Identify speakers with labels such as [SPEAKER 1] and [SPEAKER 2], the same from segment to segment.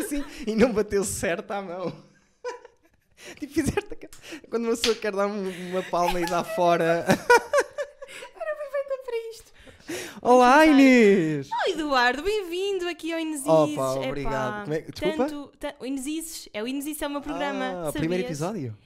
[SPEAKER 1] assim e não bateu certo à mão. Tipo, fizeste. aquela- Quando uma pessoa quer dar um- uma palma e dá fora.
[SPEAKER 2] Era perfeita para isto.
[SPEAKER 1] Olá, Inês!
[SPEAKER 2] Oh, Eduardo, bem-vindo aqui ao Inesis.
[SPEAKER 1] Opa, obrigado. Como é que- desculpa?
[SPEAKER 2] Tanto, ta- o Inesis, é o Inesis é o meu programa.
[SPEAKER 1] Ah, primeiro
[SPEAKER 2] sabias?
[SPEAKER 1] episódio?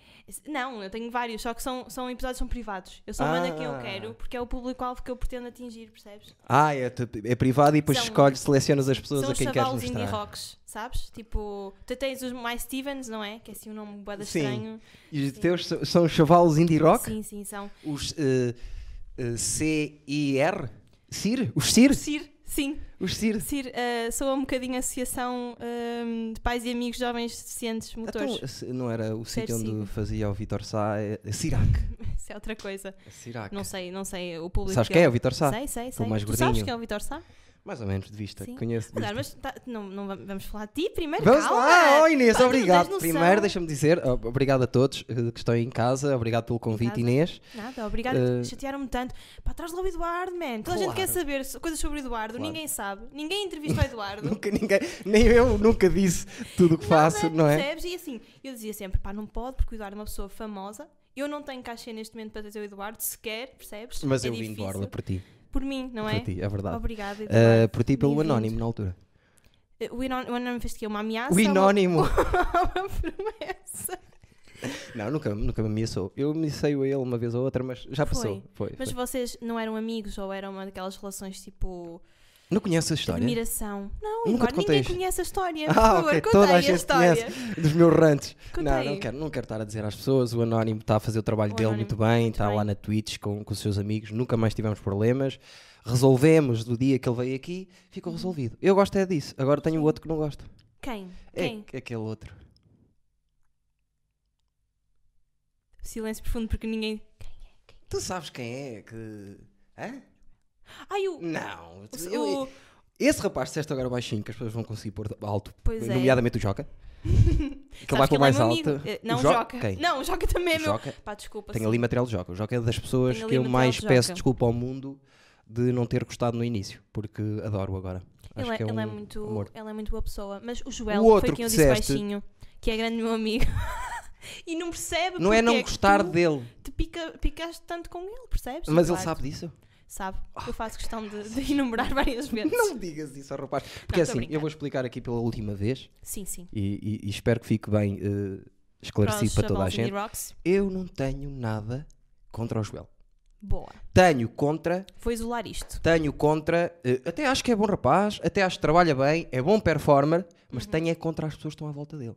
[SPEAKER 2] Não, eu tenho vários, só que são, são episódios são privados. Eu só
[SPEAKER 1] Ah.
[SPEAKER 2] mando a quem eu quero, porque é o público-alvo que eu pretendo atingir, percebes?
[SPEAKER 1] Ah, é, é privado e depois
[SPEAKER 2] São-
[SPEAKER 1] escolhes, selecionas as pessoas
[SPEAKER 2] são
[SPEAKER 1] a
[SPEAKER 2] os
[SPEAKER 1] quem queres
[SPEAKER 2] chavalos indie
[SPEAKER 1] mostrar.
[SPEAKER 2] rocks, sabes? Tipo, tu tens os mais Stevens, não é? Que é assim um nome boada
[SPEAKER 1] Sim.
[SPEAKER 2] estranho.
[SPEAKER 1] E os teus so- são os chavalos indie rock?
[SPEAKER 2] Sim, sim, são.
[SPEAKER 1] Os eh, eh, C-I-R? CIR? Os CIR?
[SPEAKER 2] Sir, sim.
[SPEAKER 1] Os CIR.
[SPEAKER 2] Sir, eh, sou um bocadinho a associação ehm, de pais e amigos jovens deficientes motores.
[SPEAKER 1] Então, se- não era o
[SPEAKER 2] Ser
[SPEAKER 1] sítio onde
[SPEAKER 2] Ciro.
[SPEAKER 1] fazia o Vitor Sá? é- é Cirac.
[SPEAKER 2] Isso é outra coisa.
[SPEAKER 1] Cirac.
[SPEAKER 2] Não sei, não sei. O público.
[SPEAKER 1] Sabes quem é o Vitor Sá?
[SPEAKER 2] Sei, sei, sei.
[SPEAKER 1] mais
[SPEAKER 2] tu sabes
[SPEAKER 1] gordinho.
[SPEAKER 2] quem é o Vitor Sá?
[SPEAKER 1] Mais ou menos, de vista.
[SPEAKER 2] Sim.
[SPEAKER 1] Conheço. de
[SPEAKER 2] Mas,
[SPEAKER 1] vista.
[SPEAKER 2] mas tá- não, não va- vamos falar de ti primeiro.
[SPEAKER 1] Vamos
[SPEAKER 2] calma.
[SPEAKER 1] lá! Oh, Inês,
[SPEAKER 2] Pá, tu não
[SPEAKER 1] obrigado.
[SPEAKER 2] tens
[SPEAKER 1] Primeiro,
[SPEAKER 2] noção.
[SPEAKER 1] deixa-me dizer, oh, obrigado a todos eh, que estão aí em casa. Obrigado pelo convite,
[SPEAKER 2] casa.
[SPEAKER 1] Inês.
[SPEAKER 2] Nada, obrigada.
[SPEAKER 1] Eh,
[SPEAKER 2] Chatearam-me tanto. Pá, traz lá o Eduardo, man. Toda a gente
[SPEAKER 1] Claro.
[SPEAKER 2] quer saber so- coisas sobre o Eduardo.
[SPEAKER 1] Claro.
[SPEAKER 2] Ninguém sabe. Ninguém entrevista o Eduardo.
[SPEAKER 1] Nunca ninguém, nem eu nunca disse tudo o que faço, não é?
[SPEAKER 2] Percebes? E assim, eu dizia sempre, pá, não pode, porque o Eduardo é uma pessoa famosa. Eu não tenho cachê neste momento para trazer o Eduardo, sequer, percebes?
[SPEAKER 1] Mas
[SPEAKER 2] É
[SPEAKER 1] eu vim de
[SPEAKER 2] difícil.
[SPEAKER 1] borla por ti.
[SPEAKER 2] Por mim, não
[SPEAKER 1] por
[SPEAKER 2] é?
[SPEAKER 1] ti, é verdade.
[SPEAKER 2] Obrigada, Eduardo.
[SPEAKER 1] Eh, por ti pelo
[SPEAKER 2] Bem-vindo.
[SPEAKER 1] anónimo na altura.
[SPEAKER 2] Eh, O Anónimo- o Anónimo fez que é uma ameaça.
[SPEAKER 1] o
[SPEAKER 2] uma-
[SPEAKER 1] anónimo!
[SPEAKER 2] uma promessa.
[SPEAKER 1] Não, nunca, nunca me ameaçou. Eu ameacei a ele uma vez ou outra, mas já
[SPEAKER 2] Foi.
[SPEAKER 1] passou. Foi.
[SPEAKER 2] Mas
[SPEAKER 1] foi.
[SPEAKER 2] vocês não eram amigos ou eram uma daquelas relações tipo
[SPEAKER 1] Não conheces a história
[SPEAKER 2] admiração? Não,
[SPEAKER 1] Nunca
[SPEAKER 2] Eduardo,
[SPEAKER 1] te contei
[SPEAKER 2] ninguém
[SPEAKER 1] isto.
[SPEAKER 2] conhece a história. Por
[SPEAKER 1] Ah,
[SPEAKER 2] favor,
[SPEAKER 1] ok,
[SPEAKER 2] contei
[SPEAKER 1] toda a gente
[SPEAKER 2] história.
[SPEAKER 1] dos meus rantes.
[SPEAKER 2] Conta
[SPEAKER 1] Não,
[SPEAKER 2] aí.
[SPEAKER 1] não quero, não quero estar a dizer às pessoas. O Anónimo está a fazer o trabalho
[SPEAKER 2] O
[SPEAKER 1] dele
[SPEAKER 2] Anónimo,
[SPEAKER 1] muito bem,
[SPEAKER 2] muito
[SPEAKER 1] está lá
[SPEAKER 2] bem.
[SPEAKER 1] na Twitch com, com os seus amigos. Nunca mais tivemos problemas. Resolvemos do dia que ele veio aqui, ficou
[SPEAKER 2] Uhum.
[SPEAKER 1] resolvido. Eu gosto é disso. Agora tenho outro que não gosto.
[SPEAKER 2] Quem?
[SPEAKER 1] É,
[SPEAKER 2] Quem?
[SPEAKER 1] é aquele outro.
[SPEAKER 2] Silêncio profundo porque ninguém.
[SPEAKER 1] Tu sabes quem é que. Hã?
[SPEAKER 2] Ai, o.
[SPEAKER 1] Não.
[SPEAKER 2] o-
[SPEAKER 1] Hum, eu-
[SPEAKER 2] o-
[SPEAKER 1] esse rapaz, disseste agora baixinho, que as pessoas vão conseguir pôr alto.
[SPEAKER 2] Pois é.
[SPEAKER 1] Nomeadamente o Joca. que ele
[SPEAKER 2] sabes que
[SPEAKER 1] vai pôr
[SPEAKER 2] ele
[SPEAKER 1] mais
[SPEAKER 2] é meu
[SPEAKER 1] alto.
[SPEAKER 2] amigo. Eh, Não,
[SPEAKER 1] O
[SPEAKER 2] o
[SPEAKER 1] Jo-
[SPEAKER 2] Joca.
[SPEAKER 1] quem?
[SPEAKER 2] Não, o Joca também é
[SPEAKER 1] O
[SPEAKER 2] meu.
[SPEAKER 1] Joca
[SPEAKER 2] Pá, desculpa.
[SPEAKER 1] Tenho
[SPEAKER 2] sim.
[SPEAKER 1] ali material de Joca. O Joca é das pessoas
[SPEAKER 2] Tenho ali
[SPEAKER 1] que eu
[SPEAKER 2] material
[SPEAKER 1] mais
[SPEAKER 2] de
[SPEAKER 1] peço
[SPEAKER 2] Joca.
[SPEAKER 1] desculpa ao mundo de não ter gostado no início, porque adoro agora. Acho
[SPEAKER 2] Ele, é,
[SPEAKER 1] que é um
[SPEAKER 2] ele é muito,
[SPEAKER 1] amor.
[SPEAKER 2] ele é muito boa pessoa. Mas o Joel
[SPEAKER 1] O
[SPEAKER 2] foi
[SPEAKER 1] outro
[SPEAKER 2] quem
[SPEAKER 1] que
[SPEAKER 2] eu disse
[SPEAKER 1] disseste-
[SPEAKER 2] baixinho, que é grande meu amigo. e não percebe
[SPEAKER 1] Não é
[SPEAKER 2] porque
[SPEAKER 1] não
[SPEAKER 2] que
[SPEAKER 1] gostar
[SPEAKER 2] tu
[SPEAKER 1] dele,
[SPEAKER 2] Te pica, picaste tanto com ele, percebes?
[SPEAKER 1] mas ele
[SPEAKER 2] Eduardo?
[SPEAKER 1] sabe disso.
[SPEAKER 2] Sabe, eu faço questão de, de enumerar várias vezes.
[SPEAKER 1] Não digas isso ao rapaz. Porque
[SPEAKER 2] tô a
[SPEAKER 1] assim,
[SPEAKER 2] brincar.
[SPEAKER 1] eu vou explicar aqui pela última vez
[SPEAKER 2] Sim, sim.
[SPEAKER 1] e, e- e espero que fique bem eh, esclarecido para toda a
[SPEAKER 2] Chavalos Indie
[SPEAKER 1] gente.
[SPEAKER 2] Rocks,
[SPEAKER 1] Eu não tenho nada contra o Joel.
[SPEAKER 2] boa.
[SPEAKER 1] Tenho contra
[SPEAKER 2] Vou isolar isto.
[SPEAKER 1] Tenho contra. eh, até acho que é bom rapaz, até acho que trabalha bem, é bom performer, mas
[SPEAKER 2] Uhum.
[SPEAKER 1] tenho é contra as pessoas que estão à volta dele.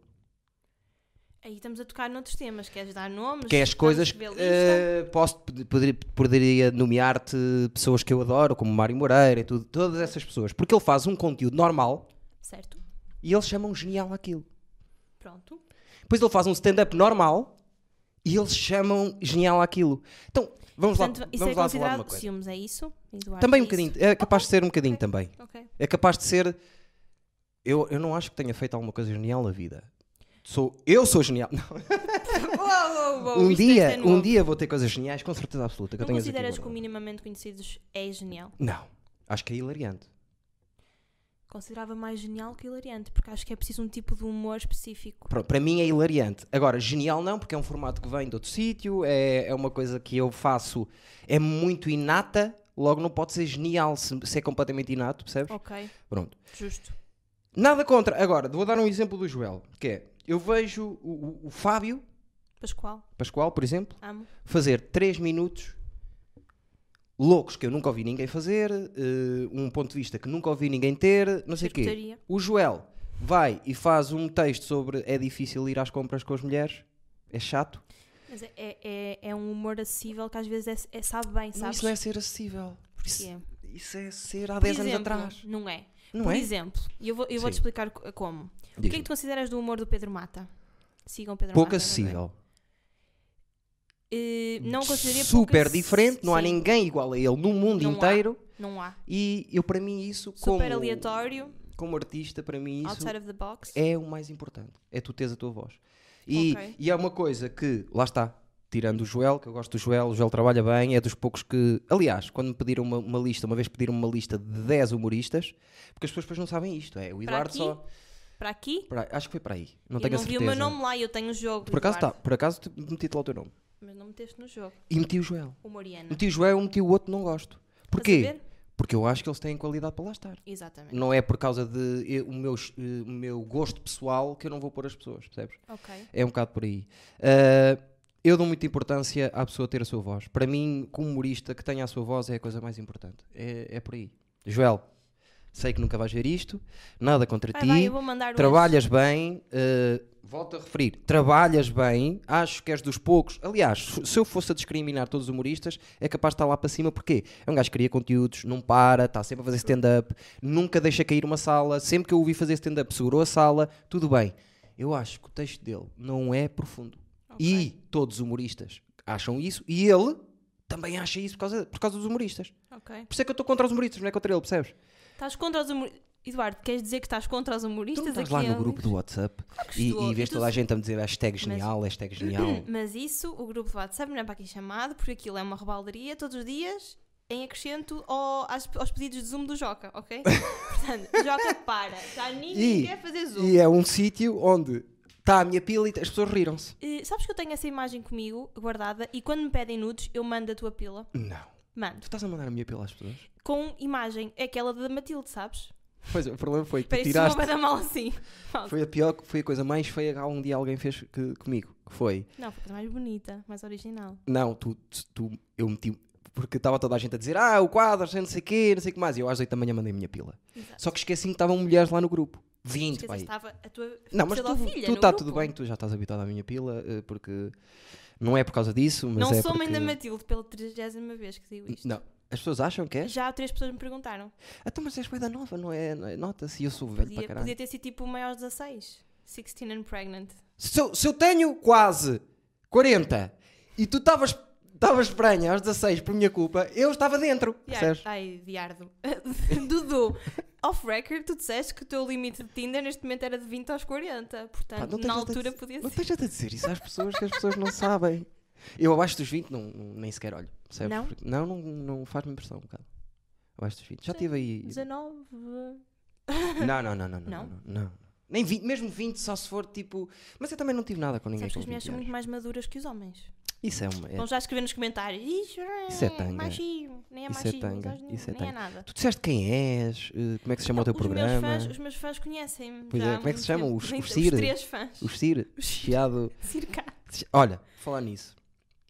[SPEAKER 2] Aí estamos a tocar noutros temas. Queres dar nomes?
[SPEAKER 1] Que é as
[SPEAKER 2] Vamos
[SPEAKER 1] coisas.
[SPEAKER 2] ver lista?
[SPEAKER 1] eh, posso, poder- poderia nomear-te pessoas que eu adoro, como Mário Moreira e tudo, todas essas pessoas, porque ele faz um conteúdo normal
[SPEAKER 2] Certo,
[SPEAKER 1] e eles chamam genial aquilo.
[SPEAKER 2] pronto.
[SPEAKER 1] Depois ele faz um stand-up normal e eles chamam genial aquilo. Então, vamos lá,
[SPEAKER 2] Portanto, isso
[SPEAKER 1] vamos
[SPEAKER 2] é
[SPEAKER 1] lá falar de uma
[SPEAKER 2] considerado
[SPEAKER 1] coisa.
[SPEAKER 2] ciúmes, é isso? Eduardo, é
[SPEAKER 1] Também um
[SPEAKER 2] isso?
[SPEAKER 1] bocadinho, é capaz de ser um bocadinho
[SPEAKER 2] ok.
[SPEAKER 1] também.
[SPEAKER 2] Ok.
[SPEAKER 1] é capaz de ser. Eu, eu não acho que tenha feito alguma coisa genial na vida. Sou, eu sou genial.
[SPEAKER 2] Uou, uou, uou,
[SPEAKER 1] um
[SPEAKER 2] isto-
[SPEAKER 1] dia,
[SPEAKER 2] isto é
[SPEAKER 1] um
[SPEAKER 2] novo.
[SPEAKER 1] dia vou ter coisas geniais, com certeza absoluta. Que eu
[SPEAKER 2] Não
[SPEAKER 1] tenho
[SPEAKER 2] consideras
[SPEAKER 1] aqui
[SPEAKER 2] que o
[SPEAKER 1] guardado.
[SPEAKER 2] minimamente conhecidos é genial?
[SPEAKER 1] Não, acho que é hilariante.
[SPEAKER 2] Considerava mais genial que hilariante, porque acho que é preciso um tipo de humor específico.
[SPEAKER 1] Pronto, para mim é hilariante. Agora, genial não, porque é um formato que vem de outro sítio, é, é uma coisa que eu faço, é muito inata, logo não pode ser genial se, se é completamente inato, percebes?
[SPEAKER 2] Ok,
[SPEAKER 1] Pronto.
[SPEAKER 2] justo.
[SPEAKER 1] Nada contra. Agora, vou dar um exemplo do Joel, que é, eu vejo o- o- o Fábio
[SPEAKER 2] Pascoal,
[SPEAKER 1] Pascoal, por exemplo,
[SPEAKER 2] amo.
[SPEAKER 1] fazer 3 minutos loucos que eu nunca ouvi ninguém fazer, eh, um ponto de vista que nunca ouvi ninguém ter, não sei o quê.
[SPEAKER 2] Charcutaria.
[SPEAKER 1] O Joel vai e faz um texto sobre é difícil ir às compras com as mulheres, é chato.
[SPEAKER 2] Mas é, é, é- é um humor acessível que às vezes é, é- sabe bem,
[SPEAKER 1] Não,
[SPEAKER 2] sabes?
[SPEAKER 1] isso não é ser acessível. Isso,
[SPEAKER 2] é.
[SPEAKER 1] isso é ser há
[SPEAKER 2] Por
[SPEAKER 1] 10 anos
[SPEAKER 2] exemplo,
[SPEAKER 1] atrás.
[SPEAKER 2] Não é.
[SPEAKER 1] Não
[SPEAKER 2] Por
[SPEAKER 1] é?
[SPEAKER 2] exemplo, e eu vou- eu vou-te
[SPEAKER 1] Sim.
[SPEAKER 2] explicar co- como. O que é que tu consideras do humor do Pedro Mata? Sigam o Pedro
[SPEAKER 1] Pouco
[SPEAKER 2] Mata. não é?
[SPEAKER 1] acessível.
[SPEAKER 2] Eh, não consideraria pouco
[SPEAKER 1] Super
[SPEAKER 2] acess-
[SPEAKER 1] diferente, não há
[SPEAKER 2] sim,
[SPEAKER 1] ninguém igual a ele no mundo
[SPEAKER 2] Não há.
[SPEAKER 1] inteiro.
[SPEAKER 2] Não há.
[SPEAKER 1] E eu, para mim, isso, como,
[SPEAKER 2] Super aleatório,
[SPEAKER 1] como artista, para mim, isso
[SPEAKER 2] outside of the box.
[SPEAKER 1] é o mais importante. É tu teres a tua voz. E,
[SPEAKER 2] Ok.
[SPEAKER 1] e é uma coisa que, lá está, tirando o Joel, que eu gosto do Joel, o Joel trabalha bem, é dos poucos que. Aliás, quando me pediram uma, uma lista, uma vez pediram uma lista de 10 humoristas, porque as pessoas depois não sabem isto, é o Eduardo
[SPEAKER 2] aqui?
[SPEAKER 1] só.
[SPEAKER 2] para aqui.
[SPEAKER 1] Para- acho que foi para aí. Não
[SPEAKER 2] eu
[SPEAKER 1] tenho
[SPEAKER 2] não
[SPEAKER 1] a
[SPEAKER 2] vi
[SPEAKER 1] certeza.
[SPEAKER 2] o meu nome lá e eu tenho o jogo.
[SPEAKER 1] Por acaso tá. está,
[SPEAKER 2] Eduardo.
[SPEAKER 1] por acaso te- meti-te lá o teu nome.
[SPEAKER 2] Mas não meteste no jogo.
[SPEAKER 1] E meti o Joel.
[SPEAKER 2] O Moriana.
[SPEAKER 1] Meti o Joel, meti o outro, não gosto.
[SPEAKER 2] Estás a
[SPEAKER 1] Porquê?
[SPEAKER 2] ver?
[SPEAKER 1] Porque eu acho que eles têm qualidade para lá estar.
[SPEAKER 2] Exatamente.
[SPEAKER 1] Não é por causa de eu- o meu, ch- eh, o meu gosto pessoal que eu não vou pôr as pessoas, percebes?
[SPEAKER 2] Ok.
[SPEAKER 1] É um bocado por aí. Ah, eu dou muita importância à pessoa ter a sua voz. Para mim, como humorista, que tenha a sua voz é a coisa mais importante. É, é por aí. Joel, sei que nunca vais ver isto, nada contra
[SPEAKER 2] Vai,
[SPEAKER 1] ti.
[SPEAKER 2] vai, eu vou mandar hoje.
[SPEAKER 1] Trabalhas bem, eh, volto a referir, trabalhas bem, acho que és dos poucos. Aliás, se- se eu fosse a discriminar todos os humoristas, é capaz de estar lá para cima, porque é um gajo que cria conteúdos, não para, está sempre a fazer stand-up, nunca deixa cair uma sala, sempre que eu ouvi fazer stand-up segurou a sala, tudo bem. Eu acho que o texto dele não é profundo. E todos os humoristas acham isso, e ele também acha isso por causa, por causa dos humoristas.
[SPEAKER 2] Ok.
[SPEAKER 1] Por isso é que eu estou contra os humoristas, não é contra ele, percebes?
[SPEAKER 2] Estás contra os humoristas. Eduardo, queres dizer que estás contra os
[SPEAKER 1] Tu
[SPEAKER 2] humoristas
[SPEAKER 1] não Então estás
[SPEAKER 2] aqui
[SPEAKER 1] lá no
[SPEAKER 2] ali?
[SPEAKER 1] grupo do WhatsApp
[SPEAKER 2] que
[SPEAKER 1] e,
[SPEAKER 2] estou.
[SPEAKER 1] e vês
[SPEAKER 2] E tu
[SPEAKER 1] toda a gente a me dizer hashtag genial, hashtag
[SPEAKER 2] Uhum.
[SPEAKER 1] genial.
[SPEAKER 2] Mas isso, o grupo do WhatsApp não é para aqui chamado, porque aquilo é uma rebaldaria todos os dias, em acrescento ao, às- aos pedidos de Zoom do Joca, ok? Portanto, Joca para, já ninguém
[SPEAKER 1] E-
[SPEAKER 2] quer fazer Zoom.
[SPEAKER 1] E é um sítio onde está a minha pila e as pessoas riram-se.
[SPEAKER 2] Eh, sabes que eu tenho essa imagem comigo, guardada, e quando me pedem nudes, eu mando a tua pila.
[SPEAKER 1] Não.
[SPEAKER 2] Mando.
[SPEAKER 1] Tu estás a mandar a minha pila às pessoas?
[SPEAKER 2] Com imagem, é aquela da Matilde, sabes?
[SPEAKER 1] Pois é, o problema foi que tu
[SPEAKER 2] Parece uma
[SPEAKER 1] tiraste.
[SPEAKER 2] banda mal assim. Falso.
[SPEAKER 1] Foi a pior, foi a coisa mais feia que algum dia alguém fez que- comigo. Que foi.
[SPEAKER 2] Não, foi a coisa mais bonita, mais original.
[SPEAKER 1] Não, tu, tu- tu- eu meti. Porque estava toda a gente a dizer, ah, o quadro, não sei o quê, não sei o que mais. E eu às 8 da manhã mandei a minha pila.
[SPEAKER 2] Exato.
[SPEAKER 1] Só que esqueci-me que estavam mulheres lá no grupo.
[SPEAKER 2] Esqueci,
[SPEAKER 1] 20, pai.
[SPEAKER 2] estava a tua
[SPEAKER 1] Não, mas tu,
[SPEAKER 2] filha
[SPEAKER 1] tu
[SPEAKER 2] no
[SPEAKER 1] está
[SPEAKER 2] grupo.
[SPEAKER 1] tudo bem, tu já estás habituado à minha pila, eh, porque não é por causa disso, mas
[SPEAKER 2] Não
[SPEAKER 1] é
[SPEAKER 2] sou mãe
[SPEAKER 1] porque...
[SPEAKER 2] da Matilde pela trigésima vez que digo isto.
[SPEAKER 1] Não, as pessoas acham que és?
[SPEAKER 2] Já três pessoas me perguntaram.
[SPEAKER 1] Então, mas és bué da nova, não é? Não é- Nota-se, eu sou velho para
[SPEAKER 2] Podia,
[SPEAKER 1] caralho.
[SPEAKER 2] podia ter sido tipo o maior aos 16. 16 and pregnant.
[SPEAKER 1] Se, eu, se eu tenho quase 40 e tu estavas estavas pranha aos 16 por minha culpa, eu estava dentro,
[SPEAKER 2] Diar-
[SPEAKER 1] percebes?
[SPEAKER 2] Ai, Diardo. Dudu, off record, tu disseste que o teu limite de Tinder neste momento era de 20 aos 40.
[SPEAKER 1] Pá,
[SPEAKER 2] Portanto, na
[SPEAKER 1] não estejas a
[SPEAKER 2] altura
[SPEAKER 1] dizer-
[SPEAKER 2] podia
[SPEAKER 1] Não
[SPEAKER 2] ser.
[SPEAKER 1] estejas a dizer isso às pessoas que as pessoas não sabem. Eu abaixo dos 20 não, não- nem sequer olho, percebes?
[SPEAKER 2] Não?
[SPEAKER 1] Porque- não, não, não faz-me impressão um bocado. Abaixo dos 20. Já tive aí...
[SPEAKER 2] 19.
[SPEAKER 1] Não, não, não, não, não,
[SPEAKER 2] Não?
[SPEAKER 1] não. não, não. Nem 20, mesmo 20 só se for tipo... Mas eu também não tive nada com ninguém
[SPEAKER 2] Sabes que
[SPEAKER 1] com
[SPEAKER 2] as mulheres
[SPEAKER 1] 20
[SPEAKER 2] são
[SPEAKER 1] anos.
[SPEAKER 2] muito mais maduras que os homens.
[SPEAKER 1] Isso é uma... é-
[SPEAKER 2] Vão já escrever nos comentários. Isso,
[SPEAKER 1] Isso é tanga.
[SPEAKER 2] Machismo. Nem é
[SPEAKER 1] Isso é
[SPEAKER 2] machismo.
[SPEAKER 1] tanga,
[SPEAKER 2] misoginia,
[SPEAKER 1] isso é
[SPEAKER 2] nem é
[SPEAKER 1] tanga.
[SPEAKER 2] nada.
[SPEAKER 1] Tu disseste quem és, eh, como é que se chama o teu
[SPEAKER 2] os
[SPEAKER 1] programa,
[SPEAKER 2] Meus fãs, os meus fãs conhecem-me.
[SPEAKER 1] Pois
[SPEAKER 2] já
[SPEAKER 1] é,
[SPEAKER 2] há
[SPEAKER 1] como é que se
[SPEAKER 2] muito
[SPEAKER 1] chamam?
[SPEAKER 2] tempo.
[SPEAKER 1] Os- os
[SPEAKER 2] Os
[SPEAKER 1] Cir?
[SPEAKER 2] três fãs.
[SPEAKER 1] o Cir, chiado.
[SPEAKER 2] Circa.
[SPEAKER 1] Olha, falar nisso,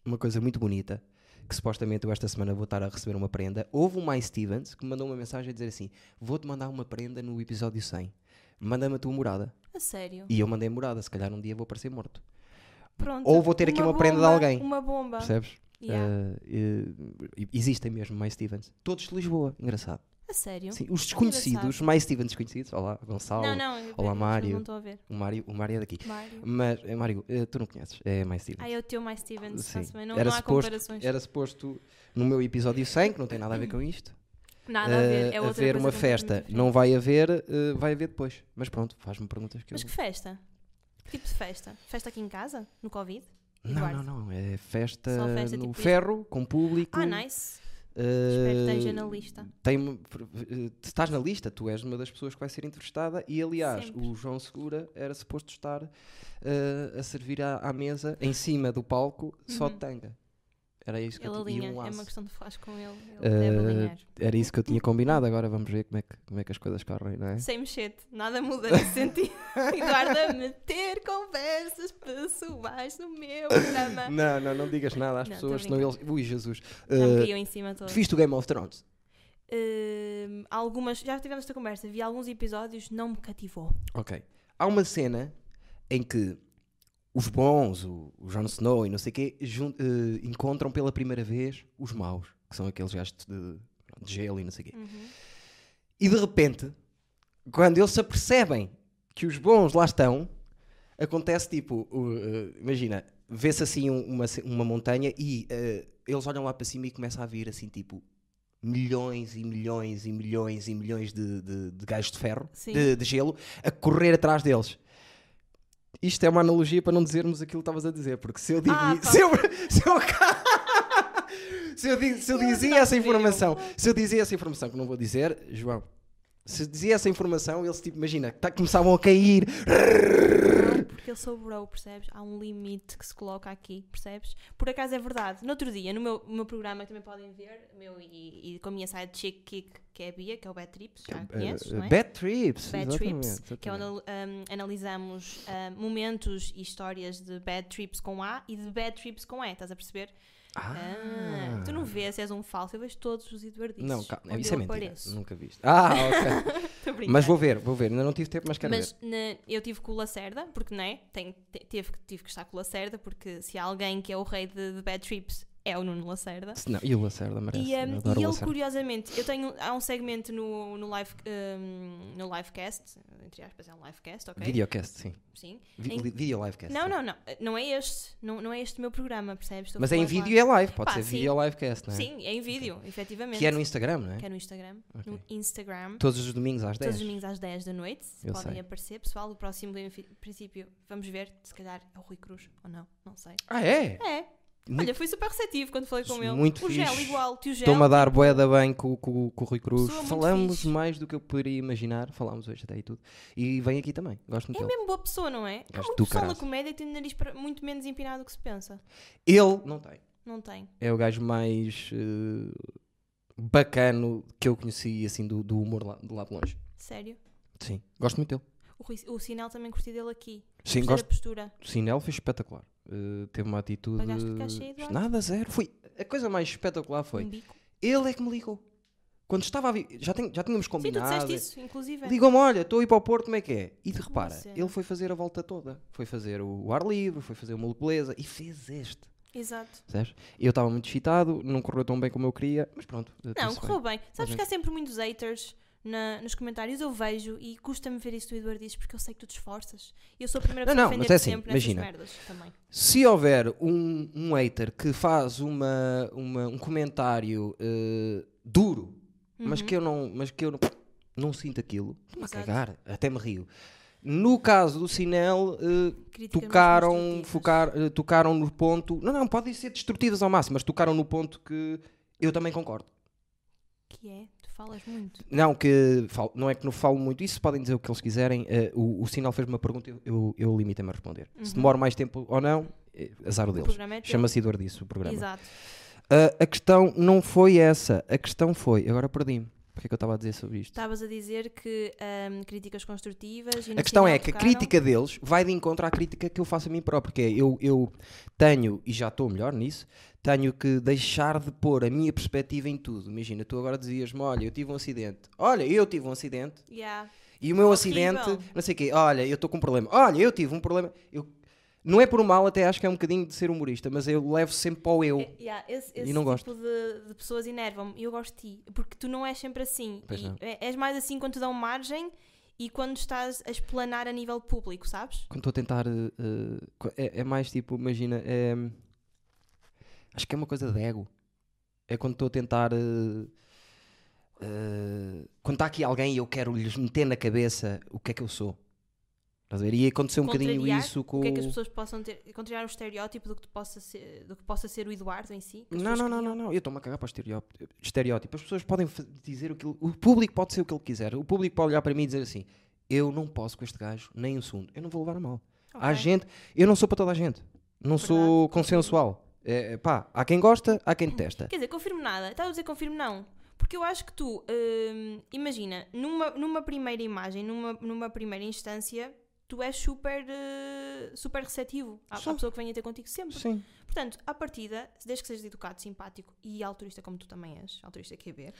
[SPEAKER 1] uma coisa muito bonita, que supostamente eu esta semana vou estar a receber uma prenda. Houve um Mike Stevens que me mandou uma mensagem a dizer assim: Vou-te mandar uma prenda no episódio 100. Manda-me a tua morada.
[SPEAKER 2] A sério.
[SPEAKER 1] E eu mandei a morada, se calhar um dia vou aparecer morto.
[SPEAKER 2] Pronto.
[SPEAKER 1] Ou vou ter aqui uma prenda de
[SPEAKER 2] bomba,
[SPEAKER 1] alguém.
[SPEAKER 2] Uma bomba.
[SPEAKER 1] Percebes?
[SPEAKER 2] Yeah.
[SPEAKER 1] Eh, eh, existem mesmo Mike Stevens. Todos de Lisboa, engraçado.
[SPEAKER 2] A sério.
[SPEAKER 1] Sim, os desconhecidos, os Mike Stevens desconhecidos. Olá, Gonçalo.
[SPEAKER 2] Não, não. eu-
[SPEAKER 1] Olá,
[SPEAKER 2] eu
[SPEAKER 1] Mário.
[SPEAKER 2] Não estou a ver.
[SPEAKER 1] O Mário, o Mário é daqui.
[SPEAKER 2] Mário.
[SPEAKER 1] Mas, eh, Mário, eh, tu não conheces, é mais Stevens.
[SPEAKER 2] Ah, é o teu mais Stevens.
[SPEAKER 1] Sim.
[SPEAKER 2] está-se bem, Não,
[SPEAKER 1] Era
[SPEAKER 2] não há
[SPEAKER 1] suposto-
[SPEAKER 2] comparações.
[SPEAKER 1] Era suposto, no meu episódio 100, que não tem nada a ver com isto,
[SPEAKER 2] Nada a ver.
[SPEAKER 1] eh,
[SPEAKER 2] É outra
[SPEAKER 1] haver
[SPEAKER 2] coisa
[SPEAKER 1] uma festa.
[SPEAKER 2] completamente diferente.
[SPEAKER 1] Não vai haver, eh, vai haver depois. Mas pronto, faz-me perguntas que eu...
[SPEAKER 2] Mas que festa? Que tipo de festa? Festa aqui em casa? No Covid?
[SPEAKER 1] Não,
[SPEAKER 2] Eduardo?
[SPEAKER 1] não, não. É festa,
[SPEAKER 2] Só festa
[SPEAKER 1] no
[SPEAKER 2] tipo isto?
[SPEAKER 1] ferro, com público.
[SPEAKER 2] Ah, nice. Espero que
[SPEAKER 1] Hum, eh,
[SPEAKER 2] esteja na lista.
[SPEAKER 1] tem- eh, estás na lista, tu és uma das pessoas que vai ser entrevistada e aliás
[SPEAKER 2] Sempre.
[SPEAKER 1] o João Segura era suposto estar eh, a servir à, à mesa em cima do palco só de
[SPEAKER 2] Uhum.
[SPEAKER 1] tanga. Era isso que
[SPEAKER 2] Ele
[SPEAKER 1] eu tinha.
[SPEAKER 2] alinha.
[SPEAKER 1] um
[SPEAKER 2] é
[SPEAKER 1] laço.
[SPEAKER 2] uma questão de falar com ele. Ele
[SPEAKER 1] Eh,
[SPEAKER 2] deve alinhar.
[SPEAKER 1] Era isso que eu tinha combinado, agora vamos ver como é que, como é que as coisas correm, não é?
[SPEAKER 2] Sem mexete, nada muda nesse sentido. Eduardo a meter conversas pessoais no meu programa.
[SPEAKER 1] Não, não, não digas nada às
[SPEAKER 2] Não, tô
[SPEAKER 1] pessoas,
[SPEAKER 2] a
[SPEAKER 1] senão eles. Ui, Jesus.
[SPEAKER 2] Já me
[SPEAKER 1] Uh,
[SPEAKER 2] caiu em cima todo.
[SPEAKER 1] viste o Game of Thrones?
[SPEAKER 2] Hum, algumas, já tivemos esta conversa, vi alguns episódios, não me cativou.
[SPEAKER 1] Ok. Há uma cena em que os bons, o, o Jon Snow e não sei o quê, jun- eh, encontram pela primeira vez os maus, que são aqueles gastos de, de gelo e não
[SPEAKER 2] Uhum.
[SPEAKER 1] sei o quê. E de repente, quando eles se apercebem que os bons lá estão, acontece tipo, o- eh, imagina, vê-se assim um- uma, ce- uma montanha e eh, eles olham lá para cima e começa a vir assim tipo milhões e milhões e milhões e milhões de, de, de gajos de ferro,
[SPEAKER 2] Sim.
[SPEAKER 1] de, de gelo, a correr atrás deles. Isto é uma analogia para não dizermos aquilo que estavas a dizer, porque se eu digo.
[SPEAKER 2] Ah,
[SPEAKER 1] i-
[SPEAKER 2] pá.
[SPEAKER 1] se eu- se eu se eu, di- se eu
[SPEAKER 2] Eu
[SPEAKER 1] dizia
[SPEAKER 2] não
[SPEAKER 1] essa
[SPEAKER 2] sei. um
[SPEAKER 1] informação, se eu dizia essa informação que não vou dizer, João, Se dizia essa informação, eles tipo, imagina, tá, começavam a cair.
[SPEAKER 2] Não, porque eu sou bro, percebes? Há um limite que se coloca aqui, percebes? Por acaso é verdade. No outro dia, no meu, no meu programa que também podem ver, meu e, e com a minha side chick kick, que é a Bia, que é o Bad Trips, já conheces, não é?
[SPEAKER 1] Eh, Bad Trips.
[SPEAKER 2] Bad
[SPEAKER 1] exatamente,
[SPEAKER 2] Trips, que é onde
[SPEAKER 1] exatamente.
[SPEAKER 2] um, analisamos um, momentos e histórias de Bad Trips com A e de Bad Trips com E, estás a perceber? Ah, tu não vês, és um falso, eu vejo todos os eduardices.
[SPEAKER 1] Não, calma,
[SPEAKER 2] onde
[SPEAKER 1] isso é
[SPEAKER 2] eu
[SPEAKER 1] mentira.
[SPEAKER 2] apareço.
[SPEAKER 1] Nunca viste. Ah, ok.
[SPEAKER 2] Estou a brincar.
[SPEAKER 1] mas vou ver, vou ver. Ainda não tive tempo, mas quero
[SPEAKER 2] Mas
[SPEAKER 1] ver.
[SPEAKER 2] na- eu tive com o Lacerda, porque não é? Tenho- te- teve, que- tive que estar com o Lacerda, porque se há alguém que é o rei de, de bad trips, é o Nuno Lacerda.
[SPEAKER 1] Se não, e o Lacerda merece.
[SPEAKER 2] E, hum,
[SPEAKER 1] eu
[SPEAKER 2] e
[SPEAKER 1] adoro o
[SPEAKER 2] ele,
[SPEAKER 1] Lacerda.
[SPEAKER 2] curiosamente, eu tenho, há um segmento no, no, live, hum, no livecast, entre aspas, é um livecast, ok?
[SPEAKER 1] Videocast, sim.
[SPEAKER 2] Sim.
[SPEAKER 1] Vi-
[SPEAKER 2] Em-
[SPEAKER 1] li- Video livecast.
[SPEAKER 2] Não,
[SPEAKER 1] sim.
[SPEAKER 2] não, não, não é este, não, não é este o meu programa, percebes? Estou a
[SPEAKER 1] Mas é em
[SPEAKER 2] falar lá-
[SPEAKER 1] vídeo e é live. Pode
[SPEAKER 2] Pá,
[SPEAKER 1] ser
[SPEAKER 2] sim.
[SPEAKER 1] video livecast, não é?
[SPEAKER 2] Sim, é em vídeo, efetivamente.
[SPEAKER 1] Que é no Instagram, não é?
[SPEAKER 2] Que é no Instagram. No Instagram.
[SPEAKER 1] Todos os domingos às 10.
[SPEAKER 2] Todos os domingos às 10 da noite, se
[SPEAKER 1] Eu
[SPEAKER 2] podem
[SPEAKER 1] sei.
[SPEAKER 2] aparecer, pessoal. O próximo, em fi- princípio, vamos ver, se calhar é o Rui Cruz ou não, não sei.
[SPEAKER 1] Ah, é?
[SPEAKER 2] É.
[SPEAKER 1] Muito-
[SPEAKER 2] Olha, fui super receptivo quando falei com ele.
[SPEAKER 1] Muito
[SPEAKER 2] o gel,
[SPEAKER 1] fixe.
[SPEAKER 2] igual, tio gel. tipo,
[SPEAKER 1] Estou-me a dar boeda bem com, com, com o Rui Cruz.
[SPEAKER 2] Pessoa muito
[SPEAKER 1] Falamos
[SPEAKER 2] fixe.
[SPEAKER 1] mais do que eu poderia imaginar. Falámos hoje até e tudo. E vem aqui também. Gosto muito
[SPEAKER 2] É
[SPEAKER 1] dele.
[SPEAKER 2] mesmo boa pessoa, não é? Há
[SPEAKER 1] Gajo
[SPEAKER 2] muito
[SPEAKER 1] do
[SPEAKER 2] pessoal na
[SPEAKER 1] caraças.
[SPEAKER 2] comédia que tem o nariz para- muito menos empinado do que se pensa.
[SPEAKER 1] Ele não tem.
[SPEAKER 2] Não tem.
[SPEAKER 1] É o gajo mais eh, bacano que eu conheci, assim, do, do humor lá, de lá de longe.
[SPEAKER 2] Sério.
[SPEAKER 1] Sim. Gosto muito dele.
[SPEAKER 2] O, Rui- o sinal também curti dele aqui.
[SPEAKER 1] Sim,
[SPEAKER 2] Gostei
[SPEAKER 1] gosto.
[SPEAKER 2] da postura.
[SPEAKER 1] Sim, ele foi espetacular. Eh, teve uma atitude.
[SPEAKER 2] Pagaste-lhe cachê, Eduardo?
[SPEAKER 1] Nada, zero. Foi. A coisa mais espetacular
[SPEAKER 2] Um
[SPEAKER 1] foi.
[SPEAKER 2] bico.
[SPEAKER 1] Ele é que me ligou. Quando estava a vir. Já, tenho- já tínhamos
[SPEAKER 2] Sim, tu
[SPEAKER 1] combinado.
[SPEAKER 2] disseste isso, inclusive.
[SPEAKER 1] Ligam-me, olha, estou a ir para o Porto, como é que é? E de repara,
[SPEAKER 2] cena.
[SPEAKER 1] ele foi fazer a volta toda. Foi fazer o o ar livre, foi fazer uma beleza e fez este.
[SPEAKER 2] Exato.
[SPEAKER 1] Percebes? Eu estava muito excitado, não correu tão bem como eu queria, mas pronto. eh,
[SPEAKER 2] Não,
[SPEAKER 1] tudo-se
[SPEAKER 2] correu bem. Sabes
[SPEAKER 1] gente-
[SPEAKER 2] que há sempre muitos haters na- nos comentários, eu vejo e custa-me ver isso do Eduardo Dizes porque eu sei que tu te esforças. E eu sou a primeira
[SPEAKER 1] Não,
[SPEAKER 2] pessoa
[SPEAKER 1] não,
[SPEAKER 2] a
[SPEAKER 1] mas
[SPEAKER 2] defender
[SPEAKER 1] é assim,
[SPEAKER 2] sempre nessas
[SPEAKER 1] imagina.
[SPEAKER 2] merdas também.
[SPEAKER 1] Se houver um, um hater que faz uma, uma- um comentário eh, duro, mas que eu não, mas que eu não, não sinto aquilo, estou-me a
[SPEAKER 2] Uhum. Exato.
[SPEAKER 1] cagar, até me rio. No caso do Sinel, eh,
[SPEAKER 2] Críticas mais
[SPEAKER 1] tocaram,
[SPEAKER 2] construtivas.
[SPEAKER 1] focar, eh, tocaram no ponto. Não, não, podem ser destrutivas ao máximo, mas tocaram no ponto que eu também concordo.
[SPEAKER 2] Que é, tu falas muito.
[SPEAKER 1] Não, que falo- não é que não falo muito isso, podem dizer o que eles quiserem. eh, o, o Sinal fez-me uma pergunta, eu, eu, eu limitei-me a responder. Se demora mais tempo ou não, eh, azar o
[SPEAKER 2] O
[SPEAKER 1] deles.
[SPEAKER 2] Uhum. programa é teu.
[SPEAKER 1] Chama-se Dor disso o programa.
[SPEAKER 2] Exato.
[SPEAKER 1] Ah, a questão não foi essa. A questão foi. Agora perdi-me. Porque é que eu estava a dizer sobre isto?
[SPEAKER 2] Estavas a dizer que hum, críticas construtivas. E no
[SPEAKER 1] A questão
[SPEAKER 2] final
[SPEAKER 1] é que a
[SPEAKER 2] tocaram.
[SPEAKER 1] crítica deles vai de encontro à crítica que eu faço a mim próprio. Que é eu, eu tenho, e já estou melhor nisso, tenho que deixar de pôr a minha perspectiva em tudo. Imagina, tu agora dizias-me: olha, eu tive um acidente. Olha, eu tive um acidente.
[SPEAKER 2] Yeah.
[SPEAKER 1] E o meu
[SPEAKER 2] Horrível.
[SPEAKER 1] acidente, não sei o quê. Olha, eu estou com um problema. Olha, eu tive um problema. Eu, não é por mal, até acho que é um bocadinho de ser humorista, mas eu levo sempre para o eu.
[SPEAKER 2] É, yeah, esse,
[SPEAKER 1] E
[SPEAKER 2] esse
[SPEAKER 1] não
[SPEAKER 2] tipo de, de pessoas enervam-me. E Eu gosto de ti, porque tu não és sempre assim.
[SPEAKER 1] Pois
[SPEAKER 2] E
[SPEAKER 1] não.
[SPEAKER 2] é- és mais assim quando te dão margem e quando estás a explanar a nível público, sabes?
[SPEAKER 1] quando estou a tentar. eh, eh, co- é, é mais tipo, imagina. é, acho que é uma coisa de ego. É quando estou a tentar. eh, eh, quando está aqui alguém e eu quero lhes meter na cabeça o que é que eu sou. Estás a ver? E aconteceu um bocadinho
[SPEAKER 2] Contrariar
[SPEAKER 1] isso com.
[SPEAKER 2] O que é que as pessoas possam ter, contrariar o estereótipo do que, tu possa ser, do que possa ser o Eduardo em si? que as
[SPEAKER 1] Não,
[SPEAKER 2] pessoas
[SPEAKER 1] não, não,
[SPEAKER 2] criam?
[SPEAKER 1] não, não. Eu estou-me a cagar para o estereótipo. estereótipo. As pessoas podem fa- dizer o que. O público pode ser o que ele quiser. O público pode olhar para mim e dizer assim: Eu não posso com este gajo, nem um segundo. Eu não vou levar a mal. Há
[SPEAKER 2] Ok.
[SPEAKER 1] gente. Eu não sou para toda a gente. Não sou consensual. É, é, pá, há quem gosta, há quem detesta.
[SPEAKER 2] Quer dizer, confirmo nada. Estás a dizer confirmo não. Porque eu acho que tu, hum, imagina, numa, numa primeira imagem, numa, numa primeira instância, tu és super, eh, super receptivo à, à
[SPEAKER 1] Sou.
[SPEAKER 2] pessoa que venha ter contigo sempre.
[SPEAKER 1] Sim.
[SPEAKER 2] Portanto, à partida, desde que sejas educado, simpático e altruísta como tu também és, altruísta é QB,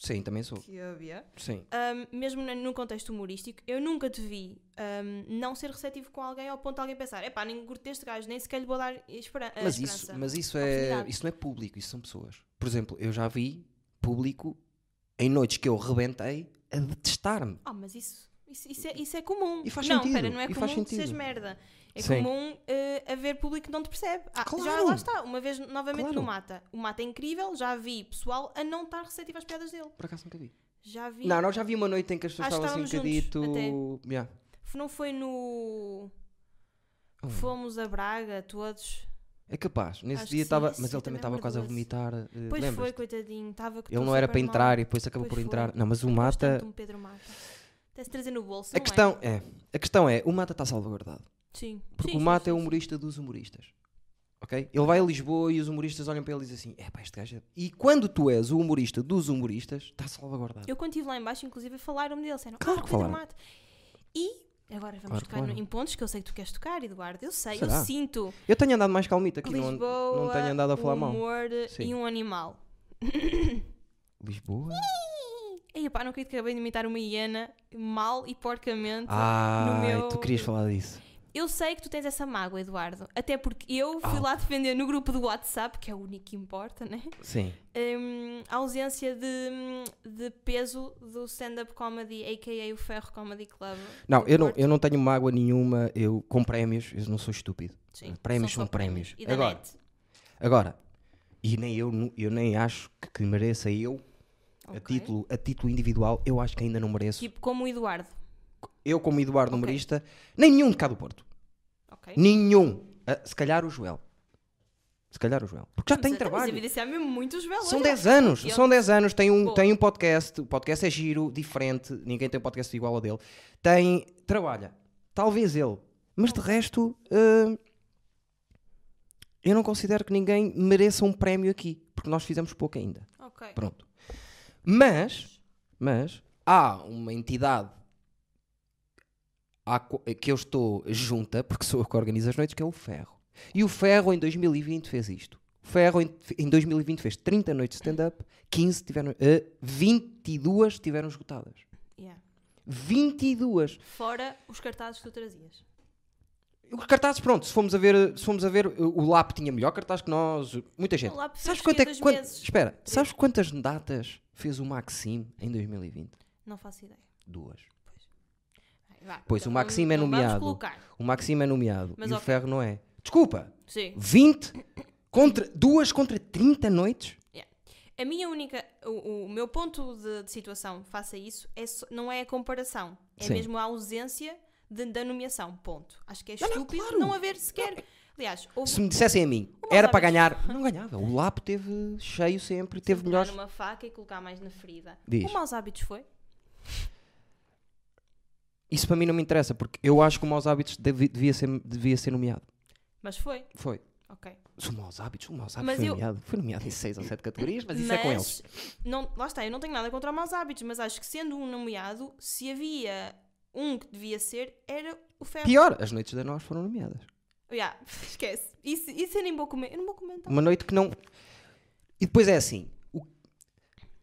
[SPEAKER 1] Sim, também sou.
[SPEAKER 2] QB.
[SPEAKER 1] Sim.
[SPEAKER 2] hum, mesmo na- num contexto humorístico, eu nunca te vi hum, não ser receptivo com alguém ao ponto de alguém pensar, epá, nem curto deste gajo, nem sequer lhe vou dar esperança.
[SPEAKER 1] Mas isso, mas isso é.
[SPEAKER 2] Oportunidade.
[SPEAKER 1] Isso não é público, isso são pessoas. Por exemplo, eu já vi público em noites que eu rebentei a detestar-me.
[SPEAKER 2] Ah, mas isso, isso, isso é, isso é comum.
[SPEAKER 1] E faz
[SPEAKER 2] não,
[SPEAKER 1] sentido,
[SPEAKER 2] pera, não é
[SPEAKER 1] e
[SPEAKER 2] comum
[SPEAKER 1] faz
[SPEAKER 2] que seres
[SPEAKER 1] sentido.
[SPEAKER 2] merda. É
[SPEAKER 1] Sim.
[SPEAKER 2] comum eh, haver público que não te percebe. Ah, já
[SPEAKER 1] Claro.
[SPEAKER 2] lá está, uma vez novamente
[SPEAKER 1] Claro.
[SPEAKER 2] no Mata. O Mata é incrível, já vi pessoal a não estar receptivo às piadas dele.
[SPEAKER 1] Por acaso nunca vi.
[SPEAKER 2] Já vi.
[SPEAKER 1] Não, não, já vi uma noite em que as pessoas
[SPEAKER 2] Acho que
[SPEAKER 1] estavam assim um
[SPEAKER 2] estávamos juntos,
[SPEAKER 1] bocadito. Yeah.
[SPEAKER 2] Não foi no.
[SPEAKER 1] Hum.
[SPEAKER 2] Fomos a Braga todos.
[SPEAKER 1] É capaz. Nesse
[SPEAKER 2] Acho que sim,
[SPEAKER 1] dia estava.
[SPEAKER 2] esse
[SPEAKER 1] Mas
[SPEAKER 2] dia
[SPEAKER 1] ele também
[SPEAKER 2] também
[SPEAKER 1] estava quase a
[SPEAKER 2] perdoa-se.
[SPEAKER 1] vomitar. eh,
[SPEAKER 2] Pois foi,
[SPEAKER 1] lembras-te?
[SPEAKER 2] coitadinho. Estava que
[SPEAKER 1] Ele não era para entrar e depois acabou
[SPEAKER 2] Pois
[SPEAKER 1] por entrar.
[SPEAKER 2] foi.
[SPEAKER 1] Não, mas o
[SPEAKER 2] Mata.
[SPEAKER 1] Mata.
[SPEAKER 2] Um Pedro Mata. Até se trazer no bolso.
[SPEAKER 1] A
[SPEAKER 2] não é?
[SPEAKER 1] questão é. A questão é, o Mata está salvaguardado.
[SPEAKER 2] Sim.
[SPEAKER 1] Porque
[SPEAKER 2] Sim,
[SPEAKER 1] o
[SPEAKER 2] sim,
[SPEAKER 1] Mata
[SPEAKER 2] sim,
[SPEAKER 1] é o
[SPEAKER 2] sim.
[SPEAKER 1] humorista dos humoristas. Ok? Ele vai a Lisboa e os humoristas olham para ele e dizem assim: é pá, este gajo. é-" E quando tu és o humorista dos humoristas, está salvaguardado.
[SPEAKER 2] Eu quando estive lá embaixo, inclusive, falaram-me dele. Disseram,
[SPEAKER 1] Claro
[SPEAKER 2] ah,
[SPEAKER 1] que
[SPEAKER 2] Pedro
[SPEAKER 1] falaram.
[SPEAKER 2] Mata. E agora vamos
[SPEAKER 1] Claro que
[SPEAKER 2] tocar no-
[SPEAKER 1] falaram.
[SPEAKER 2] em pontos que eu sei que tu queres tocar, Eduardo. Eu sei,
[SPEAKER 1] Será?
[SPEAKER 2] eu sinto.
[SPEAKER 1] Eu tenho andado mais calmito aqui, não,
[SPEAKER 2] Lisboa, um
[SPEAKER 1] não tenho andado a falar mal.
[SPEAKER 2] humor
[SPEAKER 1] Sim.
[SPEAKER 2] e um animal.
[SPEAKER 1] Lisboa?
[SPEAKER 2] Ei, pá, não acredito que acabei de imitar uma hiena mal e porcamente.
[SPEAKER 1] Ah,
[SPEAKER 2] meu-
[SPEAKER 1] tu querias falar disso.
[SPEAKER 2] Eu sei que tu tens essa mágoa, Eduardo. Até porque eu fui
[SPEAKER 1] Ah.
[SPEAKER 2] lá defender no grupo do WhatsApp, que é o único que importa, né?
[SPEAKER 1] Sim.
[SPEAKER 2] Hum, a ausência de, de peso do stand-up comedy, a.k.a. o Ferro Comedy Club.
[SPEAKER 1] Não
[SPEAKER 2] do
[SPEAKER 1] eu, não,
[SPEAKER 2] Porto.
[SPEAKER 1] eu não tenho mágoa nenhuma eu, com prémios, eu não sou estúpido.
[SPEAKER 2] Sim,
[SPEAKER 1] prémios
[SPEAKER 2] só
[SPEAKER 1] são prémios.
[SPEAKER 2] E da
[SPEAKER 1] Agora.
[SPEAKER 2] net.
[SPEAKER 1] Agora, e nem eu, nu- eu nem acho que, que mereça eu, a,
[SPEAKER 2] Ok.
[SPEAKER 1] título, a título individual, eu acho que ainda não mereço.
[SPEAKER 2] Tipo, como o Eduardo.
[SPEAKER 1] Eu, como Eduardo
[SPEAKER 2] Ok.
[SPEAKER 1] Numerista, nem nenhum de cá do Porto.
[SPEAKER 2] Ok.
[SPEAKER 1] Nenhum. Ah, se calhar o Joel. Se calhar o Joel. Porque já tem
[SPEAKER 2] Mas
[SPEAKER 1] trabalho.
[SPEAKER 2] evidenciar mesmo muitos velas.
[SPEAKER 1] São 10 anos,
[SPEAKER 2] Ele-
[SPEAKER 1] são 10 anos, tem um,
[SPEAKER 2] Boa.
[SPEAKER 1] tem um podcast, o podcast é giro, diferente, ninguém tem um podcast igual ao dele. Tem, trabalha, talvez ele, mas de resto, hum, eu não considero que ninguém mereça um prémio aqui, porque nós fizemos pouco ainda.
[SPEAKER 2] Ok.
[SPEAKER 1] Pronto. Mas, mas, há uma entidade à qu- que eu estou junta, porque sou eu que organizo as noites, que é o Ferro. E o Ferro em 2020 fez isto. O Ferro em, em 2020 fez 30 noites de stand-up, 15 tiveram, eh, 22 tiveram esgotadas.
[SPEAKER 2] Yeah.
[SPEAKER 1] 22!
[SPEAKER 2] Fora os cartazes que tu trazias.
[SPEAKER 1] Os cartazes, pronto, se fomos a ver, se fomos a ver eh, o LAP tinha melhor cartaz que nós, muita gente.
[SPEAKER 2] O Lap fez
[SPEAKER 1] sabes
[SPEAKER 2] o quê?
[SPEAKER 1] quanto é
[SPEAKER 2] Dois
[SPEAKER 1] que. quant-
[SPEAKER 2] meses?
[SPEAKER 1] Espera, sabes quantas datas fez o Maxim em 2020?
[SPEAKER 2] Não faço ideia.
[SPEAKER 1] Duas.
[SPEAKER 2] Vai, vá.
[SPEAKER 1] Pois, o Maxime é
[SPEAKER 2] então
[SPEAKER 1] nomeado.
[SPEAKER 2] Vamos colocar.
[SPEAKER 1] O Maxime é nomeado
[SPEAKER 2] Mas
[SPEAKER 1] e o
[SPEAKER 2] ok.
[SPEAKER 1] Ferro não é. Desculpa,
[SPEAKER 2] Sim.
[SPEAKER 1] 20 contra 2 contra 30 noites?
[SPEAKER 2] A minha única, o, o meu ponto de, de situação face a isso é só- não é a comparação, é
[SPEAKER 1] Sim.
[SPEAKER 2] mesmo a ausência de- da nomeação, ponto. Acho que é
[SPEAKER 1] Não, não,
[SPEAKER 2] estúpido não,
[SPEAKER 1] claro. é-
[SPEAKER 2] haver sequer. Aliás, houve
[SPEAKER 1] Se me dissessem a mim,
[SPEAKER 2] Uma
[SPEAKER 1] era para
[SPEAKER 2] vez.
[SPEAKER 1] ganhar, não ganhava. O Lapo teve cheio sempre, teve
[SPEAKER 2] pegar
[SPEAKER 1] melhores.
[SPEAKER 2] numa faca e colocar mais na ferida.
[SPEAKER 1] Diz.
[SPEAKER 2] O maus hábitos foi?
[SPEAKER 1] Isso para mim não me interessa, porque eu acho que o Maus Hábitos devi- devia ser, devia ser nomeado.
[SPEAKER 2] Mas foi,
[SPEAKER 1] Foi.
[SPEAKER 2] ok.
[SPEAKER 1] Se o Maus Hábitos, o Maus Hábitos
[SPEAKER 2] Mas
[SPEAKER 1] foi
[SPEAKER 2] eu-
[SPEAKER 1] nomeado. Foi nomeado em 6 ou 7 categorias, mas isso é com eles.
[SPEAKER 2] Não, lá está, eu não tenho nada contra maus hábitos, mas acho que sendo um nomeado, se havia um que devia ser, era o ferro.
[SPEAKER 1] Pior, as noites da nós foram nomeadas.
[SPEAKER 2] Então. Yeah, esquece. Isso, isso eu nem vou comer. Eu não vou comentar.
[SPEAKER 1] Uma noite que não. E depois é assim. o-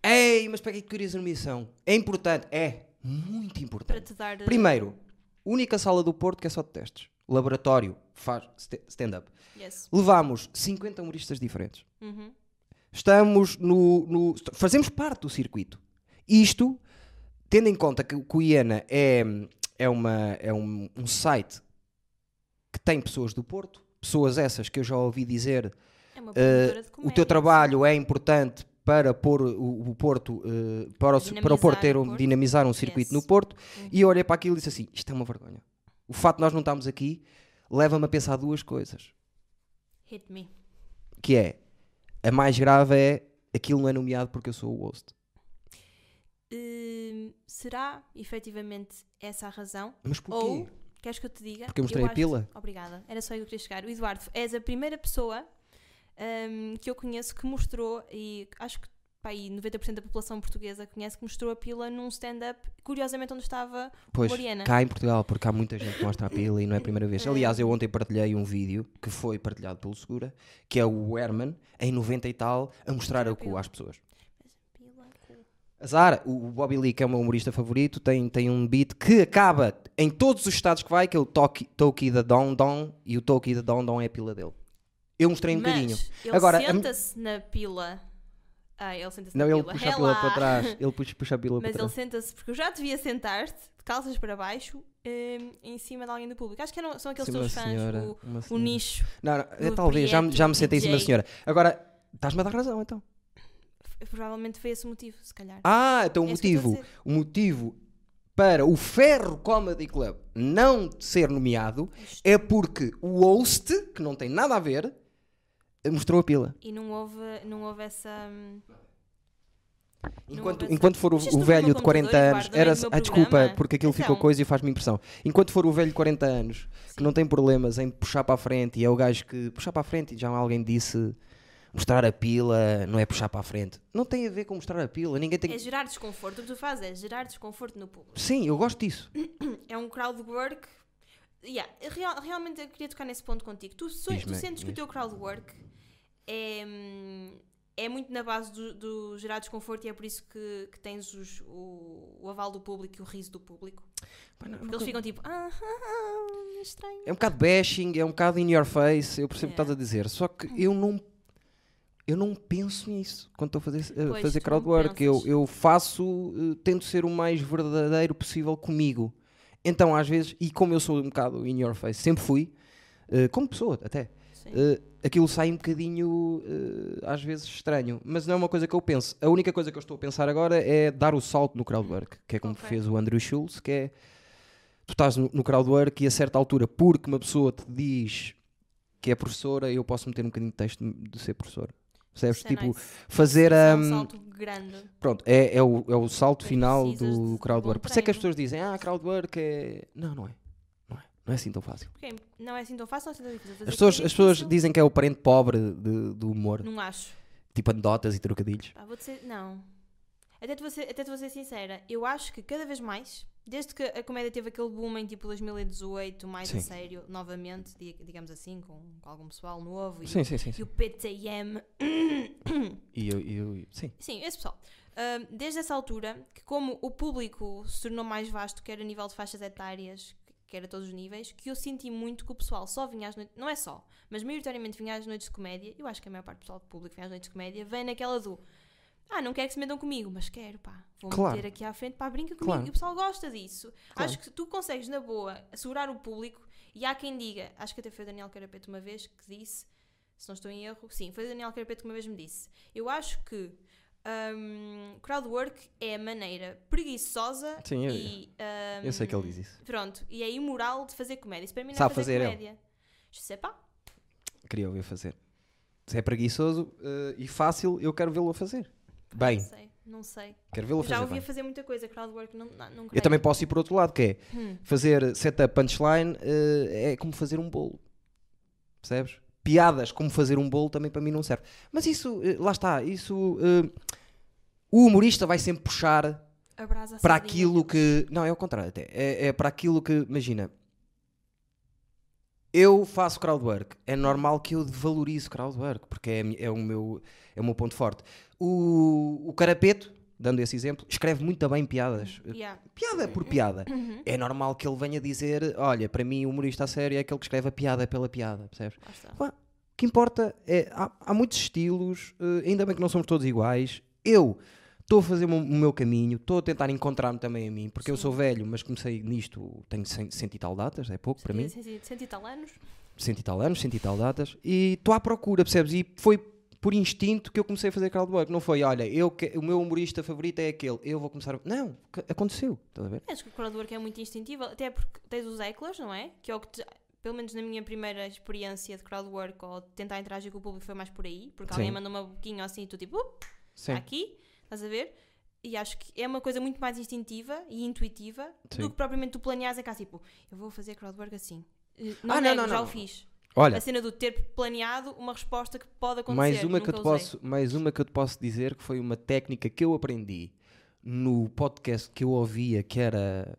[SPEAKER 1] Ei, mas para que é que querias a nomeação? É importante. É muito
[SPEAKER 2] Para
[SPEAKER 1] importante.
[SPEAKER 2] te dar. eh,
[SPEAKER 1] Primeiro, única sala do Porto que é só de testes. Laboratório, faz st- stand-up.
[SPEAKER 2] Yes.
[SPEAKER 1] Levámos 50 humoristas diferentes.
[SPEAKER 2] Uhum.
[SPEAKER 1] Estamos no, no- est- Fazemos parte do circuito. Isto, tendo em conta que, o- que o Iena é, é, uma, é um, um site que tem pessoas do Porto, pessoas essas que eu já ouvi dizer
[SPEAKER 2] É uma produtora de
[SPEAKER 1] Ah, o
[SPEAKER 2] comédia.
[SPEAKER 1] teu trabalho é importante para pôr o, o Porto eh, para, o, para o Porto ter
[SPEAKER 2] Dinamizar o
[SPEAKER 1] um-
[SPEAKER 2] Porto.
[SPEAKER 1] dinamizar um circuito
[SPEAKER 2] Yes. Uhum.
[SPEAKER 1] no Porto e eu olhei para aquilo e disse assim isto é uma vergonha o facto de nós não estarmos aqui leva-me a pensar duas coisas
[SPEAKER 2] Hit me.
[SPEAKER 1] que é a mais grave é aquilo não é nomeado porque eu sou o host
[SPEAKER 2] Hum, será efetivamente essa a razão?
[SPEAKER 1] mas porquê?
[SPEAKER 2] Ou, queres que eu te diga?
[SPEAKER 1] Porque eu mostrei a
[SPEAKER 2] acho-
[SPEAKER 1] pila?
[SPEAKER 2] Obrigada, era só aí que eu queria chegar. O Eduardo, és a primeira pessoa hum, que eu conheço que mostrou, e acho que pá, aí 90% da população portuguesa conhece, que mostrou a pila num stand-up, curiosamente onde estava
[SPEAKER 1] pois
[SPEAKER 2] Mariana.
[SPEAKER 1] cá em Portugal porque há muita gente que mostra a pila e não é a primeira vez aliás eu ontem partilhei um vídeo que foi partilhado pelo Segura que é o Herman em 90 e tal a mostrar o cu às pessoas
[SPEAKER 2] pila com-
[SPEAKER 1] Azar, o o Bobby Lee, que é o meu humorista favorito, tem, tem um beat que acaba em todos os estados que vai, que é o Toki Toki da Don Don, e o Toki da Don Don é a pila dele. Eu mostrei um bocadinho.
[SPEAKER 2] Mas ele
[SPEAKER 1] Agora, a mi-
[SPEAKER 2] senta-se na pila. Ah, ele senta-se
[SPEAKER 1] Não,
[SPEAKER 2] na
[SPEAKER 1] ele
[SPEAKER 2] pila.
[SPEAKER 1] puxa a pila
[SPEAKER 2] Helá.
[SPEAKER 1] para trás. Ele puxa, puxa a pila
[SPEAKER 2] Mas
[SPEAKER 1] para
[SPEAKER 2] ele
[SPEAKER 1] trás.
[SPEAKER 2] senta-se, porque eu já devia sentar-te, de calças para baixo, hum, em cima de alguém do público. Acho que eram, são aqueles
[SPEAKER 1] Sim, uma
[SPEAKER 2] teus fãs,
[SPEAKER 1] senhora,
[SPEAKER 2] o,
[SPEAKER 1] uma
[SPEAKER 2] o
[SPEAKER 1] senhora.
[SPEAKER 2] nicho.
[SPEAKER 1] Não, não, é,
[SPEAKER 2] do
[SPEAKER 1] talvez, já, me- já me
[SPEAKER 2] Prieto
[SPEAKER 1] sentei em cima da
[SPEAKER 2] DJ.
[SPEAKER 1] senhora. Agora, estás-me a dar razão então.
[SPEAKER 2] F- Provavelmente foi esse o motivo, se calhar.
[SPEAKER 1] Ah, então o
[SPEAKER 2] É isso que eu estou a
[SPEAKER 1] motivo, o motivo para o Ferro Comedy Club não ser nomeado é porque o host, que não tem nada a ver, mostrou a pila.
[SPEAKER 2] E não houve, não houve essa. hum, Não é
[SPEAKER 1] Enquanto,
[SPEAKER 2] houve essa-
[SPEAKER 1] enquanto for o,
[SPEAKER 2] Mas isto
[SPEAKER 1] o
[SPEAKER 2] não foi
[SPEAKER 1] velho
[SPEAKER 2] no
[SPEAKER 1] de 40
[SPEAKER 2] computador,
[SPEAKER 1] anos,
[SPEAKER 2] Eduardo,
[SPEAKER 1] era,
[SPEAKER 2] era no meu
[SPEAKER 1] ah, desculpa,
[SPEAKER 2] programa.
[SPEAKER 1] porque aquilo ficou
[SPEAKER 2] Então.
[SPEAKER 1] coisa e faz-me impressão. Enquanto for o velho de 40 anos, que
[SPEAKER 2] Sim.
[SPEAKER 1] não tem problemas em puxar para a frente, e é o gajo que puxar para a frente, e já alguém disse mostrar a pila não é puxar para a frente. Não tem a ver com mostrar a pila, ninguém tem.
[SPEAKER 2] É gerar desconforto. O que tu fazes é gerar desconforto no público.
[SPEAKER 1] Sim, eu gosto disso.
[SPEAKER 2] É um crowd work. Yeah, real- realmente eu queria tocar nesse ponto contigo. Tu, so-
[SPEAKER 1] Diz-me,
[SPEAKER 2] tu sentes que o
[SPEAKER 1] diz.
[SPEAKER 2] teu crowd work é, hum, é muito na base do, do gerar desconforto e é por isso que, que tens os- o, o aval do público e o riso do público.
[SPEAKER 1] Pá, não-
[SPEAKER 2] Porque eles ficam tipo, ah, ah, ah, estranho.
[SPEAKER 1] É um bocado bashing, é um bocado in your face, eu percebo o que estás
[SPEAKER 2] Yeah.
[SPEAKER 1] a dizer. Só que eu não eu não penso nisso quando estou a fazer, a
[SPEAKER 2] Pois,
[SPEAKER 1] fazer
[SPEAKER 2] tu não
[SPEAKER 1] crowdwork. Eu,
[SPEAKER 2] pensas.
[SPEAKER 1] eu faço, eh, tento ser o mais verdadeiro possível comigo. Então, às vezes, e como eu sou um bocado in your face, sempre fui, eh, como pessoa até,
[SPEAKER 2] Sim.
[SPEAKER 1] eh, aquilo sai um bocadinho, eh, às vezes, estranho. Mas não é uma coisa que eu penso. A única coisa que eu estou a pensar agora é dar o salto no crowdwork, que é como
[SPEAKER 2] Ok.
[SPEAKER 1] fez o Andrew Schultz, que é tu estás no, no crowdwork e a certa altura, porque uma pessoa te diz que é professora, eu posso meter um bocadinho de texto de ser professora. Percebes?
[SPEAKER 2] Isso é
[SPEAKER 1] tipo,
[SPEAKER 2] nice.
[SPEAKER 1] fazer
[SPEAKER 2] Isso é
[SPEAKER 1] a.
[SPEAKER 2] um salto grande.
[SPEAKER 1] Pronto, é, é o, é o salto
[SPEAKER 2] Mas
[SPEAKER 1] final
[SPEAKER 2] precisas de- um
[SPEAKER 1] do
[SPEAKER 2] de
[SPEAKER 1] crowdwork.
[SPEAKER 2] bom
[SPEAKER 1] Por isso é que as
[SPEAKER 2] treino.
[SPEAKER 1] pessoas dizem, ah, crowdwork é. Não, não é. Não é, não é assim tão fácil.
[SPEAKER 2] Porque não é assim tão fácil, não é assim tão difícil.
[SPEAKER 1] As pessoas, as pessoas
[SPEAKER 2] dizem.
[SPEAKER 1] dizem que é o parente pobre de- do humor,
[SPEAKER 2] Não acho.
[SPEAKER 1] tipo anedotas e trocadilhos.
[SPEAKER 2] Pá, vou dizer, não. Até te, vou ser, até te vou ser sincera, eu acho que cada vez mais, desde que a comédia teve aquele boom em tipo 2018, mais
[SPEAKER 1] Sim.
[SPEAKER 2] a sério, novamente, di- digamos assim, com, com algum pessoal novo e,
[SPEAKER 1] Sim, sim, sim.
[SPEAKER 2] e
[SPEAKER 1] sim.
[SPEAKER 2] o PTM.
[SPEAKER 1] E eu, e eu- sim.
[SPEAKER 2] Sim, esse pessoal. Ahm, desde essa altura, que como o público se tornou mais vasto, quer a nível de faixas etárias, quer a todos os níveis, que eu senti muito que o pessoal só vinha às noites, não é só, mas maioritariamente vinha às noites de comédia, eu acho que a maior parte do pessoal do público vinha às noites de comédia, vem naquela do ah, não quero que se metam comigo, mas quero, pá, vou
[SPEAKER 1] Claro.
[SPEAKER 2] meter aqui à frente, pá, brinca comigo.
[SPEAKER 1] Claro.
[SPEAKER 2] E o pessoal gosta disso.
[SPEAKER 1] Claro.
[SPEAKER 2] Acho que tu consegues, na boa, assegurar o público e há quem diga, acho que até foi o Daniel Carapeto uma vez que disse, se não estou em erro, sim, foi o Daniel Carapeto que uma vez me disse. Eu acho que hum, crowdwork é a maneira preguiçosa
[SPEAKER 1] Sim, eu-
[SPEAKER 2] e.
[SPEAKER 1] Eu sei que
[SPEAKER 2] hum,
[SPEAKER 1] ele diz isso.
[SPEAKER 2] Pronto, e é imoral de fazer comédia. Isso para mim não
[SPEAKER 1] Sabe
[SPEAKER 2] é fazer,
[SPEAKER 1] fazer, ele.
[SPEAKER 2] comédia. Isto sei pá, hum,
[SPEAKER 1] Queria ouvir fazer. Se é preguiçoso eh, e fácil, eu quero vê-lo a fazer. Bem,
[SPEAKER 2] não sei, não sei.
[SPEAKER 1] quero vê-lo a
[SPEAKER 2] Já
[SPEAKER 1] fazer.
[SPEAKER 2] ouvi
[SPEAKER 1] bem.
[SPEAKER 2] a fazer muita coisa, crowdwork não, não, não
[SPEAKER 1] Eu
[SPEAKER 2] creio.
[SPEAKER 1] também posso ir por outro lado, que é
[SPEAKER 2] Hum.
[SPEAKER 1] fazer setup punchline eh, é como fazer um bolo. Percebes? Piadas como fazer um bolo também para mim não serve. Mas isso, eh, lá está, isso. eh, o humorista vai sempre puxar
[SPEAKER 2] Abraça a
[SPEAKER 1] para
[SPEAKER 2] sardinha.
[SPEAKER 1] aquilo que. Não, é o contrário até. É, é para aquilo que. Imagina. Eu faço crowdwork. É normal que eu valorize crowdwork, porque é, a mi- é o, meu, é o meu ponto forte. O, o Carapeto, dando esse exemplo, escreve muito bem piadas.
[SPEAKER 2] Yeah.
[SPEAKER 1] Piada por piada. É normal que ele venha dizer: olha, para mim, o humorista a sério é aquele que escreve a piada pela piada, percebes?
[SPEAKER 2] lá está.
[SPEAKER 1] Pá, O que importa é. Há, há muitos estilos, eh, ainda bem que não somos todos iguais. Eu estou a fazer o meu- o meu caminho, estou a tentar encontrar-me também a mim, porque eu
[SPEAKER 2] Sim.
[SPEAKER 1] sou velho, mas comecei nisto, tenho cem- cento e tal datas, é pouco para mim.
[SPEAKER 2] Cento e tal anos.
[SPEAKER 1] Cento e tal anos, cento e tal datas, e estou à procura, percebes? E foi por instinto que eu comecei a fazer crowdwork. Não foi, olha, eu que- o meu humorista favorito é aquele, eu vou começar. a-" Não, que- aconteceu, estás a ver?
[SPEAKER 2] Acho que o crowdwork é muito instintivo, até porque tens os eclas, não é? Que é o que, te- pelo menos na minha primeira experiência de crowdwork ou de tentar interagir com o público, foi mais por aí, porque alguém
[SPEAKER 1] Sim.
[SPEAKER 2] manda uma boquinha assim e tu tipo, "Up,
[SPEAKER 1] Sim.
[SPEAKER 2] está aqui, estás a ver? E acho que é uma coisa muito mais instintiva e intuitiva
[SPEAKER 1] Sim.
[SPEAKER 2] do que propriamente tu planeares. É cá tipo, eu vou fazer crowdwork assim. Eh,
[SPEAKER 1] Ah, não,
[SPEAKER 2] nego,
[SPEAKER 1] não,
[SPEAKER 2] já
[SPEAKER 1] não,
[SPEAKER 2] o
[SPEAKER 1] não.
[SPEAKER 2] fiz.
[SPEAKER 1] Olha,
[SPEAKER 2] A cena do ter planeado uma resposta que pode acontecer.
[SPEAKER 1] Mais uma, que
[SPEAKER 2] é, nunca
[SPEAKER 1] eu te
[SPEAKER 2] usei.
[SPEAKER 1] posso, mais uma que eu te posso dizer que foi uma técnica que eu aprendi no podcast que eu ouvia, que era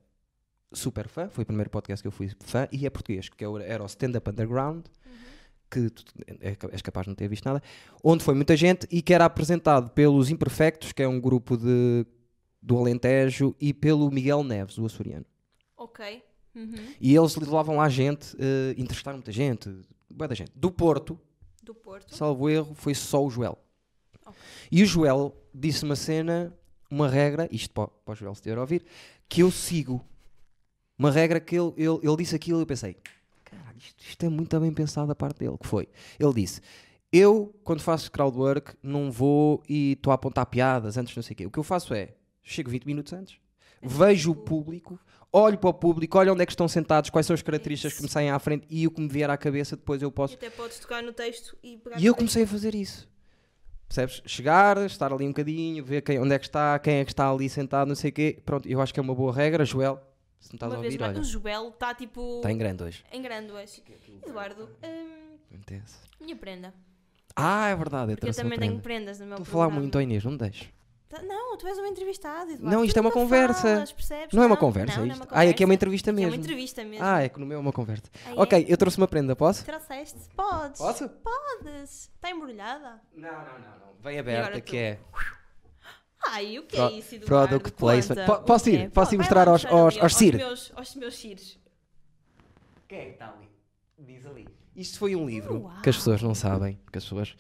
[SPEAKER 1] super fã, foi o primeiro podcast que eu fui fã, e é português, que eu- era o Stand Up Underground,
[SPEAKER 2] Uhum.
[SPEAKER 1] que tu é- és capaz de não ter visto nada, onde foi muita gente e que era apresentado pelos Imperfectos, que é um grupo de, do Alentejo, e pelo Miguel Neves, o açoriano.
[SPEAKER 2] Ok. Uhum.
[SPEAKER 1] E eles levavam lá gente, eh, entrevistaram muita gente, bué da gente. Do Porto,
[SPEAKER 2] Do Porto.
[SPEAKER 1] salvo erro, foi só o Joel.
[SPEAKER 2] Ok.
[SPEAKER 1] E o Joel disse uma cena, uma regra, isto para, para o Joel se estiver a ouvir, que eu sigo. Uma regra que ele, ele, ele disse aquilo e eu pensei, caralho, isto, isto é muito bem pensado da parte dele, que foi. Ele disse, eu, quando faço crowdwork, não vou e estou a apontar piadas antes, não sei o quê. O que eu faço é, chego 20 minutos antes, vejo o público, olho para o público, olho onde é que estão sentados, quais são as características que me saem à frente e o que me vier à cabeça depois eu
[SPEAKER 2] E
[SPEAKER 1] posso.
[SPEAKER 2] até podes tocar no texto e pegar
[SPEAKER 1] E eu comecei a fazer isso. Percebes? Chegar, estar ali um bocadinho, ver quem, onde é que está, quem é que está ali sentado, não sei o quê. Pronto, eu acho que é uma boa regra, Joel. Se me estás
[SPEAKER 2] Uma
[SPEAKER 1] a
[SPEAKER 2] vez
[SPEAKER 1] ouvir,
[SPEAKER 2] mais,
[SPEAKER 1] olha. Tá
[SPEAKER 2] o Joel está tipo
[SPEAKER 1] Está em grande hoje.
[SPEAKER 2] em grande hoje.
[SPEAKER 1] é
[SPEAKER 2] Eduardo, hum,
[SPEAKER 1] Acontece.
[SPEAKER 2] minha prenda.
[SPEAKER 1] Ah, é verdade, eu
[SPEAKER 2] Porque eu
[SPEAKER 1] trouxe uma
[SPEAKER 2] também tenho
[SPEAKER 1] prenda.
[SPEAKER 2] prendas no meu
[SPEAKER 1] Estou a falar
[SPEAKER 2] programa.
[SPEAKER 1] muito ao Inês, não me deixes.
[SPEAKER 2] Tá- Não, tu és um entrevistado, Eduardo.
[SPEAKER 1] Não, isto
[SPEAKER 2] Tu
[SPEAKER 1] é uma
[SPEAKER 2] nunca
[SPEAKER 1] conversa.
[SPEAKER 2] falas, percebes?
[SPEAKER 1] Não é uma
[SPEAKER 2] Não,
[SPEAKER 1] conversa
[SPEAKER 2] não, não é
[SPEAKER 1] isto?
[SPEAKER 2] uma
[SPEAKER 1] Ah, aqui é uma
[SPEAKER 2] conversa.
[SPEAKER 1] entrevista
[SPEAKER 2] Aqui
[SPEAKER 1] mesmo.
[SPEAKER 2] É uma entrevista mesmo.
[SPEAKER 1] Ah, é que no meu é uma conversa.
[SPEAKER 2] Ah, é?
[SPEAKER 1] Ok, eu trouxe uma prenda, posso?
[SPEAKER 2] Trouxeste? Podes.
[SPEAKER 1] Posso?
[SPEAKER 2] Podes. Está embrulhada?
[SPEAKER 1] Não, não, não. não. Vem
[SPEAKER 2] agora
[SPEAKER 1] aberta
[SPEAKER 2] tu.
[SPEAKER 1] que é.
[SPEAKER 2] Ai, o que
[SPEAKER 1] Pro-
[SPEAKER 2] é isso, Eduardo?
[SPEAKER 1] product placement.
[SPEAKER 2] Conta.
[SPEAKER 1] Po- posso
[SPEAKER 2] O que
[SPEAKER 1] ir?
[SPEAKER 2] é?
[SPEAKER 1] Posso ir
[SPEAKER 2] Vai
[SPEAKER 1] mostrar
[SPEAKER 2] lá
[SPEAKER 1] aos-
[SPEAKER 2] mostrar
[SPEAKER 1] aos-
[SPEAKER 2] ali
[SPEAKER 1] aos Sir?
[SPEAKER 2] meus- Aos meus Sires.
[SPEAKER 1] Quem é que está ali? Diz ali. Isto foi um livro
[SPEAKER 2] Uau.
[SPEAKER 1] que as pessoas não sabem, que as pessoas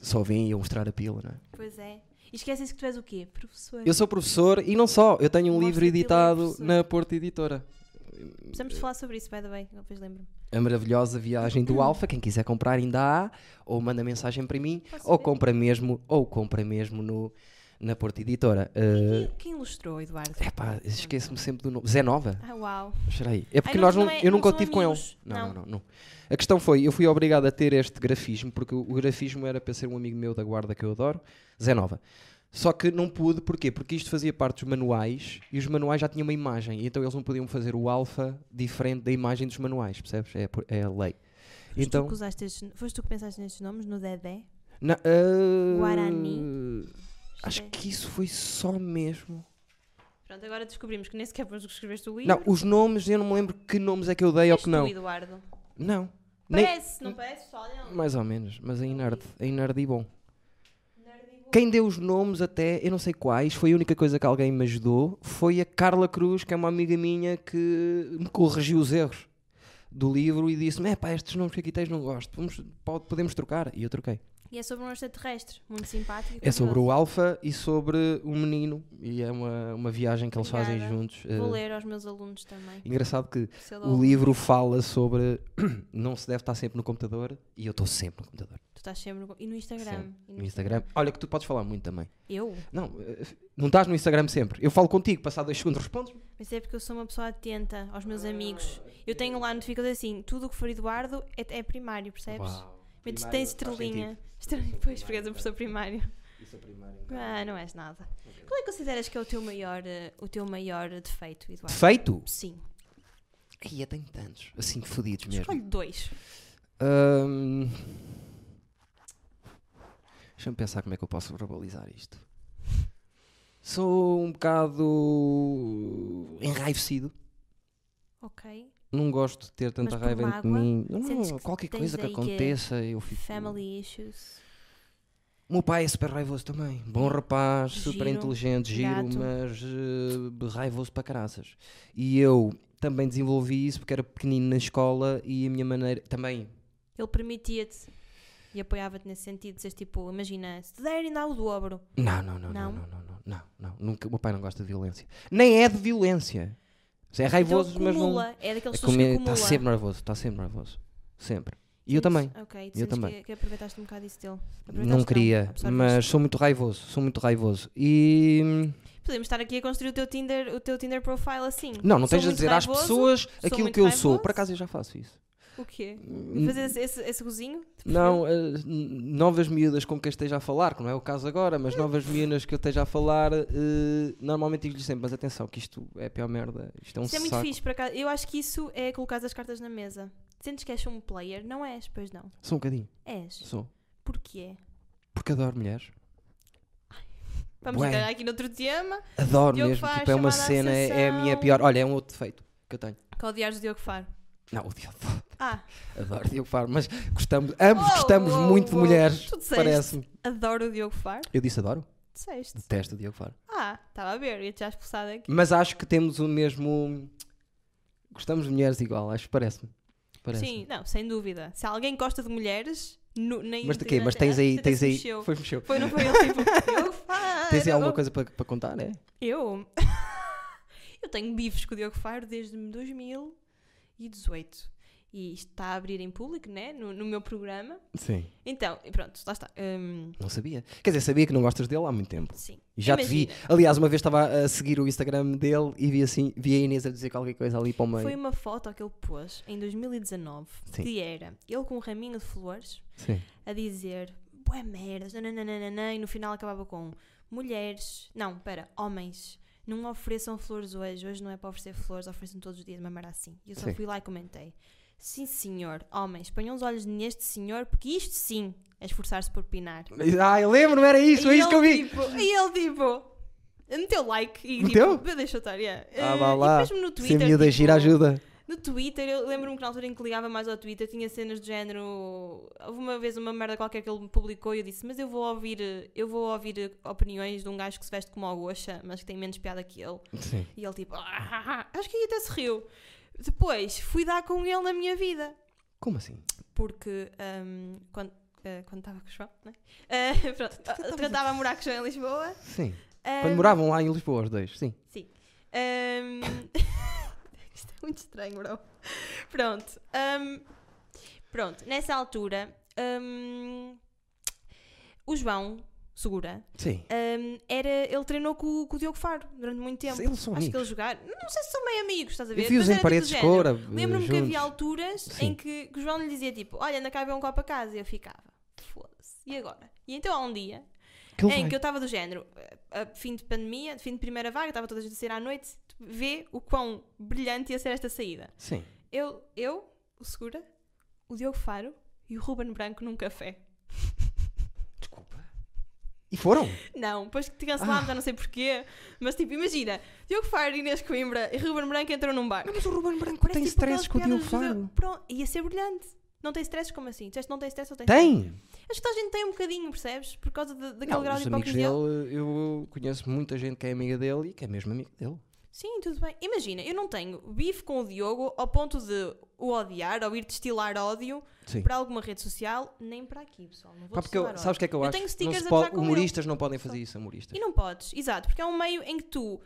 [SPEAKER 1] só vêm e iam mostrar a pila, não é?
[SPEAKER 2] Pois é. E esqueces que tu és o quê? Professor.
[SPEAKER 1] Eu sou professor e não só, eu tenho um
[SPEAKER 2] Mostra
[SPEAKER 1] livro
[SPEAKER 2] a pila,
[SPEAKER 1] editado
[SPEAKER 2] professor.
[SPEAKER 1] na Porta Editora.
[SPEAKER 2] Precisamos falar sobre isso, by the way. Depois lembro-me.
[SPEAKER 1] A maravilhosa viagem do Alfa, quem quiser comprar ainda há, ou manda mensagem para mim,
[SPEAKER 2] Posso
[SPEAKER 1] ou
[SPEAKER 2] ver?
[SPEAKER 1] compra mesmo, ou compra mesmo no, na Porta Editora. Uh,
[SPEAKER 2] Quem ilustrou, Eduardo?
[SPEAKER 1] epá, esqueço-me sempre do nome. Zé Nova?
[SPEAKER 2] Ah, uau.
[SPEAKER 1] Espera aí. É porque
[SPEAKER 2] não,
[SPEAKER 1] nós
[SPEAKER 2] não
[SPEAKER 1] não,
[SPEAKER 2] é-
[SPEAKER 1] eu
[SPEAKER 2] não
[SPEAKER 1] nunca o
[SPEAKER 2] são
[SPEAKER 1] tive com ele.
[SPEAKER 2] amigos.
[SPEAKER 1] Não,
[SPEAKER 2] Não.
[SPEAKER 1] não, não, não. A questão foi, eu fui obrigado a ter este grafismo, porque o o grafismo era para ser um amigo meu da guarda que eu adoro, Zé Nova. Só que não pude, porquê? Porque isto fazia parte dos manuais e os manuais já tinham uma imagem, e então eles não podiam fazer o alfa diferente da imagem dos manuais, percebes? É, por- é a lei.
[SPEAKER 2] Foste tu
[SPEAKER 1] Então,
[SPEAKER 2] que usaste estes- Foste tu que pensaste nestes nomes, no Dedé?
[SPEAKER 1] na, ah,
[SPEAKER 2] Guarani.
[SPEAKER 1] Acho
[SPEAKER 2] Isto é-
[SPEAKER 1] que isso foi só mesmo.
[SPEAKER 2] Pronto, agora descobrimos que nem sequer foste tu que escreveste o livro.
[SPEAKER 1] Não, os nomes, eu não me lembro que nomes é que eu dei ou
[SPEAKER 2] és
[SPEAKER 1] que não.
[SPEAKER 2] Tu, Eduardo.
[SPEAKER 1] Não. Nem,
[SPEAKER 2] Parece, não parece? é Só olha.
[SPEAKER 1] Mais ou menos, mas é em nerd, em nerd e bom.
[SPEAKER 2] Nerd e burro.
[SPEAKER 1] Quem deu os nomes até, eu não sei quais, foi a única coisa que alguém me ajudou, foi a Carla Cruz, que é uma amiga minha que me corrigiu os erros do livro e disse-me, é pá, estes nomes que aqui tens não gosto, Vamos- po- podemos trocar. E eu troquei.
[SPEAKER 2] E é sobre um extraterrestre, muito simpático. e
[SPEAKER 1] É sobre
[SPEAKER 2] curioso.
[SPEAKER 1] o Alfa e sobre o menino, e é uma, uma viagem que eles fazem
[SPEAKER 2] Obrigada.
[SPEAKER 1] juntos.
[SPEAKER 2] Vou
[SPEAKER 1] Eh,
[SPEAKER 2] ler aos meus alunos também.
[SPEAKER 1] Engraçado que
[SPEAKER 2] se eu dou-
[SPEAKER 1] o livro fala sobre não se deve estar sempre no computador, e eu estou sempre no computador,
[SPEAKER 2] Tu estás sempre no... E no Instagram.
[SPEAKER 1] Sim,
[SPEAKER 2] E
[SPEAKER 1] no Instagram. Olha que tu podes falar muito também.
[SPEAKER 2] Eu?
[SPEAKER 1] Não, eh, não estás no Instagram sempre. Eu falo contigo, passado dois segundos respondes-me.
[SPEAKER 2] Mas é porque eu sou uma pessoa atenta aos meus amigos. Eu tenho lá notificações assim, tudo o que for Eduardo é, é primário, percebes? Mas
[SPEAKER 1] Primário
[SPEAKER 2] tem
[SPEAKER 1] faz
[SPEAKER 2] estrelinha.
[SPEAKER 1] sentido.
[SPEAKER 2] Estrelinha, pois, porque és um professor primário.
[SPEAKER 1] Isso é primário. então.
[SPEAKER 2] Ah, não és nada. Qual é que consideras que é o teu maior, eh, o teu maior defeito, Eduardo?
[SPEAKER 1] Defeito?
[SPEAKER 2] Sim.
[SPEAKER 1] Ai, eu tenho tantos. Assim, fodidos mesmo.
[SPEAKER 2] Escolhe dois.
[SPEAKER 1] Ahm, Deixa-me pensar como é que eu posso verbalizar isto. Sou um bocado enraivecido.
[SPEAKER 2] Ok.
[SPEAKER 1] Não gosto de ter tanta
[SPEAKER 2] Mas por
[SPEAKER 1] raiva dentro de
[SPEAKER 2] mágoa?
[SPEAKER 1] mim.
[SPEAKER 2] Sentes
[SPEAKER 1] Não,
[SPEAKER 2] que
[SPEAKER 1] qualquer
[SPEAKER 2] tens
[SPEAKER 1] coisa que
[SPEAKER 2] aí que- é
[SPEAKER 1] aconteça, eu fico. um.
[SPEAKER 2] Family issues.
[SPEAKER 1] O meu pai é super raivoso também. Bom rapaz, super
[SPEAKER 2] Giro,
[SPEAKER 1] inteligente, giro,
[SPEAKER 2] gato.
[SPEAKER 1] mas eh, raivoso para caraças. E eu também desenvolvi isso porque era pequenino na escola e a minha maneira. Também.
[SPEAKER 2] Ele permitia-te e apoiava-te nesse sentido. Dizes tipo, imagina, se te der ainda há o dobro. Então,
[SPEAKER 1] Não, não, não,
[SPEAKER 2] Não?
[SPEAKER 1] não, não, não, não, não, não. Nunca, o meu pai não gosta de violência. Nem é de violência. É raivoso,
[SPEAKER 2] então,
[SPEAKER 1] mas não.
[SPEAKER 2] acumula. É daqueles
[SPEAKER 1] É
[SPEAKER 2] pessoas que
[SPEAKER 1] está
[SPEAKER 2] acumula.
[SPEAKER 1] sempre nervoso, está sempre nervoso. Sempre. E eu
[SPEAKER 2] Sentes-
[SPEAKER 1] também.
[SPEAKER 2] Ok, tu
[SPEAKER 1] Eu
[SPEAKER 2] sentes
[SPEAKER 1] também.
[SPEAKER 2] Que, que aproveitaste um bocado isso dele. Aproveitaste,
[SPEAKER 1] Não queria,
[SPEAKER 2] absorveste.
[SPEAKER 1] mas sou muito raivoso, sou muito raivoso. E. hum,
[SPEAKER 2] Podemos estar aqui a construir o teu Tinder, o teu Tinder profile assim.
[SPEAKER 1] Não, não
[SPEAKER 2] Sou
[SPEAKER 1] tens a
[SPEAKER 2] muito
[SPEAKER 1] dizer às
[SPEAKER 2] raivoso,
[SPEAKER 1] pessoas aquilo
[SPEAKER 2] muito
[SPEAKER 1] que eu sou. Por
[SPEAKER 2] raivoso.
[SPEAKER 1] acaso eu já faço isso.
[SPEAKER 2] O quê? Fazer esse, esse, esse gozinho? de perfil?
[SPEAKER 1] Não, eh, n- novas miúdas com quem esteja a falar, que não é o caso agora,
[SPEAKER 2] Hum.
[SPEAKER 1] mas novas miúdas que eu esteja a falar, eh, normalmente digo-lhes sempre, mas atenção, que isto é a pior merda, isto é um
[SPEAKER 2] Isso é muito
[SPEAKER 1] saco.
[SPEAKER 2] fixe, por acaso. Eu acho que isso é colocar as cartas na mesa. Sentes que és um player? Não és, pois não.
[SPEAKER 1] Sou um bocadinho,
[SPEAKER 2] És.
[SPEAKER 1] sou.
[SPEAKER 2] Porquê?
[SPEAKER 1] Porque adoro mulheres.
[SPEAKER 2] Vamos
[SPEAKER 1] Bué.
[SPEAKER 2] entrar aqui noutro tema.
[SPEAKER 1] Adoro
[SPEAKER 2] Diogo
[SPEAKER 1] mesmo,
[SPEAKER 2] Faro,
[SPEAKER 1] tipo, é uma
[SPEAKER 2] chamada à
[SPEAKER 1] cena, é é a minha
[SPEAKER 2] sessão.
[SPEAKER 1] pior. Olha, é um outro defeito que eu tenho.
[SPEAKER 2] Que odiares o Diogo Faro.
[SPEAKER 1] Não, o Diogo
[SPEAKER 2] Ah,
[SPEAKER 1] adoro Diogo Faro, mas gostamos, ambos
[SPEAKER 2] Uou,
[SPEAKER 1] gostamos
[SPEAKER 2] uou,
[SPEAKER 1] muito de
[SPEAKER 2] uou.
[SPEAKER 1] mulheres,
[SPEAKER 2] Tu disseste.
[SPEAKER 1] parece-me.
[SPEAKER 2] adoro o Diogo Faro.
[SPEAKER 1] Eu disse adoro,
[SPEAKER 2] Disseste.
[SPEAKER 1] detesto o Diogo Faro.
[SPEAKER 2] Ah, estava a ver, ia-te já expulsado aqui.
[SPEAKER 1] Mas acho que temos o mesmo. Gostamos de mulheres igual, acho que parece-me. Parece-me.
[SPEAKER 2] Sim, não, sem dúvida. Se alguém gosta de mulheres, nu, nem
[SPEAKER 1] Mas de quê? Mas tens aí, tens aí. Foi mexeu.
[SPEAKER 2] Foi, não foi ele tipo, Diogo Faro. é
[SPEAKER 1] Tens aí alguma coisa para, para contar, é?
[SPEAKER 2] Eu? eu tenho bifes com o Diogo Faro desde 2018. e isto está a abrir em público, né? No, no meu programa.
[SPEAKER 1] Sim.
[SPEAKER 2] Então, e pronto, lá está. Hum,
[SPEAKER 1] Não sabia. Quer dizer, sabia que não gostas dele há muito tempo.
[SPEAKER 2] sim.
[SPEAKER 1] E já te vi. Aliás, uma vez estava a seguir o Instagram dele e vi assim, vi a Inês a dizer qualquer coisa ali para o meio.
[SPEAKER 2] Foi uma foto que ele pôs em 2019
[SPEAKER 1] Sim.
[SPEAKER 2] que era ele com um raminho de flores
[SPEAKER 1] Sim.
[SPEAKER 2] a dizer bué merdas, nananana, e no final acabava com mulheres, não, pera, homens, não ofereçam flores hoje, hoje não é para oferecer flores, oferecem todos os dias, mamar assim. E eu só
[SPEAKER 1] Sim.
[SPEAKER 2] fui lá e comentei. Sim, senhor, homens, ponham os olhos neste senhor, porque isto sim é esforçar-se por pinar.
[SPEAKER 1] Ah, eu lembro-me, era isso,
[SPEAKER 2] E
[SPEAKER 1] é isso que eu
[SPEAKER 2] ele,
[SPEAKER 1] vi.
[SPEAKER 2] tipo, e ele tipo. Meteu like e
[SPEAKER 1] Meteu?
[SPEAKER 2] tipo, deixa eu estar, yeah.
[SPEAKER 1] Ah,
[SPEAKER 2] Eh,
[SPEAKER 1] vá lá.
[SPEAKER 2] E depois no
[SPEAKER 1] Sem
[SPEAKER 2] Twitter.
[SPEAKER 1] miúda
[SPEAKER 2] tipo,
[SPEAKER 1] gira ajuda.
[SPEAKER 2] no Twitter, eu lembro-me que na altura em que ligava mais ao Twitter tinha cenas do género. Houve uma vez uma merda qualquer que ele me publicou e eu disse: Mas eu vou ouvir, eh, eu vou ouvir eh, opiniões de um gajo que se veste como o Gosha, mas que tem menos piada que ele.
[SPEAKER 1] Sim.
[SPEAKER 2] E ele tipo, "Ah", acho que aí até se riu. Depois fui dar com ele na minha vida.
[SPEAKER 1] Como assim?
[SPEAKER 2] Porque ahm, quando. eh, quando estava com o João, né? Eh, pronto, quando estava a morar com o João em Lisboa.
[SPEAKER 1] Sim.
[SPEAKER 2] ahm,
[SPEAKER 1] Quando moravam lá em Lisboa, os dois, sim.
[SPEAKER 2] Ahm, Isto é muito estranho, bro. Pronto. ahm, pronto, nessa altura, ahm, o João Segura,
[SPEAKER 1] Sim.
[SPEAKER 2] ahm, era, ele treinou com, o- com o Diogo Faro durante muito tempo.
[SPEAKER 1] Eles são
[SPEAKER 2] Acho que
[SPEAKER 1] amigos.
[SPEAKER 2] eles jogaram. Não sei se são meio amigos, estás a ver?
[SPEAKER 1] Eu vi-os
[SPEAKER 2] Mas
[SPEAKER 1] em
[SPEAKER 2] era
[SPEAKER 1] paredes de
[SPEAKER 2] tipo do género.
[SPEAKER 1] cor. eh,
[SPEAKER 2] Lembro-me que
[SPEAKER 1] juntos.
[SPEAKER 2] havia alturas
[SPEAKER 1] Sim.
[SPEAKER 2] em que, que o João lhe dizia tipo: Olha, anda cá ver um copo a casa. E eu ficava: Foda-se. E agora? E então há um dia
[SPEAKER 1] Que ele
[SPEAKER 2] É, em
[SPEAKER 1] Então vai.
[SPEAKER 2] que eu estava do género, eh, a- a fim de pandemia, fim de primeira vaga, estava toda a gente a sair à noite, tu vê o quão brilhante ia ser esta saída.
[SPEAKER 1] Sim.
[SPEAKER 2] Eu, eu, o Segura, o Diogo Faro e o Ruben Branco num café.
[SPEAKER 1] Desculpa. E foram?
[SPEAKER 2] Não, depois que te cancelámos, já não sei porquê, mas tipo, imagina, Diogo Faro, Inês Coimbra e Ruben Branco entram num bar.
[SPEAKER 1] Mas o Ruben Branco tem
[SPEAKER 2] tipo
[SPEAKER 1] stress com o Diogo
[SPEAKER 2] aquelas piadas do-
[SPEAKER 1] Faro.
[SPEAKER 2] Pronto, ia ser brilhante. Não tem stress como assim? Disseste não tem stress ou tem?
[SPEAKER 1] Tem!
[SPEAKER 2] stress? Acho que toda a gente tem um bocadinho, percebes? Por causa de- daquele
[SPEAKER 1] Não,
[SPEAKER 2] grau de
[SPEAKER 1] os amigos
[SPEAKER 2] hipocrisia.
[SPEAKER 1] dele, eu conheço muita gente que é amiga dele e que é mesmo amigo dele.
[SPEAKER 2] Sim, tudo bem. Imagina, eu não tenho bife com o Diogo ao ponto de o odiar ou ir destilar ódio
[SPEAKER 1] Sim.
[SPEAKER 2] para alguma rede social, nem para aqui, pessoal. Não vou
[SPEAKER 1] Pá, porque eu-
[SPEAKER 2] destilar ódio.
[SPEAKER 1] sabes o que é que eu,
[SPEAKER 2] Eu
[SPEAKER 1] acho?
[SPEAKER 2] tenho
[SPEAKER 1] Não se
[SPEAKER 2] stickers a
[SPEAKER 1] pode-
[SPEAKER 2] gozar com ele.
[SPEAKER 1] humoristas não podem fazer isso, humoristas.
[SPEAKER 2] E não podes, exato, porque é um meio em que tu,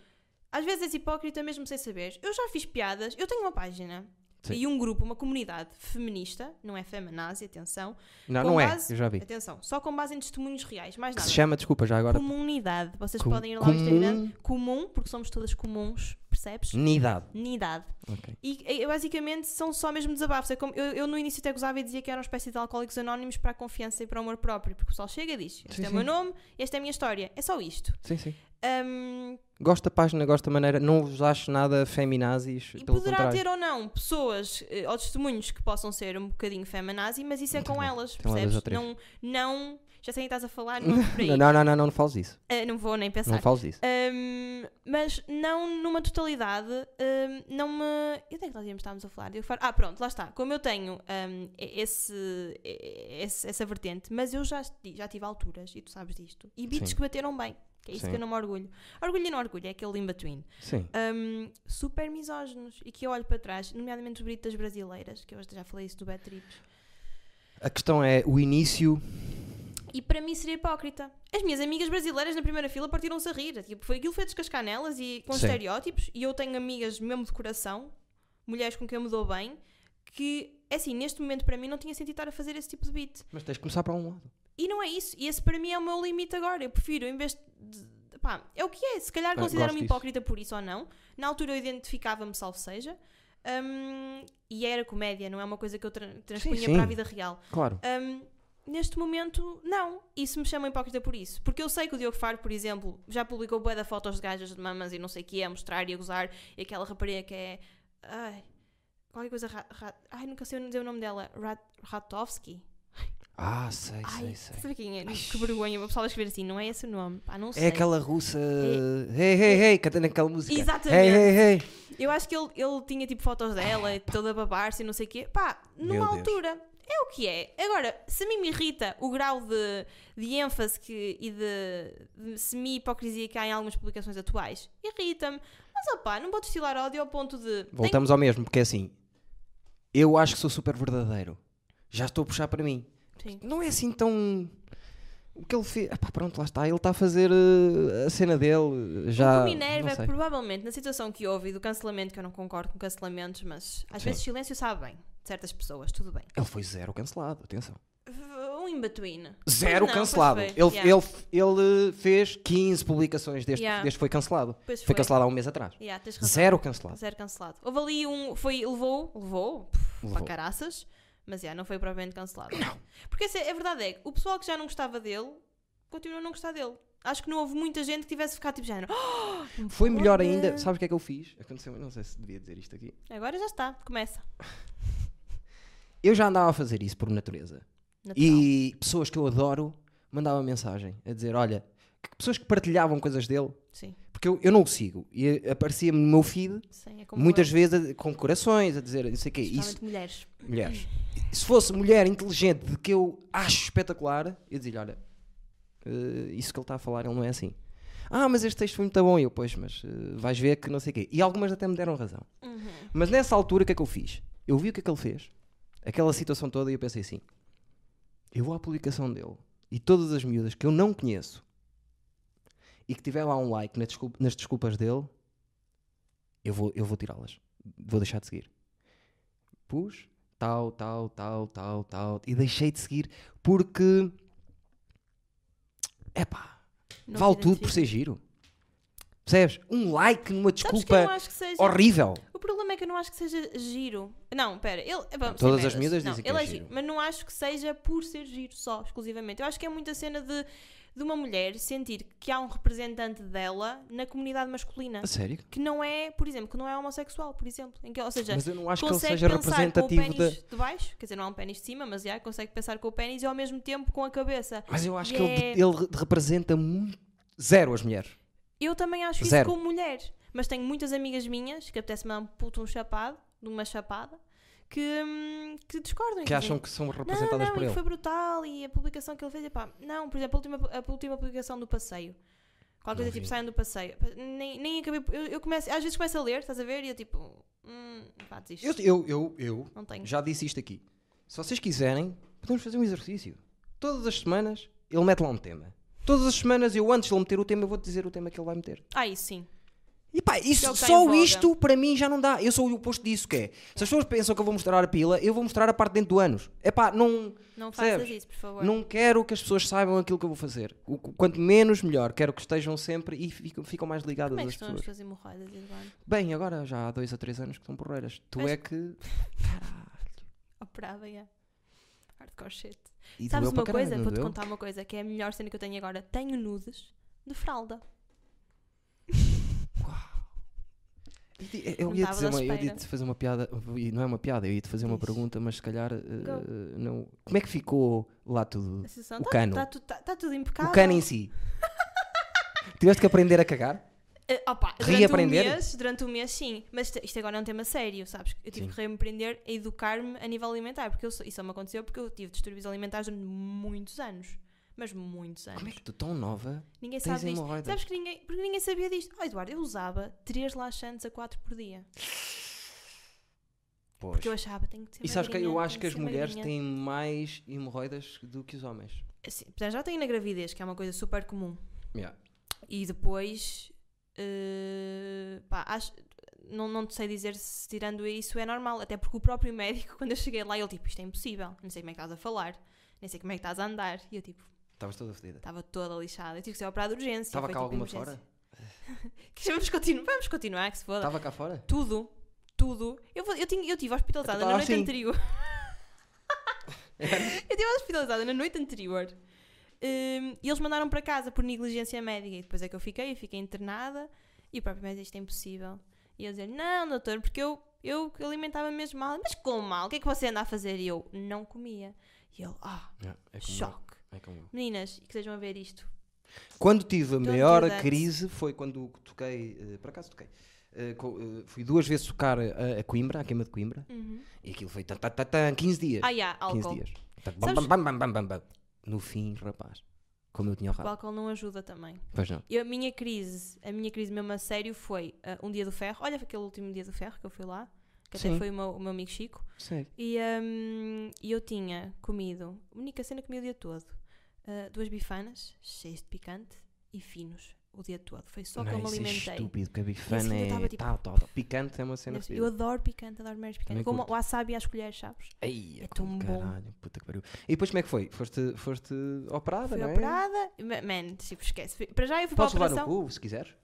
[SPEAKER 2] às vezes és hipócrita mesmo sem saberes. Eu já fiz piadas, eu tenho uma página
[SPEAKER 1] Sim.
[SPEAKER 2] e um grupo, uma comunidade feminista, não é feminazi, atenção,
[SPEAKER 1] Não,
[SPEAKER 2] com
[SPEAKER 1] não é,
[SPEAKER 2] base-
[SPEAKER 1] eu já vi.
[SPEAKER 2] atenção, só com base em testemunhos reais, mais
[SPEAKER 1] Que
[SPEAKER 2] nada.
[SPEAKER 1] se chama, desculpa, já agora,
[SPEAKER 2] Comunidade, vocês
[SPEAKER 1] Com-
[SPEAKER 2] podem ir lá no Instagram,
[SPEAKER 1] comum- Hum.
[SPEAKER 2] comum, porque somos todas comuns, percebes?
[SPEAKER 1] Nidade.
[SPEAKER 2] Nidade.
[SPEAKER 1] Ok.
[SPEAKER 2] E eh, basicamente são só mesmo desabafos. É como, eu, eu no início até gozava e dizia que eram uma espécie de alcoólicos anónimos para a confiança e para o amor próprio, porque o pessoal chega e diz: Este
[SPEAKER 1] Sim,
[SPEAKER 2] é o
[SPEAKER 1] sim.
[SPEAKER 2] meu nome, esta é a minha história. É só isto.
[SPEAKER 1] Sim, sim.
[SPEAKER 2] Ahm,
[SPEAKER 1] Gosto da página, gosto da maneira, não vos acho nada feminazis,
[SPEAKER 2] e
[SPEAKER 1] pelo
[SPEAKER 2] poderá
[SPEAKER 1] contrário.
[SPEAKER 2] ter ou não pessoas eh, ou testemunhos que possam ser um bocadinho feminazi, mas isso é com
[SPEAKER 1] lá-
[SPEAKER 2] elas,
[SPEAKER 1] tem lá dois
[SPEAKER 2] percebes?
[SPEAKER 1] ou três.
[SPEAKER 2] não, não, já sei que estás a falar, não, é por aí.
[SPEAKER 1] Não, não, não, não, não fales isso.
[SPEAKER 2] Eh, não vou nem pensar.
[SPEAKER 1] Não fales isso.
[SPEAKER 2] Ahm, mas não numa totalidade, ahm, não me. E onde é que nós íamos estarmos a falar? Eu falo... Ah, pronto, lá está. Como eu tenho ahm, e- esse, e- esse- essa vertente, mas eu já, esti- já tive alturas, e tu sabes disto, e beats
[SPEAKER 1] Sim.
[SPEAKER 2] que bateram bem, que é isso
[SPEAKER 1] Sim.
[SPEAKER 2] que eu não me orgulho. Orgulho e não orgulho, é aquele in between.
[SPEAKER 1] Sim.
[SPEAKER 2] Ahm, super misóginos, e que eu olho para trás, nomeadamente os britas brasileiras, que eu já falei isso do Bad Trips.
[SPEAKER 1] A questão é o início.
[SPEAKER 2] E para mim seria hipócrita. As minhas amigas brasileiras na primeira fila partiram-se a rir. Tipo, foi, aquilo foi descascar nelas e com
[SPEAKER 1] Sim.
[SPEAKER 2] estereótipos. E eu tenho amigas mesmo de coração, mulheres com quem eu me dou bem, que, é assim, neste momento para mim não tinha sentido estar a fazer esse tipo de beat.
[SPEAKER 1] Mas tens de começar para um lado.
[SPEAKER 2] E não é isso. E esse para mim é o meu limite agora. Eu prefiro, em vez de. de- Pá, é o que é. Se calhar
[SPEAKER 1] Bem,
[SPEAKER 2] considero-me
[SPEAKER 1] gosto
[SPEAKER 2] hipócrita por isso ou não. Na altura eu identificava-me, salvo seja. Hum, e era comédia, não é uma coisa que eu tra- transpunha
[SPEAKER 1] sim.
[SPEAKER 2] para a vida real.
[SPEAKER 1] Claro.
[SPEAKER 2] Hum, neste momento, não. Isso me chama hipócrita por isso. Porque eu sei que o Diogo Faro, por exemplo, já publicou bué de fotos de gajas de mamas e não sei o que é, a mostrar e a gozar. E aquela rapariga que é... Ai, qualquer coisa... Ra, Ra- ai, nunca sei dizer o nome dela. Rat, Ratovski?
[SPEAKER 1] Ah, sei,
[SPEAKER 2] Ai,
[SPEAKER 1] sei, sei.
[SPEAKER 2] sabe quem é? Que vergonha. Uma pessoa a escrever assim, não é esse o nome. Pá, não sei. É.
[SPEAKER 1] É aquela russa. Hey, hey, hey, cantando aquela música.
[SPEAKER 2] Exatamente.
[SPEAKER 1] Hey, hey, hey.
[SPEAKER 2] Eu acho que ele, ele tinha tipo fotos dela, e toda a babar-se e não sei o quê. Pá, numa
[SPEAKER 1] Meu Deus.
[SPEAKER 2] altura. É o que é. Agora, se a mim me irrita o grau de, de ênfase que, e de, de semi-hipocrisia que há em algumas publicações atuais, irrita-me. Mas opá, não vou destilar ódio ao ponto de. Nem,
[SPEAKER 1] Voltamos ao mesmo, porque é assim. Eu acho que sou super verdadeiro. Já estou a puxar para mim.
[SPEAKER 2] sim.
[SPEAKER 1] Não é assim tão. O que ele fez. Ah, pá, pronto, lá está. Ele está a fazer eh, a cena dele. Já.
[SPEAKER 2] o que me enerva
[SPEAKER 1] Ah, não
[SPEAKER 2] é
[SPEAKER 1] sei.
[SPEAKER 2] que provavelmente na situação que houve e do cancelamento, que eu não concordo com cancelamentos, mas às
[SPEAKER 1] Sim.
[SPEAKER 2] vezes silêncio sabe bem. de certas pessoas, tudo bem.
[SPEAKER 1] Ele foi zero cancelado, atenção.
[SPEAKER 2] Um in between.
[SPEAKER 1] Zero
[SPEAKER 2] Não,
[SPEAKER 1] cancelado.
[SPEAKER 2] pois
[SPEAKER 1] Ele,
[SPEAKER 2] foi, yeah.
[SPEAKER 1] ele, ele fez 15 publicações desde,
[SPEAKER 2] Yeah.
[SPEAKER 1] desde que foi cancelado.
[SPEAKER 2] Pois
[SPEAKER 1] Foi,
[SPEAKER 2] foi.
[SPEAKER 1] cancelado há um mês atrás.
[SPEAKER 2] Yeah, tens razão.
[SPEAKER 1] Zero cancelado.
[SPEAKER 2] Zero cancelado. Houve ali um. Foi, levou, levou, puf,
[SPEAKER 1] Levou.
[SPEAKER 2] para caraças, mas yeah, não foi propriamente cancelado. Não. Porque assim, a verdade é que o pessoal que já não gostava dele continuou a não gostar dele. Acho que não houve muita gente que tivesse ficado tipo género. "Oh,
[SPEAKER 1] Foi melhor
[SPEAKER 2] olha."
[SPEAKER 1] ainda. Sabes o que é que eu fiz? Aconteceu, não sei se devia dizer isto aqui.
[SPEAKER 2] "Oh, Agora já está, começa.
[SPEAKER 1] Eu já andava a fazer isso por natureza.
[SPEAKER 2] Natural.
[SPEAKER 1] E pessoas que eu adoro mandavam mensagem a dizer: olha, que- pessoas que partilhavam coisas dele,
[SPEAKER 2] Sim,
[SPEAKER 1] porque eu, eu não o sigo. E aparecia-me no meu feed,
[SPEAKER 2] sim, é como
[SPEAKER 1] muitas
[SPEAKER 2] eu,
[SPEAKER 1] vezes a- com corações, a dizer: não sei o quê. Isso,
[SPEAKER 2] especialmente mulheres.
[SPEAKER 1] mulheres. Se fosse mulher inteligente de que eu acho espetacular, eu dizia-lhe: olha, eh, isso que ele está a falar, ele não é assim. Ah, mas este texto foi muito bom. E eu, pois, mas eh, vais ver que não sei o quê. E algumas até me deram razão.
[SPEAKER 2] Uhum.
[SPEAKER 1] Mas nessa altura, o que é que eu fiz? Eu vi o que é que ele fez, aquela situação toda, e eu pensei assim: eu vou à publicação dele e todas as miúdas que eu não conheço e que tiver lá um like na desculpa- nas desculpas dele, eu vou, eu vou tirá-las. Vou deixar de seguir. Pus, tal, tal, tal, tal, tal. E deixei de seguir porque. Epá,
[SPEAKER 2] Não
[SPEAKER 1] vale
[SPEAKER 2] te
[SPEAKER 1] tudo por ser giro. Percebes? Um like numa
[SPEAKER 2] identifico. Sabes que eu não
[SPEAKER 1] desculpa
[SPEAKER 2] acho que seja.
[SPEAKER 1] horrível.
[SPEAKER 2] O problema é que eu não acho que seja giro. Não, pera, ele. vamos
[SPEAKER 1] Todas
[SPEAKER 2] ser meras.
[SPEAKER 1] as miúdas
[SPEAKER 2] Não,
[SPEAKER 1] dizem que
[SPEAKER 2] ele
[SPEAKER 1] é
[SPEAKER 2] é giro.
[SPEAKER 1] giro.
[SPEAKER 2] Mas não acho que seja por ser giro só, exclusivamente. Eu acho que é muita cena de, de uma mulher sentir que há um representante dela na comunidade masculina.
[SPEAKER 1] A sério?
[SPEAKER 2] Que não é, por exemplo, que não é homossexual, por exemplo. Em que, ou seja,
[SPEAKER 1] Mas eu não acho que ele
[SPEAKER 2] consegue
[SPEAKER 1] seja
[SPEAKER 2] pensar com
[SPEAKER 1] representativo
[SPEAKER 2] o
[SPEAKER 1] da.
[SPEAKER 2] pênis de baixo, quer dizer, não há um pênis de cima, mas já consegue pensar com o pênis e ao mesmo tempo com a cabeça.
[SPEAKER 1] Mas eu acho
[SPEAKER 2] E
[SPEAKER 1] que ele,
[SPEAKER 2] é-
[SPEAKER 1] ele re- representa muito. Zero as mulheres.
[SPEAKER 2] Eu também acho isso
[SPEAKER 1] Zero.
[SPEAKER 2] como mulher. Mas tenho muitas amigas minhas que apetece-me dar um puto um chapado, de uma chapada, que, hum, que discordam. e
[SPEAKER 1] Que
[SPEAKER 2] dizem,
[SPEAKER 1] acham que são
[SPEAKER 2] é. não,
[SPEAKER 1] representadas
[SPEAKER 2] não,
[SPEAKER 1] por
[SPEAKER 2] e
[SPEAKER 1] ele.
[SPEAKER 2] foi brutal e a publicação que ele fez, epá, não, por exemplo, a última, a última publicação do passeio. Qualquer coisa
[SPEAKER 1] vi.
[SPEAKER 2] tipo, saiam do passeio. Epá, Nem, nem acabei, eu, eu começo, às vezes começo a ler, estás a ver, e eu tipo, hum, pá, desisto,
[SPEAKER 1] Eu, eu, eu, eu
[SPEAKER 2] não tenho.
[SPEAKER 1] já disse isto aqui. Se vocês quiserem, podemos fazer um exercício. Todas as semanas ele mete lá um tema. Todas as semanas eu, antes de ele meter o tema, eu vou dizer o tema que ele vai meter.
[SPEAKER 2] Ah, isso sim.
[SPEAKER 1] E pá, isso-
[SPEAKER 2] é o que está em
[SPEAKER 1] só
[SPEAKER 2] voga.
[SPEAKER 1] isto para mim já não dá. Eu sou o oposto disso, que é. Se as pessoas pensam que eu vou mostrar a pila, eu vou mostrar a parte dentro do ânus. É pá, não.
[SPEAKER 2] Não faças
[SPEAKER 1] Percebes?
[SPEAKER 2] isso, por favor.
[SPEAKER 1] Não quero que as pessoas saibam aquilo que eu vou fazer. O, qu- quanto menos, melhor. Quero que estejam sempre e ficam, ficam mais ligadas
[SPEAKER 2] Como é que
[SPEAKER 1] às
[SPEAKER 2] estão as
[SPEAKER 1] pessoas.
[SPEAKER 2] tuas hemorroidas, Eduardo?
[SPEAKER 1] Bem, agora já há dois ou três anos que estão porreiras. Tu
[SPEAKER 2] Mas-
[SPEAKER 1] é que.
[SPEAKER 2] Operada, já. Hardcore shit.
[SPEAKER 1] E
[SPEAKER 2] Sabes
[SPEAKER 1] doeu para
[SPEAKER 2] uma
[SPEAKER 1] caralho,
[SPEAKER 2] coisa?
[SPEAKER 1] não
[SPEAKER 2] Vou-te
[SPEAKER 1] doeu?
[SPEAKER 2] contar uma coisa que é a melhor cena que eu tenho agora. Tenho nudes de fralda.
[SPEAKER 1] Eu di- Eu
[SPEAKER 2] Não
[SPEAKER 1] ia
[SPEAKER 2] estava
[SPEAKER 1] dizer
[SPEAKER 2] à
[SPEAKER 1] uma, eu
[SPEAKER 2] espera.
[SPEAKER 1] ia te fazer uma piada, e não é uma piada, eu ia te fazer uma
[SPEAKER 2] Diz.
[SPEAKER 1] pergunta, mas se calhar eh, não. Como é que ficou lá tudo?
[SPEAKER 2] A sensação
[SPEAKER 1] O
[SPEAKER 2] tá-
[SPEAKER 1] cano.
[SPEAKER 2] tá tu- tá- tá tudo impecável.
[SPEAKER 1] O cano em si. Tiveste que aprender a cagar?
[SPEAKER 2] Eh, opa,
[SPEAKER 1] Reaprender?
[SPEAKER 2] Durante um, mês, durante um mês, sim. Mas isto- isto agora é um tema sério, sabes? Eu tive
[SPEAKER 1] Sim.
[SPEAKER 2] que reaprender a educar-me a nível alimentar. Porque eu sou- isso me aconteceu porque eu tive distúrbios alimentares durante muitos anos. Mas muitos anos.
[SPEAKER 1] Como é que tu, tão nova?
[SPEAKER 2] Ninguém
[SPEAKER 1] tens
[SPEAKER 2] sabe disto.
[SPEAKER 1] hemorroidas?
[SPEAKER 2] Sabes que ninguém... Porque ninguém sabia disto. Oh, Eduardo, eu usava 3 laxantes a 4 por dia.
[SPEAKER 1] Pois.
[SPEAKER 2] Porque eu achava, tenho que ser
[SPEAKER 1] E sabes que eu
[SPEAKER 2] magrinha,
[SPEAKER 1] acho que
[SPEAKER 2] tenho
[SPEAKER 1] as
[SPEAKER 2] ser
[SPEAKER 1] mulheres
[SPEAKER 2] magrinha.
[SPEAKER 1] têm mais hemorroidas do que os homens.
[SPEAKER 2] Assim, já tem na gravidez, que é uma coisa super comum.
[SPEAKER 1] Yeah.
[SPEAKER 2] E depois, eh, pá, acho- não, não te sei dizer se tirando isso é normal, até porque o próprio médico, quando eu cheguei lá, ele tipo, isto é impossível, não sei como é que estás a falar, nem sei como é que estás a andar, e eu tipo,
[SPEAKER 1] Estavas toda fodida.
[SPEAKER 2] estava toda lixada, eu tive que ser operada de urgência.
[SPEAKER 1] Estava
[SPEAKER 2] foi,
[SPEAKER 1] cá
[SPEAKER 2] tipo,
[SPEAKER 1] alguma
[SPEAKER 2] emergência.
[SPEAKER 1] fora?
[SPEAKER 2] Que- Vamos continuar, vamos continuar, que se foda.
[SPEAKER 1] Estava cá fora?
[SPEAKER 2] Tudo, tudo. Eu, vou- eu, tinha, eu tive hospitalizada
[SPEAKER 1] Então
[SPEAKER 2] na
[SPEAKER 1] tava
[SPEAKER 2] noite
[SPEAKER 1] assim.
[SPEAKER 2] anterior. eu tive hospitalizada na noite anterior. Hum, e eles mandaram para casa por negligência médica. E depois é que eu fiquei, eu fiquei internada. E o próprio médico, isto é impossível. E eu dizer, não, doutor, porque eu, eu que alimentava mesmo mal. Mas como mal? O que é que você anda a fazer? E eu, não comia. E ele, ah,
[SPEAKER 1] É, como
[SPEAKER 2] choque.
[SPEAKER 1] eu, é como eu.
[SPEAKER 2] Meninas, que estejam a ver isto.
[SPEAKER 1] Quando tive a maior
[SPEAKER 2] do that.
[SPEAKER 1] crise foi quando toquei, eh, por acaso toquei, eh, co- eh, fui duas vezes tocar a, a Coimbra, a queima de Coimbra, e aquilo foi tan, tan, tan, tan, 15 dias.
[SPEAKER 2] Ah, yeah,
[SPEAKER 1] 15
[SPEAKER 2] álcool.
[SPEAKER 1] dias. Tan, bam,
[SPEAKER 2] Sabes-
[SPEAKER 1] bam, bam, bam, bam, bam. No fim, rapaz, como eu tinha o
[SPEAKER 2] O
[SPEAKER 1] rabo.
[SPEAKER 2] álcool não ajuda também.
[SPEAKER 1] Pois não.
[SPEAKER 2] Eu, a minha crise, a minha crise mesmo a sério foi ah, um dia do ferro. Olha, foi aquele último dia do ferro que eu fui lá, que
[SPEAKER 1] Sim.
[SPEAKER 2] até foi o meu, o meu amigo Chico.
[SPEAKER 1] Sério.
[SPEAKER 2] E ahm, e eu tinha comido, a única cena que comi o dia todo, ah, duas bifanas, cheias de picante e finos. o dia todo. Foi só que eu
[SPEAKER 1] não,
[SPEAKER 2] me
[SPEAKER 1] isso é
[SPEAKER 2] alimentei.
[SPEAKER 1] estúpido,
[SPEAKER 2] E
[SPEAKER 1] cabifana
[SPEAKER 2] assim eu
[SPEAKER 1] é
[SPEAKER 2] tava, tipo,
[SPEAKER 1] tal, tal, tal. Picante é uma cena
[SPEAKER 2] Mas
[SPEAKER 1] fedida.
[SPEAKER 2] eu adoro picante, adoro merdas picantes.
[SPEAKER 1] Também
[SPEAKER 2] Como
[SPEAKER 1] curto.
[SPEAKER 2] o wasabi às colheres, sabes?
[SPEAKER 1] Ei,
[SPEAKER 2] É tão
[SPEAKER 1] como
[SPEAKER 2] bom.
[SPEAKER 1] Caralho, puta que pariu. E depois como é que foi? Foste, foste operada,
[SPEAKER 2] Fui
[SPEAKER 1] não é?
[SPEAKER 2] operada. Ma- Man, tipo, esquece. Fui- Para já eu fui
[SPEAKER 1] Podes
[SPEAKER 2] para a
[SPEAKER 1] levar no
[SPEAKER 2] operação.
[SPEAKER 1] cu, se quiseres.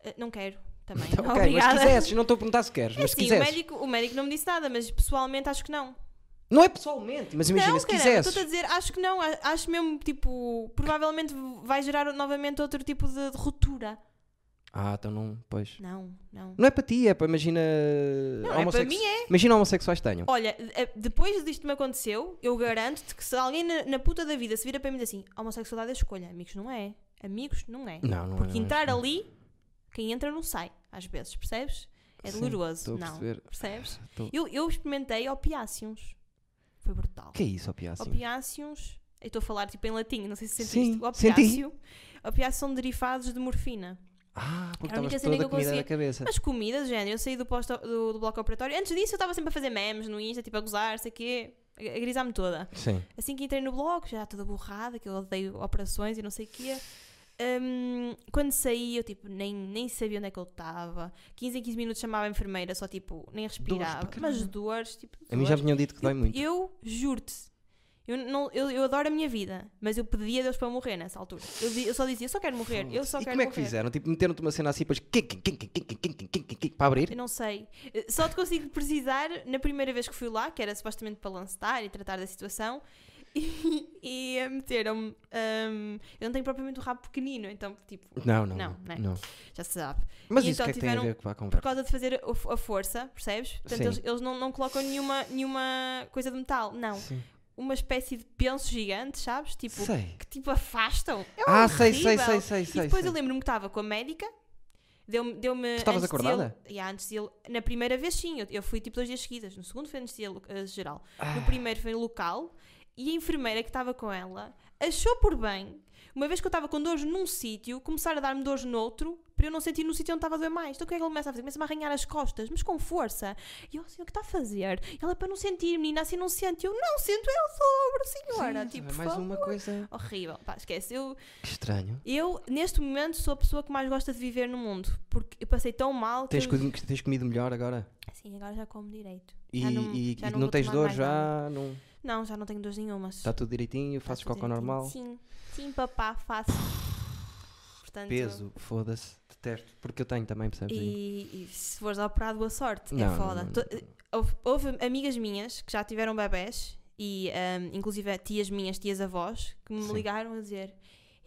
[SPEAKER 2] Eh, não quero também.
[SPEAKER 1] Então, ok, mas se
[SPEAKER 2] Obrigada.
[SPEAKER 1] quisesses, não estou a perguntar se queres, mas se
[SPEAKER 2] Sim, o
[SPEAKER 1] quisesses.
[SPEAKER 2] médico, o médico não me disse nada, mas pessoalmente acho que não.
[SPEAKER 1] Não é pessoalmente, mas imagina,
[SPEAKER 2] não,
[SPEAKER 1] se
[SPEAKER 2] caramba,
[SPEAKER 1] quisesses.
[SPEAKER 2] estou a dizer, acho que não. a- Acho mesmo, tipo, provavelmente vai gerar novamente outro tipo de, de ruptura.
[SPEAKER 1] Ah, então não, pois.
[SPEAKER 2] Não, não.
[SPEAKER 1] Não é para ti, é para, imagina...
[SPEAKER 2] Não, é para
[SPEAKER 1] homossex-
[SPEAKER 2] mim é.
[SPEAKER 1] Imagina homossexuais tenham.
[SPEAKER 2] Olha, de- eh, depois disto me aconteceu, eu garanto-te que se alguém na, na puta da vida se vira para mim e diz assim, homossexualidade é escolha, amigos não é. Amigos não é.
[SPEAKER 1] Não, não é,
[SPEAKER 2] Porque
[SPEAKER 1] não é.
[SPEAKER 2] entrar ali, quem entra não sai, às vezes, percebes? É
[SPEAKER 1] Sim,
[SPEAKER 2] doloroso.
[SPEAKER 1] Estou a
[SPEAKER 2] Não,
[SPEAKER 1] perceber.
[SPEAKER 2] percebes?
[SPEAKER 1] Tô-
[SPEAKER 2] Eu, eu experimentei opiáceos. Foi brutal.
[SPEAKER 1] O que é isso, opiáceo?
[SPEAKER 2] Opiáceos, eu estou a falar tipo em latim, não sei se
[SPEAKER 1] Sim,
[SPEAKER 2] sentiste. o
[SPEAKER 1] senti.
[SPEAKER 2] opiáceo, opiáceos são derivados de morfina.
[SPEAKER 1] Ah, porque
[SPEAKER 2] Era a única
[SPEAKER 1] estavas
[SPEAKER 2] cena que
[SPEAKER 1] toda
[SPEAKER 2] eu
[SPEAKER 1] comida na
[SPEAKER 2] conseguia.
[SPEAKER 1] cabeça.
[SPEAKER 2] Mas comida, do género, eu saí do, posto, do, do bloco operatório. Antes disso, eu estava sempre a fazer memes no Insta, tipo a gozar, sei quê, a a grisar-me toda.
[SPEAKER 1] Sim.
[SPEAKER 2] Assim que entrei no bloco, já toda borrada, que eu odeio operações e não sei o quê. Hum, quando saí, eu tipo, nem, nem sabia onde é que eu estava. 15 em 15 minutos chamava a enfermeira, só tipo, nem respirava.
[SPEAKER 1] caralho.
[SPEAKER 2] mas dores, tipo.
[SPEAKER 1] A mim já
[SPEAKER 2] dores.
[SPEAKER 1] me tinham dito que dói muito.
[SPEAKER 2] Eu juro-te. Eu, não, eu, eu adoro a minha vida, mas eu pedi a Deus para morrer nessa altura. Eu, di- eu só dizia, eu só quero morrer, eu só
[SPEAKER 1] e
[SPEAKER 2] quero
[SPEAKER 1] como é que
[SPEAKER 2] morrer.
[SPEAKER 1] fizeram? Tipo, meteram-te uma cena assim e depois... quim, quim, quim, quim, quim, quim, quim, quim, quim, quim, Para abrir?
[SPEAKER 2] Eu não sei. Eh, Só te consigo precisar na primeira vez que fui lá, que era supostamente para lançar e tratar da situação, e, e eh, meteram-me. hum, eu não tenho propriamente o rabo pequenino, então, tipo,
[SPEAKER 1] Não, não,
[SPEAKER 2] Não,
[SPEAKER 1] não.
[SPEAKER 2] né?
[SPEAKER 1] não.
[SPEAKER 2] já se sabe.
[SPEAKER 1] Mas
[SPEAKER 2] E
[SPEAKER 1] isso o
[SPEAKER 2] então
[SPEAKER 1] que é que tem a
[SPEAKER 2] tiveram-
[SPEAKER 1] ver com a
[SPEAKER 2] Por
[SPEAKER 1] conversa?
[SPEAKER 2] causa de fazer a, f- a força, percebes? Portanto,
[SPEAKER 1] Sim.
[SPEAKER 2] eles, eles não, não colocam nenhuma, nenhuma coisa de metal, não.
[SPEAKER 1] Sim.
[SPEAKER 2] Uma espécie de penso gigante, sabes? Tipo,
[SPEAKER 1] Sei.
[SPEAKER 2] que tipo afastam. É
[SPEAKER 1] Ah, sei, sei,
[SPEAKER 2] horrível.
[SPEAKER 1] sei, sei,
[SPEAKER 2] E
[SPEAKER 1] sei.
[SPEAKER 2] depois
[SPEAKER 1] sei.
[SPEAKER 2] eu lembro-me que estava com a médica, deu-me. Deu
[SPEAKER 1] Tu estavas acordada?
[SPEAKER 2] De ele, Yeah, antes de ele- na primeira vez, sim, eu, eu fui tipo dois dias seguidas. No segundo foi anestesia lo- eh, geral.
[SPEAKER 1] Ah.
[SPEAKER 2] No primeiro foi no local. E a enfermeira que estava com ela achou por bem, uma vez que eu estava com dores num sítio, começar a dar-me dores noutro, para eu não sentir no sítio onde estava a doer mais. Então o que é que ele começa a fazer? Começa-me a arranhar as costas, mas com força. E eu, "Oh, senhor, o que está a fazer? E ela, para não sentir, menina, assim não sente. Eu, não sinto, eu sobre, senhora.
[SPEAKER 1] Sim, é
[SPEAKER 2] tipo,
[SPEAKER 1] mais
[SPEAKER 2] fala-
[SPEAKER 1] uma coisa.
[SPEAKER 2] Horrível. Pá, esquece. Eu,
[SPEAKER 1] Que estranho.
[SPEAKER 2] eu, neste momento, sou a pessoa que mais gosta de viver no mundo. Porque eu passei tão mal que.
[SPEAKER 1] Tens, comido- tens comido melhor agora?
[SPEAKER 2] Sim, agora já como direito.
[SPEAKER 1] E
[SPEAKER 2] Já
[SPEAKER 1] não,
[SPEAKER 2] não-
[SPEAKER 1] e,
[SPEAKER 2] já
[SPEAKER 1] e
[SPEAKER 2] não
[SPEAKER 1] não
[SPEAKER 2] vou
[SPEAKER 1] tens
[SPEAKER 2] tomar
[SPEAKER 1] dor
[SPEAKER 2] mais
[SPEAKER 1] já? Não,
[SPEAKER 2] Não, já não tenho dores nenhumas.
[SPEAKER 1] está tudo direitinho?
[SPEAKER 2] Tá
[SPEAKER 1] Fazes
[SPEAKER 2] tudo
[SPEAKER 1] cocô
[SPEAKER 2] direitinho.
[SPEAKER 1] normal?
[SPEAKER 2] Sim, sim, papá, faço. Portanto,
[SPEAKER 1] Peso, foda-se, detesto. Porque eu tenho também, percebes?
[SPEAKER 2] E, e se fores operado, boa sorte.
[SPEAKER 1] Não,
[SPEAKER 2] é foda.
[SPEAKER 1] não,
[SPEAKER 2] To- Houve, houve amigas minhas que já tiveram bebés e, ahm, inclusive, é tias minhas, tias avós, que me
[SPEAKER 1] Sim.
[SPEAKER 2] ligaram a dizer.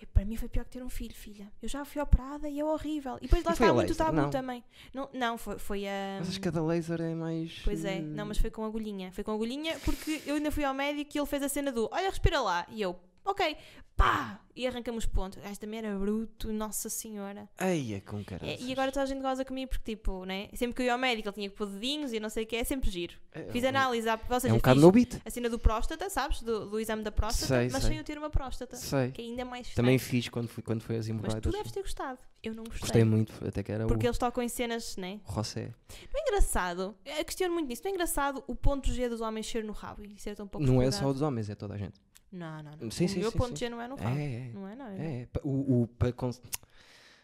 [SPEAKER 2] "E Para mim foi pior que ter um filho, filha. Eu já fui operada e é horrível. E depois lá
[SPEAKER 1] E foi
[SPEAKER 2] está
[SPEAKER 1] a
[SPEAKER 2] muito
[SPEAKER 1] laser?
[SPEAKER 2] tabu
[SPEAKER 1] Não.
[SPEAKER 2] também. Não, não foi, foi a.
[SPEAKER 1] Mas acho que cada laser é mais.
[SPEAKER 2] Pois é, não, mas foi com agulhinha. Foi com agulhinha porque eu ainda fui ao médico e ele fez a cena do olha, respira lá. E eu, ok, pá! E arrancamos ponto. Esta também era bruto, nossa senhora.
[SPEAKER 1] Eia, eh, com caralho.
[SPEAKER 2] É, e agora toda a gente goza comigo porque, tipo, né? Sempre que eu ia ao médico ele tinha que pôr dedinhos e não sei o que, é sempre giro. Fiz análise, à- ou
[SPEAKER 1] É
[SPEAKER 2] seja,
[SPEAKER 1] um bocado
[SPEAKER 2] fiz
[SPEAKER 1] no beat.
[SPEAKER 2] a cena do próstata, sabes? Do, do exame da próstata,
[SPEAKER 1] Sei,
[SPEAKER 2] mas
[SPEAKER 1] sei.
[SPEAKER 2] sem eu ter uma próstata.
[SPEAKER 1] Sei.
[SPEAKER 2] Que é ainda mais estranho.
[SPEAKER 1] Também fiz quando, fui, quando foi as
[SPEAKER 2] Mas tu
[SPEAKER 1] hemorroidas.
[SPEAKER 2] deves ter gostado. Eu não gostei.
[SPEAKER 1] Gostei muito, até que era
[SPEAKER 2] porque
[SPEAKER 1] o
[SPEAKER 2] eles tocam em cenas, né?
[SPEAKER 1] Rosé.
[SPEAKER 2] Não é engraçado, eu questiono muito nisso, não é engraçado o ponto G dos homens ser no rabo e ser tão pouco
[SPEAKER 1] Não é só
[SPEAKER 2] explorado?
[SPEAKER 1] dos homens, é toda a gente.
[SPEAKER 2] Não, não, não.
[SPEAKER 1] Sim,
[SPEAKER 2] o
[SPEAKER 1] sim,
[SPEAKER 2] meu
[SPEAKER 1] sim,
[SPEAKER 2] ponto
[SPEAKER 1] sim.
[SPEAKER 2] G não é no rabo.
[SPEAKER 1] É, é.
[SPEAKER 2] Não é, não. é.
[SPEAKER 1] É, pa- o, o, para, cons-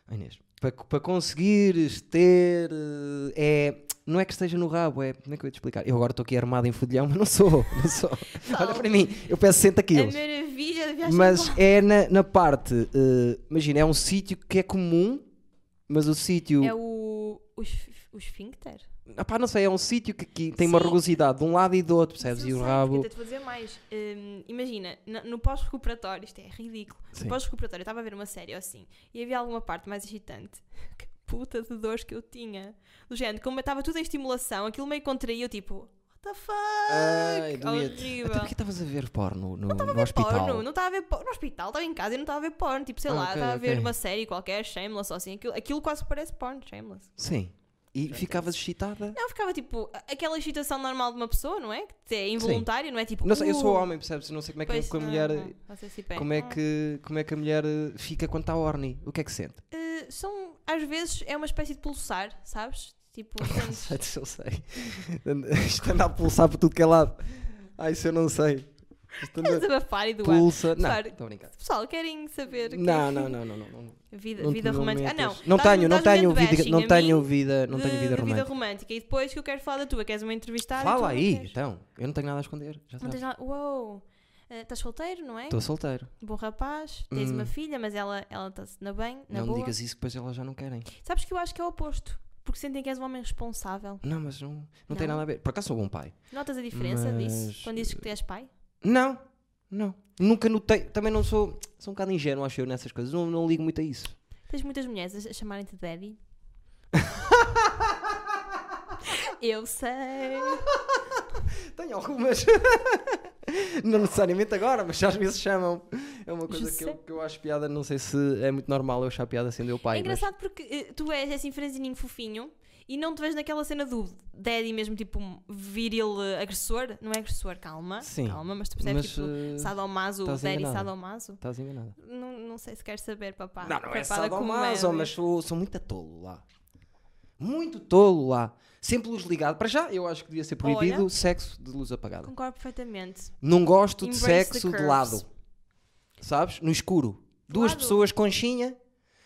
[SPEAKER 1] Ai, Inês, para, para conseguires ter. eh, É, não é que esteja no rabo, é. Como é que eu ia te explicar? Eu agora estou aqui armado em fudilhão, mas não sou. Não sou. Olha para mim, eu peso 60
[SPEAKER 2] A
[SPEAKER 1] quilos.
[SPEAKER 2] maravilha da viagem
[SPEAKER 1] Mas
[SPEAKER 2] de volta.
[SPEAKER 1] é na, na parte. eh, imagina, é um sítio que é comum, mas o sítio.
[SPEAKER 2] É o, o, esf- o esfíncter.
[SPEAKER 1] Ah pá, não sei, é um sítio que, que tem uma
[SPEAKER 2] Sim.
[SPEAKER 1] rugosidade de um lado e do outro, percebes?
[SPEAKER 2] Isso eu
[SPEAKER 1] E o
[SPEAKER 2] sei,
[SPEAKER 1] rabo.
[SPEAKER 2] porque até te vou dizer mais. Hum, imagina, no, no pós-recuperatório, isto é ridículo.
[SPEAKER 1] Sim.
[SPEAKER 2] No pós-recuperatório, eu estava a ver uma série ou assim e havia alguma parte mais excitante. Que puta de dores que eu tinha. Do género, como eu estava tudo em estimulação, aquilo meio contraía, eu tipo, what the fuck?
[SPEAKER 1] Ai, doía-te.
[SPEAKER 2] horrível.
[SPEAKER 1] Até porque estavas a ver porno no, no hospital.
[SPEAKER 2] Porno, não estava a ver porno. No hospital, estava em casa e não estava a ver porno. Tipo, sei
[SPEAKER 1] Ah,
[SPEAKER 2] lá,
[SPEAKER 1] ok,
[SPEAKER 2] estava a
[SPEAKER 1] ok.
[SPEAKER 2] ver uma série qualquer, Shameless ou assim. Aquilo, aquilo quase que parece porno, Shameless.
[SPEAKER 1] Sim. E ficavas excitada?
[SPEAKER 2] Não, ficava tipo a- aquela excitação normal de uma pessoa, não é? Que é involuntário, não é? Tipo,
[SPEAKER 1] Não sei, eu sou
[SPEAKER 2] "Uh",
[SPEAKER 1] homem, percebes? Não sei como é que,
[SPEAKER 2] pois,
[SPEAKER 1] que a
[SPEAKER 2] não,
[SPEAKER 1] mulher.
[SPEAKER 2] não, vocês se bem.
[SPEAKER 1] Como é,
[SPEAKER 2] Ah.
[SPEAKER 1] que, como é que a mulher eh, fica quando está horny? O que é que sente?
[SPEAKER 2] Eh, são, às vezes, é uma espécie de pulsar, sabes? Tipo,
[SPEAKER 1] Não
[SPEAKER 2] sentes-
[SPEAKER 1] sei, eu sei. Isto anda a pulsar por tudo que é lado. Ai, isso eu não sei. Estou
[SPEAKER 2] Estás
[SPEAKER 1] na
[SPEAKER 2] a bafar e doar.
[SPEAKER 1] pulsa. Não,
[SPEAKER 2] Claro.
[SPEAKER 1] estou a brincar.
[SPEAKER 2] Pessoal, querem saber. quem-
[SPEAKER 1] Não, não, não, não, não, não.
[SPEAKER 2] Vida,
[SPEAKER 1] Não te-
[SPEAKER 2] vida
[SPEAKER 1] não
[SPEAKER 2] romântica. Ah, não.
[SPEAKER 1] metas. Não tenho, não
[SPEAKER 2] Estás-me
[SPEAKER 1] tenho
[SPEAKER 2] dando
[SPEAKER 1] vida,
[SPEAKER 2] bashing a
[SPEAKER 1] não
[SPEAKER 2] mim
[SPEAKER 1] tenho vida, não
[SPEAKER 2] de-
[SPEAKER 1] tenho
[SPEAKER 2] de
[SPEAKER 1] vida romântica.
[SPEAKER 2] romântica. E depois que eu quero falar da tua, queres uma entrevistada? e tu
[SPEAKER 1] Fala
[SPEAKER 2] não
[SPEAKER 1] aí,
[SPEAKER 2] queres.
[SPEAKER 1] então. Eu não tenho nada a esconder. Já
[SPEAKER 2] Não tens
[SPEAKER 1] sabes.
[SPEAKER 2] nada- Uou! Eh, Estás solteiro, não é?
[SPEAKER 1] Estou solteiro.
[SPEAKER 2] Bom rapaz, tens
[SPEAKER 1] Hum.
[SPEAKER 2] uma filha, mas ela ela está-se na bem, na
[SPEAKER 1] não me
[SPEAKER 2] boa.
[SPEAKER 1] digas isso, depois elas já não querem.
[SPEAKER 2] Sabes que eu acho que é o oposto. Porque sentem que és um homem responsável.
[SPEAKER 1] Não, mas não, não, tem
[SPEAKER 2] Não?
[SPEAKER 1] nada a ver. Por acaso sou bom pai?
[SPEAKER 2] Notas a diferença
[SPEAKER 1] Mas,
[SPEAKER 2] disso? Quando dizes que tu és pai?
[SPEAKER 1] Não, não. Nunca notei. Também não sou. Sou um bocado ingênuo, acho eu, nessas coisas. Não, não ligo muito a isso.
[SPEAKER 2] Tens muitas mulheres a a chamarem-te daddy? eu sei.
[SPEAKER 1] Tenho algumas. não necessariamente agora, mas já às vezes chamam. É uma coisa que eu,
[SPEAKER 2] José.
[SPEAKER 1] que eu acho piada. Não sei se é muito normal eu achar piada sendo eu pai.
[SPEAKER 2] é
[SPEAKER 1] mas-
[SPEAKER 2] engraçado porque eh, tu és assim franzininho fofinho e não te vês naquela cena do daddy mesmo tipo um viril eh, agressor. Não é agressor, calma.
[SPEAKER 1] Sim.
[SPEAKER 2] Calma, mas tu percebes
[SPEAKER 1] Mas,
[SPEAKER 2] tipo
[SPEAKER 1] eh,
[SPEAKER 2] sadomaso,
[SPEAKER 1] estás
[SPEAKER 2] daddy
[SPEAKER 1] enganada.
[SPEAKER 2] sadomaso.
[SPEAKER 1] Estás enganada.
[SPEAKER 2] Não, não sei se queres saber, papá.
[SPEAKER 1] não, não é
[SPEAKER 2] Papá da
[SPEAKER 1] sadomaso,
[SPEAKER 2] comédia.
[SPEAKER 1] mas sou, sou muito tolo lá. Muito tolo lá. Sempre luz ligada. Para já, eu acho que devia ser proibido
[SPEAKER 2] Olha.
[SPEAKER 1] sexo de luz apagada.
[SPEAKER 2] Concordo perfeitamente.
[SPEAKER 1] Não gosto de
[SPEAKER 2] Embrace
[SPEAKER 1] sexo
[SPEAKER 2] the
[SPEAKER 1] de
[SPEAKER 2] curves.
[SPEAKER 1] lado. Sabes? No escuro.
[SPEAKER 2] De
[SPEAKER 1] Duas
[SPEAKER 2] lado?
[SPEAKER 1] pessoas conchinha.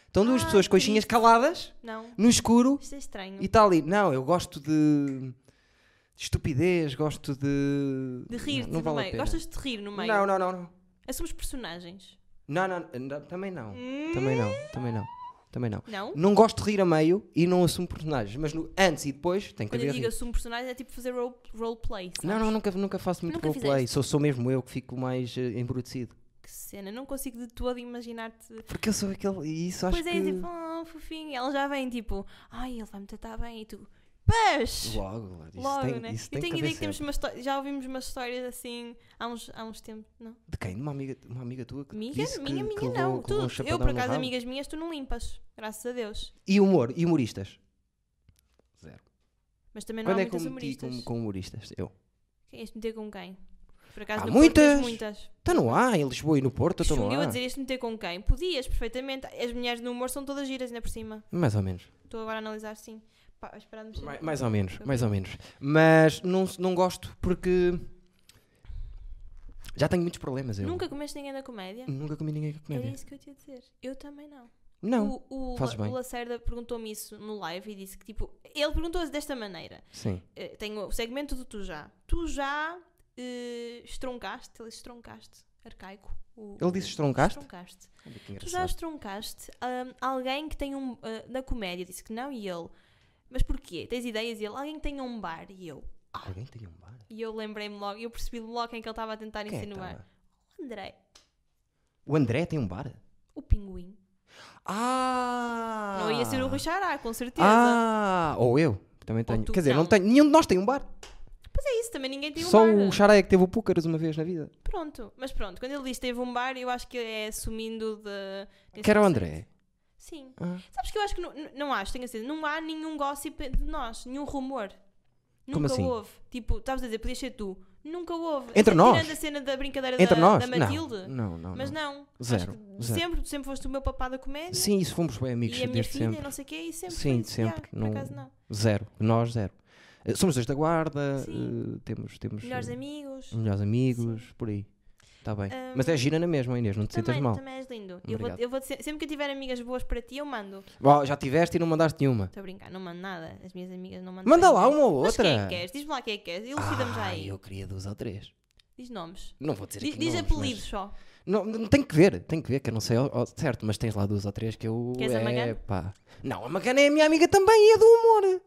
[SPEAKER 1] Estão duas
[SPEAKER 2] Ah,
[SPEAKER 1] pessoas conchinhas caladas
[SPEAKER 2] Não.
[SPEAKER 1] no escuro
[SPEAKER 2] Isto é estranho.
[SPEAKER 1] e está ali. Não, eu gosto de de estupidez, gosto de.
[SPEAKER 2] De rir-te
[SPEAKER 1] Não, não
[SPEAKER 2] no
[SPEAKER 1] vale a
[SPEAKER 2] meio.
[SPEAKER 1] pena.
[SPEAKER 2] Gostas de te rir no meio?
[SPEAKER 1] Não, não, não. Não,
[SPEAKER 2] Assumes personagens.
[SPEAKER 1] não, não, eh, não, também não. Também não, também não. Também não.
[SPEAKER 2] Não?
[SPEAKER 1] Não gosto de rir a meio e não assumo personagens, mas no antes e depois tem que
[SPEAKER 2] Quando
[SPEAKER 1] haver.
[SPEAKER 2] eu digo
[SPEAKER 1] rir.
[SPEAKER 2] assumo personagens é tipo fazer role, roleplay. sabes?
[SPEAKER 1] assim. Não, não, nunca, nunca faço muito
[SPEAKER 2] Nunca
[SPEAKER 1] roleplay. Sou, sou mesmo eu que fico mais eh, embrutecido.
[SPEAKER 2] Que cena. Não consigo de todo imaginar-te.
[SPEAKER 1] Porque eu sou aquele. E isso acho
[SPEAKER 2] Pois é,
[SPEAKER 1] que.
[SPEAKER 2] tipo, oh, fofinho. Ela já vem tipo, ai, ele vai me tratar bem e tu. Pás!
[SPEAKER 1] Logo, isso
[SPEAKER 2] Logo,
[SPEAKER 1] tem,
[SPEAKER 2] né?
[SPEAKER 1] isso
[SPEAKER 2] eu
[SPEAKER 1] tem
[SPEAKER 2] tenho
[SPEAKER 1] que
[SPEAKER 2] ideia
[SPEAKER 1] haver
[SPEAKER 2] que temos
[SPEAKER 1] sempre.
[SPEAKER 2] uma história. Já ouvimos umas histórias assim há uns, há uns tempos, não?
[SPEAKER 1] De quem? De uma amiga, uma amiga tua que
[SPEAKER 2] Amiga?
[SPEAKER 1] disse que-
[SPEAKER 2] minha, minha
[SPEAKER 1] que
[SPEAKER 2] não.
[SPEAKER 1] levou- que levou um
[SPEAKER 2] Tu, eu,
[SPEAKER 1] chapadão
[SPEAKER 2] por
[SPEAKER 1] no
[SPEAKER 2] acaso,
[SPEAKER 1] rabo?
[SPEAKER 2] amigas minhas, tu não limpas. Graças a Deus.
[SPEAKER 1] E humor, e humoristas? Zero.
[SPEAKER 2] Mas também não
[SPEAKER 1] Quando
[SPEAKER 2] há
[SPEAKER 1] é que eu
[SPEAKER 2] muitas
[SPEAKER 1] me meti
[SPEAKER 2] humoristas.
[SPEAKER 1] com, com humoristas? Eu.
[SPEAKER 2] Quem é este meter com quem? Por acaso
[SPEAKER 1] Há
[SPEAKER 2] no Porto tens
[SPEAKER 1] muitas!
[SPEAKER 2] muitas.
[SPEAKER 1] Então não há, em Lisboa e no Porto, então não
[SPEAKER 2] Escolheu a
[SPEAKER 1] há.
[SPEAKER 2] dizer este meter com quem? Podias, perfeitamente. As mulheres no humor são todas giras, ainda por cima.
[SPEAKER 1] Mais ou menos.
[SPEAKER 2] Estou agora a analisar, sim. Pá, vais parar de mexer.
[SPEAKER 1] Mais, mais ou menos, mais ou menos. Mas não, se- não gosto porque. Já tenho muitos problemas. Eu.
[SPEAKER 2] Nunca comeste ninguém na comédia?
[SPEAKER 1] Nunca comi ninguém com
[SPEAKER 2] Era
[SPEAKER 1] comédia.
[SPEAKER 2] isso que eu te ia dizer. Eu também não.
[SPEAKER 1] Não.
[SPEAKER 2] o, o,
[SPEAKER 1] fazes
[SPEAKER 2] La-
[SPEAKER 1] bem.
[SPEAKER 2] o Lacerda perguntou-me isso no live e disse que, tipo, ele perguntou-se desta maneira.
[SPEAKER 1] Sim.
[SPEAKER 2] Eh, Tenho o segmento do Tu Já. Tu já eh, estroncaste, ele disse estroncaste, arcaico. O-
[SPEAKER 1] Ele disse estroncaste?
[SPEAKER 2] Estroncaste.
[SPEAKER 1] Olha que
[SPEAKER 2] Tu já
[SPEAKER 1] engraçado.
[SPEAKER 2] estroncaste hum, alguém que tem um. uh, na comédia, disse que não, e ele. Mas porquê? Tens ideias? E ele, alguém que tenha um bar, e eu.
[SPEAKER 1] Alguém tem um bar?
[SPEAKER 2] E eu lembrei-me logo, eu percebi logo quem que ele estava a tentar
[SPEAKER 1] Quem é que
[SPEAKER 2] insinuar.
[SPEAKER 1] tava?
[SPEAKER 2] O André,
[SPEAKER 1] O André tem um bar?
[SPEAKER 2] o pinguim.
[SPEAKER 1] Ah!
[SPEAKER 2] Não ia ser o Rui Xará, com certeza.
[SPEAKER 1] Ah! Ou eu. Também tenho.
[SPEAKER 2] tu,
[SPEAKER 1] Quer dizer, não.
[SPEAKER 2] não.
[SPEAKER 1] tenho. Nenhum de nós tem um bar.
[SPEAKER 2] Mas é isso, também ninguém tem um
[SPEAKER 1] Só
[SPEAKER 2] bar.
[SPEAKER 1] o Xará é que teve o Púcaras uma vez na vida.
[SPEAKER 2] Pronto, mas pronto, quando ele diz teve um bar, eu acho que é assumindo de. desse
[SPEAKER 1] Que era o
[SPEAKER 2] conceito.
[SPEAKER 1] André.
[SPEAKER 2] Sim.
[SPEAKER 1] Ah.
[SPEAKER 2] Sabes que eu acho que. Não, não acho, tenho a certeza. Não há nenhum gossip de nós, nenhum rumor.
[SPEAKER 1] Como
[SPEAKER 2] Nunca
[SPEAKER 1] assim?
[SPEAKER 2] houve. Tipo, estavas a dizer, podias ser tu. Nunca houve.
[SPEAKER 1] Entre nós?
[SPEAKER 2] Tirando a cena da brincadeira
[SPEAKER 1] Entre
[SPEAKER 2] da,
[SPEAKER 1] nós?
[SPEAKER 2] da Matilde.
[SPEAKER 1] Não, não, não.
[SPEAKER 2] Mas
[SPEAKER 1] não.
[SPEAKER 2] não.
[SPEAKER 1] Zero,
[SPEAKER 2] Acho que
[SPEAKER 1] zero.
[SPEAKER 2] Sempre, tu sempre foste o meu papá da comédia.
[SPEAKER 1] Sim, isso fomos bem amigos
[SPEAKER 2] E a minha
[SPEAKER 1] desde
[SPEAKER 2] filha,
[SPEAKER 1] sempre.
[SPEAKER 2] não sei o quê, e sempre.
[SPEAKER 1] Sim,
[SPEAKER 2] foi isso. Yeah,
[SPEAKER 1] sempre.
[SPEAKER 2] por
[SPEAKER 1] Não-
[SPEAKER 2] acaso não.
[SPEAKER 1] Zero. Nós, zero. Eh, Somos dois da guarda,
[SPEAKER 2] Sim.
[SPEAKER 1] eh, temos, temos
[SPEAKER 2] Melhores
[SPEAKER 1] eh,
[SPEAKER 2] amigos.
[SPEAKER 1] melhores amigos, por aí. Está bem.
[SPEAKER 2] Ahm,
[SPEAKER 1] Mas é gira na mesma, Inês, não te sintas
[SPEAKER 2] Também,
[SPEAKER 1] mal.
[SPEAKER 2] também és lindo. Eu vou,
[SPEAKER 1] Obrigado.
[SPEAKER 2] eu vou dizer- sempre que eu tiver amigas boas para ti, eu mando.
[SPEAKER 1] Bom, já tiveste e não mandaste nenhuma.
[SPEAKER 2] Estou a brincar, não mando nada. As minhas amigas não mandam.
[SPEAKER 1] Manda
[SPEAKER 2] para
[SPEAKER 1] lá
[SPEAKER 2] ninguém.
[SPEAKER 1] uma ou
[SPEAKER 2] Mas
[SPEAKER 1] outra.
[SPEAKER 2] quem é que queres? Diz-me lá quem é que queres. Elucidamos já
[SPEAKER 1] Ai,
[SPEAKER 2] aí.
[SPEAKER 1] eu queria duas ou três.
[SPEAKER 2] Diz nomes.
[SPEAKER 1] Não vou dizer
[SPEAKER 2] Diz,
[SPEAKER 1] aqui
[SPEAKER 2] diz
[SPEAKER 1] nomes,
[SPEAKER 2] apelidos
[SPEAKER 1] mas-
[SPEAKER 2] só.
[SPEAKER 1] Não, não, tem que ver, tem que ver, que eu não sei ao- ao certo, mas tens lá duas ou três que eu.
[SPEAKER 2] Queres a Magana?
[SPEAKER 1] é, pá. Não, a Magana é a minha amiga também e é do humor.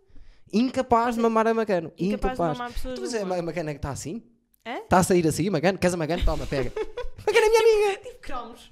[SPEAKER 1] Incapaz de mamar a Magana.
[SPEAKER 2] Incapaz
[SPEAKER 1] Incapaz.
[SPEAKER 2] de mamar pessoas.
[SPEAKER 1] Tu
[SPEAKER 2] no
[SPEAKER 1] mas é
[SPEAKER 2] humor.
[SPEAKER 1] a Magana que está assim?
[SPEAKER 2] Hã?
[SPEAKER 1] Está a sair assim, Magana? Queres a Magana? Toma, pega. Magana é minha amiga.
[SPEAKER 2] Tipo cromos.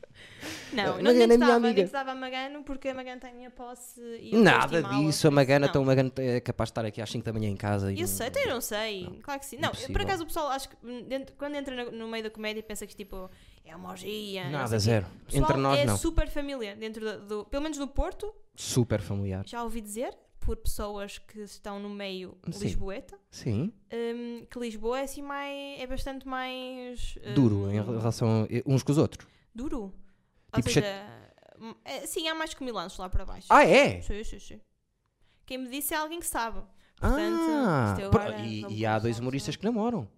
[SPEAKER 2] Não, não
[SPEAKER 1] Não, Magana é
[SPEAKER 2] nem
[SPEAKER 1] minha
[SPEAKER 2] estava,
[SPEAKER 1] amiga.
[SPEAKER 2] nem estava a Magano porque a Magano tem a minha posse e eu
[SPEAKER 1] Nada
[SPEAKER 2] estimá-la,
[SPEAKER 1] disso, a
[SPEAKER 2] por
[SPEAKER 1] Magana,
[SPEAKER 2] isso
[SPEAKER 1] então
[SPEAKER 2] não.
[SPEAKER 1] a Magana é capaz de estar aqui às 5 da manhã em casa. E
[SPEAKER 2] Eu
[SPEAKER 1] não-
[SPEAKER 2] sei, então eu não sei, claro que sim. Não,
[SPEAKER 1] Impossível.
[SPEAKER 2] por acaso o pessoal, acho que hum, dentro- quando entra no, no meio da comédia pensa que tipo é uma orgia. não sei
[SPEAKER 1] Nada,
[SPEAKER 2] o quê.
[SPEAKER 1] zero.
[SPEAKER 2] O pessoal
[SPEAKER 1] Entre nós,
[SPEAKER 2] é
[SPEAKER 1] não.
[SPEAKER 2] super família, dentro do, do- pelo menos no Porto,
[SPEAKER 1] Super familiar.
[SPEAKER 2] já ouvi dizer, por pessoas que estão no meio
[SPEAKER 1] Sim.
[SPEAKER 2] lisboeta,
[SPEAKER 1] Sim,
[SPEAKER 2] hum, que Lisboa é assim mais, é bastante mais... hum,
[SPEAKER 1] duro em relação a- eh, uns com os outros.
[SPEAKER 2] Duro. Ou
[SPEAKER 1] Tipo,
[SPEAKER 2] seja, hum, é- sim, há mais comilanços lá para baixo.
[SPEAKER 1] Ah, é?
[SPEAKER 2] Sim, sim, sim. Quem me disse é alguém que sabe. Portanto,
[SPEAKER 1] Ah,
[SPEAKER 2] isto
[SPEAKER 1] pro-
[SPEAKER 2] agora
[SPEAKER 1] e,
[SPEAKER 2] vamos
[SPEAKER 1] e há dois
[SPEAKER 2] começar,
[SPEAKER 1] humoristas que namoram.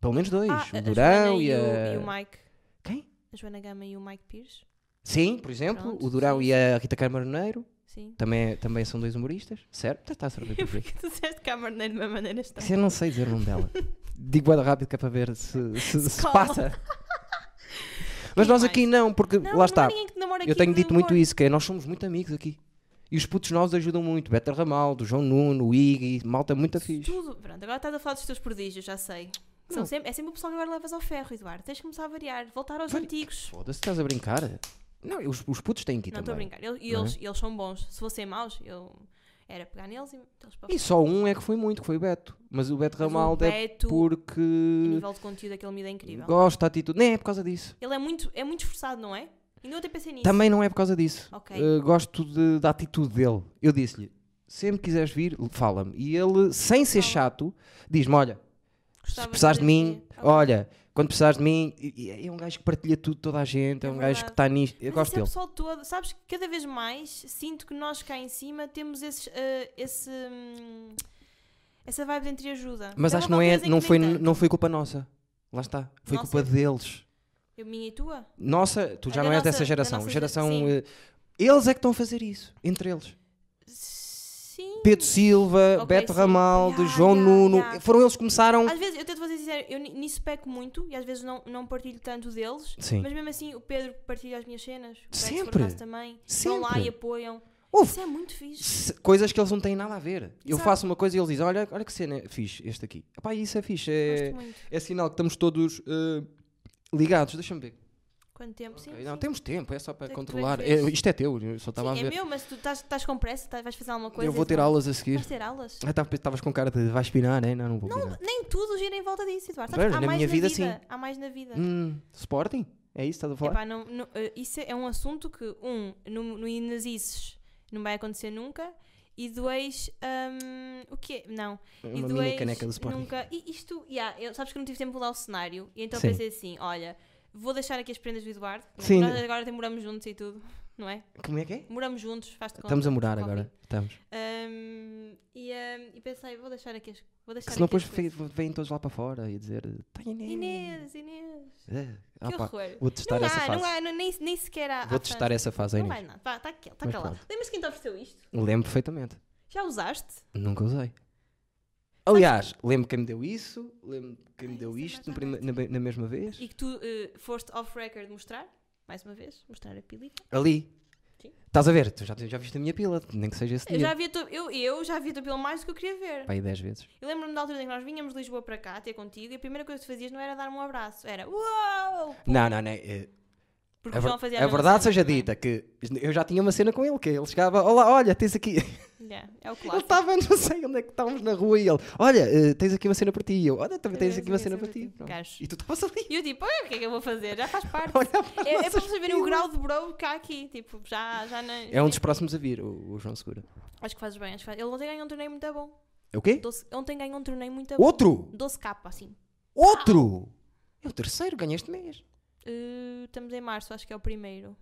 [SPEAKER 1] Pelo menos dois.
[SPEAKER 2] Ah,
[SPEAKER 1] o
[SPEAKER 2] a
[SPEAKER 1] Durão
[SPEAKER 2] Joana
[SPEAKER 1] e a.
[SPEAKER 2] o, e o Mike.
[SPEAKER 1] Quem?
[SPEAKER 2] A Joana Gama e o Mike Pires.
[SPEAKER 1] Sim, por exemplo,
[SPEAKER 2] Pronto,
[SPEAKER 1] o Durão
[SPEAKER 2] sim,
[SPEAKER 1] e a Rita Camarneiro
[SPEAKER 2] Sim.
[SPEAKER 1] também, também são dois humoristas. Certo? Está a sorvete por aí.
[SPEAKER 2] Porque tu disseste camarneiro de uma maneira estranha.
[SPEAKER 1] Isso eu não sei dizer o nome dela. Digo bada rápido que é para ver se, se, se
[SPEAKER 2] calma.
[SPEAKER 1] passa. Mas nós
[SPEAKER 2] mais?
[SPEAKER 1] aqui não, porque
[SPEAKER 2] Não,
[SPEAKER 1] lá
[SPEAKER 2] não
[SPEAKER 1] está.
[SPEAKER 2] há ninguém que namora
[SPEAKER 1] Eu
[SPEAKER 2] aqui
[SPEAKER 1] tenho
[SPEAKER 2] de
[SPEAKER 1] dito muito
[SPEAKER 2] humor.
[SPEAKER 1] isso, que é, nós somos muito amigos aqui. E os putos novos ajudam muito. Beto Ramaldo, João Nuno, o Iggy, malta muito fixe.
[SPEAKER 2] Tudo. Pronto, agora estás a falar dos teus prodígios, já sei. São
[SPEAKER 1] Não.
[SPEAKER 2] sempre, é sempre o pessoal que agora levas ao ferro, Eduardo. Tens de começar a variar, voltar aos
[SPEAKER 1] Vari-
[SPEAKER 2] antigos.
[SPEAKER 1] Foda-se, estás a brincar? Não, os, os putos têm aqui
[SPEAKER 2] não estou a
[SPEAKER 1] também.
[SPEAKER 2] brincar. Eles- E
[SPEAKER 1] Não é?
[SPEAKER 2] eles, eles são bons. Se fossem maus, eu era pegar neles e metê-los para
[SPEAKER 1] E só um é que foi muito, que foi o Beto. Mas o Beto
[SPEAKER 2] Mas o
[SPEAKER 1] Ramaldo é
[SPEAKER 2] Beto, a
[SPEAKER 1] porque
[SPEAKER 2] nível de conteúdo, aquele miúdo é incrível.
[SPEAKER 1] gosta da atitude. Nem é por causa disso.
[SPEAKER 2] Ele é muito, é muito esforçado, não é? Ainda ontem pensei nisso.
[SPEAKER 1] Também não é por causa disso.
[SPEAKER 2] Ok.
[SPEAKER 1] Uh, gosto de- da atitude dele. Eu disse-lhe, sempre quiseres vir, fala-me. E ele, sem ser
[SPEAKER 2] Fala.
[SPEAKER 1] chato, diz-me, olha, se
[SPEAKER 2] Gostava
[SPEAKER 1] precisares de mim,
[SPEAKER 2] terapia. Ok.
[SPEAKER 1] olha, quando precisares de mim, e- e é um gajo que partilha tudo, toda a gente, é,
[SPEAKER 2] É
[SPEAKER 1] um gajo que
[SPEAKER 2] verdade.
[SPEAKER 1] está nisto. Eu
[SPEAKER 2] Mas
[SPEAKER 1] gosto
[SPEAKER 2] isso é o
[SPEAKER 1] dele.
[SPEAKER 2] pessoal todo. Sabes que cada vez mais sinto que nós cá em cima temos esses, eh, esse, hum, essa vibe de entreajuda.
[SPEAKER 1] Mas
[SPEAKER 2] Já
[SPEAKER 1] acho que
[SPEAKER 2] houve
[SPEAKER 1] não, é,
[SPEAKER 2] alturas em
[SPEAKER 1] não,
[SPEAKER 2] nem
[SPEAKER 1] foi,
[SPEAKER 2] tanto.
[SPEAKER 1] não foi culpa nossa. Lá está. Foi
[SPEAKER 2] Nossa.
[SPEAKER 1] culpa deles.
[SPEAKER 2] Eu, minha e tua?
[SPEAKER 1] Nossa, tu
[SPEAKER 2] A
[SPEAKER 1] já
[SPEAKER 2] da
[SPEAKER 1] não és
[SPEAKER 2] nossa-
[SPEAKER 1] dessa
[SPEAKER 2] da
[SPEAKER 1] geração.
[SPEAKER 2] nossa
[SPEAKER 1] Geração.
[SPEAKER 2] gera-
[SPEAKER 1] eh, Eles é que estão a fazer isso, entre eles.
[SPEAKER 2] Sim.
[SPEAKER 1] Pedro Silva,
[SPEAKER 2] Ok,
[SPEAKER 1] Beto
[SPEAKER 2] sim.
[SPEAKER 1] Ramaldo,
[SPEAKER 2] Ya,
[SPEAKER 1] João
[SPEAKER 2] ya,
[SPEAKER 1] Nuno,
[SPEAKER 2] ya.
[SPEAKER 1] foram eles que começaram.
[SPEAKER 2] Às vezes, eu tento fazer sincero, eu ni- nisso peco muito e às vezes não, não partilho tanto deles.
[SPEAKER 1] Sim.
[SPEAKER 2] Mas mesmo assim, o Pedro partilha as minhas cenas. O Beto, se for
[SPEAKER 1] Sempre.
[SPEAKER 2] caso, também. Vão lá
[SPEAKER 1] Sempre.
[SPEAKER 2] e apoiam.
[SPEAKER 1] Houve
[SPEAKER 2] Isso é muito fixe.
[SPEAKER 1] se- coisas que eles não têm nada a ver. Eu
[SPEAKER 2] Exato.
[SPEAKER 1] faço uma coisa e eles dizem: Olha, olha que cena fixe este aqui. Epá, isso é fixe.
[SPEAKER 2] Gosto
[SPEAKER 1] É,
[SPEAKER 2] muito.
[SPEAKER 1] é sinal que estamos todos eh, ligados. Deixa-me ver.
[SPEAKER 2] Quanto tempo? Sim,
[SPEAKER 1] não,
[SPEAKER 2] sim.
[SPEAKER 1] temos tempo, é só para
[SPEAKER 2] É que tu é que
[SPEAKER 1] controlar.
[SPEAKER 2] vês.
[SPEAKER 1] É, isto é teu, eu só estava a
[SPEAKER 2] Sim, é
[SPEAKER 1] ver.
[SPEAKER 2] meu, mas tu estás, estás com pressa, estás- vais fazer alguma coisa. então.
[SPEAKER 1] eu vou ter
[SPEAKER 2] Eduardo?
[SPEAKER 1] aulas a seguir.
[SPEAKER 2] Vais ter aulas?
[SPEAKER 1] Ah, tá, Estavas com cara de vais pinar, né? Não, não vou pinar.
[SPEAKER 2] Nem tudo gira em volta disso, Eduardo.
[SPEAKER 1] Claro,
[SPEAKER 2] Sabes, há
[SPEAKER 1] na
[SPEAKER 2] mais
[SPEAKER 1] minha
[SPEAKER 2] na
[SPEAKER 1] vida,
[SPEAKER 2] vida,
[SPEAKER 1] sim.
[SPEAKER 2] Há mais na vida.
[SPEAKER 1] Hum, Sporting? É isso que estás a falar?
[SPEAKER 2] Epá, não- não, eh, isso é um assunto que, um, no, no Inasices não vai acontecer nunca. E dois, hum, o quê? Não. e
[SPEAKER 1] É uma
[SPEAKER 2] dois,
[SPEAKER 1] mini caneca do Sporting.
[SPEAKER 2] nunca. E isto, yeah, eu, sabes que eu não tive tempo de mudar o cenário. E então
[SPEAKER 1] Sim.
[SPEAKER 2] pensei assim: olha, vou deixar aqui as prendas do Eduardo. não é?
[SPEAKER 1] Sim.
[SPEAKER 2] Nós agora até moramos juntos e tudo, não é?
[SPEAKER 1] Como é que é?
[SPEAKER 2] Moramos juntos, faz-te conta.
[SPEAKER 1] Estamos a morar
[SPEAKER 2] Coffee.
[SPEAKER 1] agora. Estamos.
[SPEAKER 2] Hum, e, hum, e pensei: vou deixar aqui as. Vou deixar
[SPEAKER 1] Porque senão
[SPEAKER 2] aqui as
[SPEAKER 1] depois fe-
[SPEAKER 2] coisas.
[SPEAKER 1] vêm todos lá para fora e dizer: Tá, Inês.
[SPEAKER 2] é Inês, Inês.
[SPEAKER 1] É, ah,
[SPEAKER 2] Que
[SPEAKER 1] pá,
[SPEAKER 2] horror.
[SPEAKER 1] Vou testar
[SPEAKER 2] não
[SPEAKER 1] essa
[SPEAKER 2] há,
[SPEAKER 1] fase.
[SPEAKER 2] não há, não- nem, nem sequer há.
[SPEAKER 1] Vou
[SPEAKER 2] há
[SPEAKER 1] testar
[SPEAKER 2] fã.
[SPEAKER 1] essa fase à
[SPEAKER 2] Não vai
[SPEAKER 1] Inês.
[SPEAKER 2] nada, vá, está aquele, está
[SPEAKER 1] Mas
[SPEAKER 2] calado.
[SPEAKER 1] pronto.
[SPEAKER 2] Lembras quem te ofereceu isto?
[SPEAKER 1] Lembro perfeitamente.
[SPEAKER 2] Já usaste?
[SPEAKER 1] Nunca usei. Aliás, lembro quem me deu isso, lembro quem me
[SPEAKER 2] Ai,
[SPEAKER 1] deu
[SPEAKER 2] isso é
[SPEAKER 1] isto
[SPEAKER 2] mais
[SPEAKER 1] no prime- na, na mesma vez.
[SPEAKER 2] E que tu eh, foste off record mostrar, mais uma vez, mostrar a pilita.
[SPEAKER 1] Ali.
[SPEAKER 2] Sim.
[SPEAKER 1] Estás a ver? Tu já, já viste a minha pila, nem que seja esse
[SPEAKER 2] Eu
[SPEAKER 1] dia.
[SPEAKER 2] já, vi a tua, eu, eu já vi a tua pila mais do que eu queria ver.
[SPEAKER 1] Pá, aí 10 vezes.
[SPEAKER 2] Eu lembro-me da altura em que nós vinhamos de Lisboa para cá, ter contigo, e a primeira coisa que tu fazias não era dar-me um abraço, era uau!
[SPEAKER 1] Não, não, não. é-
[SPEAKER 2] Porque
[SPEAKER 1] A,
[SPEAKER 2] o
[SPEAKER 1] ver-
[SPEAKER 2] João fazia
[SPEAKER 1] a
[SPEAKER 2] mesma
[SPEAKER 1] verdade
[SPEAKER 2] cena é?
[SPEAKER 1] seja
[SPEAKER 2] também.
[SPEAKER 1] dita que eu já tinha uma cena com ele, que ele chegava, olá, olha, tens aqui.
[SPEAKER 2] Yeah, é o
[SPEAKER 1] Ele
[SPEAKER 2] clássico.
[SPEAKER 1] estava, não sei onde é que estávamos na rua e ele, olha, eh, tens aqui uma cena para ti. E eu, olha, também tens aqui uma cena para ti. Pronto.
[SPEAKER 2] Gajo.
[SPEAKER 1] E tu estavas ali.
[SPEAKER 2] E eu tipo, "Ah, o que é que eu vou fazer? Já faz parte.
[SPEAKER 1] Olha para as
[SPEAKER 2] É, é para
[SPEAKER 1] nossas
[SPEAKER 2] vocês verem o
[SPEAKER 1] pilas.
[SPEAKER 2] grau de bro que há aqui. Tipo, já, já não.
[SPEAKER 1] É um dos próximos a vir, o, o João Segura.
[SPEAKER 2] Acho que fazes bem, acho que fazes. Ele ontem ganhou um torneio muito bom.
[SPEAKER 1] É o quê?
[SPEAKER 2] Doce- ontem ganhou um torneio
[SPEAKER 1] Uh!
[SPEAKER 2] muito bom.
[SPEAKER 1] Outro!
[SPEAKER 2] 12k, assim.
[SPEAKER 1] Outro!
[SPEAKER 2] Ah.
[SPEAKER 1] É o terceiro, ganhei este mês.
[SPEAKER 2] Uh, estamos em março, acho que é o primeiro.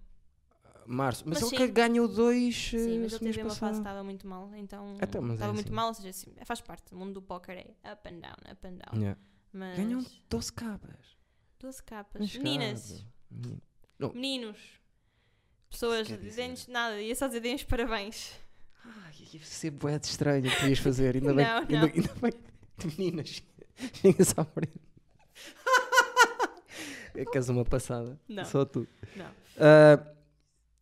[SPEAKER 1] Março. Mas,
[SPEAKER 2] Mas
[SPEAKER 1] ele que
[SPEAKER 2] sim.
[SPEAKER 1] ganhou dois. eh,
[SPEAKER 2] Sim, mas
[SPEAKER 1] esse
[SPEAKER 2] ele
[SPEAKER 1] mês
[SPEAKER 2] teve uma fase que
[SPEAKER 1] passado.
[SPEAKER 2] estava muito mal, então
[SPEAKER 1] Então, mas é
[SPEAKER 2] estava muito
[SPEAKER 1] assim.
[SPEAKER 2] mal, ou seja, assim, faz parte. O mundo do póquer é up and down, up and down.
[SPEAKER 1] Yeah.
[SPEAKER 2] Mas
[SPEAKER 1] Hum. Ganhou 12 capas.
[SPEAKER 2] 12 capas.
[SPEAKER 1] Mas
[SPEAKER 2] Meninas,
[SPEAKER 1] cara, menino.
[SPEAKER 2] meninos, pessoas,
[SPEAKER 1] quer dizer.
[SPEAKER 2] dizem-nos nada, ia só dizer deem-nos parabéns.
[SPEAKER 1] Ai, ia ser bué de estranho o que tu ias fazer. Ainda bem,
[SPEAKER 2] Não,
[SPEAKER 1] ainda,
[SPEAKER 2] não.
[SPEAKER 1] ainda bem. Meninas, vinhas à frente. É que és uma passada.
[SPEAKER 2] Não.
[SPEAKER 1] Só tu.
[SPEAKER 2] Não.
[SPEAKER 1] Ah,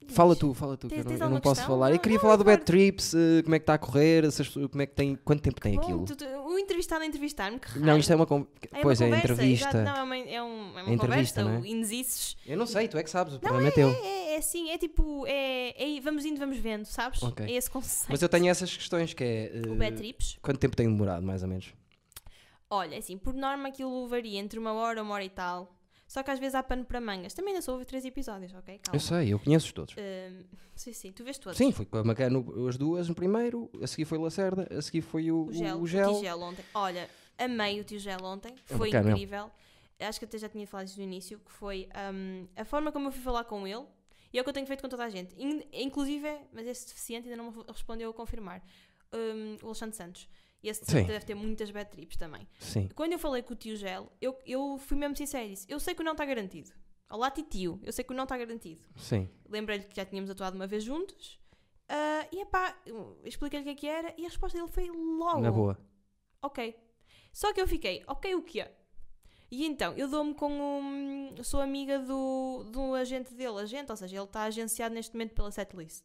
[SPEAKER 1] fala
[SPEAKER 2] Diz.
[SPEAKER 1] tu, fala tu, que
[SPEAKER 2] Tens-
[SPEAKER 1] eu não,
[SPEAKER 2] tens
[SPEAKER 1] eu não
[SPEAKER 2] alguma
[SPEAKER 1] posso
[SPEAKER 2] questão?
[SPEAKER 1] falar. Eu
[SPEAKER 2] Não,
[SPEAKER 1] queria
[SPEAKER 2] não,
[SPEAKER 1] falar do Bad
[SPEAKER 2] Eduardo.
[SPEAKER 1] Trips, eh, como é que está a correr, se as pessoas- como é que tem, quanto tempo tem
[SPEAKER 2] Bom,
[SPEAKER 1] aquilo.
[SPEAKER 2] tu- tu- o entrevistado a entrevistar-me, que
[SPEAKER 1] Não, isto é uma. con-
[SPEAKER 2] raro.
[SPEAKER 1] pois
[SPEAKER 2] uma
[SPEAKER 1] é,
[SPEAKER 2] conversa,
[SPEAKER 1] entrevista.
[SPEAKER 2] exato, não, é uma, é um- é uma
[SPEAKER 1] É entrevista,
[SPEAKER 2] conversa,
[SPEAKER 1] não é?
[SPEAKER 2] o Inesices.
[SPEAKER 1] Eu não sei, tu é que sabes, o
[SPEAKER 2] Não,
[SPEAKER 1] problema
[SPEAKER 2] é,
[SPEAKER 1] é teu.
[SPEAKER 2] é, é assim, é tipo, é, é- vamos indo, vamos vendo, sabes?
[SPEAKER 1] Ok.
[SPEAKER 2] É esse conceito. Tipo,
[SPEAKER 1] Mas eu tenho essas questões que é. eh,
[SPEAKER 2] O Betrips.
[SPEAKER 1] quanto tempo tem demorado, mais ou menos?
[SPEAKER 2] Olha, assim, por norma aquilo varia entre uma hora, uma hora e tal. Só que às vezes há pano para mangas. Também ainda só houve três episódios, ok? Calma.
[SPEAKER 1] Eu sei, eu conheço todos.
[SPEAKER 2] Ahm, sim, sim, tu vês todos.
[SPEAKER 1] Sim, foi com a Macano as duas no primeiro, a seguir foi o Lacerda, a seguir foi o,
[SPEAKER 2] O gel,
[SPEAKER 1] o-
[SPEAKER 2] o
[SPEAKER 1] o gel.
[SPEAKER 2] tigel ontem. Olha, amei o tigel ontem.
[SPEAKER 1] É
[SPEAKER 2] Foi
[SPEAKER 1] bacana, é.
[SPEAKER 2] incrível. Acho que até já tinha falado isso no início, que foi ahm, a forma como eu fui falar com ele e é o que eu tenho feito com toda a gente. é, In- Inclusive, mas esse deficiente ainda não me respondeu a confirmar, ahm, Hum, o Alexandre Santos. Esse
[SPEAKER 1] Sim.
[SPEAKER 2] deve ter muitas bad trips também.
[SPEAKER 1] Sim.
[SPEAKER 2] Quando eu falei com o tio Gel, eu, eu fui mesmo sincero e disse: Eu sei que o não está garantido. Olá, tio, eu sei que o não está garantido.
[SPEAKER 1] Sim.
[SPEAKER 2] Lembrei-lhe que já tínhamos atuado uma vez juntos. ah, e epá, eu expliquei-lhe o que é que era e a resposta dele foi logo.
[SPEAKER 1] Na boa.
[SPEAKER 2] Ok. Só que eu fiquei, ok, o que é? E então, eu dou-me com um. Sou amiga do, do agente dele, agente, ou seja, ele está agenciado neste momento pela setlist.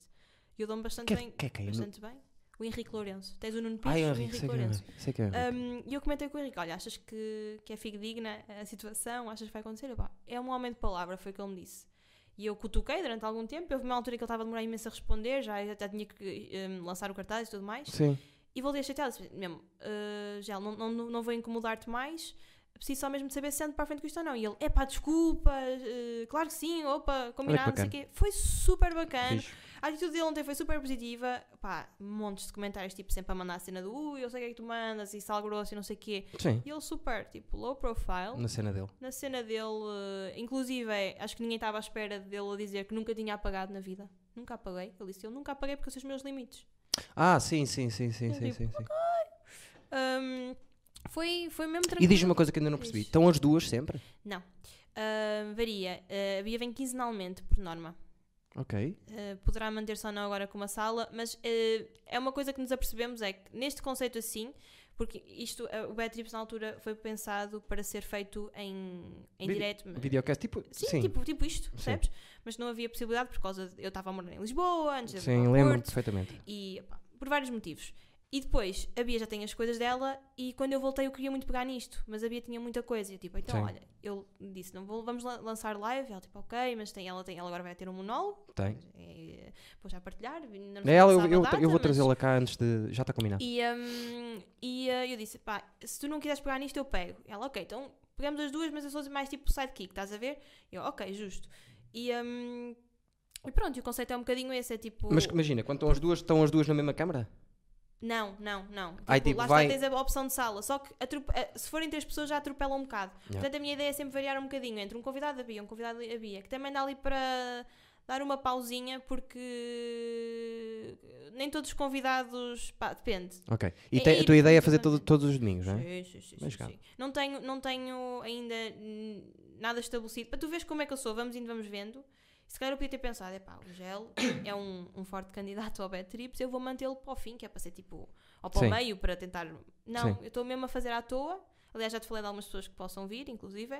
[SPEAKER 2] E eu dou-me bastante
[SPEAKER 1] Quer
[SPEAKER 2] bem.
[SPEAKER 1] que é que é?
[SPEAKER 2] Bastante bem. O Henrique Lourenço. Tens o Nuno Pires
[SPEAKER 1] Ah,
[SPEAKER 2] e
[SPEAKER 1] é
[SPEAKER 2] o
[SPEAKER 1] o Henrique, sei que é o
[SPEAKER 2] Lourenço.
[SPEAKER 1] Henrique. Sei que é o Henrique.
[SPEAKER 2] Um, E eu comentei com o Henrique: olha, achas que, que é fidedigna a situação? Achas que vai acontecer? Eu, pá, é um homem de palavra, foi o que ele me disse. E eu cutuquei durante algum tempo. Houve uma altura que ele estava a demorar imenso a responder, já, já tinha que um, lançar o cartaz e tudo mais.
[SPEAKER 1] Sim.
[SPEAKER 2] E voltei a chatear disse mesmo, "Ah, Gel, não, não, não vou incomodar-te mais, preciso só mesmo de saber se ando para a frente com isto ou não. E ele, epá, desculpa, ah, claro que sim, opa, combinado, não sei o quê. Foi super bacana.
[SPEAKER 1] Fixe.
[SPEAKER 2] A atitude dele ontem foi super positiva. Pá, montes de comentários, tipo, sempre a mandar a cena do, ui, eu sei o que é que tu mandas, e sal grosso e não sei o quê.
[SPEAKER 1] Sim.
[SPEAKER 2] E ele super, tipo, low profile.
[SPEAKER 1] Na cena dele.
[SPEAKER 2] Na cena dele, eh, inclusive, eh, acho que ninguém estava à espera dele a dizer que nunca tinha apagado na vida. Nunca apaguei. Ele disse, eu nunca apaguei porque eu sei os meus limites.
[SPEAKER 1] Ah, sim, sim, sim, sim,
[SPEAKER 2] Eu
[SPEAKER 1] sim,
[SPEAKER 2] digo,
[SPEAKER 1] sim, sim.
[SPEAKER 2] Ahm, foi, foi mesmo
[SPEAKER 1] E
[SPEAKER 2] tranquilo.
[SPEAKER 1] diz-me uma coisa que ainda não percebi.
[SPEAKER 2] Diz.
[SPEAKER 1] Estão as duas sempre?
[SPEAKER 2] Não. Ahm, varia. Ah, a Bia vem quinzenalmente, por norma.
[SPEAKER 1] Ok.
[SPEAKER 2] Ah, poderá manter-se ou não agora com uma sala, mas ah, é uma coisa que nos apercebemos, é que neste conceito assim, porque isto, ah, o Bad Trips na altura foi pensado para ser feito em, em
[SPEAKER 1] Vide-
[SPEAKER 2] direto.
[SPEAKER 1] Videocast, tipo.
[SPEAKER 2] Sim,
[SPEAKER 1] sim.
[SPEAKER 2] Tipo, tipo isto, percebes? Mas não havia possibilidade por causa de, eu estava a morar em Lisboa, antes de
[SPEAKER 1] Sim, lembro-me perfeitamente.
[SPEAKER 2] e pá, por vários motivos. E depois, a Bia já tem as coisas dela e quando eu voltei eu queria muito pegar nisto, mas a Bia tinha muita coisa. E eu tipo, então
[SPEAKER 1] Sim.
[SPEAKER 2] olha, eu disse, não vou, vamos lan- lançar live. Ela tipo, ok, mas tem ela, tem ela agora vai ter um monólogo.
[SPEAKER 1] Tem.
[SPEAKER 2] É, vou já partilhar. ainda não sei
[SPEAKER 1] É ela, eu,
[SPEAKER 2] lançava a
[SPEAKER 1] eu, eu vou
[SPEAKER 2] data, mas-
[SPEAKER 1] trazê-la cá antes de. Já está combinado.
[SPEAKER 2] E, hum, e ah, eu disse, pá, se tu não quiseres pegar nisto eu pego. Ela, ok, então pegamos as duas, mas eu sou mais tipo sidekick, estás a ver? Eu, ok, justo. E, hum, e pronto, e o conceito é um bocadinho esse, é tipo...
[SPEAKER 1] Mas imagina, quando estão as duas, estão as duas na mesma câmara?
[SPEAKER 2] Não, não, não. Tipo,
[SPEAKER 1] Ai, tipo,
[SPEAKER 2] lá
[SPEAKER 1] vai-
[SPEAKER 2] está, tens a opção de sala. Só que atrope- eh, se forem três pessoas já atropelam um bocado. Portanto, a minha ideia é sempre variar um bocadinho entre um convidado da Bia um convidado da Bia, que também dá ali para dar uma pausinha, porque nem todos os convidados. Pá, depende.
[SPEAKER 1] Ok. E
[SPEAKER 2] É
[SPEAKER 1] tem- a
[SPEAKER 2] ir
[SPEAKER 1] tua ideia é fazer
[SPEAKER 2] fazendo.
[SPEAKER 1] todo- todos os domingos, não é?
[SPEAKER 2] Sim, sim, sim, sim,
[SPEAKER 1] Bem jogado.
[SPEAKER 2] sim. Não tenho, não tenho ainda hum, nada estabelecido. Para tu veres como é que eu sou, vamos indo, vamos vendo. Se calhar eu podia ter pensado, epá, o Gel é um, um forte candidato ao Bad Trips, eu vou mantê-lo para o fim, que é para ser tipo, ou para
[SPEAKER 1] Sim.
[SPEAKER 2] o meio, para tentar. Não,
[SPEAKER 1] Sim.
[SPEAKER 2] eu estou mesmo a fazer à toa. Aliás, já te falei de algumas pessoas que possam vir, inclusive,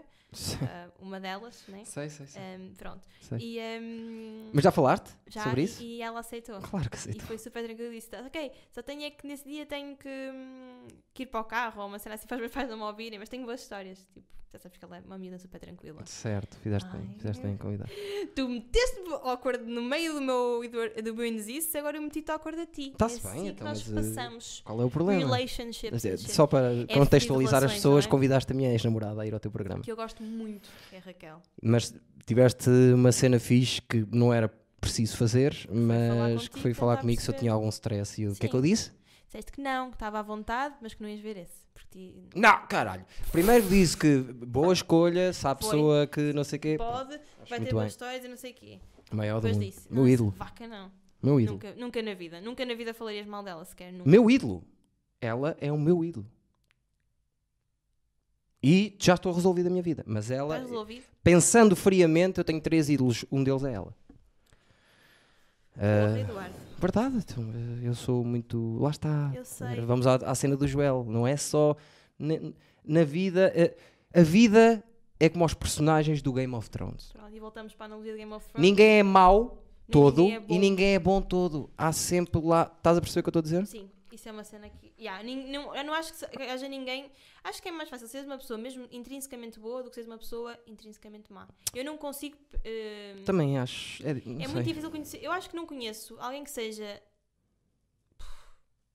[SPEAKER 2] ah, uma delas, né?
[SPEAKER 1] Sei, sei, sei.
[SPEAKER 2] Ahm, pronto.
[SPEAKER 1] Sei.
[SPEAKER 2] E, ahm,
[SPEAKER 1] Mas já falaste
[SPEAKER 2] já,
[SPEAKER 1] sobre
[SPEAKER 2] e-
[SPEAKER 1] isso?
[SPEAKER 2] E ela aceitou.
[SPEAKER 1] Claro que sei.
[SPEAKER 2] E foi super tranquilo e disse: "Tá, Ok, só tenho é que nesse dia tenho que, hum, que ir para o carro ou uma cena assim faz meus pais não me ouvirem, mas tenho boas histórias. Tipo, já sabes que ela é uma miúda super tranquila.
[SPEAKER 1] Certo, fizeste bem,
[SPEAKER 2] Ai.
[SPEAKER 1] fizeste bem em convidar.
[SPEAKER 2] Tu meteste-me awkward no meio do meu, do, do meu indeciso, agora eu meti-te awkward a ti.
[SPEAKER 1] Tá-se
[SPEAKER 2] é
[SPEAKER 1] bem,
[SPEAKER 2] assim que
[SPEAKER 1] então,
[SPEAKER 2] nós
[SPEAKER 1] mas, eh,
[SPEAKER 2] passamos
[SPEAKER 1] Qual é o problema?
[SPEAKER 2] relationships.
[SPEAKER 1] Mas é,
[SPEAKER 2] and shit,
[SPEAKER 1] Só para
[SPEAKER 2] de
[SPEAKER 1] contextualizar as
[SPEAKER 2] relações,
[SPEAKER 1] pessoas,
[SPEAKER 2] não é?
[SPEAKER 1] convidaste a minha ex-namorada a ir ao teu programa.
[SPEAKER 2] Que eu gosto muito, que é a Raquel.
[SPEAKER 1] Mas tiveste uma cena fixe que não era preciso fazer, mas que
[SPEAKER 2] contigo,
[SPEAKER 1] foi falar
[SPEAKER 2] tentar
[SPEAKER 1] comigo se eu
[SPEAKER 2] perceber.
[SPEAKER 1] tinha algum stress. E eu- o que é que
[SPEAKER 2] Sim.
[SPEAKER 1] eu disse?
[SPEAKER 2] Disseste que não, que estava à vontade, mas que não ias ver esse. Porque ti
[SPEAKER 1] Não, caralho. Primeiro disse que boa escolha, se há
[SPEAKER 2] Foi.
[SPEAKER 1] pessoa que não sei o quê.
[SPEAKER 2] pode, vai
[SPEAKER 1] muito
[SPEAKER 2] ter boas
[SPEAKER 1] bem.
[SPEAKER 2] histórias e não sei o quê.
[SPEAKER 1] Maior do
[SPEAKER 2] Depois
[SPEAKER 1] mundo.
[SPEAKER 2] disse:
[SPEAKER 1] Meu
[SPEAKER 2] "Nossa,
[SPEAKER 1] ídolo.
[SPEAKER 2] Vaca não.
[SPEAKER 1] Meu ídolo.
[SPEAKER 2] Nunca, nunca na vida, nunca na vida falarias mal dela sequer. Nunca.
[SPEAKER 1] Meu ídolo. Ela é o meu ídolo. E já estou resolvido a minha vida. Mas ela,
[SPEAKER 2] Está Tá resolvido?
[SPEAKER 1] pensando friamente, eu tenho três ídolos. Um deles é ela. Ah,
[SPEAKER 2] Porra, Eduardo.
[SPEAKER 1] Verdade, então, eh, eu sou muito. Lá está.
[SPEAKER 2] Eu sei.
[SPEAKER 1] Eh, Vamos à, à cena do Joel. Não é só. Na, na vida. eh, A vida é como os personagens do Game of Thrones.
[SPEAKER 2] Pronto, e voltamos para a analogia de Game of Thrones.
[SPEAKER 1] Ninguém é mau todo
[SPEAKER 2] Ninguém é bom.
[SPEAKER 1] e ninguém é bom todo. Há sempre lá. Estás a perceber o que eu estou a dizer?
[SPEAKER 2] Sim, isso é uma cena que. Yeah, nin- não, eu não acho que se- que haja ninguém. Acho que é mais fácil seres uma pessoa mesmo intrinsecamente boa do que seres uma pessoa intrinsecamente má. Eu não consigo. eh,
[SPEAKER 1] Também acho. É, não
[SPEAKER 2] é
[SPEAKER 1] sei.
[SPEAKER 2] muito difícil conhecer. Eu acho que não conheço alguém que seja.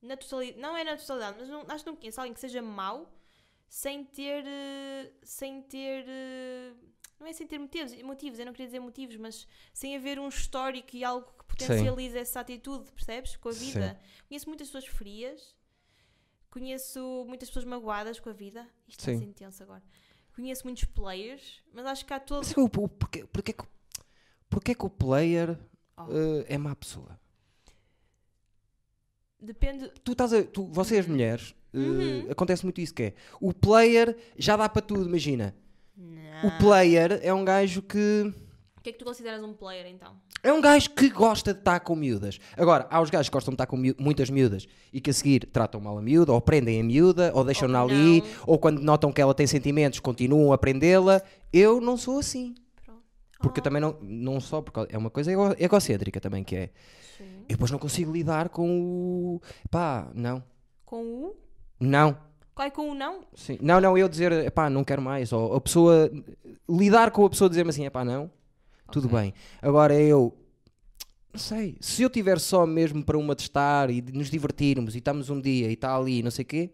[SPEAKER 2] Na totalidade. Não é na totalidade, mas não- acho que não conheço alguém que seja mau sem ter. eh, sem ter. eh, não é sem ter motivos, motivos, eu não queria dizer motivos, mas sem haver um histórico e algo que potencialize essa atitude, percebes? Com a
[SPEAKER 1] Sim.
[SPEAKER 2] vida. Conheço muitas pessoas frias, conheço muitas pessoas magoadas com a vida. Isto está a
[SPEAKER 1] Sim.
[SPEAKER 2] ser intenso agora. Conheço muitos players, mas acho que há todos.
[SPEAKER 1] Mas o- o- porquê, porquê que, porquê que o player
[SPEAKER 2] Oh.
[SPEAKER 1] eh, é má pessoa?
[SPEAKER 2] Depende.
[SPEAKER 1] Tu estás a, tu, vocês mulheres, eh, Uh, Acontece muito isso que é. O player já dá para tudo, imagina. O player é um gajo que...
[SPEAKER 2] O que é que tu consideras um player então?
[SPEAKER 1] É um gajo que gosta de estar com miúdas. Agora, há os gajos que gostam de estar com miú- muitas miúdas e que a seguir tratam mal a miúda, ou prendem a miúda, ou deixam-na
[SPEAKER 2] Ou
[SPEAKER 1] ali,
[SPEAKER 2] não.
[SPEAKER 1] ou quando notam que ela tem sentimentos, continuam a prendê-la. Eu não sou assim.
[SPEAKER 2] Pronto. Ah.
[SPEAKER 1] Porque eu também não, não só, porque é uma coisa ego- egocêntrica também que é.
[SPEAKER 2] Sim.
[SPEAKER 1] Eu depois não consigo lidar com o. pá, não.
[SPEAKER 2] Com o.
[SPEAKER 1] Não.
[SPEAKER 2] Qual é com o não?
[SPEAKER 1] Sim. Não, não, eu dizer, pá, não quero mais. Ou a pessoa. lidar com a pessoa dizer-me assim, pá, não. Tudo bem. Agora eu. Não sei. Se eu tiver só mesmo para uma testar e de nos divertirmos e estamos um dia e está ali e não sei o quê,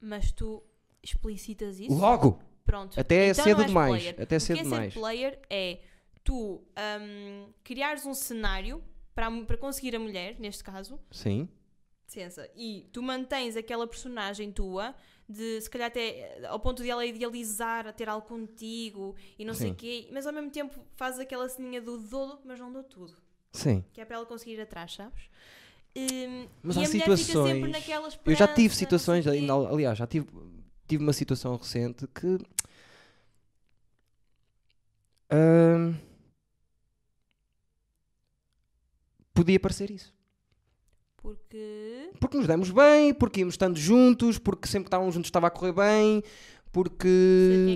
[SPEAKER 2] Mas tu explicitas isso?
[SPEAKER 1] logo!
[SPEAKER 2] Pronto.
[SPEAKER 1] Até é
[SPEAKER 2] então
[SPEAKER 1] cedo
[SPEAKER 2] não és
[SPEAKER 1] demais.
[SPEAKER 2] player.
[SPEAKER 1] Até
[SPEAKER 2] o
[SPEAKER 1] cedo
[SPEAKER 2] que é
[SPEAKER 1] demais.
[SPEAKER 2] ser player é tu hum, criares um cenário para, a- para conseguir a mulher, neste caso,
[SPEAKER 1] Sim.
[SPEAKER 2] licença, e tu mantens aquela personagem tua de se calhar até eh, ao ponto de ela idealizar a ter algo contigo e não sei
[SPEAKER 1] Sim.
[SPEAKER 2] o quê, mas ao mesmo tempo fazes aquela ceninha do dou, mas não dou tudo.
[SPEAKER 1] Sim.
[SPEAKER 2] Que é para ela conseguir ir atrás, sabes? Hum,
[SPEAKER 1] Mas
[SPEAKER 2] e
[SPEAKER 1] há
[SPEAKER 2] a mulher fica sempre
[SPEAKER 1] situações.
[SPEAKER 2] naquela
[SPEAKER 1] Eu já
[SPEAKER 2] esperança, não
[SPEAKER 1] tive
[SPEAKER 2] sei
[SPEAKER 1] situações,
[SPEAKER 2] o quê.
[SPEAKER 1] ainda, aliás, já tive, tive uma situação recente que. Ahm, podia parecer isso.
[SPEAKER 2] Porque.
[SPEAKER 1] Porque nos demos bem, porque íamos estando juntos, porque sempre que estávamos juntos estava a correr bem,
[SPEAKER 2] Sei de quem é que
[SPEAKER 1] porque.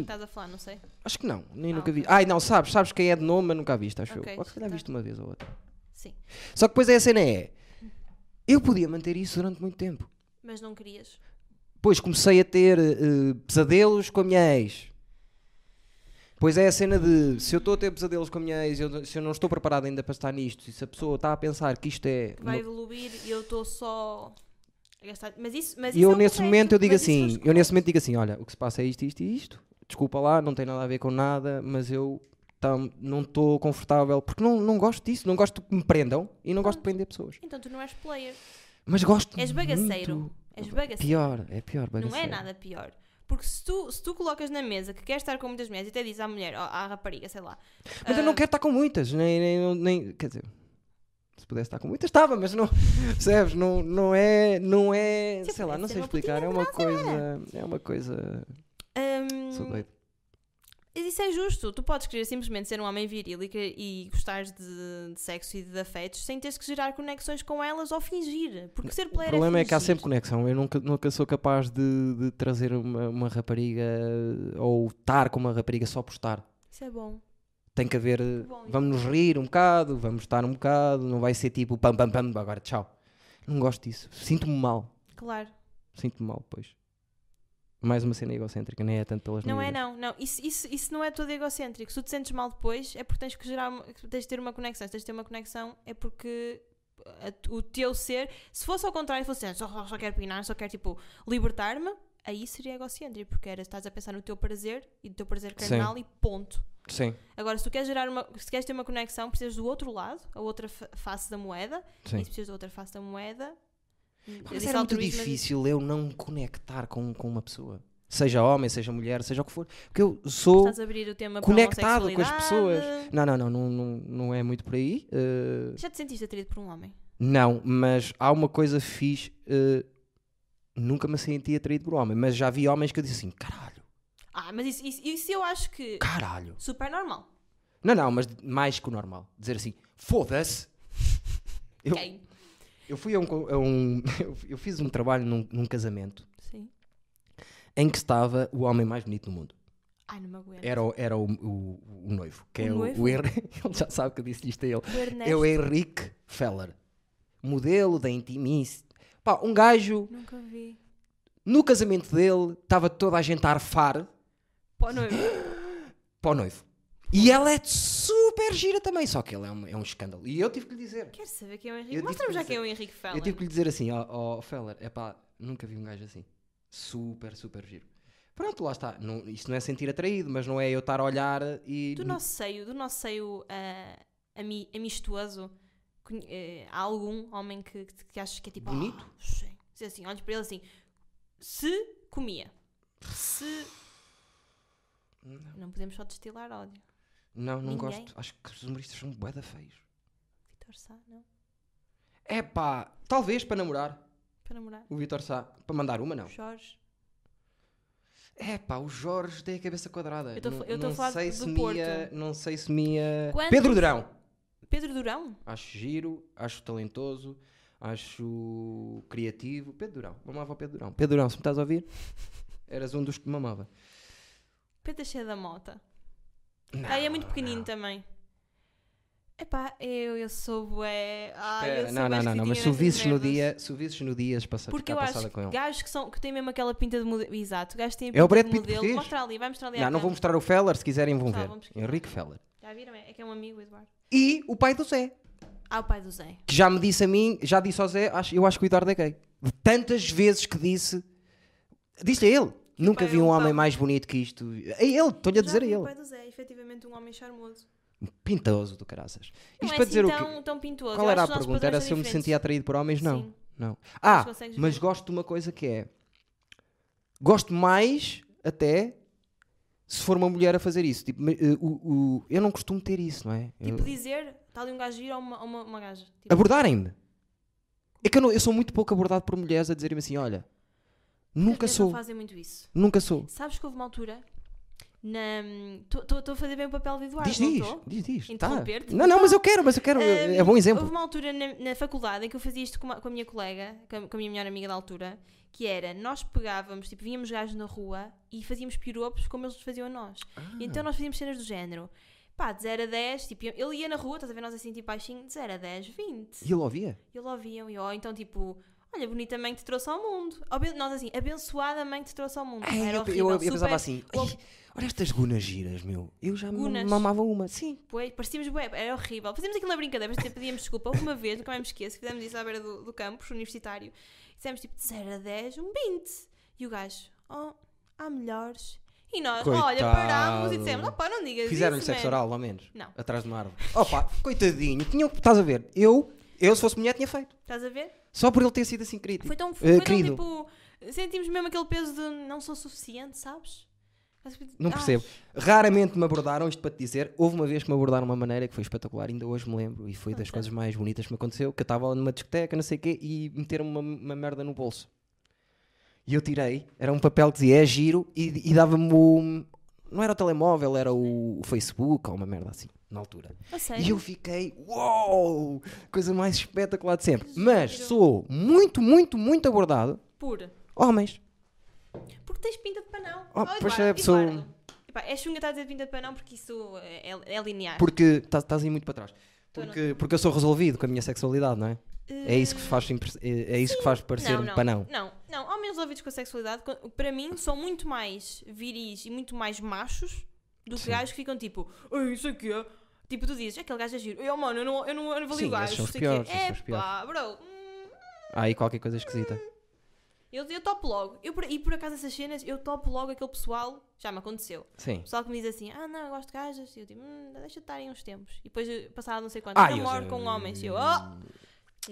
[SPEAKER 2] estás a falar, não sei.
[SPEAKER 1] Acho que não, nem
[SPEAKER 2] Ah,
[SPEAKER 1] nunca
[SPEAKER 2] ok.
[SPEAKER 1] vi. Ai, não, sabes, sabes quem é de nome, mas nunca viste, acho
[SPEAKER 2] Ok,
[SPEAKER 1] eu. Ou se calhar
[SPEAKER 2] tá.
[SPEAKER 1] viste uma vez ou outra.
[SPEAKER 2] Sim.
[SPEAKER 1] Só que depois a cena é. Eu podia manter isso durante muito tempo.
[SPEAKER 2] Mas não querias.
[SPEAKER 1] Depois comecei a ter eh, pesadelos com a minha ex. Pois é a cena de se eu estou a ter pesadelos com a minha ex, eu- se eu não estou preparado ainda para estar nisto, e se a pessoa está a pensar que isto é.
[SPEAKER 2] Que vai
[SPEAKER 1] uma-
[SPEAKER 2] evoluir e eu estou só. a gastar- Mas isso. Mas
[SPEAKER 1] E
[SPEAKER 2] isso
[SPEAKER 1] eu
[SPEAKER 2] é um
[SPEAKER 1] nesse
[SPEAKER 2] correto,
[SPEAKER 1] momento eu digo
[SPEAKER 2] mas isso
[SPEAKER 1] assim,
[SPEAKER 2] faz
[SPEAKER 1] eu nesse
[SPEAKER 2] correto.
[SPEAKER 1] momento digo assim, olha, o que se passa é isto, isto e isto. Desculpa lá, não tem nada a ver com nada, mas eu tam- não estou confortável porque não, não gosto disso, não gosto que me prendam e não gosto de prender pessoas.
[SPEAKER 2] Então tu não és player.
[SPEAKER 1] Mas gosto
[SPEAKER 2] És bagaceiro.
[SPEAKER 1] muito-
[SPEAKER 2] És bagaceiro.
[SPEAKER 1] Pior, é pior bagaceiro.
[SPEAKER 2] Não é nada pior. Porque se tu, se tu colocas na mesa que queres estar com muitas mulheres e até dizes à mulher, ou à rapariga, sei lá.
[SPEAKER 1] Mas eu
[SPEAKER 2] ah,
[SPEAKER 1] não quero estar com muitas, nem, nem, nem- quer dizer, se pudesse estar com muitas, estava, mas não, percebes, não, não é, não é,
[SPEAKER 2] Se eu
[SPEAKER 1] sei lá, não
[SPEAKER 2] pudesse
[SPEAKER 1] sei
[SPEAKER 2] Tipo, ser uma
[SPEAKER 1] explicar, é
[SPEAKER 2] putinha,
[SPEAKER 1] uma coisa, é uma coisa,
[SPEAKER 2] hum,
[SPEAKER 1] sou doido.
[SPEAKER 2] Mas isso é justo. Tu podes querer simplesmente ser um homem viril e, que- e gostares de, de sexo e de afetos sem teres que gerar conexões com elas ou fingir. Porque ser
[SPEAKER 1] O
[SPEAKER 2] player
[SPEAKER 1] problema é, que há
[SPEAKER 2] fingir.
[SPEAKER 1] sempre conexão, eu nunca, nunca sou capaz de, de trazer uma, uma rapariga eh, ou estar com uma rapariga só por estar.
[SPEAKER 2] Isso é bom.
[SPEAKER 1] Tem que haver,
[SPEAKER 2] bom, então. isso
[SPEAKER 1] vamos nos rir um bocado, vamos estar um bocado, não vai ser tipo pam pam pam, agora tchau. Não gosto disso, sinto-me mal,
[SPEAKER 2] Claro.
[SPEAKER 1] sinto-me mal depois. Mais uma cena egocêntrica, nem é tanto pelas
[SPEAKER 2] Não é,
[SPEAKER 1] miúdas.
[SPEAKER 2] não, não. Isso, isso, isso não é todo egocêntrico. Se tu te sentes mal depois, é porque tens que gerar, uma- tens de ter uma conexão. Se tens de ter uma conexão, é porque a- o teu ser, se fosse ao contrário, fosse assim, só, só quero pinar, só quero tipo libertar-me, aí seria egocêntrico, porque era estás a pensar no teu prazer e no teu prazer carnal e ponto.
[SPEAKER 1] Sim,
[SPEAKER 2] Agora, se tu queres gerar uma, se queres ter uma conexão, precisas do outro lado, a outra fa- face da moeda, e
[SPEAKER 1] sim.
[SPEAKER 2] se precisas da outra face da moeda. eu
[SPEAKER 1] Mas
[SPEAKER 2] disse
[SPEAKER 1] era muito
[SPEAKER 2] altruísmo, mas-
[SPEAKER 1] difícil eu não me conectar com, com uma pessoa. Seja homem, seja mulher, seja o que for. Porque eu sou.
[SPEAKER 2] Estás a abrir o tema
[SPEAKER 1] conectado
[SPEAKER 2] para a
[SPEAKER 1] com as pessoas.
[SPEAKER 2] homossexualidade.
[SPEAKER 1] Não, não, não, não, não, não é muito por aí. eh,
[SPEAKER 2] Já te sentiste atraído por um homem?
[SPEAKER 1] não, mas há uma coisa fixe. eh, nunca me senti atraído por homem, mas já vi homens que eu disse assim: caralho,
[SPEAKER 2] Ah, mas isso, isso, isso eu acho que
[SPEAKER 1] caralho.
[SPEAKER 2] super normal.
[SPEAKER 1] Não, não, mas mais que o normal. Dizer assim: foda-se. Eu,
[SPEAKER 2] Quem?
[SPEAKER 1] eu fui a um. co- a um- eu fiz um trabalho num- num casamento
[SPEAKER 2] Sim.
[SPEAKER 1] em que estava o homem mais bonito do mundo.
[SPEAKER 2] Ai, não me aguento.
[SPEAKER 1] Era, o- era o, o- o noivo, que
[SPEAKER 2] O
[SPEAKER 1] é o,
[SPEAKER 2] noivo?
[SPEAKER 1] o Henri- Ele já sabe que eu disse isto a ele.
[SPEAKER 2] O Ernesto.
[SPEAKER 1] É o Henrique Feller, modelo da Intimis. Pá, um gajo,
[SPEAKER 2] Nunca vi.
[SPEAKER 1] no casamento dele, estava toda a gente a arfar
[SPEAKER 2] Pô, não, eu-
[SPEAKER 1] para o noivo. E ela é super gira também, só que ele é um, é um escândalo. E eu tive que lhe dizer.
[SPEAKER 2] Quero saber quem é o
[SPEAKER 1] Eu
[SPEAKER 2] Henrique.
[SPEAKER 1] tive
[SPEAKER 2] Mostra-me
[SPEAKER 1] que
[SPEAKER 2] já quem é o Henrique Fallon.
[SPEAKER 1] Eu tive que lhe dizer assim, ó ó, Feller, é pá, nunca vi um gajo assim. Super, super giro. Pronto, lá está. Não, isto não é sentir atraído, mas não é eu estar a olhar e.
[SPEAKER 2] Do nosso seio, do nosso seio ah, ami- amistoso, conhe- eh, há algum homem que, que, que achas que é tipo...
[SPEAKER 1] Bonito?
[SPEAKER 2] Ah, sim. Diz assim, olhas para ele assim... Se comia. Se... Não podemos só destilar ódio.
[SPEAKER 1] Não, não
[SPEAKER 2] Ninguém?
[SPEAKER 1] gosto. Acho que os humoristas são bué da feios.
[SPEAKER 2] Vitor Sá, não?
[SPEAKER 1] É pá, talvez para namorar.
[SPEAKER 2] Para namorar?
[SPEAKER 1] O Vitor Sá. Para mandar uma, não.
[SPEAKER 2] Jorge.
[SPEAKER 1] É pá, o Jorge tem a cabeça quadrada.
[SPEAKER 2] Eu tô-
[SPEAKER 1] Não-
[SPEAKER 2] eu tô a
[SPEAKER 1] não
[SPEAKER 2] falar
[SPEAKER 1] sei
[SPEAKER 2] do
[SPEAKER 1] se me
[SPEAKER 2] Porto.
[SPEAKER 1] ia- Não sei se me ia.
[SPEAKER 2] Quantos-
[SPEAKER 1] Pedro Durão!
[SPEAKER 2] Pedro Durão?
[SPEAKER 1] Acho giro, acho talentoso, acho criativo. Pedro Durão, mamava o Pedro Durão. Pedro Durão, se me estás a ouvir, eras um dos que mamava.
[SPEAKER 2] Pedro Teixeira da Mota.
[SPEAKER 1] Não,
[SPEAKER 2] Ah, e é muito pequenino também. Epá, eu, eu sou bué. Ah, eu
[SPEAKER 1] Espera,
[SPEAKER 2] sou
[SPEAKER 1] não,
[SPEAKER 2] bué
[SPEAKER 1] não, não, não,
[SPEAKER 2] esquisitinha
[SPEAKER 1] mas se o
[SPEAKER 2] nessas
[SPEAKER 1] visses no
[SPEAKER 2] merdas.
[SPEAKER 1] dia, se o visses no dia, és passa,
[SPEAKER 2] Porque
[SPEAKER 1] ficar
[SPEAKER 2] eu
[SPEAKER 1] passada
[SPEAKER 2] acho
[SPEAKER 1] com ele.
[SPEAKER 2] que gajos que, são, que têm mesmo aquela pinta de modelo. Exato, gajos que têm a
[SPEAKER 1] É
[SPEAKER 2] pinta
[SPEAKER 1] o Brad
[SPEAKER 2] de
[SPEAKER 1] Pitt
[SPEAKER 2] modelo.
[SPEAKER 1] português.
[SPEAKER 2] Mostra ali, vai mostrar ali. à
[SPEAKER 1] Não, não vou
[SPEAKER 2] câmera.
[SPEAKER 1] mostrar o Feller, se quiserem vão
[SPEAKER 2] é Tá,
[SPEAKER 1] ver.
[SPEAKER 2] vamos pesquisar.
[SPEAKER 1] Henrique Feller.
[SPEAKER 2] Já viram? É que é um amigo, Eduardo.
[SPEAKER 1] E o pai do Zé,
[SPEAKER 2] Ah, o pai do Zé.
[SPEAKER 1] que já me disse a mim, já disse ao Zé, acho, eu acho que o Eduardo é gay. De tantas vezes que disse, disse a ele, nunca
[SPEAKER 2] pai
[SPEAKER 1] vi
[SPEAKER 2] é
[SPEAKER 1] um
[SPEAKER 2] um
[SPEAKER 1] homem
[SPEAKER 2] pau.
[SPEAKER 1] mais bonito que isto. A ele, estou-lhe a dizer
[SPEAKER 2] Já
[SPEAKER 1] a
[SPEAKER 2] vi O
[SPEAKER 1] ele.
[SPEAKER 2] pai do Zé, efetivamente um homem charmoso.
[SPEAKER 1] Pintoso do caraças.
[SPEAKER 2] Não
[SPEAKER 1] Isto
[SPEAKER 2] é
[SPEAKER 1] para
[SPEAKER 2] assim
[SPEAKER 1] dizer o quê?
[SPEAKER 2] tão, tão pintuoso.
[SPEAKER 1] Qual
[SPEAKER 2] Eu
[SPEAKER 1] era a
[SPEAKER 2] acho que os nossos
[SPEAKER 1] pergunta? Era
[SPEAKER 2] padrões
[SPEAKER 1] se
[SPEAKER 2] são
[SPEAKER 1] eu me
[SPEAKER 2] diferentes.
[SPEAKER 1] sentia atraído por homens? Não.
[SPEAKER 2] Sim.
[SPEAKER 1] não. Ah,
[SPEAKER 2] consegues
[SPEAKER 1] mas
[SPEAKER 2] ver.
[SPEAKER 1] gosto de uma coisa que é. Gosto mais até se for uma mulher a fazer isso. Tipo, me- eh, o- o- eu não costumo ter isso, não é?
[SPEAKER 2] Tipo,
[SPEAKER 1] Eu-
[SPEAKER 2] dizer, está ali um gajo giro ou uma, ou uma, uma gaja. Tipo,
[SPEAKER 1] Abordarem-me. É que eu, não- eu sou muito pouco abordado por mulheres a dizerem-me assim: olha, nunca
[SPEAKER 2] as mulheres
[SPEAKER 1] sou,
[SPEAKER 2] Não fazem muito isso.
[SPEAKER 1] nunca sou.
[SPEAKER 2] Sabes que houve uma altura. hum, Estou a fazer bem o papel de Eduardo,
[SPEAKER 1] Diz,
[SPEAKER 2] não
[SPEAKER 1] diz,
[SPEAKER 2] estou?
[SPEAKER 1] diz, diz. Tá.
[SPEAKER 2] Interromper-te? então.
[SPEAKER 1] Não, não, mas eu quero, mas eu quero. é bom
[SPEAKER 2] Hum,
[SPEAKER 1] exemplo.
[SPEAKER 2] Houve uma altura na, na faculdade em que eu fazia isto com, uma- com a minha colega, com a, com a minha melhor amiga da altura, que era, nós pegávamos, tipo, víamos gajos na rua e fazíamos piropos como eles faziam a nós. E
[SPEAKER 1] Ah.
[SPEAKER 2] então nós fazíamos cenas do género. Pá, de 0 a 10, tipo, ele ia na rua, estás a ver nós assim, tipo, baixinho, de 0 a 10, 20.
[SPEAKER 1] E ele ouvia.
[SPEAKER 2] E ele ouviam, e ó, então tipo, olha, bonita mãe que te trouxe ao mundo. Ou ben- nós assim, abençoada mãe que te trouxe ao mundo.
[SPEAKER 1] Ai,
[SPEAKER 2] Era
[SPEAKER 1] É, eu,
[SPEAKER 2] horrível,
[SPEAKER 1] eu- eu pensava
[SPEAKER 2] super-
[SPEAKER 1] assim,
[SPEAKER 2] o-
[SPEAKER 1] "Ai, olha estas gunas giras, meu. Eu já me
[SPEAKER 2] Gunas.
[SPEAKER 1] mamava uma. Sim.
[SPEAKER 2] Pois, parecíamos bué, era horrível. Fazíamos aquilo na brincadeira, mas tipo, pedíamos desculpa. Houve uma vez, nunca mais me esqueço, fizemos isso à beira do, do campus universitário. Fizemos tipo de 0 a 10, um 20. E o gajo, oh, há melhores. E nós, olha,
[SPEAKER 1] Coitado.
[SPEAKER 2] parámos e dissemos, opá, não digas
[SPEAKER 1] Fizeram-lhe
[SPEAKER 2] isso,
[SPEAKER 1] sexo
[SPEAKER 2] man."
[SPEAKER 1] oral, ao menos.
[SPEAKER 2] Não.
[SPEAKER 1] Atrás de uma árvore. Opa, coitadinho. Tinha, estás a ver? Eu, eu, se fosse mulher, tinha feito.
[SPEAKER 2] Estás a ver?
[SPEAKER 1] Só por ele ter sido assim crítico.
[SPEAKER 2] Foi tão, foi tão
[SPEAKER 1] querido.
[SPEAKER 2] tipo, sentimos mesmo aquele peso de não sou suficiente, sabes? Mas, tipo,
[SPEAKER 1] Não
[SPEAKER 2] ah,
[SPEAKER 1] percebo. Raramente me abordaram, isto para te dizer. Houve uma vez que me abordaram de uma maneira que foi espetacular, ainda hoje me lembro, e foi das
[SPEAKER 2] Conta.
[SPEAKER 1] coisas mais bonitas que me aconteceu, que eu estava numa discoteca, não sei o quê, e meteram-me uma, uma merda no bolso. E eu tirei, era um papel que dizia é giro, e, e dava-me o... Não era o telemóvel, era o, o Facebook, ou uma merda assim, na altura.
[SPEAKER 2] a sério?
[SPEAKER 1] E eu fiquei, uou, coisa mais espetacular de sempre.
[SPEAKER 2] Que
[SPEAKER 1] Mas
[SPEAKER 2] giro.
[SPEAKER 1] sou muito, muito, muito abordado,
[SPEAKER 2] Pura.
[SPEAKER 1] homens.
[SPEAKER 2] Porque tens pinta de panão.
[SPEAKER 1] Oh,
[SPEAKER 2] Eduardo,
[SPEAKER 1] pois é, pessoa-
[SPEAKER 2] Eduardo. Epá, é chunga estar a dizer pinta de panão porque isso é, é- é linear.
[SPEAKER 1] Porque estás estás aí muito para trás.
[SPEAKER 2] Tô, não Hum.
[SPEAKER 1] Porque, porque eu sou resolvido com a minha sexualidade, não é?
[SPEAKER 2] Eh,
[SPEAKER 1] É isso que faz, impre- é é isso que faz parecer
[SPEAKER 2] não,
[SPEAKER 1] um
[SPEAKER 2] não,
[SPEAKER 1] panão.
[SPEAKER 2] Não, não. Homens resolvidos com a sexualidade, co- para mim, são muito mais viris e muito mais machos do que
[SPEAKER 1] Sim.
[SPEAKER 2] gajos que ficam tipo, "Ei, isso aqui é. Tipo, tu dizes, aquele gajo é giro. Eu, mano, eu não, eu não, eu não valio
[SPEAKER 1] Sim,
[SPEAKER 2] o gajo.
[SPEAKER 1] esses são os
[SPEAKER 2] isso aqui é-
[SPEAKER 1] piores, esses são os
[SPEAKER 2] Epá, bro. hum,
[SPEAKER 1] Há aí qualquer coisa esquisita.
[SPEAKER 2] Eu, eu topo logo. Eu, por- e por acaso essas cenas, eu topo logo aquele pessoal. Já me aconteceu.
[SPEAKER 1] Sim.
[SPEAKER 2] O pessoal que me diz assim, ah não, eu gosto de gajas, e eu digo, hum, deixa de estar aí uns tempos. E depois eu- passado não sei quanto,
[SPEAKER 1] Ah,
[SPEAKER 2] eu
[SPEAKER 1] eu
[SPEAKER 2] namoro
[SPEAKER 1] já-
[SPEAKER 2] com homens, e eu, oh,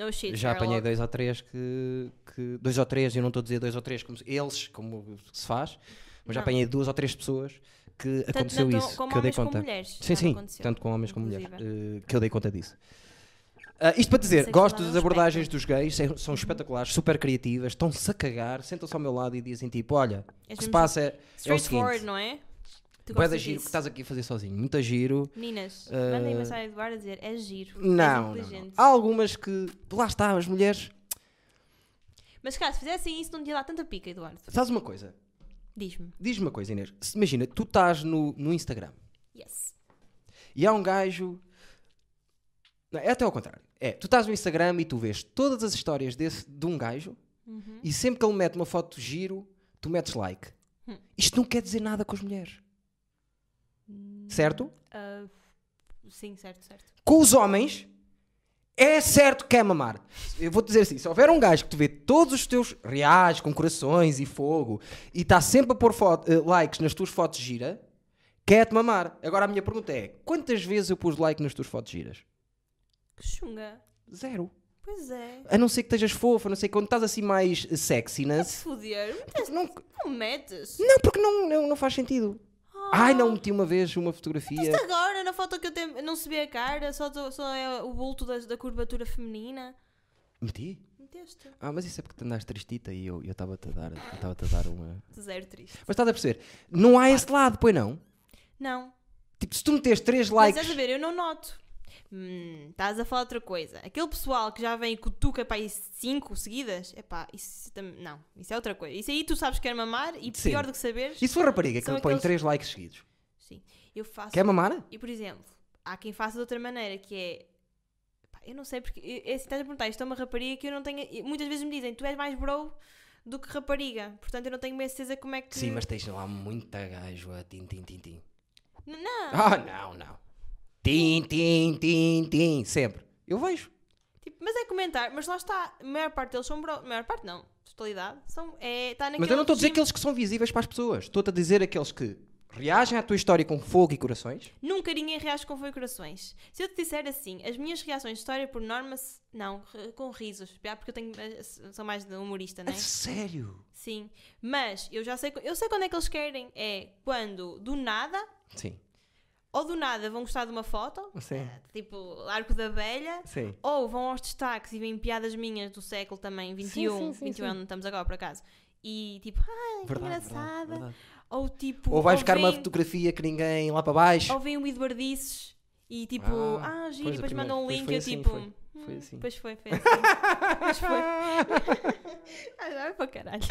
[SPEAKER 2] no shit,
[SPEAKER 1] Já apanhei
[SPEAKER 2] Sherlock."
[SPEAKER 1] dois ou três que, que- Dois ou três, eu não estou a dizer dois ou três como se- eles, como se faz, mas já
[SPEAKER 2] Não.
[SPEAKER 1] apanhei duas ou três pessoas que
[SPEAKER 2] Tanto
[SPEAKER 1] aconteceu
[SPEAKER 2] tanto
[SPEAKER 1] isso,
[SPEAKER 2] como
[SPEAKER 1] que eu dei
[SPEAKER 2] homens como
[SPEAKER 1] conta.
[SPEAKER 2] mulheres, já
[SPEAKER 1] sim,
[SPEAKER 2] me
[SPEAKER 1] sim,
[SPEAKER 2] aconteceu,
[SPEAKER 1] tanto com homens como mulheres,
[SPEAKER 2] inclusive.
[SPEAKER 1] eh, que eu dei conta disso. Ah, isto para dizer,
[SPEAKER 2] Sexualidade é
[SPEAKER 1] gosto
[SPEAKER 2] um
[SPEAKER 1] das
[SPEAKER 2] espectro. Uhum.
[SPEAKER 1] abordagens dos gays, são- são espetaculares, super criativas, estão-se a cagar, sentam-se ao meu lado e dizem tipo: Olha, o
[SPEAKER 2] És
[SPEAKER 1] que se
[SPEAKER 2] mesmo
[SPEAKER 1] passa é, é o
[SPEAKER 2] Straightforward,
[SPEAKER 1] seguinte,
[SPEAKER 2] não é? Tu
[SPEAKER 1] bué da
[SPEAKER 2] gostas
[SPEAKER 1] giro tá- o que
[SPEAKER 2] disso.
[SPEAKER 1] estás aqui a fazer sozinho, muito giro,
[SPEAKER 2] Meninas,
[SPEAKER 1] Eh,
[SPEAKER 2] mandem mensagem a Eduardo a dizer, é giro,
[SPEAKER 1] Não, Ah!
[SPEAKER 2] és
[SPEAKER 1] não, não.
[SPEAKER 2] inteligente.
[SPEAKER 1] Há algumas que. Lá está, as mulheres.
[SPEAKER 2] Mas cara, se fizessem isso não tinha dado tanta pica, Eduardo.
[SPEAKER 1] Sabes uma coisa?
[SPEAKER 2] Diz-me.
[SPEAKER 1] Diz-me uma coisa, Inês. Se- Imagina, tu estás no, no Instagram
[SPEAKER 2] Yes.
[SPEAKER 1] e há um gajo. Não, é até ao contrário. É, tu estás no Instagram e tu vês todas as histórias desse, de um gajo
[SPEAKER 2] Uhum.
[SPEAKER 1] e sempre que ele mete uma foto giro, tu metes like.
[SPEAKER 2] Hum.
[SPEAKER 1] Isto não quer dizer nada com as mulheres.
[SPEAKER 2] Hum.
[SPEAKER 1] Certo?
[SPEAKER 2] Ah, sim, certo, certo.
[SPEAKER 1] com os homens, é certo que é mamar. Eu vou dizer assim: se houver um gajo que te vê todos os teus reais, com corações e fogo, e está sempre a pôr foto- eh, likes nas tuas fotos gira, quer-te mamar. Agora a minha pergunta é: quantas vezes eu pus like nas tuas fotos giras?
[SPEAKER 2] Que chunga.
[SPEAKER 1] Zero.
[SPEAKER 2] Pois é.
[SPEAKER 1] A não ser que estejas fofa, a não ser que quando estás assim mais eh, sexiness.
[SPEAKER 2] Foder, metes-
[SPEAKER 1] Não,
[SPEAKER 2] não metes.
[SPEAKER 1] não, porque não, não, não faz sentido.
[SPEAKER 2] Ah.
[SPEAKER 1] Ai, não meti uma vez uma fotografia.
[SPEAKER 2] Isto agora, na foto que eu tenho, não se vê a cara, só, tô- só é o bulto da, da curvatura feminina.
[SPEAKER 1] Meti?
[SPEAKER 2] deste.
[SPEAKER 1] Ah, mas isso é porque tu andaste tristita e eu eu estava-te a dar, eu estava-te a dar uma.
[SPEAKER 2] Zero triste.
[SPEAKER 1] Mas estás a perceber? Não há esse lado, pois não?
[SPEAKER 2] Não.
[SPEAKER 1] Tipo, se tu meteres 3
[SPEAKER 2] Mas
[SPEAKER 1] likes.
[SPEAKER 2] estás a ver, eu não noto. Hum, estás a falar outra coisa. Aquele pessoal que já vem e cutuca para aí 5 seguidas, epá, isso tam- não, isso é outra coisa. Isso aí tu sabes que é mamar e
[SPEAKER 1] Sim.
[SPEAKER 2] pior do que saberes,
[SPEAKER 1] E se for rapariga que
[SPEAKER 2] São
[SPEAKER 1] põe
[SPEAKER 2] aqueles-
[SPEAKER 1] 3 likes seguidos?
[SPEAKER 2] sim, eu faço.
[SPEAKER 1] Quer mamar?
[SPEAKER 2] E por exemplo, há quem faça de outra maneira, que é. pá, eu não sei porque. É é assim, estás a perguntar, isto é uma rapariga que eu não tenho. e Muitas vezes me dizem, tu és mais bro do que rapariga. Portanto, eu não tenho bem certeza como é que.
[SPEAKER 1] Sim, mas tens lá muita gajo a tim, tim, tim, tim.
[SPEAKER 2] N- Não!
[SPEAKER 1] Ah, não, não. Tim, tim, tim, tim. Sempre. Eu vejo.
[SPEAKER 2] Tipo, mas é comentar, mas lá está. A maior parte deles são bro. A maior parte não. Totalidade. São, é, está
[SPEAKER 1] Mas eu não estou a dizer aqueles que são visíveis para as pessoas. Estou-te a dizer aqueles que reagem à tua história com fogo e corações.
[SPEAKER 2] Nunca ninguém reage com corações. Se eu te disser assim, as minhas reações de história por norma. se- Não, re- com risos. já, Porque eu tenho. eh, Sou mais de humorista, não
[SPEAKER 1] A
[SPEAKER 2] é?
[SPEAKER 1] sério?
[SPEAKER 2] Sim. Mas eu já sei. qu- Eu sei quando é que eles querem. É quando do nada.
[SPEAKER 1] Sim.
[SPEAKER 2] Ou do nada vão gostar de uma foto.
[SPEAKER 1] Sim.
[SPEAKER 2] eh, Tipo, Arco da Velha.
[SPEAKER 1] Sim.
[SPEAKER 2] Ou vão aos destaques e veem piadas minhas do século também, 21,
[SPEAKER 1] sim, sim,
[SPEAKER 2] 21
[SPEAKER 1] sim.
[SPEAKER 2] não estamos agora por acaso. E tipo, ai, que
[SPEAKER 1] Verdade,
[SPEAKER 2] engraçada.
[SPEAKER 1] verdade, verdade.
[SPEAKER 2] Ou tipo,
[SPEAKER 1] Ou vais buscar uma
[SPEAKER 2] veem-
[SPEAKER 1] fotografia que ninguém lá para baixo.
[SPEAKER 2] Ou veem o Eduardices e tipo,
[SPEAKER 1] Ah,
[SPEAKER 2] ah, giro, e
[SPEAKER 1] pois, a
[SPEAKER 2] depois
[SPEAKER 1] primeira-
[SPEAKER 2] mandam um
[SPEAKER 1] pois
[SPEAKER 2] link
[SPEAKER 1] foi
[SPEAKER 2] e eu
[SPEAKER 1] assim,
[SPEAKER 2] tipo.
[SPEAKER 1] foi. Foi
[SPEAKER 2] "Hum,
[SPEAKER 1] assim."
[SPEAKER 2] Pois foi, foi assim. pois foi. Ai, vai para o caralho.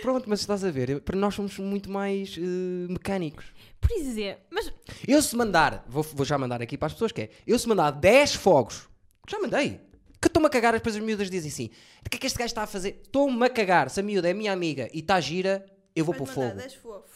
[SPEAKER 1] Pronto, mas estás a ver, para nós somos muito mais eh, mecânicos.
[SPEAKER 2] Por dizer, mas
[SPEAKER 1] Eu se mandar, vou, vou já mandar aqui para as pessoas que é, eu se mandar 10 fogos, já mandei. Que estou-me a cagar, depois as miúdas dizem assim, de que é que este gajo está a fazer? Estou-me a cagar, se a miúda é minha amiga e está gira, eu vou para o fogo.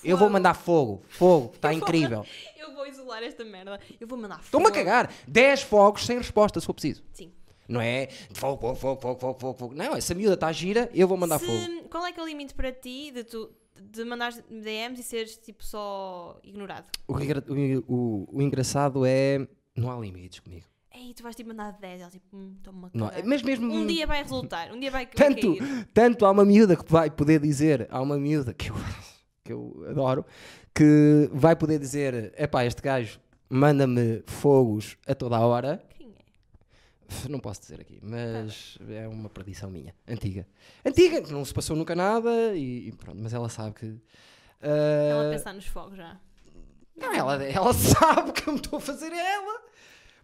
[SPEAKER 1] Eu vou mandar fogo, fogo, está incrível.
[SPEAKER 2] Eu vou isolar esta merda. Eu vou mandar fogo.
[SPEAKER 1] Estou-me a cagar, 10 fogos sem resposta se for preciso.
[SPEAKER 2] Sim.
[SPEAKER 1] Não é fogo, fogo, fogo, fogo, fogo, fogo, fogo. Não, essa miúda está gira, eu vou mandar
[SPEAKER 2] Se-
[SPEAKER 1] fogo.
[SPEAKER 2] Qual é que é o limite para ti de tu de mandares DMs e seres tipo só ignorado?
[SPEAKER 1] O, engra- o- o- o engraçado é, não há limites comigo.
[SPEAKER 2] Ei, tu vais tipo mandar 10, ela tipo, hum, toma
[SPEAKER 1] Não,
[SPEAKER 2] cagar.
[SPEAKER 1] mas mesmo
[SPEAKER 2] Um dia vai resultar, um dia vai
[SPEAKER 1] tanto,
[SPEAKER 2] cair.
[SPEAKER 1] tanto há uma miúda que vai poder dizer, há uma miúda que eu, que eu adoro, que vai poder dizer, epá, este gajo manda-me fogos a toda a hora.
[SPEAKER 2] Quem é?
[SPEAKER 1] Não posso dizer aqui,
[SPEAKER 2] Tá
[SPEAKER 1] mas é uma perdição minha, antiga. Antiga, que não se passou nunca nada e, e pronto, mas ela sabe que... ah,
[SPEAKER 2] Ela a pensar nos fogos já.
[SPEAKER 1] não, ela, ela sabe que eu me estou a fazer a ela.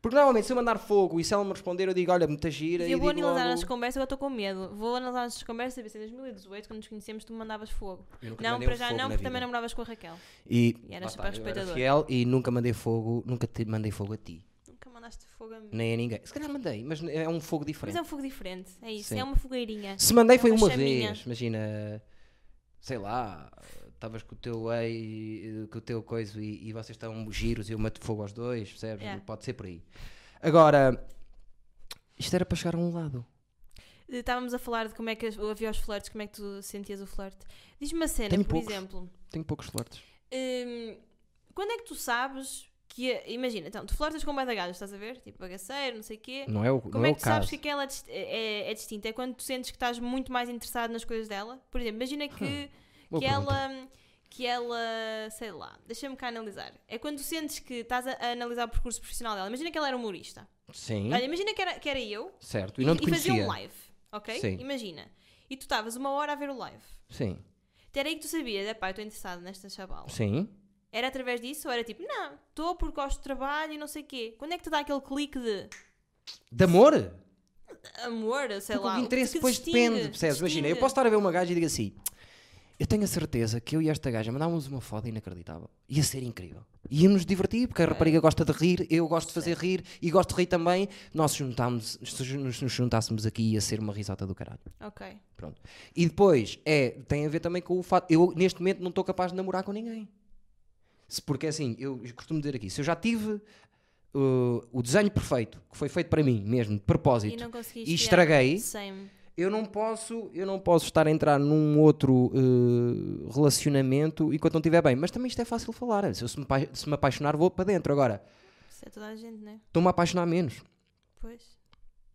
[SPEAKER 1] Porque normalmente se eu mandar fogo e se ela me responder eu digo, olha, muita gira
[SPEAKER 2] E
[SPEAKER 1] e,
[SPEAKER 2] eu vou
[SPEAKER 1] digo
[SPEAKER 2] analisar
[SPEAKER 1] logo...
[SPEAKER 2] as conversas, agora estou com medo. Vou analisar as conversas e ver se em 2018, quando nos conhecemos, tu me mandavas fogo.
[SPEAKER 1] Eu nunca
[SPEAKER 2] Não,
[SPEAKER 1] mandei
[SPEAKER 2] para
[SPEAKER 1] um
[SPEAKER 2] já
[SPEAKER 1] fogo
[SPEAKER 2] não,
[SPEAKER 1] na
[SPEAKER 2] porque também
[SPEAKER 1] vida.
[SPEAKER 2] namoravas com a Raquel.
[SPEAKER 1] E,
[SPEAKER 2] E eras
[SPEAKER 1] lá
[SPEAKER 2] super
[SPEAKER 1] está, eu era
[SPEAKER 2] respeitador.
[SPEAKER 1] fiel e nunca mandei fogo, nunca te mandei fogo a ti,
[SPEAKER 2] Nunca mandaste fogo a mim.
[SPEAKER 1] nem a ninguém. Se calhar mandei, mas é um fogo
[SPEAKER 2] Mas
[SPEAKER 1] diferente.
[SPEAKER 2] é um fogo diferente, é isso,
[SPEAKER 1] Sim.
[SPEAKER 2] é uma fogueirinha.
[SPEAKER 1] Se mandei
[SPEAKER 2] é
[SPEAKER 1] foi
[SPEAKER 2] uma
[SPEAKER 1] uma
[SPEAKER 2] chaminha.
[SPEAKER 1] vez, imagina, sei lá, estavas com o teu ei, com o teu coiso e, e vocês estão giros e eu mato fogo aos dois, percebes?
[SPEAKER 2] Yeah.
[SPEAKER 1] Pode ser por aí. Agora, isto era para chegar a um lado.
[SPEAKER 2] Eh, Estávamos a falar de como é que as- havia os flertes, como é que tu sentias o flerte. Diz-me uma cena,
[SPEAKER 1] Tenho
[SPEAKER 2] por
[SPEAKER 1] poucos.
[SPEAKER 2] exemplo.
[SPEAKER 1] Tenho poucos fortes.
[SPEAKER 2] Hum, quando é que tu sabes que. a- Imagina, então, tu flertas com badagadas, estás a ver? Tipo, bagaceiro, não sei o quê.
[SPEAKER 1] Não é o,
[SPEAKER 2] Como
[SPEAKER 1] não é
[SPEAKER 2] é
[SPEAKER 1] o
[SPEAKER 2] que tu sabes
[SPEAKER 1] caso.
[SPEAKER 2] que aquela é, dist- é- é distinta? É quando tu sentes que estás muito mais interessado nas coisas dela? Por exemplo, imagina
[SPEAKER 1] Hum.
[SPEAKER 2] que,
[SPEAKER 1] Boa
[SPEAKER 2] que
[SPEAKER 1] pergunta.
[SPEAKER 2] ela. Que ela, sei lá, deixa-me cá analisar. É quando tu sentes que estás a, a analisar o percurso profissional dela. Imagina que ela era humorista.
[SPEAKER 1] Sim,
[SPEAKER 2] Olha, imagina que era, que era eu
[SPEAKER 1] certo. E Hum? não te
[SPEAKER 2] fazia
[SPEAKER 1] conhecia.
[SPEAKER 2] um live, ok?
[SPEAKER 1] Sim.
[SPEAKER 2] Imagina. E tu estavas uma hora a ver o live.
[SPEAKER 1] Sim,
[SPEAKER 2] Era aí que tu sabias, é pá, eu estou interessado nesta chabala.
[SPEAKER 1] sim.
[SPEAKER 2] Era através disso ou era tipo, não, estou porque gosto de trabalho e não sei o quê. Quando é que te dá aquele clique de
[SPEAKER 1] De amor?
[SPEAKER 2] amor, sei
[SPEAKER 1] Porque
[SPEAKER 2] lá.
[SPEAKER 1] o interesse
[SPEAKER 2] que
[SPEAKER 1] depois
[SPEAKER 2] distingue,
[SPEAKER 1] depende, percebes? Imagina, eu
[SPEAKER 2] distingue.
[SPEAKER 1] posso estar a ver uma gaja e digo assim: eu tenho a certeza que eu e esta gaja mandávamos uma foda inacreditável. Ia ser incrível. Ia nos divertir, porque a rapariga gosta de rir, eu gosto de fazer rir e gosto de rir também. Nós se juntámos, se nos nos juntássemos aqui ia ser uma risota do caralho.
[SPEAKER 2] Ok.
[SPEAKER 1] Pronto. E depois, é, tem a ver também com o fato. Eu, neste momento, não estou capaz de namorar com ninguém. Se, porque assim, eu costumo dizer aqui: se eu já tive uh, o desenho perfeito, que foi feito para mim mesmo, de propósito,
[SPEAKER 2] E não conseguiste.
[SPEAKER 1] e estraguei,
[SPEAKER 2] Same.
[SPEAKER 1] eu não posso eu não posso estar a entrar num outro eh, relacionamento enquanto não estiver bem mas também isto é fácil de falar se eu se me, apa- se me apaixonar vou para dentro agora
[SPEAKER 2] Isso é toda a gente, né?
[SPEAKER 1] estou-me a apaixonar menos
[SPEAKER 2] Pois.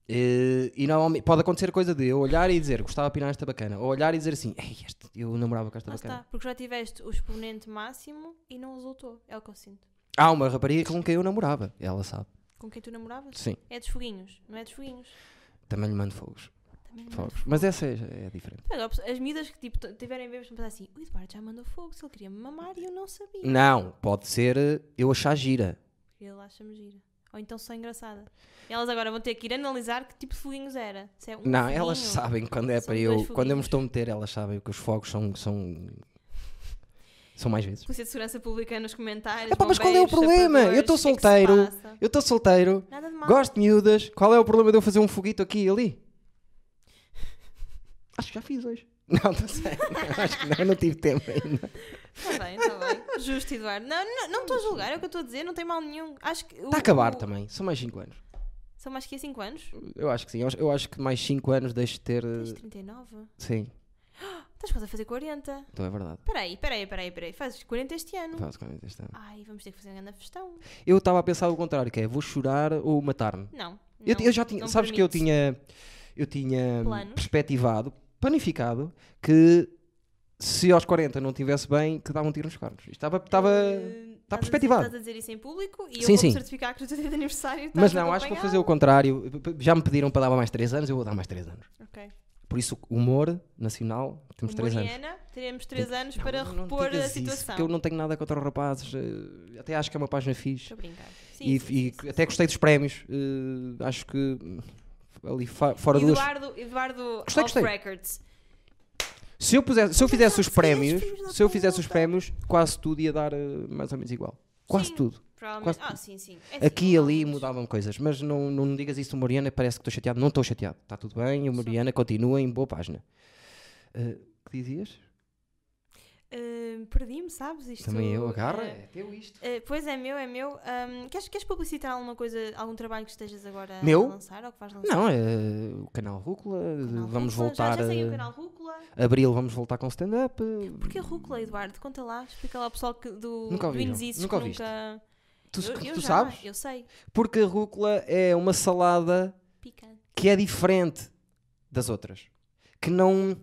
[SPEAKER 1] Eh, e normalmente pode acontecer coisa de eu olhar e dizer gostava de pinar esta bacana ou olhar e dizer assim Ei, este, eu namorava com esta
[SPEAKER 2] Lá
[SPEAKER 1] Tá bacana
[SPEAKER 2] está. Porque já tiveste o exponente máximo e não resultou. É o que eu sinto.
[SPEAKER 1] há uma rapariga com quem eu namorava ela sabe
[SPEAKER 2] Com quem tu namoravas?
[SPEAKER 1] sim
[SPEAKER 2] É dos foguinhos, não é dos foguinhos.
[SPEAKER 1] também lhe mando fogos
[SPEAKER 2] Também não mando
[SPEAKER 1] fogos. Mas essa é, é diferente.
[SPEAKER 2] Agora, pessoa- as miúdas que tipo, t- tiverem bebês vão pensar assim: o Eduardo já mandou fogo, se ele queria me mamar e eu não sabia.
[SPEAKER 1] Não, pode ser eh, eu achar gira.
[SPEAKER 2] Ele acha-me gira. Ou então sou engraçada. E elas agora vão ter que ir analisar que tipo de foguinhos era. Se é um
[SPEAKER 1] não,
[SPEAKER 2] foguinho,
[SPEAKER 1] elas sabem quando é
[SPEAKER 2] São
[SPEAKER 1] para
[SPEAKER 2] dois
[SPEAKER 1] eu. Quando eu me
[SPEAKER 2] foguinhos.
[SPEAKER 1] estou a meter, elas sabem que os fogos são. São, são mais vezes.
[SPEAKER 2] Polícia de Segurança Pública nos comentários.
[SPEAKER 1] Epá, mas qual é o
[SPEAKER 2] bombeiros,
[SPEAKER 1] problema?
[SPEAKER 2] sapadores,
[SPEAKER 1] Eu tô
[SPEAKER 2] o que é que se
[SPEAKER 1] solteiro.
[SPEAKER 2] passa?
[SPEAKER 1] Eu estou solteiro,
[SPEAKER 2] Nada de mal.
[SPEAKER 1] gosto de miúdas. Qual é o problema de eu fazer um foguito aqui e ali? Acho que já fiz hoje. Não, não sei. Não, acho que não, não tive tempo ainda.
[SPEAKER 2] Está Tá bem, está bem. Justo, Eduardo. Não, não, não me estou a julgar, é o que eu estou a dizer, não tem mal nenhum. Acho que.
[SPEAKER 1] Está Tá a acabar também. São mais 5 anos.
[SPEAKER 2] São mais que é 5 anos?
[SPEAKER 1] Eu acho que sim. Eu acho, eu acho que mais 5 anos deixo de ter. eh,
[SPEAKER 2] Tens 39?
[SPEAKER 1] Sim,
[SPEAKER 2] Estás quase a fazer 40.
[SPEAKER 1] então é verdade.
[SPEAKER 2] Espera aí, espera aí, espera aí, espera aí. Fazes 40 este ano.
[SPEAKER 1] Faço 40 este ano.
[SPEAKER 2] Ai, vamos ter que fazer um grande festão.
[SPEAKER 1] Eu estava a pensar o contrário, que é vou chorar ou matar-me.
[SPEAKER 2] Não.
[SPEAKER 1] Eu,
[SPEAKER 2] não,
[SPEAKER 1] eu já tinha,
[SPEAKER 2] não
[SPEAKER 1] sabes que eu
[SPEAKER 2] permite.
[SPEAKER 1] tinha, eu tinha
[SPEAKER 2] Planos?
[SPEAKER 1] perspectivado, planificado, que se aos 40 não estivesse bem, que dava um tiro nos cornos. Isto Estava, estava,
[SPEAKER 2] Eh, estás a-
[SPEAKER 1] perspectivado.
[SPEAKER 2] Estás a dizer isso em público e eu
[SPEAKER 1] Sim,
[SPEAKER 2] vou
[SPEAKER 1] sim.
[SPEAKER 2] certificar que no teu dia de aniversário
[SPEAKER 1] mas
[SPEAKER 2] estás
[SPEAKER 1] não, acho que vou fazer o
[SPEAKER 2] acompanhado.
[SPEAKER 1] contrário. Já me pediram para dar mais 3 anos, eu vou dar mais 3 anos.
[SPEAKER 2] Ok.
[SPEAKER 1] Por isso, humor nacional, temos 3 anos.
[SPEAKER 2] Mariana, teremos 3 anos
[SPEAKER 1] Não,
[SPEAKER 2] para
[SPEAKER 1] não- não
[SPEAKER 2] repor
[SPEAKER 1] digas
[SPEAKER 2] a
[SPEAKER 1] isso,
[SPEAKER 2] situação.
[SPEAKER 1] porque eu não tenho nada contra os rapazes. eh, Até acho que é uma página fixe.
[SPEAKER 2] Estou a brincar. Sim,
[SPEAKER 1] e,
[SPEAKER 2] sim,
[SPEAKER 1] e
[SPEAKER 2] sim, sim,
[SPEAKER 1] até gostei dos prémios. eh, acho que hum, ali fa- fora duas.
[SPEAKER 2] Eduardo, Eduardo
[SPEAKER 1] Gostei,
[SPEAKER 2] off
[SPEAKER 1] gostei.
[SPEAKER 2] records.
[SPEAKER 1] Se eu, pusesse- se eu fizesse os
[SPEAKER 2] Sim, é esses
[SPEAKER 1] prémios,
[SPEAKER 2] filhos da
[SPEAKER 1] se eu fizesse os
[SPEAKER 2] puta.
[SPEAKER 1] prémios, quase tudo ia dar eh, mais ou menos igual. Quase
[SPEAKER 2] Sim.
[SPEAKER 1] tudo.
[SPEAKER 2] Provavelmente.
[SPEAKER 1] Quase-
[SPEAKER 2] Ah, sim, sim. É assim,
[SPEAKER 1] Aqui e
[SPEAKER 2] não há
[SPEAKER 1] ali
[SPEAKER 2] muitos.
[SPEAKER 1] mudavam coisas, mas não, não digas isso do Mariana, parece que estou chateado. Não estou chateado. Está tudo bem, o Mariana continua em boa página. Eh, O que dizias?
[SPEAKER 2] Eh, Perdi-me, sabes? Isto,
[SPEAKER 1] Também eu, agarra,
[SPEAKER 2] eh,
[SPEAKER 1] é teu isto.
[SPEAKER 2] eh, pois é, meu, é meu. Ahm, queres, queres publicitar alguma coisa, algum trabalho que estejas agora
[SPEAKER 1] Meu?
[SPEAKER 2] a lançar ou que vais lançar?
[SPEAKER 1] Não, eh, o canal Rúcula, eh,
[SPEAKER 2] Canal
[SPEAKER 1] vamos
[SPEAKER 2] Rúcula. Já-
[SPEAKER 1] voltar.
[SPEAKER 2] Já, saiu
[SPEAKER 1] eh,
[SPEAKER 2] o canal Rúcula.
[SPEAKER 1] Abril vamos voltar com stand-up. eh,
[SPEAKER 2] Porquê Rúcula, Eduardo? Conta lá, explica lá ao pessoal que, do,
[SPEAKER 1] Nunca
[SPEAKER 2] do
[SPEAKER 1] ouviram,
[SPEAKER 2] Inesis
[SPEAKER 1] nunca
[SPEAKER 2] que
[SPEAKER 1] ouviste.
[SPEAKER 2] nunca.
[SPEAKER 1] Tu,
[SPEAKER 2] eu,
[SPEAKER 1] tu
[SPEAKER 2] eu já,
[SPEAKER 1] sabes?
[SPEAKER 2] Eu sei.
[SPEAKER 1] Porque a rúcula é uma salada
[SPEAKER 2] Picante.
[SPEAKER 1] que é diferente das outras. Que não.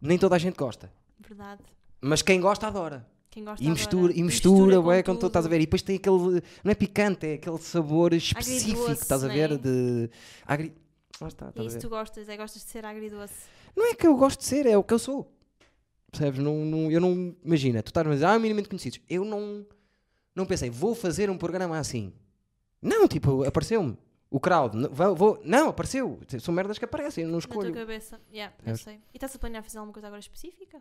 [SPEAKER 1] Nem toda a gente gosta.
[SPEAKER 2] Verdade.
[SPEAKER 1] Mas quem gosta adora.
[SPEAKER 2] Quem gosta
[SPEAKER 1] E
[SPEAKER 2] adora.
[SPEAKER 1] mistura, e mistura, ué, quando tu
[SPEAKER 2] tudo.
[SPEAKER 1] estás a ver. E depois tem aquele. Não é picante, é aquele sabor específico,
[SPEAKER 2] Agridoce,
[SPEAKER 1] estás a
[SPEAKER 2] né?
[SPEAKER 1] ver? De. Agri... Lá está,
[SPEAKER 2] E é
[SPEAKER 1] estás a
[SPEAKER 2] isso
[SPEAKER 1] ver.
[SPEAKER 2] que tu gostas, é gostas de ser agridoce.
[SPEAKER 1] Não é que eu gosto de ser, é o que eu sou. Percebes? Não, não- eu não. Imagina, tu estás a dizer, ah, minimamente conhecidos. Eu não. Não pensei, vou fazer um programa assim. Não, tipo, apareceu-me. O crowd. Não, vou, vou- não, apareceu. São merdas que aparecem, eu não
[SPEAKER 2] Na
[SPEAKER 1] escolho.
[SPEAKER 2] tua cabeça. Yeah, eu
[SPEAKER 1] Sabes?
[SPEAKER 2] sei. E estás a planear fazer alguma coisa agora específica?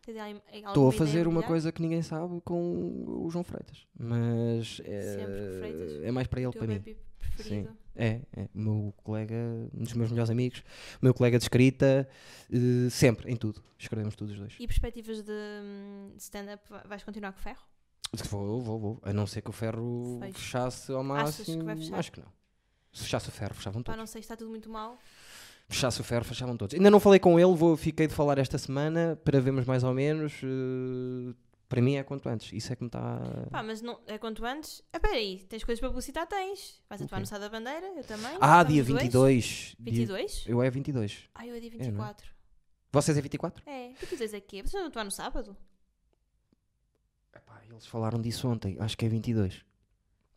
[SPEAKER 2] Tens aí- aí
[SPEAKER 1] Estou
[SPEAKER 2] alguma
[SPEAKER 1] a fazer
[SPEAKER 2] ideia
[SPEAKER 1] uma
[SPEAKER 2] melhor?
[SPEAKER 1] coisa que ninguém sabe com o João Freitas. Mas.
[SPEAKER 2] Sempre que Freitas.
[SPEAKER 1] É, é mais para ele
[SPEAKER 2] O
[SPEAKER 1] que
[SPEAKER 2] teu
[SPEAKER 1] para mim.
[SPEAKER 2] baby preferido.
[SPEAKER 1] É, é. O meu colega, um dos meus melhores amigos, meu colega de escrita, eh, sempre, em tudo. Escrevemos todos os dois.
[SPEAKER 2] E perspectivas de hum, stand-up, va- vais continuar com o ferro?
[SPEAKER 1] Vou, vou, vou. A não ser que o ferro
[SPEAKER 2] Feche.
[SPEAKER 1] fechasse ao
[SPEAKER 2] Achas
[SPEAKER 1] máximo.
[SPEAKER 2] que vai fechar?
[SPEAKER 1] Acho que não. Se fechasse o ferro, fechavam
[SPEAKER 2] Pá,
[SPEAKER 1] todos.
[SPEAKER 2] não sei, está tudo muito mal.
[SPEAKER 1] Fechasse o ferro, fechavam todos. Ainda não falei com ele, vou, fiquei de falar esta semana para vermos mais ou menos. eh, para mim é quanto antes. Isso é que me está.
[SPEAKER 2] Pá, mas não, é quanto antes. Ah, peraí, tens coisas para publicitar? Tens. Vais atuar
[SPEAKER 1] Ok.
[SPEAKER 2] no Sá da Bandeira? Eu também.
[SPEAKER 1] Ah,
[SPEAKER 2] Estamos
[SPEAKER 1] dia
[SPEAKER 2] dois.
[SPEAKER 1] 22. Dia-
[SPEAKER 2] 22?
[SPEAKER 1] Eu é 22.
[SPEAKER 2] Ah, eu é dia
[SPEAKER 1] não é?
[SPEAKER 2] 24.
[SPEAKER 1] Vocês é 24?
[SPEAKER 2] É, 22 é quê? Vocês vão atuar no sábado?
[SPEAKER 1] Epá, eles falaram disso ontem. Acho que é 22.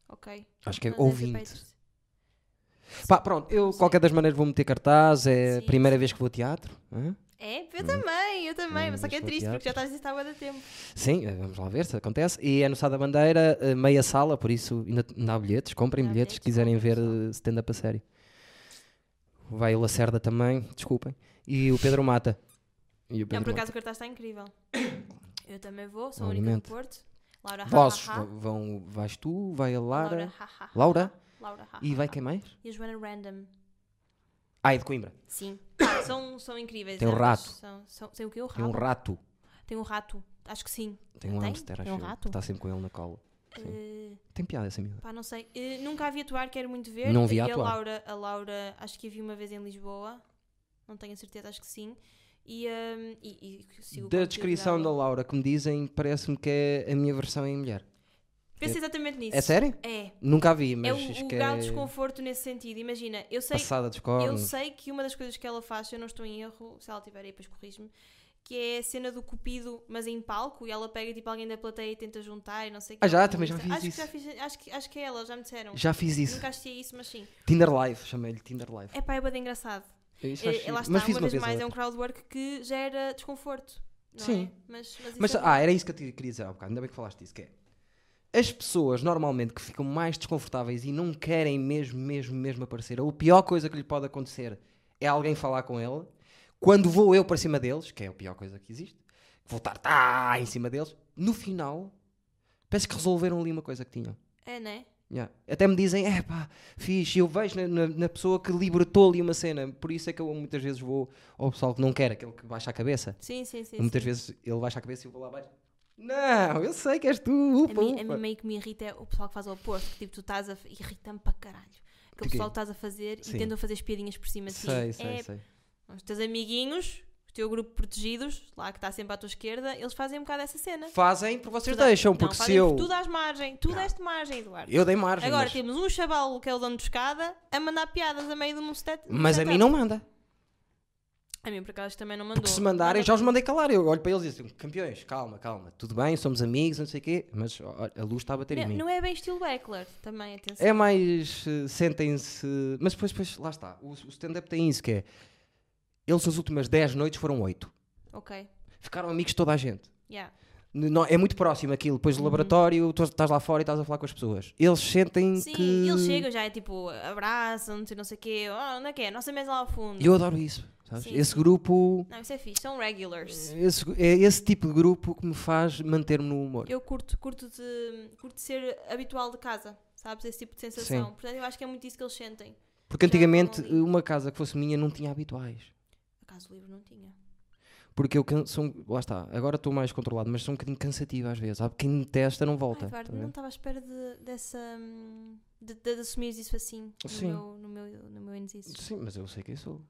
[SPEAKER 2] Ok.
[SPEAKER 1] Acho que é
[SPEAKER 2] Ah, Mas
[SPEAKER 1] ou
[SPEAKER 2] deve ser
[SPEAKER 1] 20.
[SPEAKER 2] para aí-
[SPEAKER 1] Pá, pronto. Eu,
[SPEAKER 2] Não sei.
[SPEAKER 1] qualquer das maneiras, vou meter cartaz. É a
[SPEAKER 2] Sim,
[SPEAKER 1] primeira
[SPEAKER 2] sim.
[SPEAKER 1] vez que vou ao teatro. hã?
[SPEAKER 2] É, eu também, eu também.
[SPEAKER 1] Hum,
[SPEAKER 2] mas só que é
[SPEAKER 1] mas
[SPEAKER 2] triste porque já estás
[SPEAKER 1] teatro.
[SPEAKER 2] a dizer há bué de tempo.
[SPEAKER 1] Sim, eh, vamos lá ver se acontece. E é no Sá da Bandeira, eh, meia sala, por isso ainda, ainda há bilhetes. Comprem
[SPEAKER 2] Ainda há
[SPEAKER 1] bilhetes se
[SPEAKER 2] bilhetes,
[SPEAKER 1] quiserem ver
[SPEAKER 2] comprem,
[SPEAKER 1] eh, stand-up a sério. Vai o Lacerda também, desculpem. E o Pedro Mata. E o
[SPEAKER 2] Não, por
[SPEAKER 1] Pedro
[SPEAKER 2] acaso o cartaz está incrível. Eu também vou, sou a única do
[SPEAKER 1] Obviamente.
[SPEAKER 2] Porto. Laura
[SPEAKER 1] Mata. Vossos
[SPEAKER 2] ha, ha, ha.
[SPEAKER 1] va- vão, vais tu, vai a Lara,
[SPEAKER 2] Laura
[SPEAKER 1] Laura,
[SPEAKER 2] ha, ha, ha. Laura ha,
[SPEAKER 1] e
[SPEAKER 2] ha,
[SPEAKER 1] vai
[SPEAKER 2] ha.
[SPEAKER 1] quem mais?
[SPEAKER 2] E a Joana Random.
[SPEAKER 1] Ah, e de Coimbra.
[SPEAKER 2] Sim. Pá, são, são incríveis.
[SPEAKER 1] Tem um
[SPEAKER 2] elas.
[SPEAKER 1] rato.
[SPEAKER 2] São, são, tem o quê? O
[SPEAKER 1] Tem um
[SPEAKER 2] rabo?
[SPEAKER 1] rato,
[SPEAKER 2] Tem um rato. Acho que sim.
[SPEAKER 1] tem um
[SPEAKER 2] Tem?
[SPEAKER 1] hamster,
[SPEAKER 2] Tem
[SPEAKER 1] acho
[SPEAKER 2] um
[SPEAKER 1] eu,
[SPEAKER 2] rato?
[SPEAKER 1] que está sempre com ele na cola.
[SPEAKER 2] Eh,
[SPEAKER 1] Tem piada essa miúda.
[SPEAKER 2] pá, não sei. Eh, nunca a vi atuar, quero muito ver.
[SPEAKER 1] Não vi
[SPEAKER 2] E a
[SPEAKER 1] atuar.
[SPEAKER 2] Laura, a Laura, acho que a vi uma vez em Lisboa. Não tenho a certeza, acho que sim. E, ehm, e, e sigo o um-
[SPEAKER 1] Da
[SPEAKER 2] conteúdo
[SPEAKER 1] descrição da
[SPEAKER 2] dela.
[SPEAKER 1] Laura que me dizem, parece-me que é a minha versão em mulher.
[SPEAKER 2] Pensa exatamente nisso.
[SPEAKER 1] É sério?
[SPEAKER 2] É.
[SPEAKER 1] Nunca a vi,
[SPEAKER 2] É
[SPEAKER 1] mas acho
[SPEAKER 2] o, o
[SPEAKER 1] que
[SPEAKER 2] grau
[SPEAKER 1] é
[SPEAKER 2] de desconforto nesse sentido. Imagina, eu sei,
[SPEAKER 1] passada dos
[SPEAKER 2] eu
[SPEAKER 1] cornos.
[SPEAKER 2] sei que uma das coisas que ela faz, se eu não estou em erro, se ela tiver aí, depois corrige-me, que é a cena do cupido, mas em palco, e ela pega tipo alguém da plateia e tenta juntar e não sei o que.
[SPEAKER 1] Ah, já? Também já fiz
[SPEAKER 2] acho
[SPEAKER 1] isso.
[SPEAKER 2] Que já fiz, acho, que, acho que é ela, já me disseram.
[SPEAKER 1] Já fiz isso.
[SPEAKER 2] Nunca achei isso, mas sim.
[SPEAKER 1] Tinder Live, chamei-lhe Tinder Live.
[SPEAKER 2] É pá, é bem engraçado.
[SPEAKER 1] Isso
[SPEAKER 2] Eh,
[SPEAKER 1] faz sentido.
[SPEAKER 2] lá está,
[SPEAKER 1] mas fiz
[SPEAKER 2] uma,
[SPEAKER 1] uma,
[SPEAKER 2] vez
[SPEAKER 1] vez
[SPEAKER 2] mais
[SPEAKER 1] ou
[SPEAKER 2] é um
[SPEAKER 1] outra.
[SPEAKER 2] crowdwork que gera desconforto. Não É?
[SPEAKER 1] Sim.
[SPEAKER 2] Mas, mas, isso
[SPEAKER 1] Mas,
[SPEAKER 2] é bom.
[SPEAKER 1] ah, era isso que eu te queria dizer há bocado, ainda bem que falaste disso, que é... As pessoas, normalmente, que ficam mais desconfortáveis e não querem mesmo, mesmo, mesmo aparecer, ou a pior coisa que lhe pode acontecer é alguém falar com ela, quando vou eu para cima deles, que é a pior coisa que existe, vou estar tá, em cima deles, no final, parece que resolveram ali uma coisa que tinham.
[SPEAKER 2] É, né?
[SPEAKER 1] Yeah. Até me dizem, é pá, fixe, eu vejo na, na- na pessoa que libertou ali uma cena, por isso é que eu muitas vezes vou ao pessoal que não quer, aquele que baixa a cabeça.
[SPEAKER 2] Sim, sim, sim.
[SPEAKER 1] muitas
[SPEAKER 2] sim.
[SPEAKER 1] vezes ele baixa a cabeça e eu vou lá baixo. Não, eu sei que és
[SPEAKER 2] É
[SPEAKER 1] tu, upa,
[SPEAKER 2] A mim, a
[SPEAKER 1] upa."
[SPEAKER 2] mim meio que me irrita é o pessoal que faz o oposto, que tipo, tu estás a. f- irrita-me para caralho. Aquele
[SPEAKER 1] Porquê?
[SPEAKER 2] pessoal que estás a fazer
[SPEAKER 1] Sim.
[SPEAKER 2] e tentam fazer as piadinhas por cima de ti.
[SPEAKER 1] Sei, sei,
[SPEAKER 2] É,
[SPEAKER 1] sei.
[SPEAKER 2] Os teus amiguinhos, o teu grupo de protegidos, lá que está sempre à tua esquerda, eles fazem um bocado essa cena.
[SPEAKER 1] Fazem porque vocês
[SPEAKER 2] Tu dá-
[SPEAKER 1] deixam,
[SPEAKER 2] não,
[SPEAKER 1] porque se
[SPEAKER 2] fazem
[SPEAKER 1] eu.
[SPEAKER 2] por Tu dás margem, tu
[SPEAKER 1] Não.
[SPEAKER 2] deste margem, Eduardo.
[SPEAKER 1] Eu dei margem.
[SPEAKER 2] Agora
[SPEAKER 1] mas
[SPEAKER 2] temos um chaval que é o dono de escada a mandar piadas a meio de um set. de um
[SPEAKER 1] mas a
[SPEAKER 2] setup.
[SPEAKER 1] mim não manda.
[SPEAKER 2] A mim por acaso também não mandou.
[SPEAKER 1] Porque se mandarem,
[SPEAKER 2] Manda-
[SPEAKER 1] já os mandei calar. Eu olho para eles e digo: campeões, calma, calma, tudo bem, somos amigos, não sei o quê, mas ó, a luz está a bater em
[SPEAKER 2] Não,
[SPEAKER 1] mim.
[SPEAKER 2] não é bem estilo Beckler, também, atenção.
[SPEAKER 1] É mais. eh, Sentem-se. Mas depois, depois, lá está. O, o stand-up tem isso que é. Eles nas últimas 10 noites foram 8.
[SPEAKER 2] Ok.
[SPEAKER 1] Ficaram amigos toda a gente.
[SPEAKER 2] Yeah.
[SPEAKER 1] N- não- é muito próximo aquilo. Depois
[SPEAKER 2] Uhum.
[SPEAKER 1] do laboratório, tu estás lá fora e estás a falar com as pessoas. Eles sentem
[SPEAKER 2] Sim,
[SPEAKER 1] que.
[SPEAKER 2] e eles chegam já é tipo, abraçam-te, não sei o quê, oh, onde é que é? Nossa mesa lá ao fundo.
[SPEAKER 1] E eu adoro isso. sabes?
[SPEAKER 2] Sim.
[SPEAKER 1] Esse grupo.
[SPEAKER 2] Não, isso é fixe, são regulars.
[SPEAKER 1] Esse, é esse tipo de grupo que me faz manter-me no humor.
[SPEAKER 2] Eu curto, curto de, curto de ser habitual de casa, sabes? Esse tipo de sensação.
[SPEAKER 1] Sim.
[SPEAKER 2] Portanto, eu acho que é muito isso que eles sentem.
[SPEAKER 1] Porque
[SPEAKER 2] já
[SPEAKER 1] antigamente,
[SPEAKER 2] estão ali.
[SPEAKER 1] uma casa que fosse minha não tinha habituais.
[SPEAKER 2] Acaso o livro não tinha.
[SPEAKER 1] Porque eu can- sou. um- Lá está. Agora estou mais controlado, mas sou um bocadinho cansativo às vezes. Há quem me testa, não
[SPEAKER 2] Ai,
[SPEAKER 1] volta.
[SPEAKER 2] Eduardo,
[SPEAKER 1] tá a ver?
[SPEAKER 2] não estava à espera de, dessa. hum, de, de, de assumires isso assim
[SPEAKER 1] Sim.
[SPEAKER 2] no meu, no meu, no meu NZIS.
[SPEAKER 1] Sim, mas eu sei quem sou.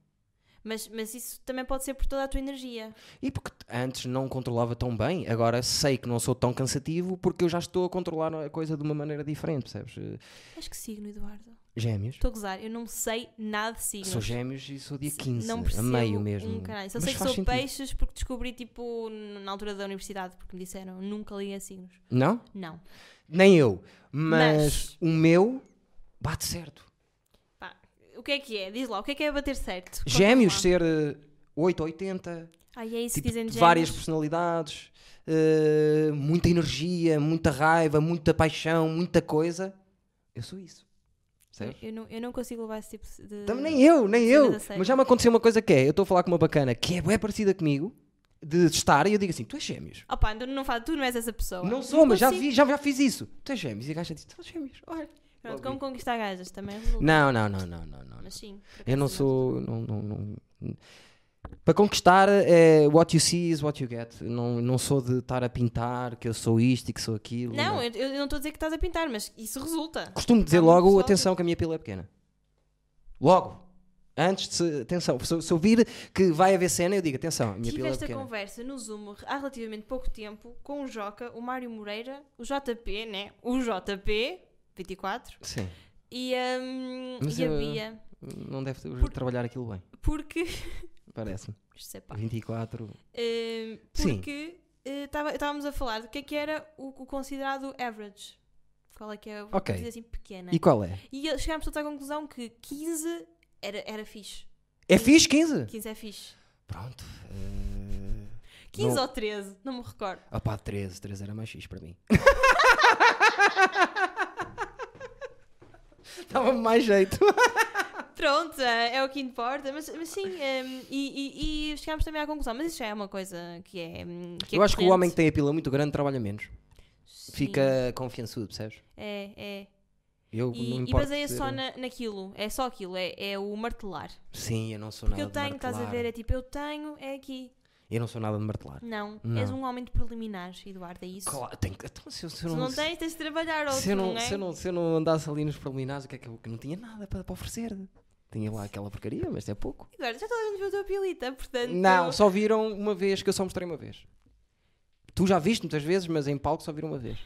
[SPEAKER 2] Mas, mas isso também pode ser por toda a tua energia.
[SPEAKER 1] E porque t- antes não controlava tão bem, agora sei que não sou tão cansativo porque eu já estou a controlar a coisa de uma maneira diferente, percebes? Eh,
[SPEAKER 2] Acho que signo, Eduardo.
[SPEAKER 1] Gêmeos.
[SPEAKER 2] Estou a gozar, eu não sei nada de signos.
[SPEAKER 1] Sou gêmeos e sou dia
[SPEAKER 2] Se-
[SPEAKER 1] 15,
[SPEAKER 2] não
[SPEAKER 1] a
[SPEAKER 2] percebo
[SPEAKER 1] meio mesmo.
[SPEAKER 2] Um caralho. Só
[SPEAKER 1] Mas
[SPEAKER 2] sei que
[SPEAKER 1] faz
[SPEAKER 2] sou
[SPEAKER 1] sentido.
[SPEAKER 2] peixes porque descobri, tipo, n- na altura da universidade, porque me disseram, nunca li a signos.
[SPEAKER 1] Não?
[SPEAKER 2] Não.
[SPEAKER 1] Nem eu.
[SPEAKER 2] Mas-
[SPEAKER 1] Mas, o meu bate certo.
[SPEAKER 2] Pá, o que é que é? Diz lá, o que é que é bater certo? Conta-me
[SPEAKER 1] gêmeos
[SPEAKER 2] lá.
[SPEAKER 1] ser eh, 8 ou 80,
[SPEAKER 2] Ah, e é isso
[SPEAKER 1] tipo,
[SPEAKER 2] que dizem de
[SPEAKER 1] várias
[SPEAKER 2] gêmeos?
[SPEAKER 1] personalidades, eh, muita energia, muita raiva, muita paixão, muita coisa. Eu sou isso. Percebes?
[SPEAKER 2] Eu, eu não, eu não consigo levar esse tipo de.
[SPEAKER 1] Também nem eu, nem
[SPEAKER 2] Cena
[SPEAKER 1] eu.
[SPEAKER 2] da série.
[SPEAKER 1] Mas já me aconteceu uma coisa que é: eu estou a falar com uma bacana que é bem parecida comigo, de estar, e eu digo assim: tu és gêmeos.
[SPEAKER 2] Opa, então não falo, tu não és essa pessoa.
[SPEAKER 1] Não sou, mas já,
[SPEAKER 2] consigo.
[SPEAKER 1] vi, já, já fiz isso. Tu és gêmeos. E a gaja disse: tu és gêmeos. Olha.
[SPEAKER 2] Pronto,
[SPEAKER 1] Logo
[SPEAKER 2] como
[SPEAKER 1] vi.
[SPEAKER 2] conquistar gajas também resulta.
[SPEAKER 1] Não, não, não, não, não. não.
[SPEAKER 2] Mas sim. por acaso
[SPEAKER 1] Eu não é
[SPEAKER 2] sim,
[SPEAKER 1] sou. Não, não, não. Para conquistar, é, what you see is what you get. Eu Não, não sou de estar a pintar que eu sou isto e que sou aquilo.
[SPEAKER 2] resulta. Não, eu, eu não estou a dizer que estás a pintar, mas isso resulta.
[SPEAKER 1] Costumo dizer
[SPEAKER 2] Há muito
[SPEAKER 1] logo,
[SPEAKER 2] pessoal
[SPEAKER 1] atenção que a minha pila é pequena. Logo. Antes de. se- Atenção. Se, se eu vir que vai haver cena, eu digo, atenção, a minha
[SPEAKER 2] Tive
[SPEAKER 1] pila é
[SPEAKER 2] esta
[SPEAKER 1] pequena.
[SPEAKER 2] conversa no Zoom há relativamente pouco tempo com o Joca, o Mário Moreira, o JP, né? O JP, 24,
[SPEAKER 1] Sim.
[SPEAKER 2] e, hum,
[SPEAKER 1] Mas eh,
[SPEAKER 2] e a
[SPEAKER 1] eu-
[SPEAKER 2] Bia.
[SPEAKER 1] Não deve ter-
[SPEAKER 2] Por-
[SPEAKER 1] trabalhar aquilo bem,
[SPEAKER 2] Porque.
[SPEAKER 1] parece-me.
[SPEAKER 2] Isto é pá.
[SPEAKER 1] 24.
[SPEAKER 2] Hum,
[SPEAKER 1] Sim.
[SPEAKER 2] porque eh, tava- estávamos a falar do que é que era o, o considerado average. Qual é que é o
[SPEAKER 1] Ok.
[SPEAKER 2] dizer assim pequena.
[SPEAKER 1] E qual é?
[SPEAKER 2] E eu- chegámos todos à conclusão que 15 era, era fixe.
[SPEAKER 1] É fixe 15?
[SPEAKER 2] 15 é fixe.
[SPEAKER 1] Pronto. eh,
[SPEAKER 2] 15
[SPEAKER 1] Não.
[SPEAKER 2] ou 13, não me recordo.
[SPEAKER 1] Ah pá, 13. 13 era mais fixe para mim. Dava-me mais jeito.
[SPEAKER 2] Pronto, é é o que importa. Mas, mas sim, hum, e, e- e chegámos também à conclusão. Mas isso já é uma coisa que é. hum, Que é
[SPEAKER 1] Eu acho que o homem
[SPEAKER 2] corrente.
[SPEAKER 1] que tem a pila muito grande trabalha menos.
[SPEAKER 2] Sim,
[SPEAKER 1] Fica confiançudo, percebes?
[SPEAKER 2] É, é.
[SPEAKER 1] Eu
[SPEAKER 2] E,
[SPEAKER 1] não
[SPEAKER 2] e
[SPEAKER 1] importa.
[SPEAKER 2] baseia só na- naquilo. É só aquilo. É, é o martelar.
[SPEAKER 1] Sim, eu não sou
[SPEAKER 2] Porque
[SPEAKER 1] nada
[SPEAKER 2] eu tenho,
[SPEAKER 1] de
[SPEAKER 2] estás
[SPEAKER 1] martelar.
[SPEAKER 2] a ver? É tipo, eu tenho, é aqui.
[SPEAKER 1] Eu não sou nada de martelar.
[SPEAKER 2] Não,
[SPEAKER 1] Não.
[SPEAKER 2] és um homem de preliminares, Eduardo, é isso?
[SPEAKER 1] Claro, tenho que. Então, se eu, se eu
[SPEAKER 2] Se
[SPEAKER 1] não,
[SPEAKER 2] não tens, tens de trabalhar outro,
[SPEAKER 1] se eu não,
[SPEAKER 2] é?
[SPEAKER 1] se eu não, se eu não andasse ali nos preliminares, o que é que eu, que não tinha nada para, para oferecer? Tinha lá aquela porcaria, mas é pouco.
[SPEAKER 2] Eduardo, já toda a gente viu a tua pilita, portanto...
[SPEAKER 1] Não, só viram uma vez, que eu só mostrei uma vez. Tu já viste muitas vezes, mas em palco só viram uma vez.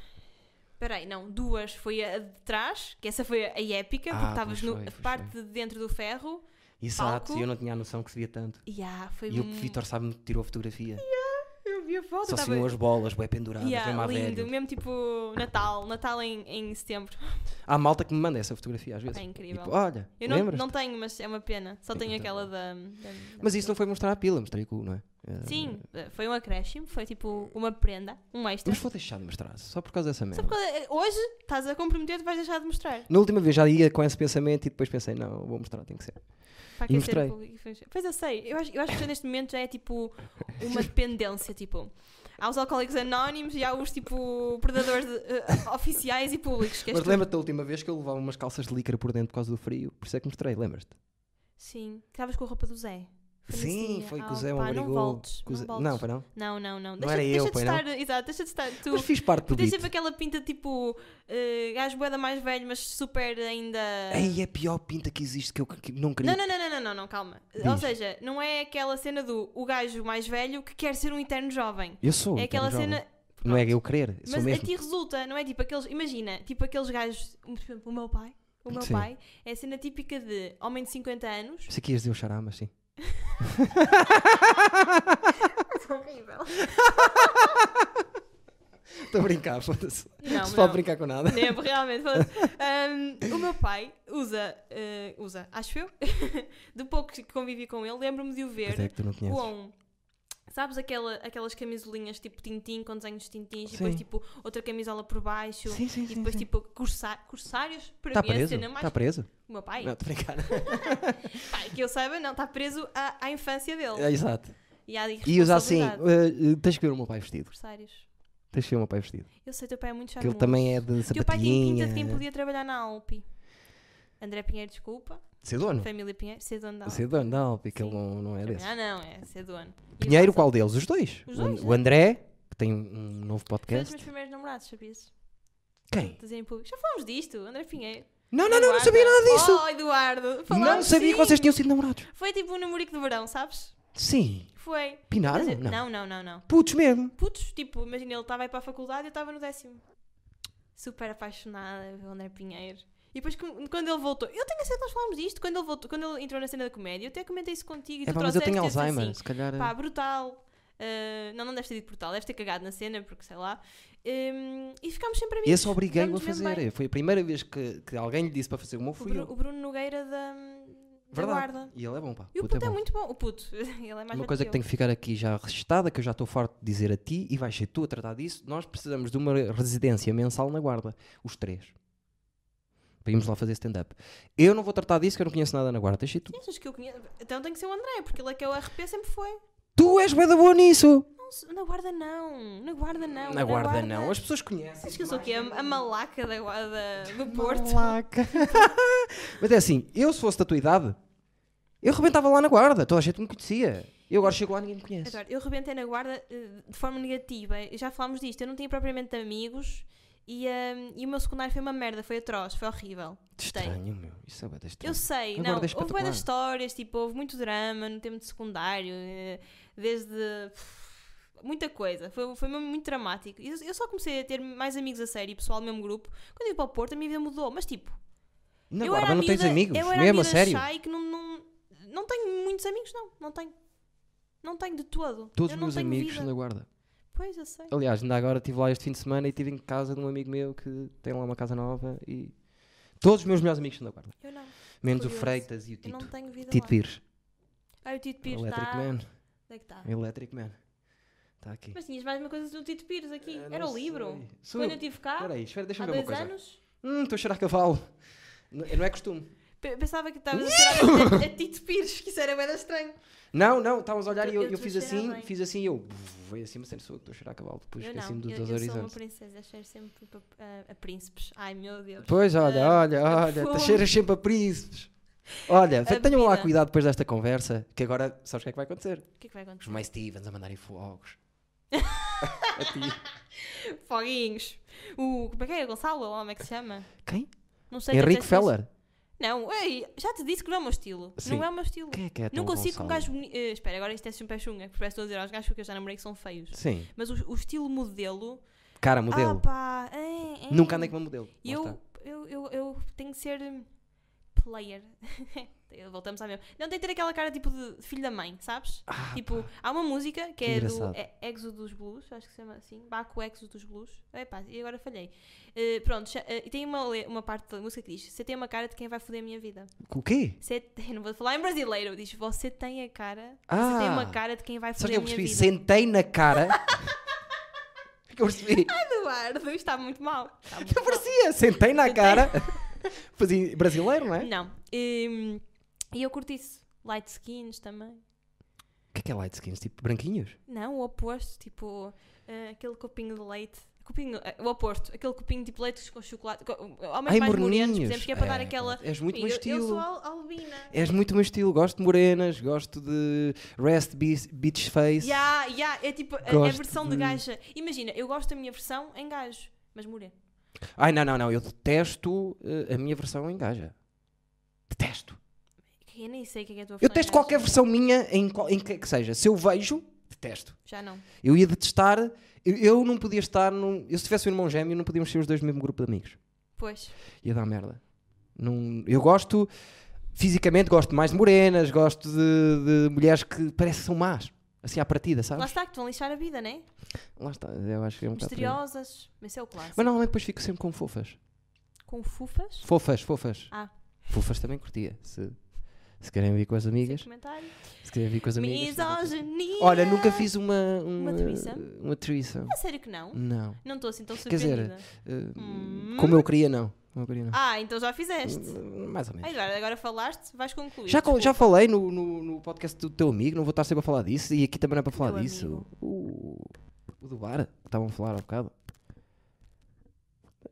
[SPEAKER 2] Peraí, não, duas. Foi a de trás, que essa foi a épica,
[SPEAKER 1] Ah,
[SPEAKER 2] porque estavas
[SPEAKER 1] pois
[SPEAKER 2] no-
[SPEAKER 1] foi,
[SPEAKER 2] a
[SPEAKER 1] pois
[SPEAKER 2] parte de dentro do ferro.
[SPEAKER 1] Exato,
[SPEAKER 2] Palco?
[SPEAKER 1] e eu não tinha a noção que se via tanto.
[SPEAKER 2] E ah, foi
[SPEAKER 1] E o
[SPEAKER 2] mu-
[SPEAKER 1] Vitor sabe-me que tirou a fotografia.
[SPEAKER 2] Eu vi a foto.
[SPEAKER 1] Só se
[SPEAKER 2] tava-
[SPEAKER 1] viam as bolas, bem penduradas, mesmo
[SPEAKER 2] Yeah,
[SPEAKER 1] à
[SPEAKER 2] lindo,
[SPEAKER 1] velha.
[SPEAKER 2] mesmo tipo Natal, Natal em, em setembro.
[SPEAKER 1] Há malta que me manda essa fotografia às vezes.
[SPEAKER 2] É incrível.
[SPEAKER 1] Tipo, olha,
[SPEAKER 2] Eu não,
[SPEAKER 1] lembras?
[SPEAKER 2] não tenho, mas é uma pena. Só
[SPEAKER 1] Sim,
[SPEAKER 2] tenho
[SPEAKER 1] eu
[SPEAKER 2] aquela
[SPEAKER 1] também.
[SPEAKER 2] da, da- da-
[SPEAKER 1] Mas isso não foi mostrar a pila, mostrei o cu, não é? Eh,
[SPEAKER 2] Sim, foi um acréscimo, foi tipo uma prenda, um extra.
[SPEAKER 1] Mas vou deixar de mostrar, só por causa dessa merda.
[SPEAKER 2] Só porque eh, hoje estás a comprometer, tu vais deixar de mostrar.
[SPEAKER 1] Na última vez já ia com esse pensamento e depois pensei, não, vou mostrar, tem que ser.
[SPEAKER 2] Para
[SPEAKER 1] E
[SPEAKER 2] aquecer
[SPEAKER 1] mostrei.
[SPEAKER 2] o público. Pois eu sei, eu acho, eu acho que neste momento já é tipo uma dependência, tipo. Há os alcoólicos anónimos e há os tipo predadores de- eh, oficiais e públicos. Que és
[SPEAKER 1] Mas
[SPEAKER 2] tu.
[SPEAKER 1] lembra-te da última vez que eu levava umas calças de licra por dentro por causa do frio, por isso é que mostrei, lembras-te?
[SPEAKER 2] Sim, que estavas com a roupa do Zé. Foi nesse
[SPEAKER 1] Sim,
[SPEAKER 2] dia.
[SPEAKER 1] foi que
[SPEAKER 2] Ah,
[SPEAKER 1] o Zé me
[SPEAKER 2] pá,
[SPEAKER 1] obrigou.
[SPEAKER 2] Não voltes,
[SPEAKER 1] que o Zé-
[SPEAKER 2] não voltes.
[SPEAKER 1] Não, foi não.
[SPEAKER 2] Não, não, não.
[SPEAKER 1] Não
[SPEAKER 2] Deixa,
[SPEAKER 1] era
[SPEAKER 2] deixa
[SPEAKER 1] eu,
[SPEAKER 2] de
[SPEAKER 1] pois não?
[SPEAKER 2] estar, exato, deixa de estar. Tu,
[SPEAKER 1] Mas fiz parte
[SPEAKER 2] tu
[SPEAKER 1] do
[SPEAKER 2] tens
[SPEAKER 1] beat.
[SPEAKER 2] sempre aquela pinta tipo eh, gajo boeda mais velho, mas super ainda.
[SPEAKER 1] Ei, é a pior pinta que existe que eu que não queria.
[SPEAKER 2] Não, não, não, não, não, não, não, calma.
[SPEAKER 1] Diz.
[SPEAKER 2] Ou seja, não é aquela cena do o gajo mais velho que quer ser um eterno jovem.
[SPEAKER 1] Eu sou.
[SPEAKER 2] é aquela
[SPEAKER 1] então, jovem.
[SPEAKER 2] cena.
[SPEAKER 1] Não é
[SPEAKER 2] Pronto.
[SPEAKER 1] eu querer, sou
[SPEAKER 2] Mas a
[SPEAKER 1] mesmo.
[SPEAKER 2] ti resulta, não é? Tipo aqueles. Imagina, tipo aqueles gajos. Por exemplo, o meu pai. O meu
[SPEAKER 1] Sim.
[SPEAKER 2] pai é a cena típica de homem de 50 anos.
[SPEAKER 1] Sei que ias dizer o xará, mas sim.
[SPEAKER 2] horrível.
[SPEAKER 1] Estou a brincar, foda-se.
[SPEAKER 2] Não,
[SPEAKER 1] Não se
[SPEAKER 2] não.
[SPEAKER 1] pode brincar com nada.
[SPEAKER 2] Devo, realmente. foda-se. Ahm, o meu pai usa, eh, usa, acho eu, do pouco que convivi com ele, lembro-me de o
[SPEAKER 1] Pois é
[SPEAKER 2] ver
[SPEAKER 1] que tu não conheces.
[SPEAKER 2] com. Sabes aquela, aquelas camisolinhas tipo tintim com desenhos de tintins e depois
[SPEAKER 1] Sim.
[SPEAKER 2] tipo outra camisola por baixo
[SPEAKER 1] Sim, sim,
[SPEAKER 2] e
[SPEAKER 1] sim.
[SPEAKER 2] depois
[SPEAKER 1] sim.
[SPEAKER 2] tipo cursa- cursários para
[SPEAKER 1] Está
[SPEAKER 2] mim é a
[SPEAKER 1] preso? Tá
[SPEAKER 2] cena mais.
[SPEAKER 1] Está preso?
[SPEAKER 2] O meu pai,
[SPEAKER 1] Não, estou a brincar.
[SPEAKER 2] pai, que eu saiba, não, está preso à, à infância dele.
[SPEAKER 1] É, Exato.
[SPEAKER 2] E à
[SPEAKER 1] E usa assim,
[SPEAKER 2] irresponsabilidade.
[SPEAKER 1] eh, eh, tens que ver o meu pai vestido.
[SPEAKER 2] Cursários.
[SPEAKER 1] Tens que ver o meu pai vestido.
[SPEAKER 2] Eu sei, teu pai é muito
[SPEAKER 1] Que
[SPEAKER 2] charmoso.
[SPEAKER 1] ele também é de
[SPEAKER 2] Teu pai tinha pinta de quem
[SPEAKER 1] sapatilhinha.
[SPEAKER 2] podia trabalhar na Alpi. André Pinheiro, desculpa.
[SPEAKER 1] Ser dono?
[SPEAKER 2] Família Pinheiro, ser dono da
[SPEAKER 1] Ser dono, não, porque ele
[SPEAKER 2] Sim.
[SPEAKER 1] não, não é desse.
[SPEAKER 2] Ah, não, é ser dono. E o
[SPEAKER 1] Pinheiro,
[SPEAKER 2] Gonçalo
[SPEAKER 1] qual deles? Os dois.
[SPEAKER 2] Os
[SPEAKER 1] O An-
[SPEAKER 2] dois,
[SPEAKER 1] o
[SPEAKER 2] é.
[SPEAKER 1] André, que tem um um novo
[SPEAKER 2] Foi um dos
[SPEAKER 1] podcast.
[SPEAKER 2] meus primeiros namorados, sabias?
[SPEAKER 1] Quem?
[SPEAKER 2] Dizer em público. Já falámos disto, André Pinheiro.
[SPEAKER 1] Não, não, não, não
[SPEAKER 2] Eduardo.
[SPEAKER 1] sabia nada disso.
[SPEAKER 2] Oh, Eduardo.
[SPEAKER 1] não
[SPEAKER 2] falámos,
[SPEAKER 1] sabia que
[SPEAKER 2] sim.
[SPEAKER 1] vocês tinham sido namorados.
[SPEAKER 2] Foi tipo um namorico de verão, sabes?
[SPEAKER 1] Sim.
[SPEAKER 2] Foi.
[SPEAKER 1] Pinaram?
[SPEAKER 2] Mas eu-
[SPEAKER 1] Não.
[SPEAKER 2] não, não, não, não.
[SPEAKER 1] Putos mesmo.
[SPEAKER 2] Putos, tipo, imagina, ele estava aí para a faculdade e eu estava no décimo. Super apaixonada pelo André Pinheiro. E depois, com- quando ele voltou, eu tenho a certeza que nós falámos disto. Quando ele, voltou, quando ele entrou na cena da comédia, eu até comentei isso contigo. E
[SPEAKER 1] É
[SPEAKER 2] tu
[SPEAKER 1] pá, mas eu
[SPEAKER 2] trouxeste
[SPEAKER 1] tenho
[SPEAKER 2] e disseste
[SPEAKER 1] Alzheimer,
[SPEAKER 2] assim,
[SPEAKER 1] se calhar.
[SPEAKER 2] Pá, brutal. Ah, não, não deves ter dito brutal, deves ter cagado na cena, porque sei lá. Hum, e ficámos sempre amigos.
[SPEAKER 1] eh, Esse obriguei-o a
[SPEAKER 2] Ficámos mesmo
[SPEAKER 1] fazer.
[SPEAKER 2] bem.
[SPEAKER 1] Foi a primeira vez que, que alguém lhe disse para fazer o meu
[SPEAKER 2] O,
[SPEAKER 1] fui
[SPEAKER 2] Bru-
[SPEAKER 1] eu.
[SPEAKER 2] o Bruno Nogueira da, da Guarda.
[SPEAKER 1] E ele é bom, pá.
[SPEAKER 2] E o
[SPEAKER 1] Puto
[SPEAKER 2] puto é,
[SPEAKER 1] bom.
[SPEAKER 2] muito bom. O puto, ele é mais
[SPEAKER 1] Uma
[SPEAKER 2] velho
[SPEAKER 1] coisa que
[SPEAKER 2] eu.
[SPEAKER 1] tem que ficar aqui já registada, que eu já estou farto de dizer a ti, e vais ser tu a tratar disso. Nós precisamos de uma residência mensal na Guarda. Os três. Para irmos lá fazer stand-up. Eu não vou tratar disso, que eu não conheço nada na Guarda. Deixa tu.
[SPEAKER 2] Quem achas que eu conheço? Então tem que ser o André, porque ele é que é o RP, sempre foi.
[SPEAKER 1] Tu és bué da boa nisso!
[SPEAKER 2] Não, se- na Guarda não, na É Guarda não.
[SPEAKER 1] na Guarda, não, as pessoas é? conhecem.
[SPEAKER 2] Achas que eu sou o quê? A, a malaca da Guarda do Porto?
[SPEAKER 1] Malaca. Mas é assim, eu se fosse da tua idade, eu rebentava lá na Guarda. Toda a gente me conhecia. Eu agora chego lá e ninguém me conhece.
[SPEAKER 2] Eduardo, eu rebentei na guarda eh, de forma negativa. Eu Já falámos disto. Eu não tinha propriamente amigos e, hum, e o meu secundário foi uma merda, foi atroz, foi horrível. Gostei.
[SPEAKER 1] Estranho, meu. Isso é bué da estranho.
[SPEAKER 2] Eu sei,
[SPEAKER 1] A
[SPEAKER 2] não,
[SPEAKER 1] Guarda é
[SPEAKER 2] houve várias
[SPEAKER 1] espetacular.
[SPEAKER 2] histórias, tipo, houve muito drama no tempo de secundário, eh, desde pff, muita coisa, foi, foi mesmo muito dramático. E Eu, eu só comecei a ter mais amigos a sério e pessoal do mesmo grupo quando eu fui para o Porto, a minha vida mudou, mas tipo,
[SPEAKER 1] Na
[SPEAKER 2] eu
[SPEAKER 1] Guarda
[SPEAKER 2] era a
[SPEAKER 1] não tens
[SPEAKER 2] miúda-
[SPEAKER 1] amigos,
[SPEAKER 2] eu era
[SPEAKER 1] mesmo a
[SPEAKER 2] miúda
[SPEAKER 1] sério.
[SPEAKER 2] shy que não, não, não tenho muitos amigos, não, não tenho. Não tenho de todo.
[SPEAKER 1] Todos
[SPEAKER 2] eu
[SPEAKER 1] os
[SPEAKER 2] não
[SPEAKER 1] meus
[SPEAKER 2] tenho
[SPEAKER 1] amigos
[SPEAKER 2] vida.
[SPEAKER 1] na Guarda.
[SPEAKER 2] Pois, eu sei.
[SPEAKER 1] Aliás, ainda agora estive lá este fim de semana e estive em casa de um amigo meu que tem lá uma casa nova e. Todos os meus melhores amigos são da Guarda.
[SPEAKER 2] Eu não.
[SPEAKER 1] Menos o
[SPEAKER 2] Curioso.
[SPEAKER 1] Freitas e o
[SPEAKER 2] Eu não
[SPEAKER 1] Tito.
[SPEAKER 2] tenho vida
[SPEAKER 1] Tito
[SPEAKER 2] lá.
[SPEAKER 1] Pires.
[SPEAKER 2] Ah, o Tito Pires
[SPEAKER 1] Electric
[SPEAKER 2] está. Onde
[SPEAKER 1] Man.
[SPEAKER 2] é que está?
[SPEAKER 1] Electric Man. Está aqui.
[SPEAKER 2] Mas tinhas mais uma coisa do Tito Pires aqui.
[SPEAKER 1] Ah,
[SPEAKER 2] Era
[SPEAKER 1] não
[SPEAKER 2] o livro.
[SPEAKER 1] sei. Sou
[SPEAKER 2] Quando eu
[SPEAKER 1] eu.
[SPEAKER 2] estive cá,
[SPEAKER 1] Espera aí, espera,
[SPEAKER 2] há
[SPEAKER 1] deixa-me ver uma
[SPEAKER 2] dois
[SPEAKER 1] coisa.
[SPEAKER 2] anos,
[SPEAKER 1] Hum, estou a cheirar a cavalo. Não, não é costume.
[SPEAKER 2] pe- pensava que estavas a chorar a, a Tito Pires, que isso era bem estranho.
[SPEAKER 1] Não, não, estávamos a olhar e
[SPEAKER 2] Eu-
[SPEAKER 1] eu,
[SPEAKER 2] eu
[SPEAKER 1] eu
[SPEAKER 2] tô a
[SPEAKER 1] fiz
[SPEAKER 2] cheirar
[SPEAKER 1] assim,
[SPEAKER 2] bem.
[SPEAKER 1] fiz assim e eu. Foi assim, mas sério, sou eu que estou a cheirar a cavalo. Depois
[SPEAKER 2] eu não,
[SPEAKER 1] esqueci-me dos
[SPEAKER 2] eu, eu sou uma
[SPEAKER 1] horizontes.
[SPEAKER 2] princesa, cheiro sempre pa- a, a príncipes. Ai meu Deus.
[SPEAKER 1] Pois, olha,
[SPEAKER 2] Ah,
[SPEAKER 1] olha, olha,
[SPEAKER 2] fome.
[SPEAKER 1] tu cheiras sempre a príncipes. Olha, fe- tenham lá
[SPEAKER 2] bebida.
[SPEAKER 1] cuidado depois desta conversa, que agora sabes o que é que vai acontecer.
[SPEAKER 2] O que é que vai
[SPEAKER 1] Os
[SPEAKER 2] acontecer?
[SPEAKER 1] mais Stevens a mandarem fogos.
[SPEAKER 2] Foguinhos. O, como é que é? Gonçalo, ou como é que se chama?
[SPEAKER 1] Quem?
[SPEAKER 2] Não sei. já
[SPEAKER 1] Henrique
[SPEAKER 2] disseste
[SPEAKER 1] Feller.
[SPEAKER 2] isso. Não, ei, já te disse que não é o meu estilo.
[SPEAKER 1] Sim.
[SPEAKER 2] Não é o meu estilo.
[SPEAKER 1] Quem é que é
[SPEAKER 2] Não
[SPEAKER 1] tão
[SPEAKER 2] consigo com um
[SPEAKER 1] Gonçalo?
[SPEAKER 2] gajo bonito. espera, agora isto é super chunga, porque parece que estou a dizer aos gajos que eu já namorei que são feios.
[SPEAKER 1] Sim,
[SPEAKER 2] Mas o, o estilo modelo.
[SPEAKER 1] cara, modelo.
[SPEAKER 2] Ah, pá, é, é.
[SPEAKER 1] Nunca andei com uma modelo. Lá
[SPEAKER 2] Eu,
[SPEAKER 1] está.
[SPEAKER 2] eu, eu, eu tenho que ser hum, player. Voltamos à mesma. Não tem que ter aquela cara tipo de filho da mãe, sabes?
[SPEAKER 1] Ah,
[SPEAKER 2] tipo,
[SPEAKER 1] pá.
[SPEAKER 2] há uma música que,
[SPEAKER 1] que
[SPEAKER 2] é
[SPEAKER 1] engraçado.
[SPEAKER 2] do é, Exo dos Blues, acho que se chama assim. Baco Exo dos Blues. Epá, e agora falhei. Eh, pronto, cha- eh, e tem uma, le- uma parte da música que diz: Você tem uma cara de quem vai foder a minha vida.
[SPEAKER 1] O quê?
[SPEAKER 2] Você tem, não vou falar em brasileiro, diz: Você tem a cara.
[SPEAKER 1] Ah.
[SPEAKER 2] Você tem uma cara de quem vai
[SPEAKER 1] Sabe
[SPEAKER 2] foder a
[SPEAKER 1] o que eu
[SPEAKER 2] minha
[SPEAKER 1] percebi?
[SPEAKER 2] vida.
[SPEAKER 1] Sentei na cara. que eu percebi.
[SPEAKER 2] Eduardo, está muito mal. Está muito
[SPEAKER 1] Eu
[SPEAKER 2] mal.
[SPEAKER 1] parecia. Sentei na
[SPEAKER 2] Sentei.
[SPEAKER 1] cara. Fazia brasileiro, não é?
[SPEAKER 2] Não. hum, E eu curti isso. Light skins também.
[SPEAKER 1] O que é que é light skins? Tipo, branquinhos?
[SPEAKER 2] Não, o oposto, tipo eh, aquele copinho de leite. Copinho, eh, o oposto, aquele copinho tipo leite com chocolate. co- Homens
[SPEAKER 1] Ai,
[SPEAKER 2] mais morenos, por
[SPEAKER 1] morninhos.
[SPEAKER 2] exemplo, que é para dar
[SPEAKER 1] É,
[SPEAKER 2] aquela.
[SPEAKER 1] És muito meu
[SPEAKER 2] eu,
[SPEAKER 1] estilo. É
[SPEAKER 2] eu sou al albina.
[SPEAKER 1] És muito meu estilo. Gosto de morenas, gosto de rest be- beach face.
[SPEAKER 2] Ya, ya, é tipo a, a
[SPEAKER 1] Gosto
[SPEAKER 2] versão de gaja. Imagina, eu gosto da minha versão em gajo, mas moreno.
[SPEAKER 1] Ai, não, não, não. Eu detesto eh, a minha versão em gaja. Detesto.
[SPEAKER 2] Que Eu nem sei o que é que é a tua
[SPEAKER 1] Eu
[SPEAKER 2] versão. em
[SPEAKER 1] detesto
[SPEAKER 2] gajo.
[SPEAKER 1] qualquer versão minha em, qual- em que, que seja. Se eu vejo, detesto.
[SPEAKER 2] Já não.
[SPEAKER 1] Eu ia detestar. Eu, eu não podia estar num. Eu se tivesse um irmão gêmeo, não podíamos ser os dois no mesmo grupo de amigos.
[SPEAKER 2] Pois.
[SPEAKER 1] Ia dar merda. Não, eu gosto. Fisicamente gosto mais de morenas, gosto de, de mulheres que parecem que são más. Assim à partida,
[SPEAKER 2] Lá
[SPEAKER 1] sabes?
[SPEAKER 2] está, que te vão lixar a vida, né?
[SPEAKER 1] Lá está. Eu acho que é um bocado por aí.
[SPEAKER 2] Misteriosas, mas isso é o clássico.
[SPEAKER 1] Mas normalmente depois fico sempre com fofas.
[SPEAKER 2] Com fufas.
[SPEAKER 1] Fofas, fofas.
[SPEAKER 2] Ah.
[SPEAKER 1] Fofas também curtia. Se, se querem vir com as
[SPEAKER 2] sem
[SPEAKER 1] amigas.
[SPEAKER 2] Comentário.
[SPEAKER 1] Se querem vir com as amigas.
[SPEAKER 2] Misoginia.
[SPEAKER 1] Olha, nunca fiz uma. Uma,
[SPEAKER 2] threesome?
[SPEAKER 1] Uma threesome.
[SPEAKER 2] A sério que não?
[SPEAKER 1] Não.
[SPEAKER 2] Não estou assim tão
[SPEAKER 1] Quer dizer,
[SPEAKER 2] surpreendida.
[SPEAKER 1] Uh,
[SPEAKER 2] Hum.
[SPEAKER 1] Como eu queria, não. Como eu queria, não.
[SPEAKER 2] Ah, então já fizeste.
[SPEAKER 1] Uh, Mais ou
[SPEAKER 2] Ah,
[SPEAKER 1] menos.
[SPEAKER 2] Eduardo, agora falaste, vais concluir.
[SPEAKER 1] Já, co-
[SPEAKER 2] desculpa.
[SPEAKER 1] já falei no, no, no podcast do teu amigo, não vou estar sempre a falar disso e aqui também não é para falar
[SPEAKER 2] Teu
[SPEAKER 1] disso.
[SPEAKER 2] amigo.
[SPEAKER 1] O, o do bar, que estavam a falar há bocado.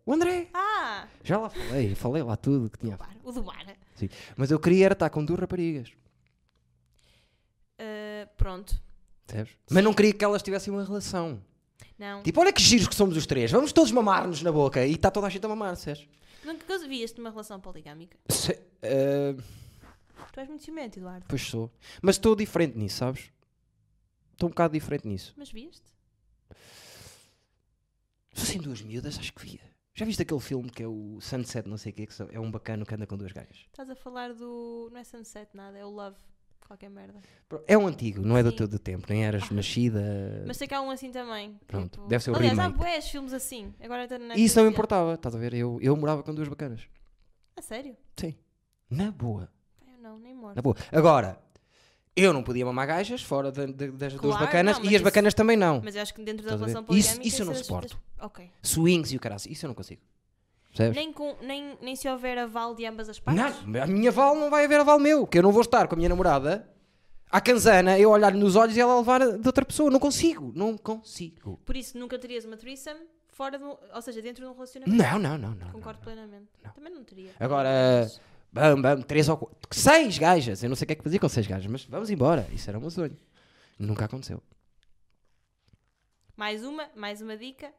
[SPEAKER 1] O André!
[SPEAKER 2] Ah,
[SPEAKER 1] Já lá falei, falei lá tudo que tinha. a
[SPEAKER 2] claro, o do bar.
[SPEAKER 1] Mas eu queria era estar com duas raparigas,
[SPEAKER 2] Ah, pronto.
[SPEAKER 1] percebes? Mas não queria que elas tivessem uma relação.
[SPEAKER 2] Não.
[SPEAKER 1] Tipo, olha que giros que somos os três, vamos todos mamar-nos na boca e está toda a gente a mamar, percebes?
[SPEAKER 2] Nunca que vias numa relação poligâmica.
[SPEAKER 1] Se- ah,
[SPEAKER 2] Tu és muito ciumento, Eduardo.
[SPEAKER 1] pois sou. Mas estou diferente nisso, sabes? Estou um bocado diferente nisso.
[SPEAKER 2] Mas viste?
[SPEAKER 1] Se fossem duas miúdas, acho que via. Já viste aquele filme que é o Sunset, não sei o quê, que só- é um bacano que anda com duas gajas?
[SPEAKER 2] Estás a falar do. Não é Sunset nada, é o Love. Qualquer merda.
[SPEAKER 1] Pro- É um antigo, não é do
[SPEAKER 2] Sim. Ah.
[SPEAKER 1] teu do tempo, nem eras nascida.
[SPEAKER 2] Mas sei que há um assim também.
[SPEAKER 1] Pronto,
[SPEAKER 2] tipo-
[SPEAKER 1] deve ser o
[SPEAKER 2] Aliás, há
[SPEAKER 1] remake.
[SPEAKER 2] boés filmes assim. Agora está na
[SPEAKER 1] E isso é não me
[SPEAKER 2] Netflix.
[SPEAKER 1] importava, estás a ver? Eu, eu morava com duas bacanas.
[SPEAKER 2] A Ah, sério?
[SPEAKER 1] Sim. Na boa.
[SPEAKER 2] Pá, Eu não, nem
[SPEAKER 1] Na
[SPEAKER 2] morto.
[SPEAKER 1] boa. Agora, eu não podia mamar gajas fora da- da- das duas
[SPEAKER 2] Claro,
[SPEAKER 1] bacanas
[SPEAKER 2] não,
[SPEAKER 1] e
[SPEAKER 2] mas
[SPEAKER 1] as
[SPEAKER 2] isso-
[SPEAKER 1] bacanas também não.
[SPEAKER 2] Mas eu acho que dentro da
[SPEAKER 1] Estás a ver?
[SPEAKER 2] relação
[SPEAKER 1] Isso-
[SPEAKER 2] poligâmica.
[SPEAKER 1] isso eu não
[SPEAKER 2] das-
[SPEAKER 1] suporto.
[SPEAKER 2] das- Ok.
[SPEAKER 1] Swings e o caraças, isso eu não consigo. Percebes?
[SPEAKER 2] Nem, com, nem, nem se houver aval de ambas as partes.
[SPEAKER 1] Não, a minha val não vai haver aval meu, que eu não vou estar com a minha namorada à canzana, eu olhar nos olhos e ela levar de outra pessoa. Não consigo, não consigo.
[SPEAKER 2] Por isso, nunca terias uma threesome fora de um, ou seja, dentro de um relacionamento.
[SPEAKER 1] Não, não, não, não.
[SPEAKER 2] Concordo plenamente. Também não teria.
[SPEAKER 1] Agora- eh,
[SPEAKER 2] Mas-
[SPEAKER 1] Bam, bam, três ou quatro. Seis gajas! Eu não sei o que é que fazia com seis gajas, mas vamos embora. Isso era um sonho. Nunca aconteceu.
[SPEAKER 2] Mais uma, mais uma dica.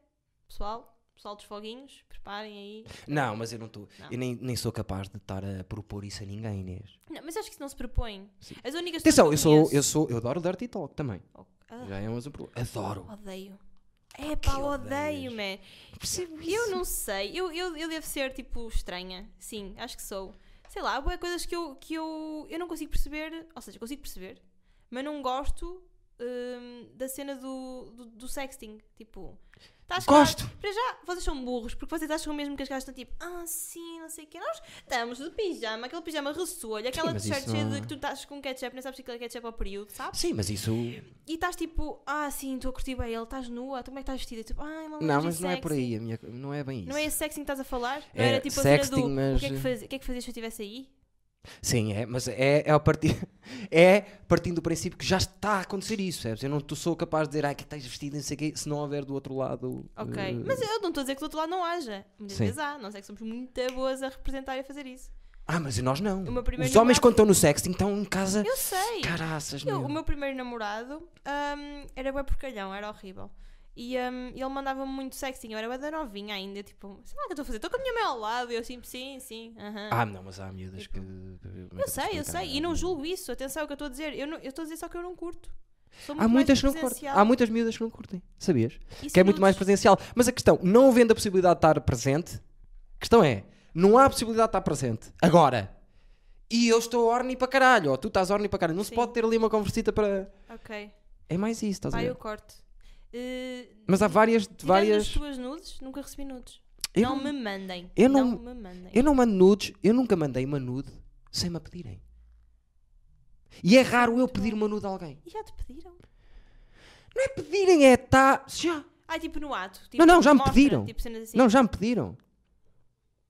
[SPEAKER 2] Pessoal, pessoal dos foguinhos, preparem aí.
[SPEAKER 1] Não, mas eu não estou.
[SPEAKER 2] Não.
[SPEAKER 1] Eu nem, nem sou capaz de estar a propor isso a ninguém, Inês.
[SPEAKER 2] Não, mas acho que isso não se propõe.
[SPEAKER 1] Sim.
[SPEAKER 2] As únicas
[SPEAKER 1] Atenção, eu
[SPEAKER 2] pessoas
[SPEAKER 1] sou,
[SPEAKER 2] que
[SPEAKER 1] eu sou. Eu adoro Dirty Talk também.
[SPEAKER 2] conheço- Ah,
[SPEAKER 1] Já é um problema. Adoro.
[SPEAKER 2] Odeio. É pá,
[SPEAKER 1] que
[SPEAKER 2] odeio,
[SPEAKER 1] odeias?
[SPEAKER 2] man.
[SPEAKER 1] Percebo
[SPEAKER 2] Oh, Eu não sei. Eu, eu, eu devo ser tipo estranha. Sim, acho que sou. Sei lá, há coisas que eu, que eu, eu não consigo perceber. Ou seja, consigo perceber, mas não gosto hum, da cena do, do, do sexting. Tipo, estás com-
[SPEAKER 1] Gosto.
[SPEAKER 2] Para já, vocês são burros, porque vocês acham mesmo que as gajas estão tipo, ah, sim, não sei o quê. Nós estamos de pijama, aquele pijama ressolho, aquela
[SPEAKER 1] mas
[SPEAKER 2] t-shirt
[SPEAKER 1] isso
[SPEAKER 2] cheia
[SPEAKER 1] não- é.
[SPEAKER 2] de que tu estás com ketchup, não sabes se aquele ketchup ao período, sabes?
[SPEAKER 1] Sim, mas isso.
[SPEAKER 2] E estás tipo, ah, sim, estou a curtir bem ele, estás nua, então como é que estás vestida? Tipo, ai, malandro,
[SPEAKER 1] Não, mas
[SPEAKER 2] sexy.
[SPEAKER 1] não é por aí. A minha... Não é bem isso.
[SPEAKER 2] Não é esse sexting que estás a falar? Não
[SPEAKER 1] Era
[SPEAKER 2] era tipo
[SPEAKER 1] sexting,
[SPEAKER 2] a cena do
[SPEAKER 1] mas- eh,
[SPEAKER 2] o, que é que faz- o que é que fazias se eu estivesse aí?
[SPEAKER 1] Sim, é, mas é, é, a partir, é partindo do princípio que já está a acontecer isso, percebes? Eu não tô- sou capaz de dizer, ai, que estás vestido, não sei o quê, se não houver do outro lado.
[SPEAKER 2] Ok.
[SPEAKER 1] eh,
[SPEAKER 2] Mas eu não estou a dizer que do outro lado não haja. Muitas
[SPEAKER 1] Sim.
[SPEAKER 2] vezes há, nós é que somos muito boas a representar e a fazer isso.
[SPEAKER 1] Ah, mas nós não.
[SPEAKER 2] O meu primeiro
[SPEAKER 1] Os homens,
[SPEAKER 2] namorado-
[SPEAKER 1] quando estão no sexting, estão em casa.
[SPEAKER 2] Eu sei.
[SPEAKER 1] Caraças,
[SPEAKER 2] Eu-
[SPEAKER 1] meu.
[SPEAKER 2] o meu primeiro namorado hum, era bem porcalhão, era horrível. E hum, ele mandava-me muito sexting, eu era bué da novinha ainda, eu, tipo, sei lá o que eu estou a fazer, estou com a minha mãe ao lado, e eu assim, sim, sim, aham.
[SPEAKER 1] Ah, né? não, mas há miúdas que.
[SPEAKER 2] Tipo,
[SPEAKER 1] Eu
[SPEAKER 2] Eu sei, eu sei, e não julgo isso, atenção é o que eu estou a dizer, eu não- eu estou a dizer só que eu não curto. Sou muito
[SPEAKER 1] Há
[SPEAKER 2] mais
[SPEAKER 1] muitas que não curtem.
[SPEAKER 2] presencial.
[SPEAKER 1] Há muitas miúdas que não curtem. Sabias?
[SPEAKER 2] E
[SPEAKER 1] que é muito mais
[SPEAKER 2] sou-
[SPEAKER 1] presencial. Mas a questão, não havendo a possibilidade de estar presente, a questão é, não há possibilidade de estar presente. Agora, e eu estou horny para caralho, ou tu estás horny para caralho. Não se
[SPEAKER 2] Sim.
[SPEAKER 1] pode ter ali uma conversita para.
[SPEAKER 2] Ok.
[SPEAKER 1] É mais isso, estás a
[SPEAKER 2] Vai,
[SPEAKER 1] ver?
[SPEAKER 2] eu corto. Eh,
[SPEAKER 1] Mas há várias.
[SPEAKER 2] tirando
[SPEAKER 1] várias...
[SPEAKER 2] as tuas nudes, nunca recebi nudes.
[SPEAKER 1] Eu
[SPEAKER 2] não
[SPEAKER 1] não-
[SPEAKER 2] me mandem.
[SPEAKER 1] eu
[SPEAKER 2] não,
[SPEAKER 1] não-
[SPEAKER 2] me mandem.
[SPEAKER 1] Eu não mando nudes, eu nunca mandei uma nude sem me pedirem. E é raro eu pedir uma nude a alguém.
[SPEAKER 2] E já te pediram?
[SPEAKER 1] Não é pedirem, é tá. Já.
[SPEAKER 2] Ah, tipo no ato. tipo,
[SPEAKER 1] Não, não, já me
[SPEAKER 2] mostra,
[SPEAKER 1] pediram.
[SPEAKER 2] Tipo cenas assim.
[SPEAKER 1] Não, já me pediram. O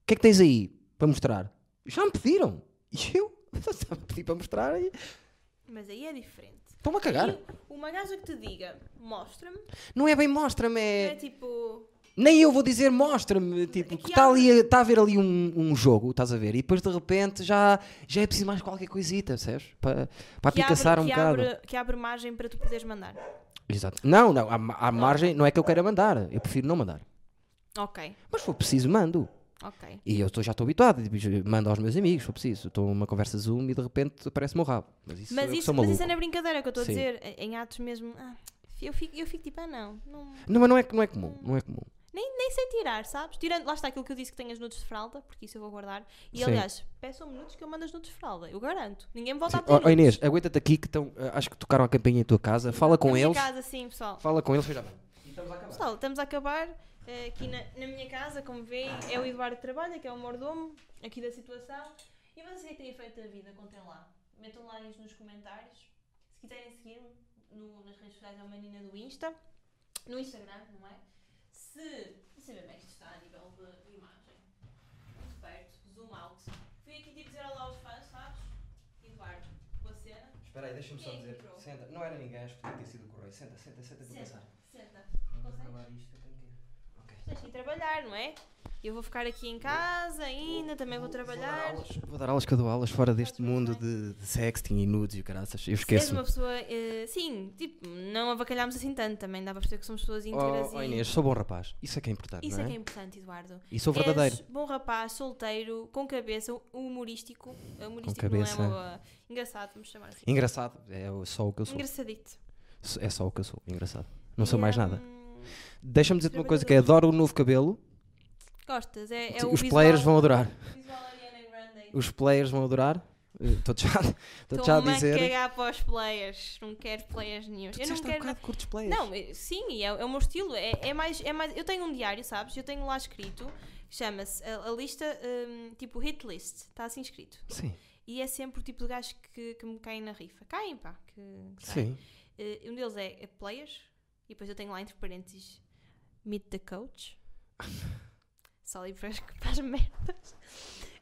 [SPEAKER 1] que é que tens aí para mostrar? Já me pediram. E eu? Já me pedi para mostrar e.
[SPEAKER 2] Mas aí é diferente.
[SPEAKER 1] Estão-me a cagar.
[SPEAKER 2] E uma gaja que te diga, mostra-me,
[SPEAKER 1] Não é bem mostra-me,
[SPEAKER 2] é,
[SPEAKER 1] é.
[SPEAKER 2] tipo.
[SPEAKER 1] Nem eu vou dizer mostra-me, tipo,
[SPEAKER 2] Aqui há
[SPEAKER 1] que está
[SPEAKER 2] uma-
[SPEAKER 1] ali, está a haver ali um, um jogo, estás a ver, e depois de repente já, já é preciso mais qualquer coisita, percebes? Para, para
[SPEAKER 2] que abre-
[SPEAKER 1] apicaçar um
[SPEAKER 2] que
[SPEAKER 1] bocado.
[SPEAKER 2] Abre, que abre margem para tu poderes mandar.
[SPEAKER 1] Exato. Não, não, à, ma- à margem, não é que eu queira mandar, eu prefiro não mandar.
[SPEAKER 2] Ok,
[SPEAKER 1] Mas se for preciso, mando.
[SPEAKER 2] ok.
[SPEAKER 1] E eu estou- já estou habituado, tipo, já mando aos meus amigos, se for preciso. Estou numa conversa Zoom e de repente aparece-me o rabo. Mas isso,
[SPEAKER 2] mas
[SPEAKER 1] eu que
[SPEAKER 2] isso,
[SPEAKER 1] sou
[SPEAKER 2] mas
[SPEAKER 1] maluco.
[SPEAKER 2] isso é na brincadeira que eu estou a
[SPEAKER 1] Sim.
[SPEAKER 2] dizer. em- Em atos mesmo. ah, eu, fico, eu fico tipo, ah, não, não.
[SPEAKER 1] Não, mas não é, não é comum, não é comum.
[SPEAKER 2] Nem, nem sei tirar, sabes? Tirando, lá está aquilo que eu disse que tenho as nudes de fralda, porque isso eu vou guardar. E
[SPEAKER 1] Sim.
[SPEAKER 2] aliás, peçam-me nudes que eu mando as nudes de fralda. Eu garanto. Ninguém me volta a
[SPEAKER 1] Sim.
[SPEAKER 2] pedir.
[SPEAKER 1] Ó ó, Inês,
[SPEAKER 2] nudes.
[SPEAKER 1] aguenta-te aqui que estão, eh, acho que tocaram a campainha em tua casa, fala com
[SPEAKER 2] na minha
[SPEAKER 1] eles,
[SPEAKER 2] casa, sim, pessoal.
[SPEAKER 1] fala com eles, já.
[SPEAKER 2] Pessoal, estamos a acabar eh, aqui na, na minha casa, como veem, é o Eduardo que trabalha, que é o mordomo aqui da situação. E vocês o que é que têm feito da vida? Contem lá. Metam lá isso nos comentários. Se quiserem seguir-me no- nas redes sociais, é uma menina do Insta. No Instagram, não é? Se. Não sei bem como é que isto está a nível de imagem. Muito perto, zoom out. Vim aqui tipo dizer olá aos fãs, sabes? Eduardo, boa cena.
[SPEAKER 1] Espera aí, deixa-me
[SPEAKER 2] só Quem é que dizer. entrou?
[SPEAKER 1] Senta, não era ninguém, acho que tinha sido o correio. Senta, senta, senta
[SPEAKER 2] para Senta. pensar. Senta. Vamos Consegues?
[SPEAKER 1] Consegues?
[SPEAKER 2] Deixem trabalhar, não é? Eu vou ficar aqui em casa ainda, também vou trabalhar.
[SPEAKER 1] Vou dar, aulas, vou dar aulas que eu dou aulas fora deste mundo de, de sexting e nudes e o caraças. Eu
[SPEAKER 2] Se és
[SPEAKER 1] esqueço.
[SPEAKER 2] uma pessoa. eh, sim, tipo, não avacalhámos assim tanto também, dá para perceber que somos pessoas íntegras
[SPEAKER 1] Oh, oh,
[SPEAKER 2] e.
[SPEAKER 1] Inês, sou bom rapaz. Isso é que é importante,
[SPEAKER 2] Isso
[SPEAKER 1] não
[SPEAKER 2] é
[SPEAKER 1] é?
[SPEAKER 2] que é importante, Eduardo.
[SPEAKER 1] E sou verdadeiro.
[SPEAKER 2] És bom rapaz, solteiro, com cabeça, humorístico. Humorístico
[SPEAKER 1] cabeça.
[SPEAKER 2] não é uma boa. Engraçado, vamos chamar assim.
[SPEAKER 1] Engraçado. É o- só o que eu sou.
[SPEAKER 2] Engraçadito.
[SPEAKER 1] É só o que eu sou. Engraçado. Não sou
[SPEAKER 2] E,
[SPEAKER 1] mais
[SPEAKER 2] hum,
[SPEAKER 1] nada. Deixa-me dizer-te uma coisa que é, adoro o novo cabelo.
[SPEAKER 2] Gostas? É, é
[SPEAKER 1] Sim,
[SPEAKER 2] o
[SPEAKER 1] Os
[SPEAKER 2] visual,
[SPEAKER 1] players vão adorar.
[SPEAKER 2] visual Ariana Grande.
[SPEAKER 1] Os players vão adorar. Eh, Estou-te já, estou
[SPEAKER 2] Estou-me
[SPEAKER 1] já a
[SPEAKER 2] a
[SPEAKER 1] dizer.
[SPEAKER 2] cagar para os players. Não quero players nenhum.
[SPEAKER 1] Tu
[SPEAKER 2] é Eu não
[SPEAKER 1] disseste há
[SPEAKER 2] quero.
[SPEAKER 1] bocado curtos players.
[SPEAKER 2] Não, eh, sim, e é, é o meu estilo. É, é mais, é mais. Eu tenho um diário, sabes? Eu tenho lá escrito, chama-se a, a lista, hum, tipo hit list, está assim escrito.
[SPEAKER 1] Sim,
[SPEAKER 2] E é sempre o tipo de gajos que, que me caem na rifa. Caem, pá. Que, que saem.
[SPEAKER 1] sim.
[SPEAKER 2] Eh, um deles é, é Players, e depois eu tenho lá entre parênteses Meet the Coach. Só ali para, as- para as merdas.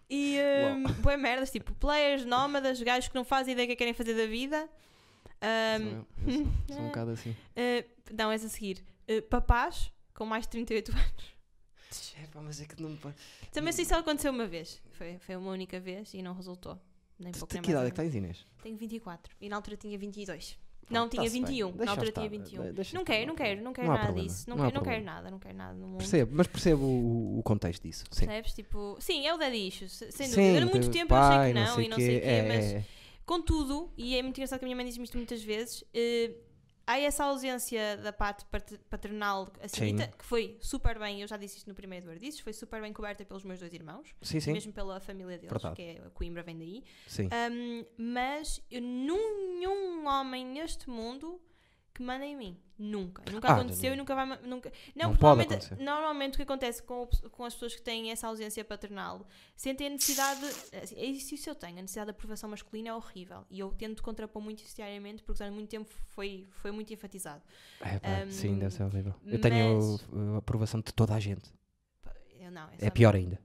[SPEAKER 2] E hum, bué merdas, tipo players, nómadas, gajos que não fazem ideia do que é que querem fazer da vida. Hum,
[SPEAKER 1] Sou eu, eu sou- sou um bocado assim.
[SPEAKER 2] Uh, não, és a seguir. Uh, papás com mais de 38 anos.
[SPEAKER 1] É, pá, mas é que não me
[SPEAKER 2] Um
[SPEAKER 1] pode-
[SPEAKER 2] Também sei se isso aconteceu uma vez. Foi, foi uma única vez e não resultou. Nem pouco,
[SPEAKER 1] De
[SPEAKER 2] nem
[SPEAKER 1] que idade é
[SPEAKER 2] mais.
[SPEAKER 1] que tens, Inês?
[SPEAKER 2] Tenho 24. E na altura tinha 22. não, tinha
[SPEAKER 1] tá-se bem.
[SPEAKER 2] 21. Na
[SPEAKER 1] Deixa
[SPEAKER 2] altura
[SPEAKER 1] estar,
[SPEAKER 2] tinha
[SPEAKER 1] de-
[SPEAKER 2] 21.
[SPEAKER 1] deixa
[SPEAKER 2] Não
[SPEAKER 1] estar,
[SPEAKER 2] quero, não
[SPEAKER 1] não há
[SPEAKER 2] quero,
[SPEAKER 1] problema.
[SPEAKER 2] não quero
[SPEAKER 1] Não há
[SPEAKER 2] nada
[SPEAKER 1] problema,
[SPEAKER 2] disso. Não,
[SPEAKER 1] não há
[SPEAKER 2] quero, não quero
[SPEAKER 1] problema.
[SPEAKER 2] nada, não quero nada no mundo.
[SPEAKER 1] Percebo, mas percebo o, o contexto disso. Sim.
[SPEAKER 2] Percebes? Tipo, sim, é o daddy issues, se- sem
[SPEAKER 1] Sim,
[SPEAKER 2] dúvida. Durante muito
[SPEAKER 1] teve
[SPEAKER 2] tempo eu
[SPEAKER 1] pai,
[SPEAKER 2] achei que não, e não sei o quê,
[SPEAKER 1] é,
[SPEAKER 2] mas
[SPEAKER 1] é, é.
[SPEAKER 2] Contudo, e é muito engraçado que a minha mãe diz-me isto muitas vezes, eh, há essa ausência da parte pat- paternal assumida,
[SPEAKER 1] Sim.
[SPEAKER 2] que foi super bem, eu já disse isto no primeiro Eduardo Dizes, foi super bem coberta pelos meus dois irmãos,
[SPEAKER 1] Sim, sim,
[SPEAKER 2] mesmo pela família deles,
[SPEAKER 1] Verdade.
[SPEAKER 2] que é a Coimbra vem daí.
[SPEAKER 1] sim.
[SPEAKER 2] Ahm, mas eu, nenhum homem neste mundo que manda em mim. Nunca. Nunca
[SPEAKER 1] Ah,
[SPEAKER 2] aconteceu
[SPEAKER 1] não-
[SPEAKER 2] e nunca vai. ma- Nunca... Não,
[SPEAKER 1] Não
[SPEAKER 2] porque
[SPEAKER 1] pode
[SPEAKER 2] normalmente,
[SPEAKER 1] acontecer.
[SPEAKER 2] normalmente o que acontece com, o pe- com as pessoas que têm essa ausência paternal sentem a necessidade. assim, é Isso, isso eu tenho. A necessidade de aprovação masculina é horrível. E eu tento contrapor muito isso diariamente porque durante muito tempo foi, foi muito enfatizado.
[SPEAKER 1] É, pá, sim, deve ser horrível. Eu
[SPEAKER 2] ah, hum, mas-
[SPEAKER 1] tenho uh, a aprovação de toda a gente.
[SPEAKER 2] Eu não, é,
[SPEAKER 1] É
[SPEAKER 2] só-
[SPEAKER 1] pior ainda.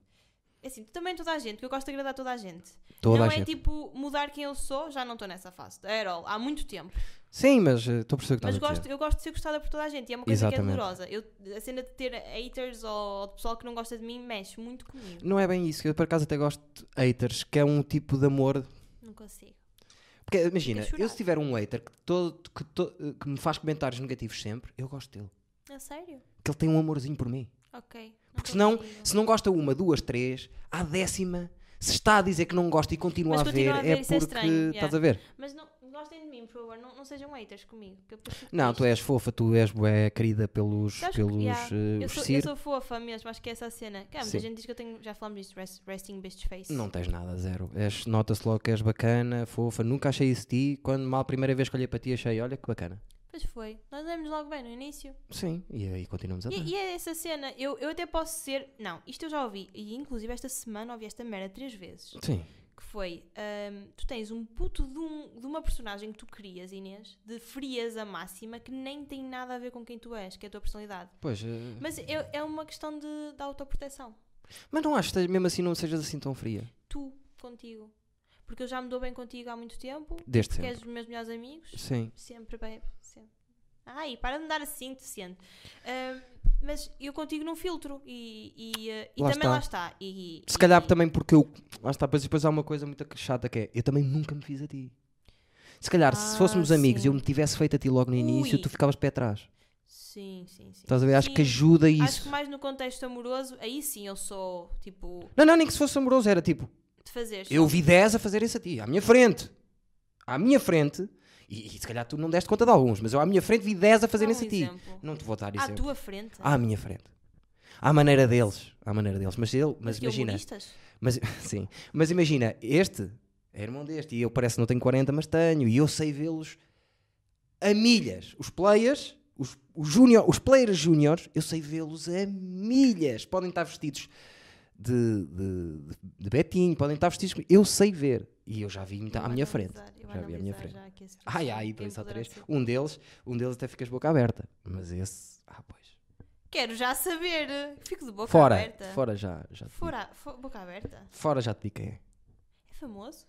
[SPEAKER 2] é assim, também toda a gente, que eu gosto de agradar toda a gente.
[SPEAKER 1] Toda
[SPEAKER 2] não
[SPEAKER 1] a
[SPEAKER 2] é
[SPEAKER 1] gente.
[SPEAKER 2] tipo mudar quem eu sou, já não estou nessa fase. At all, há muito tempo.
[SPEAKER 1] Sim, mas uh, estou a perceber o que
[SPEAKER 2] Mas
[SPEAKER 1] estás a
[SPEAKER 2] gosto,
[SPEAKER 1] dizer.
[SPEAKER 2] eu gosto de ser gostada por toda a gente e é uma coisa
[SPEAKER 1] Exatamente.
[SPEAKER 2] que é dolorosa. Eu, a cena de ter haters ou, de pessoal que não gosta de mim mexe muito comigo.
[SPEAKER 1] Não é bem isso. Eu, por acaso, até gosto de haters, que é um tipo de amor.
[SPEAKER 2] Não consigo.
[SPEAKER 1] Porque, eh, imagina,
[SPEAKER 2] Fica
[SPEAKER 1] eu
[SPEAKER 2] chorado.
[SPEAKER 1] se tiver um hater que, todo, que, to- eh, que me faz comentários negativos sempre, eu gosto dele.
[SPEAKER 2] É sério? Ah,
[SPEAKER 1] Que ele tem um amorzinho por mim.
[SPEAKER 2] Ok.
[SPEAKER 1] Porque senão, se não gosta uma, duas, três, à décima Se está a dizer que não gosta e continua,
[SPEAKER 2] Mas
[SPEAKER 1] a, ver,
[SPEAKER 2] continua a ver,
[SPEAKER 1] é
[SPEAKER 2] isso
[SPEAKER 1] porque
[SPEAKER 2] é estranho,
[SPEAKER 1] estás
[SPEAKER 2] yeah.
[SPEAKER 1] a ver.
[SPEAKER 2] Mas não, gostem de mim, por favor, não, não sejam haters comigo. que eu depois fico
[SPEAKER 1] Não, tu é
[SPEAKER 2] triste.
[SPEAKER 1] és fofa, tu és bué querida pelos,
[SPEAKER 2] Sabes que-
[SPEAKER 1] pelos
[SPEAKER 2] yeah,
[SPEAKER 1] eh,
[SPEAKER 2] Eu
[SPEAKER 1] os
[SPEAKER 2] sou, eu
[SPEAKER 1] Ciro.
[SPEAKER 2] sou fofa mesmo, acho que é essa a cena. Cara, muita
[SPEAKER 1] Sim.
[SPEAKER 2] gente diz que eu tenho. Já falamos disto, rest- resting bitch face.
[SPEAKER 1] Não tens nada, zero. És, nota-se logo que és bacana, fofa. Nunca achei isso de ti. Quando mal a primeira vez que olhei para ti, achei, olha que bacana.
[SPEAKER 2] Pois foi. Nós lemos logo bem no início.
[SPEAKER 1] Sim, e aí continuamos a dar.
[SPEAKER 2] E, e é essa cena. Eu, eu até posso ser. Não, isto eu já ouvi. E inclusive esta semana ouvi esta merda três vezes.
[SPEAKER 1] Sim,
[SPEAKER 2] Que foi. ahm, tu tens um puto de, um- de uma personagem que tu querias, Inês, de frieza máxima, que nem tem nada a ver com quem tu és, que é a tua personalidade.
[SPEAKER 1] pois. eh, Mas,
[SPEAKER 2] Mas eu- é uma questão de, de autoproteção.
[SPEAKER 1] não acho, que mesmo assim, não sejas assim tão fria.
[SPEAKER 2] Tu, contigo. Porque eu já me dou bem contigo há muito tempo.
[SPEAKER 1] Desde
[SPEAKER 2] Que
[SPEAKER 1] sempre.
[SPEAKER 2] és dos meus melhores amigos.
[SPEAKER 1] Sim.
[SPEAKER 2] Sempre, babe, sempre. Ai, para de me dar assim, deficiente. Ahm, mas eu contigo não filtro e, e, eh, e
[SPEAKER 1] Lá
[SPEAKER 2] também
[SPEAKER 1] está.
[SPEAKER 2] lá está. E,
[SPEAKER 1] Se
[SPEAKER 2] e-
[SPEAKER 1] calhar também porque eu. Lá está, depois, depois há uma coisa muito chata que é: eu também nunca me fiz a ti. Se calhar, se
[SPEAKER 2] Ah,
[SPEAKER 1] fôssemos amigos e eu
[SPEAKER 2] sim.
[SPEAKER 1] me tivesse feito a ti logo no início,
[SPEAKER 2] Ui.
[SPEAKER 1] tu ficavas de pé atrás.
[SPEAKER 2] Sim, sim, sim.
[SPEAKER 1] Estás a ver? Acho
[SPEAKER 2] Sim,
[SPEAKER 1] que ajuda isso.
[SPEAKER 2] Acho que mais no contexto amoroso, aí sim eu sou, tipo,
[SPEAKER 1] Não, não, nem que se fosse amoroso, era tipo:
[SPEAKER 2] de fazer.
[SPEAKER 1] eu vi 10 a fazer isso a ti, à minha frente. À minha frente. E, e se calhar tu não deste conta de alguns, mas eu à minha frente vi 10 a fazer
[SPEAKER 2] Dá um
[SPEAKER 1] isso a ti.
[SPEAKER 2] exemplo.
[SPEAKER 1] Não te vou dar
[SPEAKER 2] À
[SPEAKER 1] exemplo. Ah,
[SPEAKER 2] tua frente.
[SPEAKER 1] À minha frente. À maneira deles. À maneira deles. Mas ele, mas
[SPEAKER 2] que
[SPEAKER 1] imagina.
[SPEAKER 2] humoristas.
[SPEAKER 1] Mas, sim, mas imagina, este é irmão deste, e eu parece que não tenho 40, mas tenho, e eu sei vê-los a milhas. Os players, os, os, junior, os players júniores, eu sei vê-los a milhas. Podem estar vestidos de, de, de- de Betinho, podem estar vestidos. com- Eu sei ver, e eu já vi muita, à minha frente.
[SPEAKER 2] Eu
[SPEAKER 1] Já vi à minha frente.
[SPEAKER 2] Já aqui esse é
[SPEAKER 1] Ai, ai,
[SPEAKER 2] quem
[SPEAKER 1] dois ou
[SPEAKER 2] poderá
[SPEAKER 1] três.
[SPEAKER 2] ser.
[SPEAKER 1] Um deles, um deles até ficas boca aberta, mas esse, ah, pois.
[SPEAKER 2] Quero já saber. Fico de boca
[SPEAKER 1] Fora,
[SPEAKER 2] aberta.
[SPEAKER 1] fora já, já te digo.
[SPEAKER 2] Fora, fo- boca aberta.
[SPEAKER 1] Fora já te digo quem é.
[SPEAKER 2] É famoso?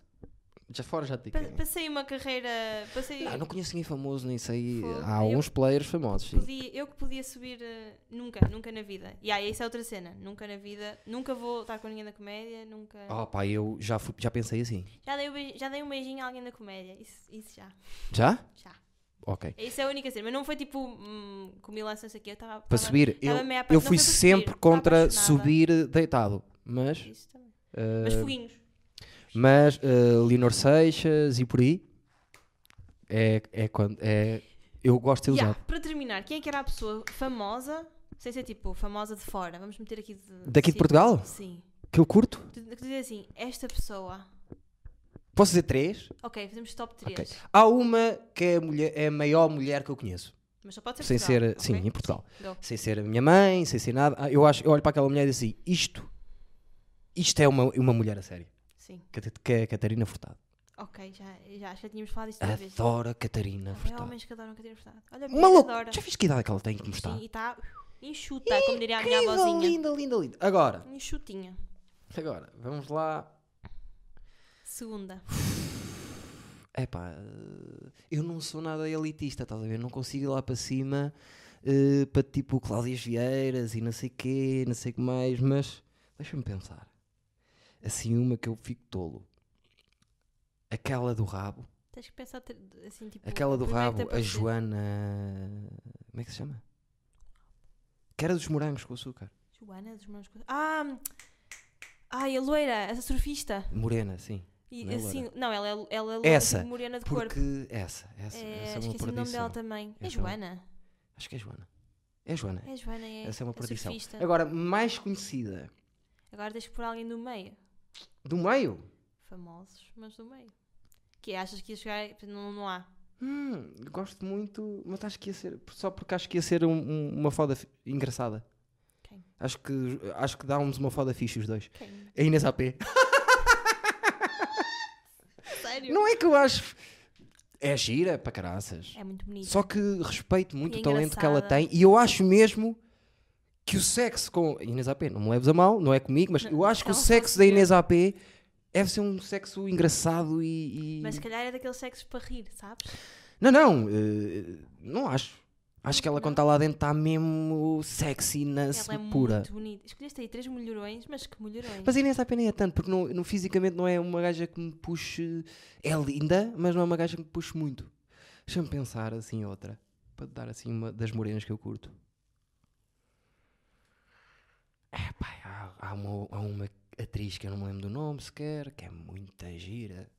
[SPEAKER 1] Já fora já te digo
[SPEAKER 2] Pa-
[SPEAKER 1] quem é.
[SPEAKER 2] Passei uma carreira. Passei.
[SPEAKER 1] Não, não conheço ninguém famoso, nem sei.
[SPEAKER 2] Fogo.
[SPEAKER 1] Há alguns players famosos, sim.
[SPEAKER 2] podia- eu que podia subir eh, nunca, nunca na vida. E aí, isso é outra cena. Nunca na vida. Nunca vou estar com ninguém da comédia. Nunca.
[SPEAKER 1] Oh pá, eu já, fui- já pensei assim.
[SPEAKER 2] Já, dei um beijinho, já dei um beijinho a alguém da comédia. Isso, isso já.
[SPEAKER 1] Já?
[SPEAKER 2] Já.
[SPEAKER 1] Ok.
[SPEAKER 2] Isso é a única cena. Mas não foi tipo hum, com mil lanças aqui. Eu estava.
[SPEAKER 1] Para subir, eu,
[SPEAKER 2] tava meio apa-
[SPEAKER 1] eu
[SPEAKER 2] não foi
[SPEAKER 1] fui
[SPEAKER 2] para subir,
[SPEAKER 1] sempre
[SPEAKER 2] tava
[SPEAKER 1] contra
[SPEAKER 2] apaixonada.
[SPEAKER 1] subir deitado. Mas,
[SPEAKER 2] Isso também.
[SPEAKER 1] eh,
[SPEAKER 2] Mas foguinhos.
[SPEAKER 1] mas eh, Leonor Seixas e por aí é, é quando. É, eu gosto de ser
[SPEAKER 2] Yeah,
[SPEAKER 1] usado.
[SPEAKER 2] para terminar, quem é que era a pessoa famosa? Sem ser tipo famosa de fora. Vamos meter aqui de.
[SPEAKER 1] Daqui de
[SPEAKER 2] sim.
[SPEAKER 1] Portugal?
[SPEAKER 2] Sim.
[SPEAKER 1] Que eu curto?
[SPEAKER 2] Tu, que tu dizes assim, esta pessoa.
[SPEAKER 1] Posso dizer três?
[SPEAKER 2] Ok, fazemos top 3.
[SPEAKER 1] Ok. Há uma que é a, mulher, é a maior mulher que eu conheço.
[SPEAKER 2] Mas só pode ser
[SPEAKER 1] Sem ser. eh,
[SPEAKER 2] Portugal,
[SPEAKER 1] Sim,
[SPEAKER 2] ok?
[SPEAKER 1] em Portugal.
[SPEAKER 2] Go.
[SPEAKER 1] sem ser a minha mãe, sem ser nada. Ah, Eu, acho, eu olho para aquela mulher e digo assim: isto, isto é uma, uma mulher a sério.
[SPEAKER 2] Sim.
[SPEAKER 1] Cata- Que é a Catarina Furtado.
[SPEAKER 2] Ok, já, já acho que já tínhamos falado isto outra vez.
[SPEAKER 1] Adoro Um a Catarina
[SPEAKER 2] Há
[SPEAKER 1] Furtado.
[SPEAKER 2] homens que adoram Catarina Furtado. Olha, a
[SPEAKER 1] Uma
[SPEAKER 2] mulher
[SPEAKER 1] louca.
[SPEAKER 2] adora.
[SPEAKER 1] Já viste que idade é que ela tem que mostrar?
[SPEAKER 2] Sim, e está enxuta, como diria a minha
[SPEAKER 1] Incrível,
[SPEAKER 2] avózinha.
[SPEAKER 1] linda, linda, linda. Agora,
[SPEAKER 2] Enxutinha.
[SPEAKER 1] agora, vamos lá.
[SPEAKER 2] Segunda.
[SPEAKER 1] Epá, eh, eu não sou nada elitista, estás a ver? Não consigo ir lá para cima eh, para tipo Cláudias Vieiras e não sei quê, não sei o que mais, mas deixa-me pensar. Assim, uma que eu fico tolo. Aquela do rabo,
[SPEAKER 2] Tens que pensar ter- assim, tipo.
[SPEAKER 1] aquela do
[SPEAKER 2] primeiro que
[SPEAKER 1] rabo,
[SPEAKER 2] te
[SPEAKER 1] a
[SPEAKER 2] aparecer.
[SPEAKER 1] Joana. Como é que se chama? Que era dos morangos com açúcar.
[SPEAKER 2] Joana dos Mãos Cruzadas. Ah! hum. Ai, a loira, essa surfista.
[SPEAKER 1] Morena, sim.
[SPEAKER 2] E,
[SPEAKER 1] Não é
[SPEAKER 2] assim,
[SPEAKER 1] loira.
[SPEAKER 2] não, ela é, ela é loira,
[SPEAKER 1] Essa,
[SPEAKER 2] tipo, morena de corpo.
[SPEAKER 1] Porque essa, essa,
[SPEAKER 2] É,
[SPEAKER 1] essa é uma
[SPEAKER 2] esqueci o nome
[SPEAKER 1] perdição.
[SPEAKER 2] dela também. É
[SPEAKER 1] Essa é uma-
[SPEAKER 2] Joana.
[SPEAKER 1] Acho que é Joana. É Joana.
[SPEAKER 2] É Joana, é.
[SPEAKER 1] Essa é uma
[SPEAKER 2] a
[SPEAKER 1] perdição.
[SPEAKER 2] surfista.
[SPEAKER 1] Agora, mais conhecida.
[SPEAKER 2] Agora tens que pôr alguém do meio.
[SPEAKER 1] Do meio?
[SPEAKER 2] Famosos, mas do meio. Que é, achas que ia chegar. Não, não há.
[SPEAKER 1] Hum, gosto muito, mas acho que ia ser. Só porque acho que ia ser um- um- uma foda fi- engraçada.
[SPEAKER 2] Quem?
[SPEAKER 1] Acho que, acho que dá-nos uma foda fixe os dois.
[SPEAKER 2] Quem?
[SPEAKER 1] A Inês AP.
[SPEAKER 2] Sério?
[SPEAKER 1] Não é que eu acho. É gira para caraças.
[SPEAKER 2] É muito bonito.
[SPEAKER 1] Só que respeito muito
[SPEAKER 2] E
[SPEAKER 1] o talento que ela
[SPEAKER 2] engraçada.
[SPEAKER 1] tem e eu acho mesmo que o sexo com. Inês AP, não me leves a mal, não é comigo, mas
[SPEAKER 2] Não,
[SPEAKER 1] eu acho que o
[SPEAKER 2] não,
[SPEAKER 1] sexo
[SPEAKER 2] não
[SPEAKER 1] da
[SPEAKER 2] sei.
[SPEAKER 1] Inês AP deve ser um sexo engraçado e. e-
[SPEAKER 2] Mas se calhar é daqueles sexos para rir, sabes?
[SPEAKER 1] Não, não, eh, não acho. Acho que ela quando está lá dentro está mesmo sexy na
[SPEAKER 2] Ela é
[SPEAKER 1] pura.
[SPEAKER 2] muito bonita. Escolheste aí três molhorões, mas que molhorões.
[SPEAKER 1] Mas a Inês Apena é tanto, porque não, não- fisicamente não é uma gaja que me puxe. É linda, mas não é uma gaja que me puxe muito. Deixa-me pensar assim outra. Para te dar assim uma das morenas que eu curto. É pá, há, há uma, há uma atriz que eu não me lembro do nome sequer, que é muita gira.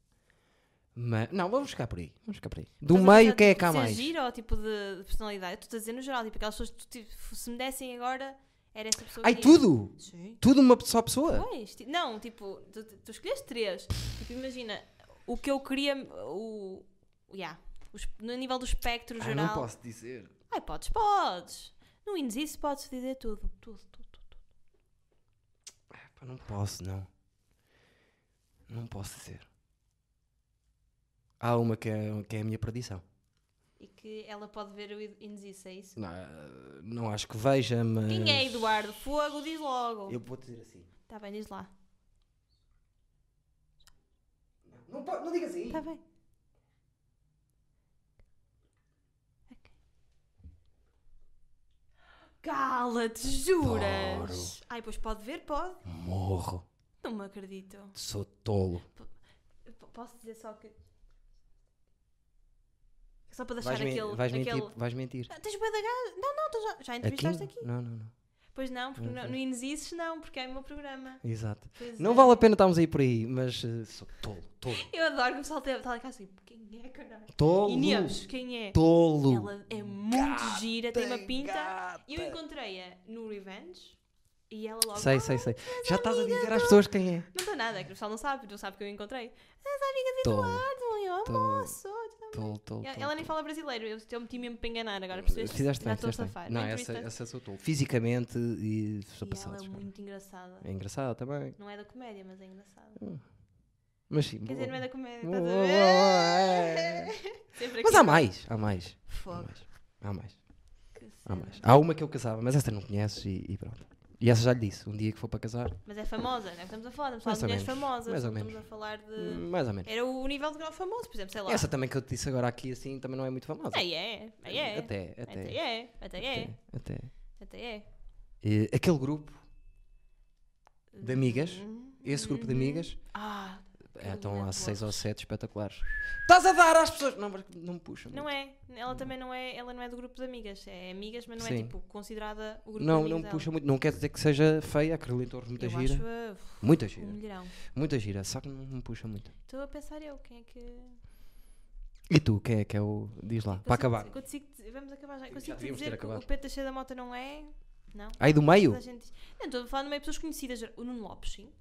[SPEAKER 1] Mas, não, vamos ficar por aí. Vamos ficar por aí. Do
[SPEAKER 2] Estás a
[SPEAKER 1] meio,
[SPEAKER 2] pensar,
[SPEAKER 1] quem é
[SPEAKER 2] tipo,
[SPEAKER 1] cá
[SPEAKER 2] se
[SPEAKER 1] mais?
[SPEAKER 2] gira ou tipo de de personalidade? Eu estou a dizer no geral, tipo aquelas pessoas que tu, tipo, se me dessem agora, era esta pessoa
[SPEAKER 1] Ai,
[SPEAKER 2] que ia.
[SPEAKER 1] tudo!
[SPEAKER 2] Sim.
[SPEAKER 1] Tudo uma só pessoa?
[SPEAKER 2] Pois, ti- não, tipo, tu, tu escolheste três. Tipo, imagina, o que eu queria, o. Yeah, o es- no nível do espectro
[SPEAKER 1] Ah,
[SPEAKER 2] geral.
[SPEAKER 1] não posso dizer.
[SPEAKER 2] Ai, podes, podes. No Ines, isso podes dizer tudo. Tudo, tudo, tudo. tudo.
[SPEAKER 1] Ah, Pá, não posso, não. Não posso dizer. Há uma que é, que é a minha perdição.
[SPEAKER 2] E que ela pode ver o Ines, isso é isso?
[SPEAKER 1] Não, não acho que veja, mas.
[SPEAKER 2] Quem é Eduardo Fogo? Diz logo.
[SPEAKER 1] Eu vou dizer assim.
[SPEAKER 2] Tá bem, diz lá.
[SPEAKER 1] Não, pode, não diga assim.
[SPEAKER 2] Tá bem. Ok. Cala-te, juras! Ai, pois pode ver, pode.
[SPEAKER 1] Morro.
[SPEAKER 2] Não me acredito.
[SPEAKER 1] Sou tolo.
[SPEAKER 2] P- posso dizer só que. Só para deixar
[SPEAKER 1] Vais, men-
[SPEAKER 2] aquele.
[SPEAKER 1] vais
[SPEAKER 2] aquele...
[SPEAKER 1] mentir, vais mentir.
[SPEAKER 2] Ah, tens bué da gás? Não, não, tu já, já entrevistaste aqui.
[SPEAKER 1] Não, não, não.
[SPEAKER 2] Pois não, porque
[SPEAKER 1] Não,
[SPEAKER 2] no,
[SPEAKER 1] não.
[SPEAKER 2] no Inesis não, porque é o meu programa.
[SPEAKER 1] Exato.
[SPEAKER 2] Pois
[SPEAKER 1] Não
[SPEAKER 2] é.
[SPEAKER 1] vale a pena estarmos aí por aí, mas eh, sou tolo, tolo.
[SPEAKER 2] Eu adoro que o pessoal está lá cá assim, quem é, caralho?
[SPEAKER 1] Tolo.
[SPEAKER 2] Inês, quem é?
[SPEAKER 1] Tolo.
[SPEAKER 2] Ela é muito gira, tem uma
[SPEAKER 1] Gata,
[SPEAKER 2] pinta.
[SPEAKER 1] gata.
[SPEAKER 2] Eu encontrei-a no Revenge e ela logo.
[SPEAKER 1] Sei,
[SPEAKER 2] "Ah,
[SPEAKER 1] sei, sei.
[SPEAKER 2] és
[SPEAKER 1] Já estás a
[SPEAKER 2] amiga
[SPEAKER 1] dizer
[SPEAKER 2] do-"
[SPEAKER 1] às pessoas quem é.
[SPEAKER 2] Não estou nada, é que o pessoal não sabe, não sabe que eu encontrei. És
[SPEAKER 1] Tolo.
[SPEAKER 2] amiga de Eduardo,
[SPEAKER 1] Tô.
[SPEAKER 2] um eu almoço.
[SPEAKER 1] Tolo, tolo.
[SPEAKER 2] Ela,
[SPEAKER 1] tolo,
[SPEAKER 2] ela nem
[SPEAKER 1] tolo.
[SPEAKER 2] fala brasileiro, eu, eu meti mesmo para enganar agora, percebeste?
[SPEAKER 1] Hum, Fizeste
[SPEAKER 2] Já
[SPEAKER 1] bem,
[SPEAKER 2] estou a
[SPEAKER 1] fizeste bem.
[SPEAKER 2] safar.
[SPEAKER 1] Não,
[SPEAKER 2] Na
[SPEAKER 1] essa,
[SPEAKER 2] entrevista-
[SPEAKER 1] essa sou tolo. Fisicamente e sou
[SPEAKER 2] é E ela é
[SPEAKER 1] passado.
[SPEAKER 2] muito engraçada.
[SPEAKER 1] É engraçada também.
[SPEAKER 2] Não é da comédia, mas é engraçada.
[SPEAKER 1] Mas sim.
[SPEAKER 2] Quer dizer, não
[SPEAKER 1] boa.
[SPEAKER 2] é da comédia,
[SPEAKER 1] Boa,
[SPEAKER 2] estás
[SPEAKER 1] boa, é.
[SPEAKER 2] a ver? Sempre
[SPEAKER 1] Mas
[SPEAKER 2] aqui.
[SPEAKER 1] há mais, há mais. Há
[SPEAKER 2] Fogo.
[SPEAKER 1] mais. Há mais.
[SPEAKER 2] que
[SPEAKER 1] Há
[SPEAKER 2] cena.
[SPEAKER 1] mais. Há uma que eu casava, mas esta não conheces e, e pronto. E essa já lhe disse, um dia que for para casar,
[SPEAKER 2] Mas é famosa, não é? Estamos a falar, estamos a falar
[SPEAKER 1] Mais
[SPEAKER 2] de
[SPEAKER 1] ou
[SPEAKER 2] mulheres
[SPEAKER 1] menos,
[SPEAKER 2] famosas,
[SPEAKER 1] mais
[SPEAKER 2] não
[SPEAKER 1] ou
[SPEAKER 2] estamos a
[SPEAKER 1] menos.
[SPEAKER 2] falar de.
[SPEAKER 1] mais ou menos.
[SPEAKER 2] Era o nível de grau famoso, por exemplo, sei lá.
[SPEAKER 1] Essa também que eu te disse agora aqui, assim, também não é muito famosa.
[SPEAKER 2] Aí é, aí é.
[SPEAKER 1] Até, até.
[SPEAKER 2] Até é, até é,
[SPEAKER 1] até.
[SPEAKER 2] até é.
[SPEAKER 1] E aquele grupo de amigas, esse grupo de amigas,
[SPEAKER 2] Uhum. Ah,
[SPEAKER 1] é, estão há
[SPEAKER 2] network.
[SPEAKER 1] seis ou sete espetaculares. Estás a dar às pessoas! Não, mas não me puxam.
[SPEAKER 2] não é. Ela também não é, ela não é do grupo de amigas. É amigas, mas não é
[SPEAKER 1] Sim.
[SPEAKER 2] tipo considerada o grupo
[SPEAKER 1] Não,
[SPEAKER 2] de amigas.
[SPEAKER 1] não me
[SPEAKER 2] dela.
[SPEAKER 1] puxa muito. Não quer dizer que seja feia, a Carolina Torres, muita
[SPEAKER 2] Eu
[SPEAKER 1] gira.
[SPEAKER 2] acho uh,
[SPEAKER 1] Muita
[SPEAKER 2] um
[SPEAKER 1] gira.
[SPEAKER 2] milhão.
[SPEAKER 1] Muita gira, só que não me puxa muito.
[SPEAKER 2] Estou a pensar eu, quem é que.
[SPEAKER 1] E tu, quem é que é o. Diz lá, para acabar.
[SPEAKER 2] Consigo- Consigo, te- vamos acabar já. Consigo te
[SPEAKER 1] devíamos ter
[SPEAKER 2] dizer que
[SPEAKER 1] acabado.
[SPEAKER 2] o Pedro Teixeira da Mota não é? Não?
[SPEAKER 1] Aí do meio?
[SPEAKER 2] Toda a gente diz- Não, estou a falar de meio pessoas conhecidas. O Nuno Lopes, sim.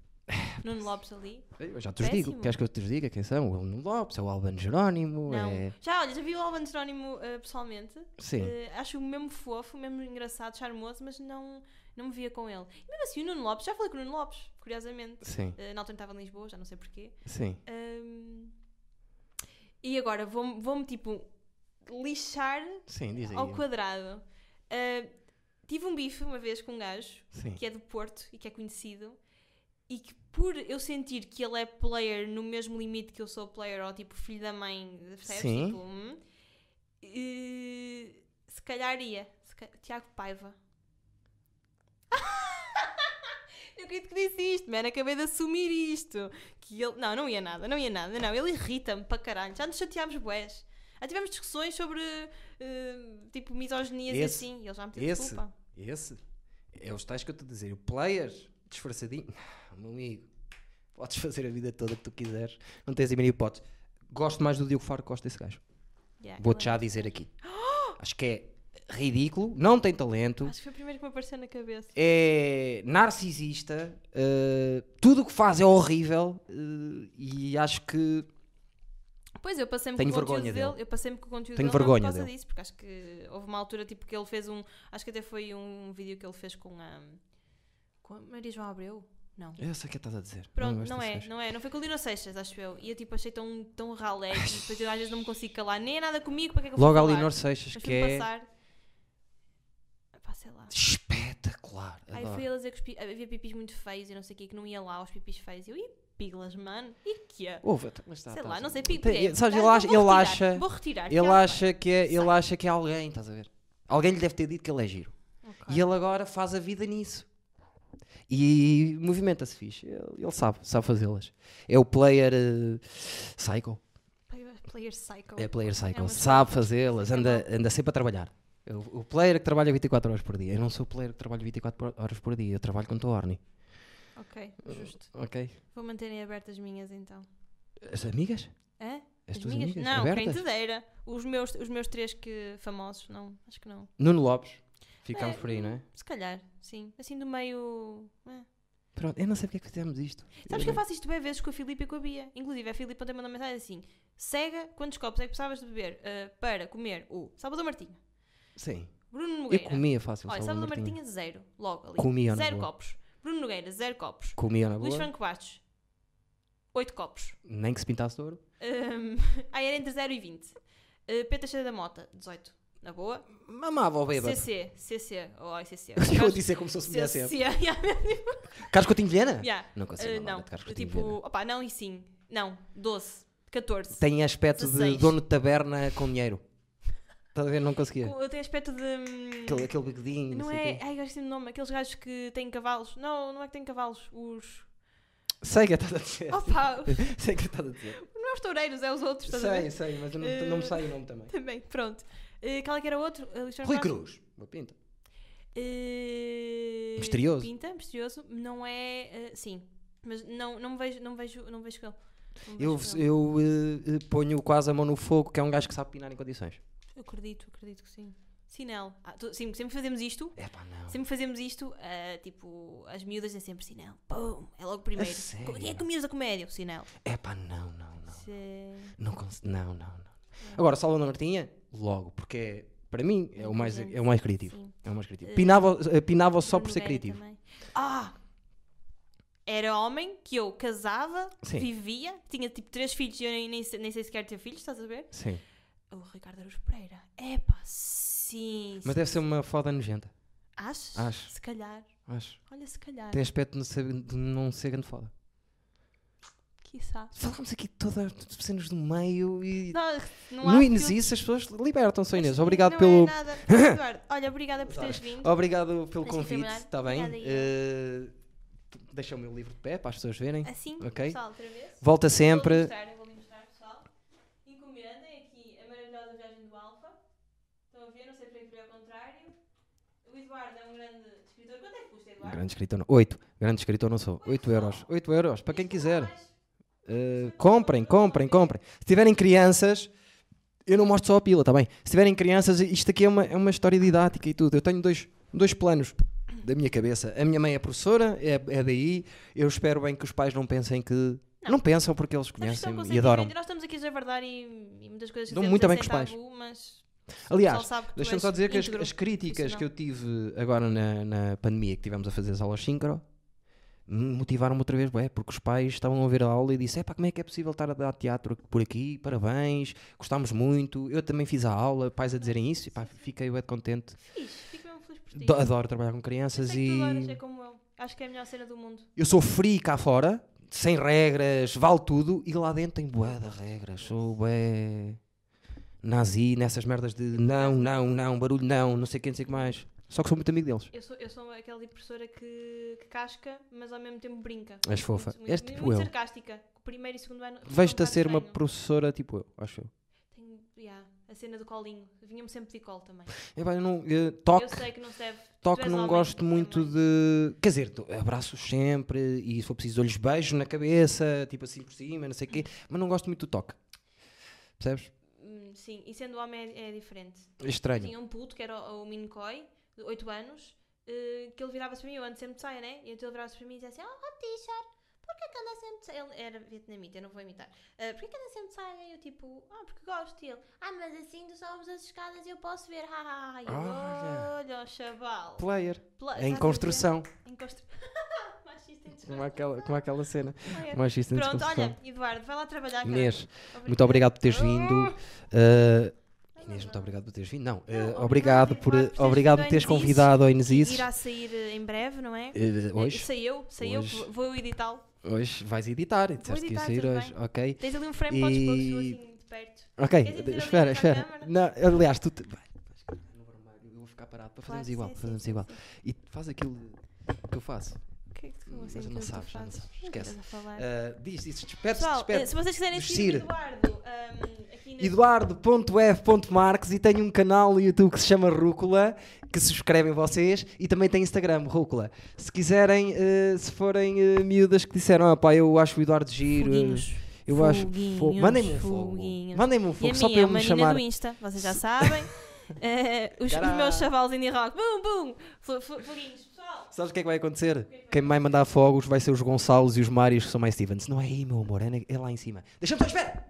[SPEAKER 2] Nuno Lopes ali.
[SPEAKER 1] Eu já te os
[SPEAKER 2] Péssimo.
[SPEAKER 1] digo. Queres que eu te os diga quem são? O Nuno Lopes, é o Albano Jerónimo,
[SPEAKER 2] Não.
[SPEAKER 1] é.
[SPEAKER 2] Já, olha, já vi o Alban Jerónimo eh, pessoalmente.
[SPEAKER 1] Sim.
[SPEAKER 2] Eh, acho o mesmo fofo, o mesmo engraçado, charmoso, mas não, não me via com ele. E mesmo assim, o Nuno Lopes, já falei com o Nuno Lopes, curiosamente.
[SPEAKER 1] Sim,
[SPEAKER 2] Eh, na altura estava em Lisboa, já não sei porquê.
[SPEAKER 1] sim.
[SPEAKER 2] Ahm, e agora, vou-me, vou-me, tipo, lixar
[SPEAKER 1] Sim, diz aí.
[SPEAKER 2] ao quadrado. Ah, tive um bife uma vez com um gajo
[SPEAKER 1] Sim.
[SPEAKER 2] que é do Porto e que é conhecido e que por eu sentir que ele é player no mesmo limite que eu sou player ou tipo filho da mãe, percebes?
[SPEAKER 1] Sim.
[SPEAKER 2] Tipo, hum, eh, se calhar ia. Se ca- Tiago Paiva. Eu acredito que disse isto, man. Acabei de assumir isto. Que ele... Não, não ia nada, não ia nada. Não, ele irrita-me para caralho. Já nos chateámos bués. Já tivemos discussões sobre, eh, tipo, misoginias e
[SPEAKER 1] Esse-
[SPEAKER 2] assim. E ele já me pediu
[SPEAKER 1] Esse,
[SPEAKER 2] desculpa.
[SPEAKER 1] esse, é os tais que eu estou a dizer. O player, disfarçadinho, meu amigo, podes fazer a vida toda que tu quiseres, não tens a mínima hipótese. Gosto mais do Diogo Faro que gosto desse gajo.
[SPEAKER 2] Yeah,
[SPEAKER 1] Vou-te
[SPEAKER 2] ele é
[SPEAKER 1] já dizer aqui. Acho que é ridículo, não tem
[SPEAKER 2] é-
[SPEAKER 1] talento,
[SPEAKER 2] Acho que foi o primeiro que me apareceu na cabeça.
[SPEAKER 1] é narcisista, eh, tudo o que faz é horrível eh, e acho que
[SPEAKER 2] Pois, eu passei-me com
[SPEAKER 1] Tenho
[SPEAKER 2] o conteúdo
[SPEAKER 1] vergonha
[SPEAKER 2] dele.
[SPEAKER 1] dele.
[SPEAKER 2] Eu passei-me com o conteúdo dele
[SPEAKER 1] Tenho
[SPEAKER 2] não
[SPEAKER 1] vergonha
[SPEAKER 2] por causa
[SPEAKER 1] dele.
[SPEAKER 2] disso, porque acho que houve uma altura tipo, que ele fez um. Acho que até foi um vídeo que ele fez com a. Com a Maria João Abreu? Não.
[SPEAKER 1] eu sei o que estás a dizer.
[SPEAKER 2] Pronto,
[SPEAKER 1] gosto
[SPEAKER 2] não,
[SPEAKER 1] desse
[SPEAKER 2] é,
[SPEAKER 1] gajo.
[SPEAKER 2] não é. Não foi com o Lino Seixas, acho eu. E eu tipo, achei tão, tão ralé que depois eu às vezes não me consigo calar. Nem é nada comigo, para que é que eu
[SPEAKER 1] Logo a
[SPEAKER 2] vou falar?
[SPEAKER 1] Linor Seixas,
[SPEAKER 2] Mas
[SPEAKER 1] que
[SPEAKER 2] fui
[SPEAKER 1] é
[SPEAKER 2] passar. Pá, sei lá.
[SPEAKER 1] espetacular.
[SPEAKER 2] Aí
[SPEAKER 1] adoro.
[SPEAKER 2] foi ele a dizer que os pi- havia pipis muito feios e não sei o quê, que não ia lá aos pipis feios. E eu, e piglas, mano? E que é?
[SPEAKER 1] Ouve, então, mas tá-
[SPEAKER 2] sei
[SPEAKER 1] tá
[SPEAKER 2] lá,
[SPEAKER 1] assim.
[SPEAKER 2] não sei,
[SPEAKER 1] Tem-
[SPEAKER 2] pico é.
[SPEAKER 1] Sabes,
[SPEAKER 2] Tá,
[SPEAKER 1] ele
[SPEAKER 2] não,
[SPEAKER 1] acha,
[SPEAKER 2] vou
[SPEAKER 1] ele
[SPEAKER 2] retirar,
[SPEAKER 1] acha,
[SPEAKER 2] Vou retirar.
[SPEAKER 1] ele
[SPEAKER 2] já
[SPEAKER 1] acha que é, ele
[SPEAKER 2] Sai.
[SPEAKER 1] acha que é alguém, estás a ver? Alguém lhe deve ter dito que ele é giro.
[SPEAKER 2] vai. Ok.
[SPEAKER 1] E ele agora faz a vida nisso. E movimenta-se fixe. Ele, ele sabe, sabe fazê-las. É o player eh, psycho.
[SPEAKER 2] Player, player Psycho.
[SPEAKER 1] É player psycho.
[SPEAKER 2] uma
[SPEAKER 1] sabe fazê-las, anda, anda sempre a trabalhar. Eu- O player que trabalha 24 horas por dia. Eu não sou o player que trabalha 24 por- horas por dia. Eu trabalho quando estou horny.
[SPEAKER 2] Ok,
[SPEAKER 1] Uh,
[SPEAKER 2] justo.
[SPEAKER 1] Ok.
[SPEAKER 2] Vou manter em aberto as minhas então.
[SPEAKER 1] As amigas?
[SPEAKER 2] Hã?
[SPEAKER 1] As,
[SPEAKER 2] As
[SPEAKER 1] tuas
[SPEAKER 2] minhas?
[SPEAKER 1] amigas?
[SPEAKER 2] Não, quem te
[SPEAKER 1] abertas?
[SPEAKER 2] dera. Os meus, os meus três que famosos, não. Acho que não.
[SPEAKER 1] Nuno Lopes. Ficámos
[SPEAKER 2] É,
[SPEAKER 1] por aí, não é?
[SPEAKER 2] Se calhar, sim. Assim do meio. é.
[SPEAKER 1] Pronto, eu não sei porque é que fizemos isto.
[SPEAKER 2] Sabes que eu faço isto bem vezes com a Filipe e com a Bia. Inclusive, a Filipe ontem mandou mensagem assim: cega quantos copos é que precisavas de beber ah, para comer o Salvador Martinho,
[SPEAKER 1] Sim.
[SPEAKER 2] Bruno
[SPEAKER 1] Eu
[SPEAKER 2] Nogueira.
[SPEAKER 1] comia fácil.
[SPEAKER 2] Olha,
[SPEAKER 1] Salvador
[SPEAKER 2] Salvador
[SPEAKER 1] Martinho.
[SPEAKER 2] Martinho, zero. Logo ali.
[SPEAKER 1] Comia, na
[SPEAKER 2] zero
[SPEAKER 1] boa.
[SPEAKER 2] copos. Bruno Nogueira, zero copos.
[SPEAKER 1] Comia na
[SPEAKER 2] Luís
[SPEAKER 1] boa.
[SPEAKER 2] Franco Bastos, oito copos.
[SPEAKER 1] Nem que se pintasse de ouro.
[SPEAKER 2] Ahm, ah, era entre 0 e 20. Uh, P. Teixeira da Mota, 18. Na boa.
[SPEAKER 1] Mamava ao bêbado.
[SPEAKER 2] CC, CC, ou ICC.
[SPEAKER 1] Eu disse é como se eu soubesse.
[SPEAKER 2] CC, yeah,
[SPEAKER 1] Carlos Coutinho de Vilhena?
[SPEAKER 2] yeah.
[SPEAKER 1] Não consigo
[SPEAKER 2] Uh,
[SPEAKER 1] mamar
[SPEAKER 2] não,
[SPEAKER 1] de Carlos Coutinho de
[SPEAKER 2] tipo,
[SPEAKER 1] Vilhena.
[SPEAKER 2] opá, não e sim. Não, 12, 14.
[SPEAKER 1] Tem aspecto de
[SPEAKER 2] 16.
[SPEAKER 1] dono de taberna com dinheiro. Estás a ver? Não conseguia.
[SPEAKER 2] Eu tenho aspecto de. hum,
[SPEAKER 1] Aquele, aquele bigodinho, não,
[SPEAKER 2] não
[SPEAKER 1] sei o
[SPEAKER 2] é.
[SPEAKER 1] quê.
[SPEAKER 2] Ai, gosto do nome. Aqueles gajos que têm cavalos. Não, não é que têm cavalos. Os.
[SPEAKER 1] Sei que estás a dizer.
[SPEAKER 2] Opa,
[SPEAKER 1] Sei que estás a dizer.
[SPEAKER 2] não é os toureiros, é os outros, Oh, estás a ver? Eh,
[SPEAKER 1] Sei, sei, mas eu não, não me sai o nome também.
[SPEAKER 2] Também, pronto. Uh, qual é que era outro? Alexandre
[SPEAKER 1] Rui
[SPEAKER 2] Bastos?
[SPEAKER 1] Cruz. Uma pinta.
[SPEAKER 2] Eh,
[SPEAKER 1] Misterioso.
[SPEAKER 2] Pinta, misterioso. Não é. eh, sim. Mas não, não me vejo, não me vejo, não me vejo com ele. Não me
[SPEAKER 1] Eu,
[SPEAKER 2] vejo com ele.
[SPEAKER 1] eu eh, eh, ponho quase a mão no fogo, que é um gajo que sabe pinar em condições.
[SPEAKER 2] Eu acredito, acredito que sim. Sinel. Ah, tu- sim, sempre fazemos isto.
[SPEAKER 1] É pá, não.
[SPEAKER 2] Sempre fazemos isto, ah, tipo, as miúdas dizem sempre sinel. Pum! É logo primeiro.
[SPEAKER 1] sério?
[SPEAKER 2] Quem é que miúdas da comédia? O sinel.
[SPEAKER 1] É pá, não, não, não.
[SPEAKER 2] Se-
[SPEAKER 1] Não consigo. Não, não, não. Agora, Salvador Martinha, logo, porque é, para mim é o mais, é o mais criativo.
[SPEAKER 2] Sim.
[SPEAKER 1] É o mais criativo. Pinava, eh, pinava só
[SPEAKER 2] Bruno
[SPEAKER 1] por ser
[SPEAKER 2] Nogueira
[SPEAKER 1] criativo.
[SPEAKER 2] também. Ah! Era homem que eu casava,
[SPEAKER 1] Sim.
[SPEAKER 2] vivia, tinha tipo três filhos e eu nem, nem, sei- nem sei sequer ter filhos, estás a ver?
[SPEAKER 1] Sim.
[SPEAKER 2] O Ricardo Aruz Pereira. Epá, sim.
[SPEAKER 1] Mas deve ser uma foda nojenta.
[SPEAKER 2] Achas?
[SPEAKER 1] Acho.
[SPEAKER 2] Se calhar.
[SPEAKER 1] Acho.
[SPEAKER 2] Olha, se calhar.
[SPEAKER 1] Tem aspecto de não ser, de não ser grande foda.
[SPEAKER 2] Quiçá.
[SPEAKER 1] Falámos aqui de todas as cenas do meio e.
[SPEAKER 2] Não, não há
[SPEAKER 1] no
[SPEAKER 2] filtro.
[SPEAKER 1] Inês, as pessoas libertam-se, Inês.
[SPEAKER 2] Não
[SPEAKER 1] Obrigado
[SPEAKER 2] é
[SPEAKER 1] pelo.
[SPEAKER 2] nada. Eduardo, olha, obrigada por teres vindo.
[SPEAKER 1] Obrigado pelo
[SPEAKER 2] Deixa-me
[SPEAKER 1] convite,
[SPEAKER 2] terminar.
[SPEAKER 1] está bem?
[SPEAKER 2] Obrigada,
[SPEAKER 1] Eh, deixa o meu livro de pé para as pessoas verem.
[SPEAKER 2] Assim,
[SPEAKER 1] Ok.
[SPEAKER 2] pessoal, outra vez.
[SPEAKER 1] Volta
[SPEAKER 2] Vou
[SPEAKER 1] sempre.
[SPEAKER 2] mostrar, vou mostrar, pessoal. Encomendem aqui a maravilhosa viagem do Alfa. Estão a ver? Não sei porque foi ao contrário. O Eduardo é um grande escritor. Quanto é que custa, Eduardo?
[SPEAKER 1] Grande escritor, não. 8. Grande escritor, não sou. 8 euros. 8 euros, para quem quiser. Eh, comprem, comprem, comprem. Se tiverem crianças, eu não mostro só a pila, está bem? Se tiverem crianças, isto aqui é uma, é uma história didática e tudo. Eu tenho dois, dois planos da minha cabeça. A minha mãe é professora, é, é daí. Eu espero bem que os pais não pensem que. Não, pensam porque eles
[SPEAKER 2] Sabes que
[SPEAKER 1] conhecem
[SPEAKER 2] são conceitos
[SPEAKER 1] e adoram.
[SPEAKER 2] diferentes. Nós estamos aqui a javardar e, e muitas coisas que
[SPEAKER 1] Dão
[SPEAKER 2] dizemos
[SPEAKER 1] muito
[SPEAKER 2] é
[SPEAKER 1] bem com os
[SPEAKER 2] sem
[SPEAKER 1] pais.
[SPEAKER 2] tabu, mas o pessoal
[SPEAKER 1] Aliás,
[SPEAKER 2] sabe que tu
[SPEAKER 1] deixa-me
[SPEAKER 2] és
[SPEAKER 1] só dizer que as,
[SPEAKER 2] íntegro.
[SPEAKER 1] as críticas
[SPEAKER 2] profissional.
[SPEAKER 1] que eu tive agora na, na pandemia que tivemos a fazer as aulas sincro me motivaram-me outra vez, bué, porque os pais estavam a ver a aula e disseram, "Epá, como é que é possível estar a dar teatro por aqui, parabéns, gostámos muito, eu também fiz a aula, pais a dizerem isso, e pá, fiquei bué de contente,
[SPEAKER 2] Fixe, fico mesmo feliz por ti.
[SPEAKER 1] Do- adoro trabalhar com
[SPEAKER 2] Eu
[SPEAKER 1] crianças
[SPEAKER 2] sei que tu adoras, é
[SPEAKER 1] e
[SPEAKER 2] como eu. Acho que é a melhor cena do mundo.
[SPEAKER 1] eu sou free cá fora, sem regras, vale tudo, e lá dentro tem bué de regras, sou bué nazi nessas merdas de não, não, não, barulho não, não sei quem, não sei o que mais, só que sou muito amigo deles.
[SPEAKER 2] Eu sou, eu sou aquela tipo de professora que, que casca, mas ao mesmo tempo brinca.
[SPEAKER 1] És fofa.
[SPEAKER 2] Muito, muito,
[SPEAKER 1] És tipo
[SPEAKER 2] muito
[SPEAKER 1] eu.
[SPEAKER 2] sarcástica. O primeiro e segundo ano.
[SPEAKER 1] Vejo-te
[SPEAKER 2] foi
[SPEAKER 1] a
[SPEAKER 2] um
[SPEAKER 1] ser uma
[SPEAKER 2] bocado estranho.
[SPEAKER 1] professora tipo eu, acho eu.
[SPEAKER 2] Tenho, yeah, a cena do colinho. Vinha-me sempre de colo também.
[SPEAKER 1] Epá, eu não, eh,
[SPEAKER 2] Eu
[SPEAKER 1] toque,
[SPEAKER 2] sei que não se tipo, deve.
[SPEAKER 1] toque não gosto muito de. Quer dizer, dou- abraços sempre e se for preciso olhos beijo na cabeça, tipo assim por cima, não sei o quê, mas não gosto muito do toque. Percebes?
[SPEAKER 2] de. Hum, Sim, e sendo homem é, é diferente.
[SPEAKER 1] É estranho.
[SPEAKER 2] Tinha um puto que era o, o Minicoi, de 8 anos, eh, que ele virava-se para mim, eu ando sempre de saia, né? E então ele virava-se para mim e dizia assim: Oh, oh teacher, porquê que anda sempre de saia? Ele era vietnamita, eu não vou imitar. Eh, porquê que anda sempre de saia? E eu tipo: Ah, porque gosto. E ele: Ah, mas assim tu sobes as escadas e eu posso ver. Ah, e eu,
[SPEAKER 1] Olha.
[SPEAKER 2] olha, o chaval.
[SPEAKER 1] Player.
[SPEAKER 2] Pla-
[SPEAKER 1] Em
[SPEAKER 2] estás a
[SPEAKER 1] construção.
[SPEAKER 2] ver? é Em construção. Machista em
[SPEAKER 1] Como
[SPEAKER 2] desconstrução.
[SPEAKER 1] aquela, como aquela cena.
[SPEAKER 2] Olha.
[SPEAKER 1] Machista em
[SPEAKER 2] Pronto,
[SPEAKER 1] desconstrução.
[SPEAKER 2] olha, Eduardo, vai lá trabalhar. cara.
[SPEAKER 1] Inês, muito obrigado por teres vindo. Eh, Inês, muito obrigado por teres vindo. Não, eh,
[SPEAKER 2] Não,
[SPEAKER 1] obrigado
[SPEAKER 2] obrigado,
[SPEAKER 1] por, ah,
[SPEAKER 2] Eduardo, por teres
[SPEAKER 1] obrigado
[SPEAKER 2] vindo
[SPEAKER 1] por teres
[SPEAKER 2] ao Inesices.
[SPEAKER 1] convidado ao Inesis.
[SPEAKER 2] Irá sair eh, em breve, não é?
[SPEAKER 1] hoje,
[SPEAKER 2] Saiu, saiu,
[SPEAKER 1] Hoje.
[SPEAKER 2] vou eu editá-lo.
[SPEAKER 1] hoje vais editar, e disseste que ia
[SPEAKER 2] editar,
[SPEAKER 1] sair
[SPEAKER 2] tudo
[SPEAKER 1] hoje, ok?
[SPEAKER 2] Tens ali um frame, podes pôr
[SPEAKER 1] E-
[SPEAKER 2] assim de perto.
[SPEAKER 1] Ok,
[SPEAKER 2] Queres dizer ali
[SPEAKER 1] espera,
[SPEAKER 2] à
[SPEAKER 1] espera.
[SPEAKER 2] câmara?
[SPEAKER 1] Não, aliás, tu. Te... Vai, vais carregar no vermelho, eu vou ficar parado para
[SPEAKER 2] Claro,
[SPEAKER 1] fazermos igual.
[SPEAKER 2] sim, sim,
[SPEAKER 1] fazermos
[SPEAKER 2] sim,
[SPEAKER 1] igual.
[SPEAKER 2] sim.
[SPEAKER 1] E faz aquilo que eu faço.
[SPEAKER 2] O que é que tu
[SPEAKER 1] Mas
[SPEAKER 2] assim, que
[SPEAKER 1] não
[SPEAKER 2] tu
[SPEAKER 1] sabes, não
[SPEAKER 2] fazes?
[SPEAKER 1] sabes,
[SPEAKER 2] Não
[SPEAKER 1] esquece. Eh,
[SPEAKER 2] estás a falar.
[SPEAKER 1] Ah, diz, diz, despede-se,
[SPEAKER 2] Pessoal, eh,
[SPEAKER 1] despede
[SPEAKER 2] se vocês quiserem
[SPEAKER 1] dos
[SPEAKER 2] seguir o
[SPEAKER 1] Ciro.
[SPEAKER 2] Eduardo ahm, aqui
[SPEAKER 1] Eduardo.f.marques e tenho um canal no YouTube que se chama Rúcula, que subscrevem vocês, e também tem Instagram, Rúcula. Se quiserem, eh, se forem eh, miúdas que disseram, ah pá, eu acho o Eduardo giro,
[SPEAKER 2] Foguinhos.
[SPEAKER 1] eu acho fogo.
[SPEAKER 2] Foguinhos,
[SPEAKER 1] Mandem-me um fogo.
[SPEAKER 2] foguinhos.
[SPEAKER 1] Mandem-me um
[SPEAKER 2] E a
[SPEAKER 1] eh, fogo só para
[SPEAKER 2] minha é
[SPEAKER 1] eu
[SPEAKER 2] uma
[SPEAKER 1] me
[SPEAKER 2] menina
[SPEAKER 1] chamar.
[SPEAKER 2] do Insta, vocês já sabem. Eh, os, os
[SPEAKER 1] Caralho.
[SPEAKER 2] meus chavalos indie rock, bum, bum, fo- fo- foguinhos, pessoal.
[SPEAKER 1] Sabes o que é que vai acontecer? Quem vai mandar fogos vai ser os Gonçalos e os Mários, que são mais Stevens. Não é aí, meu amor, é, na- é lá em cima. Deixa-me Então, estar à espera!
[SPEAKER 2] assim? um.
[SPEAKER 1] é
[SPEAKER 2] assim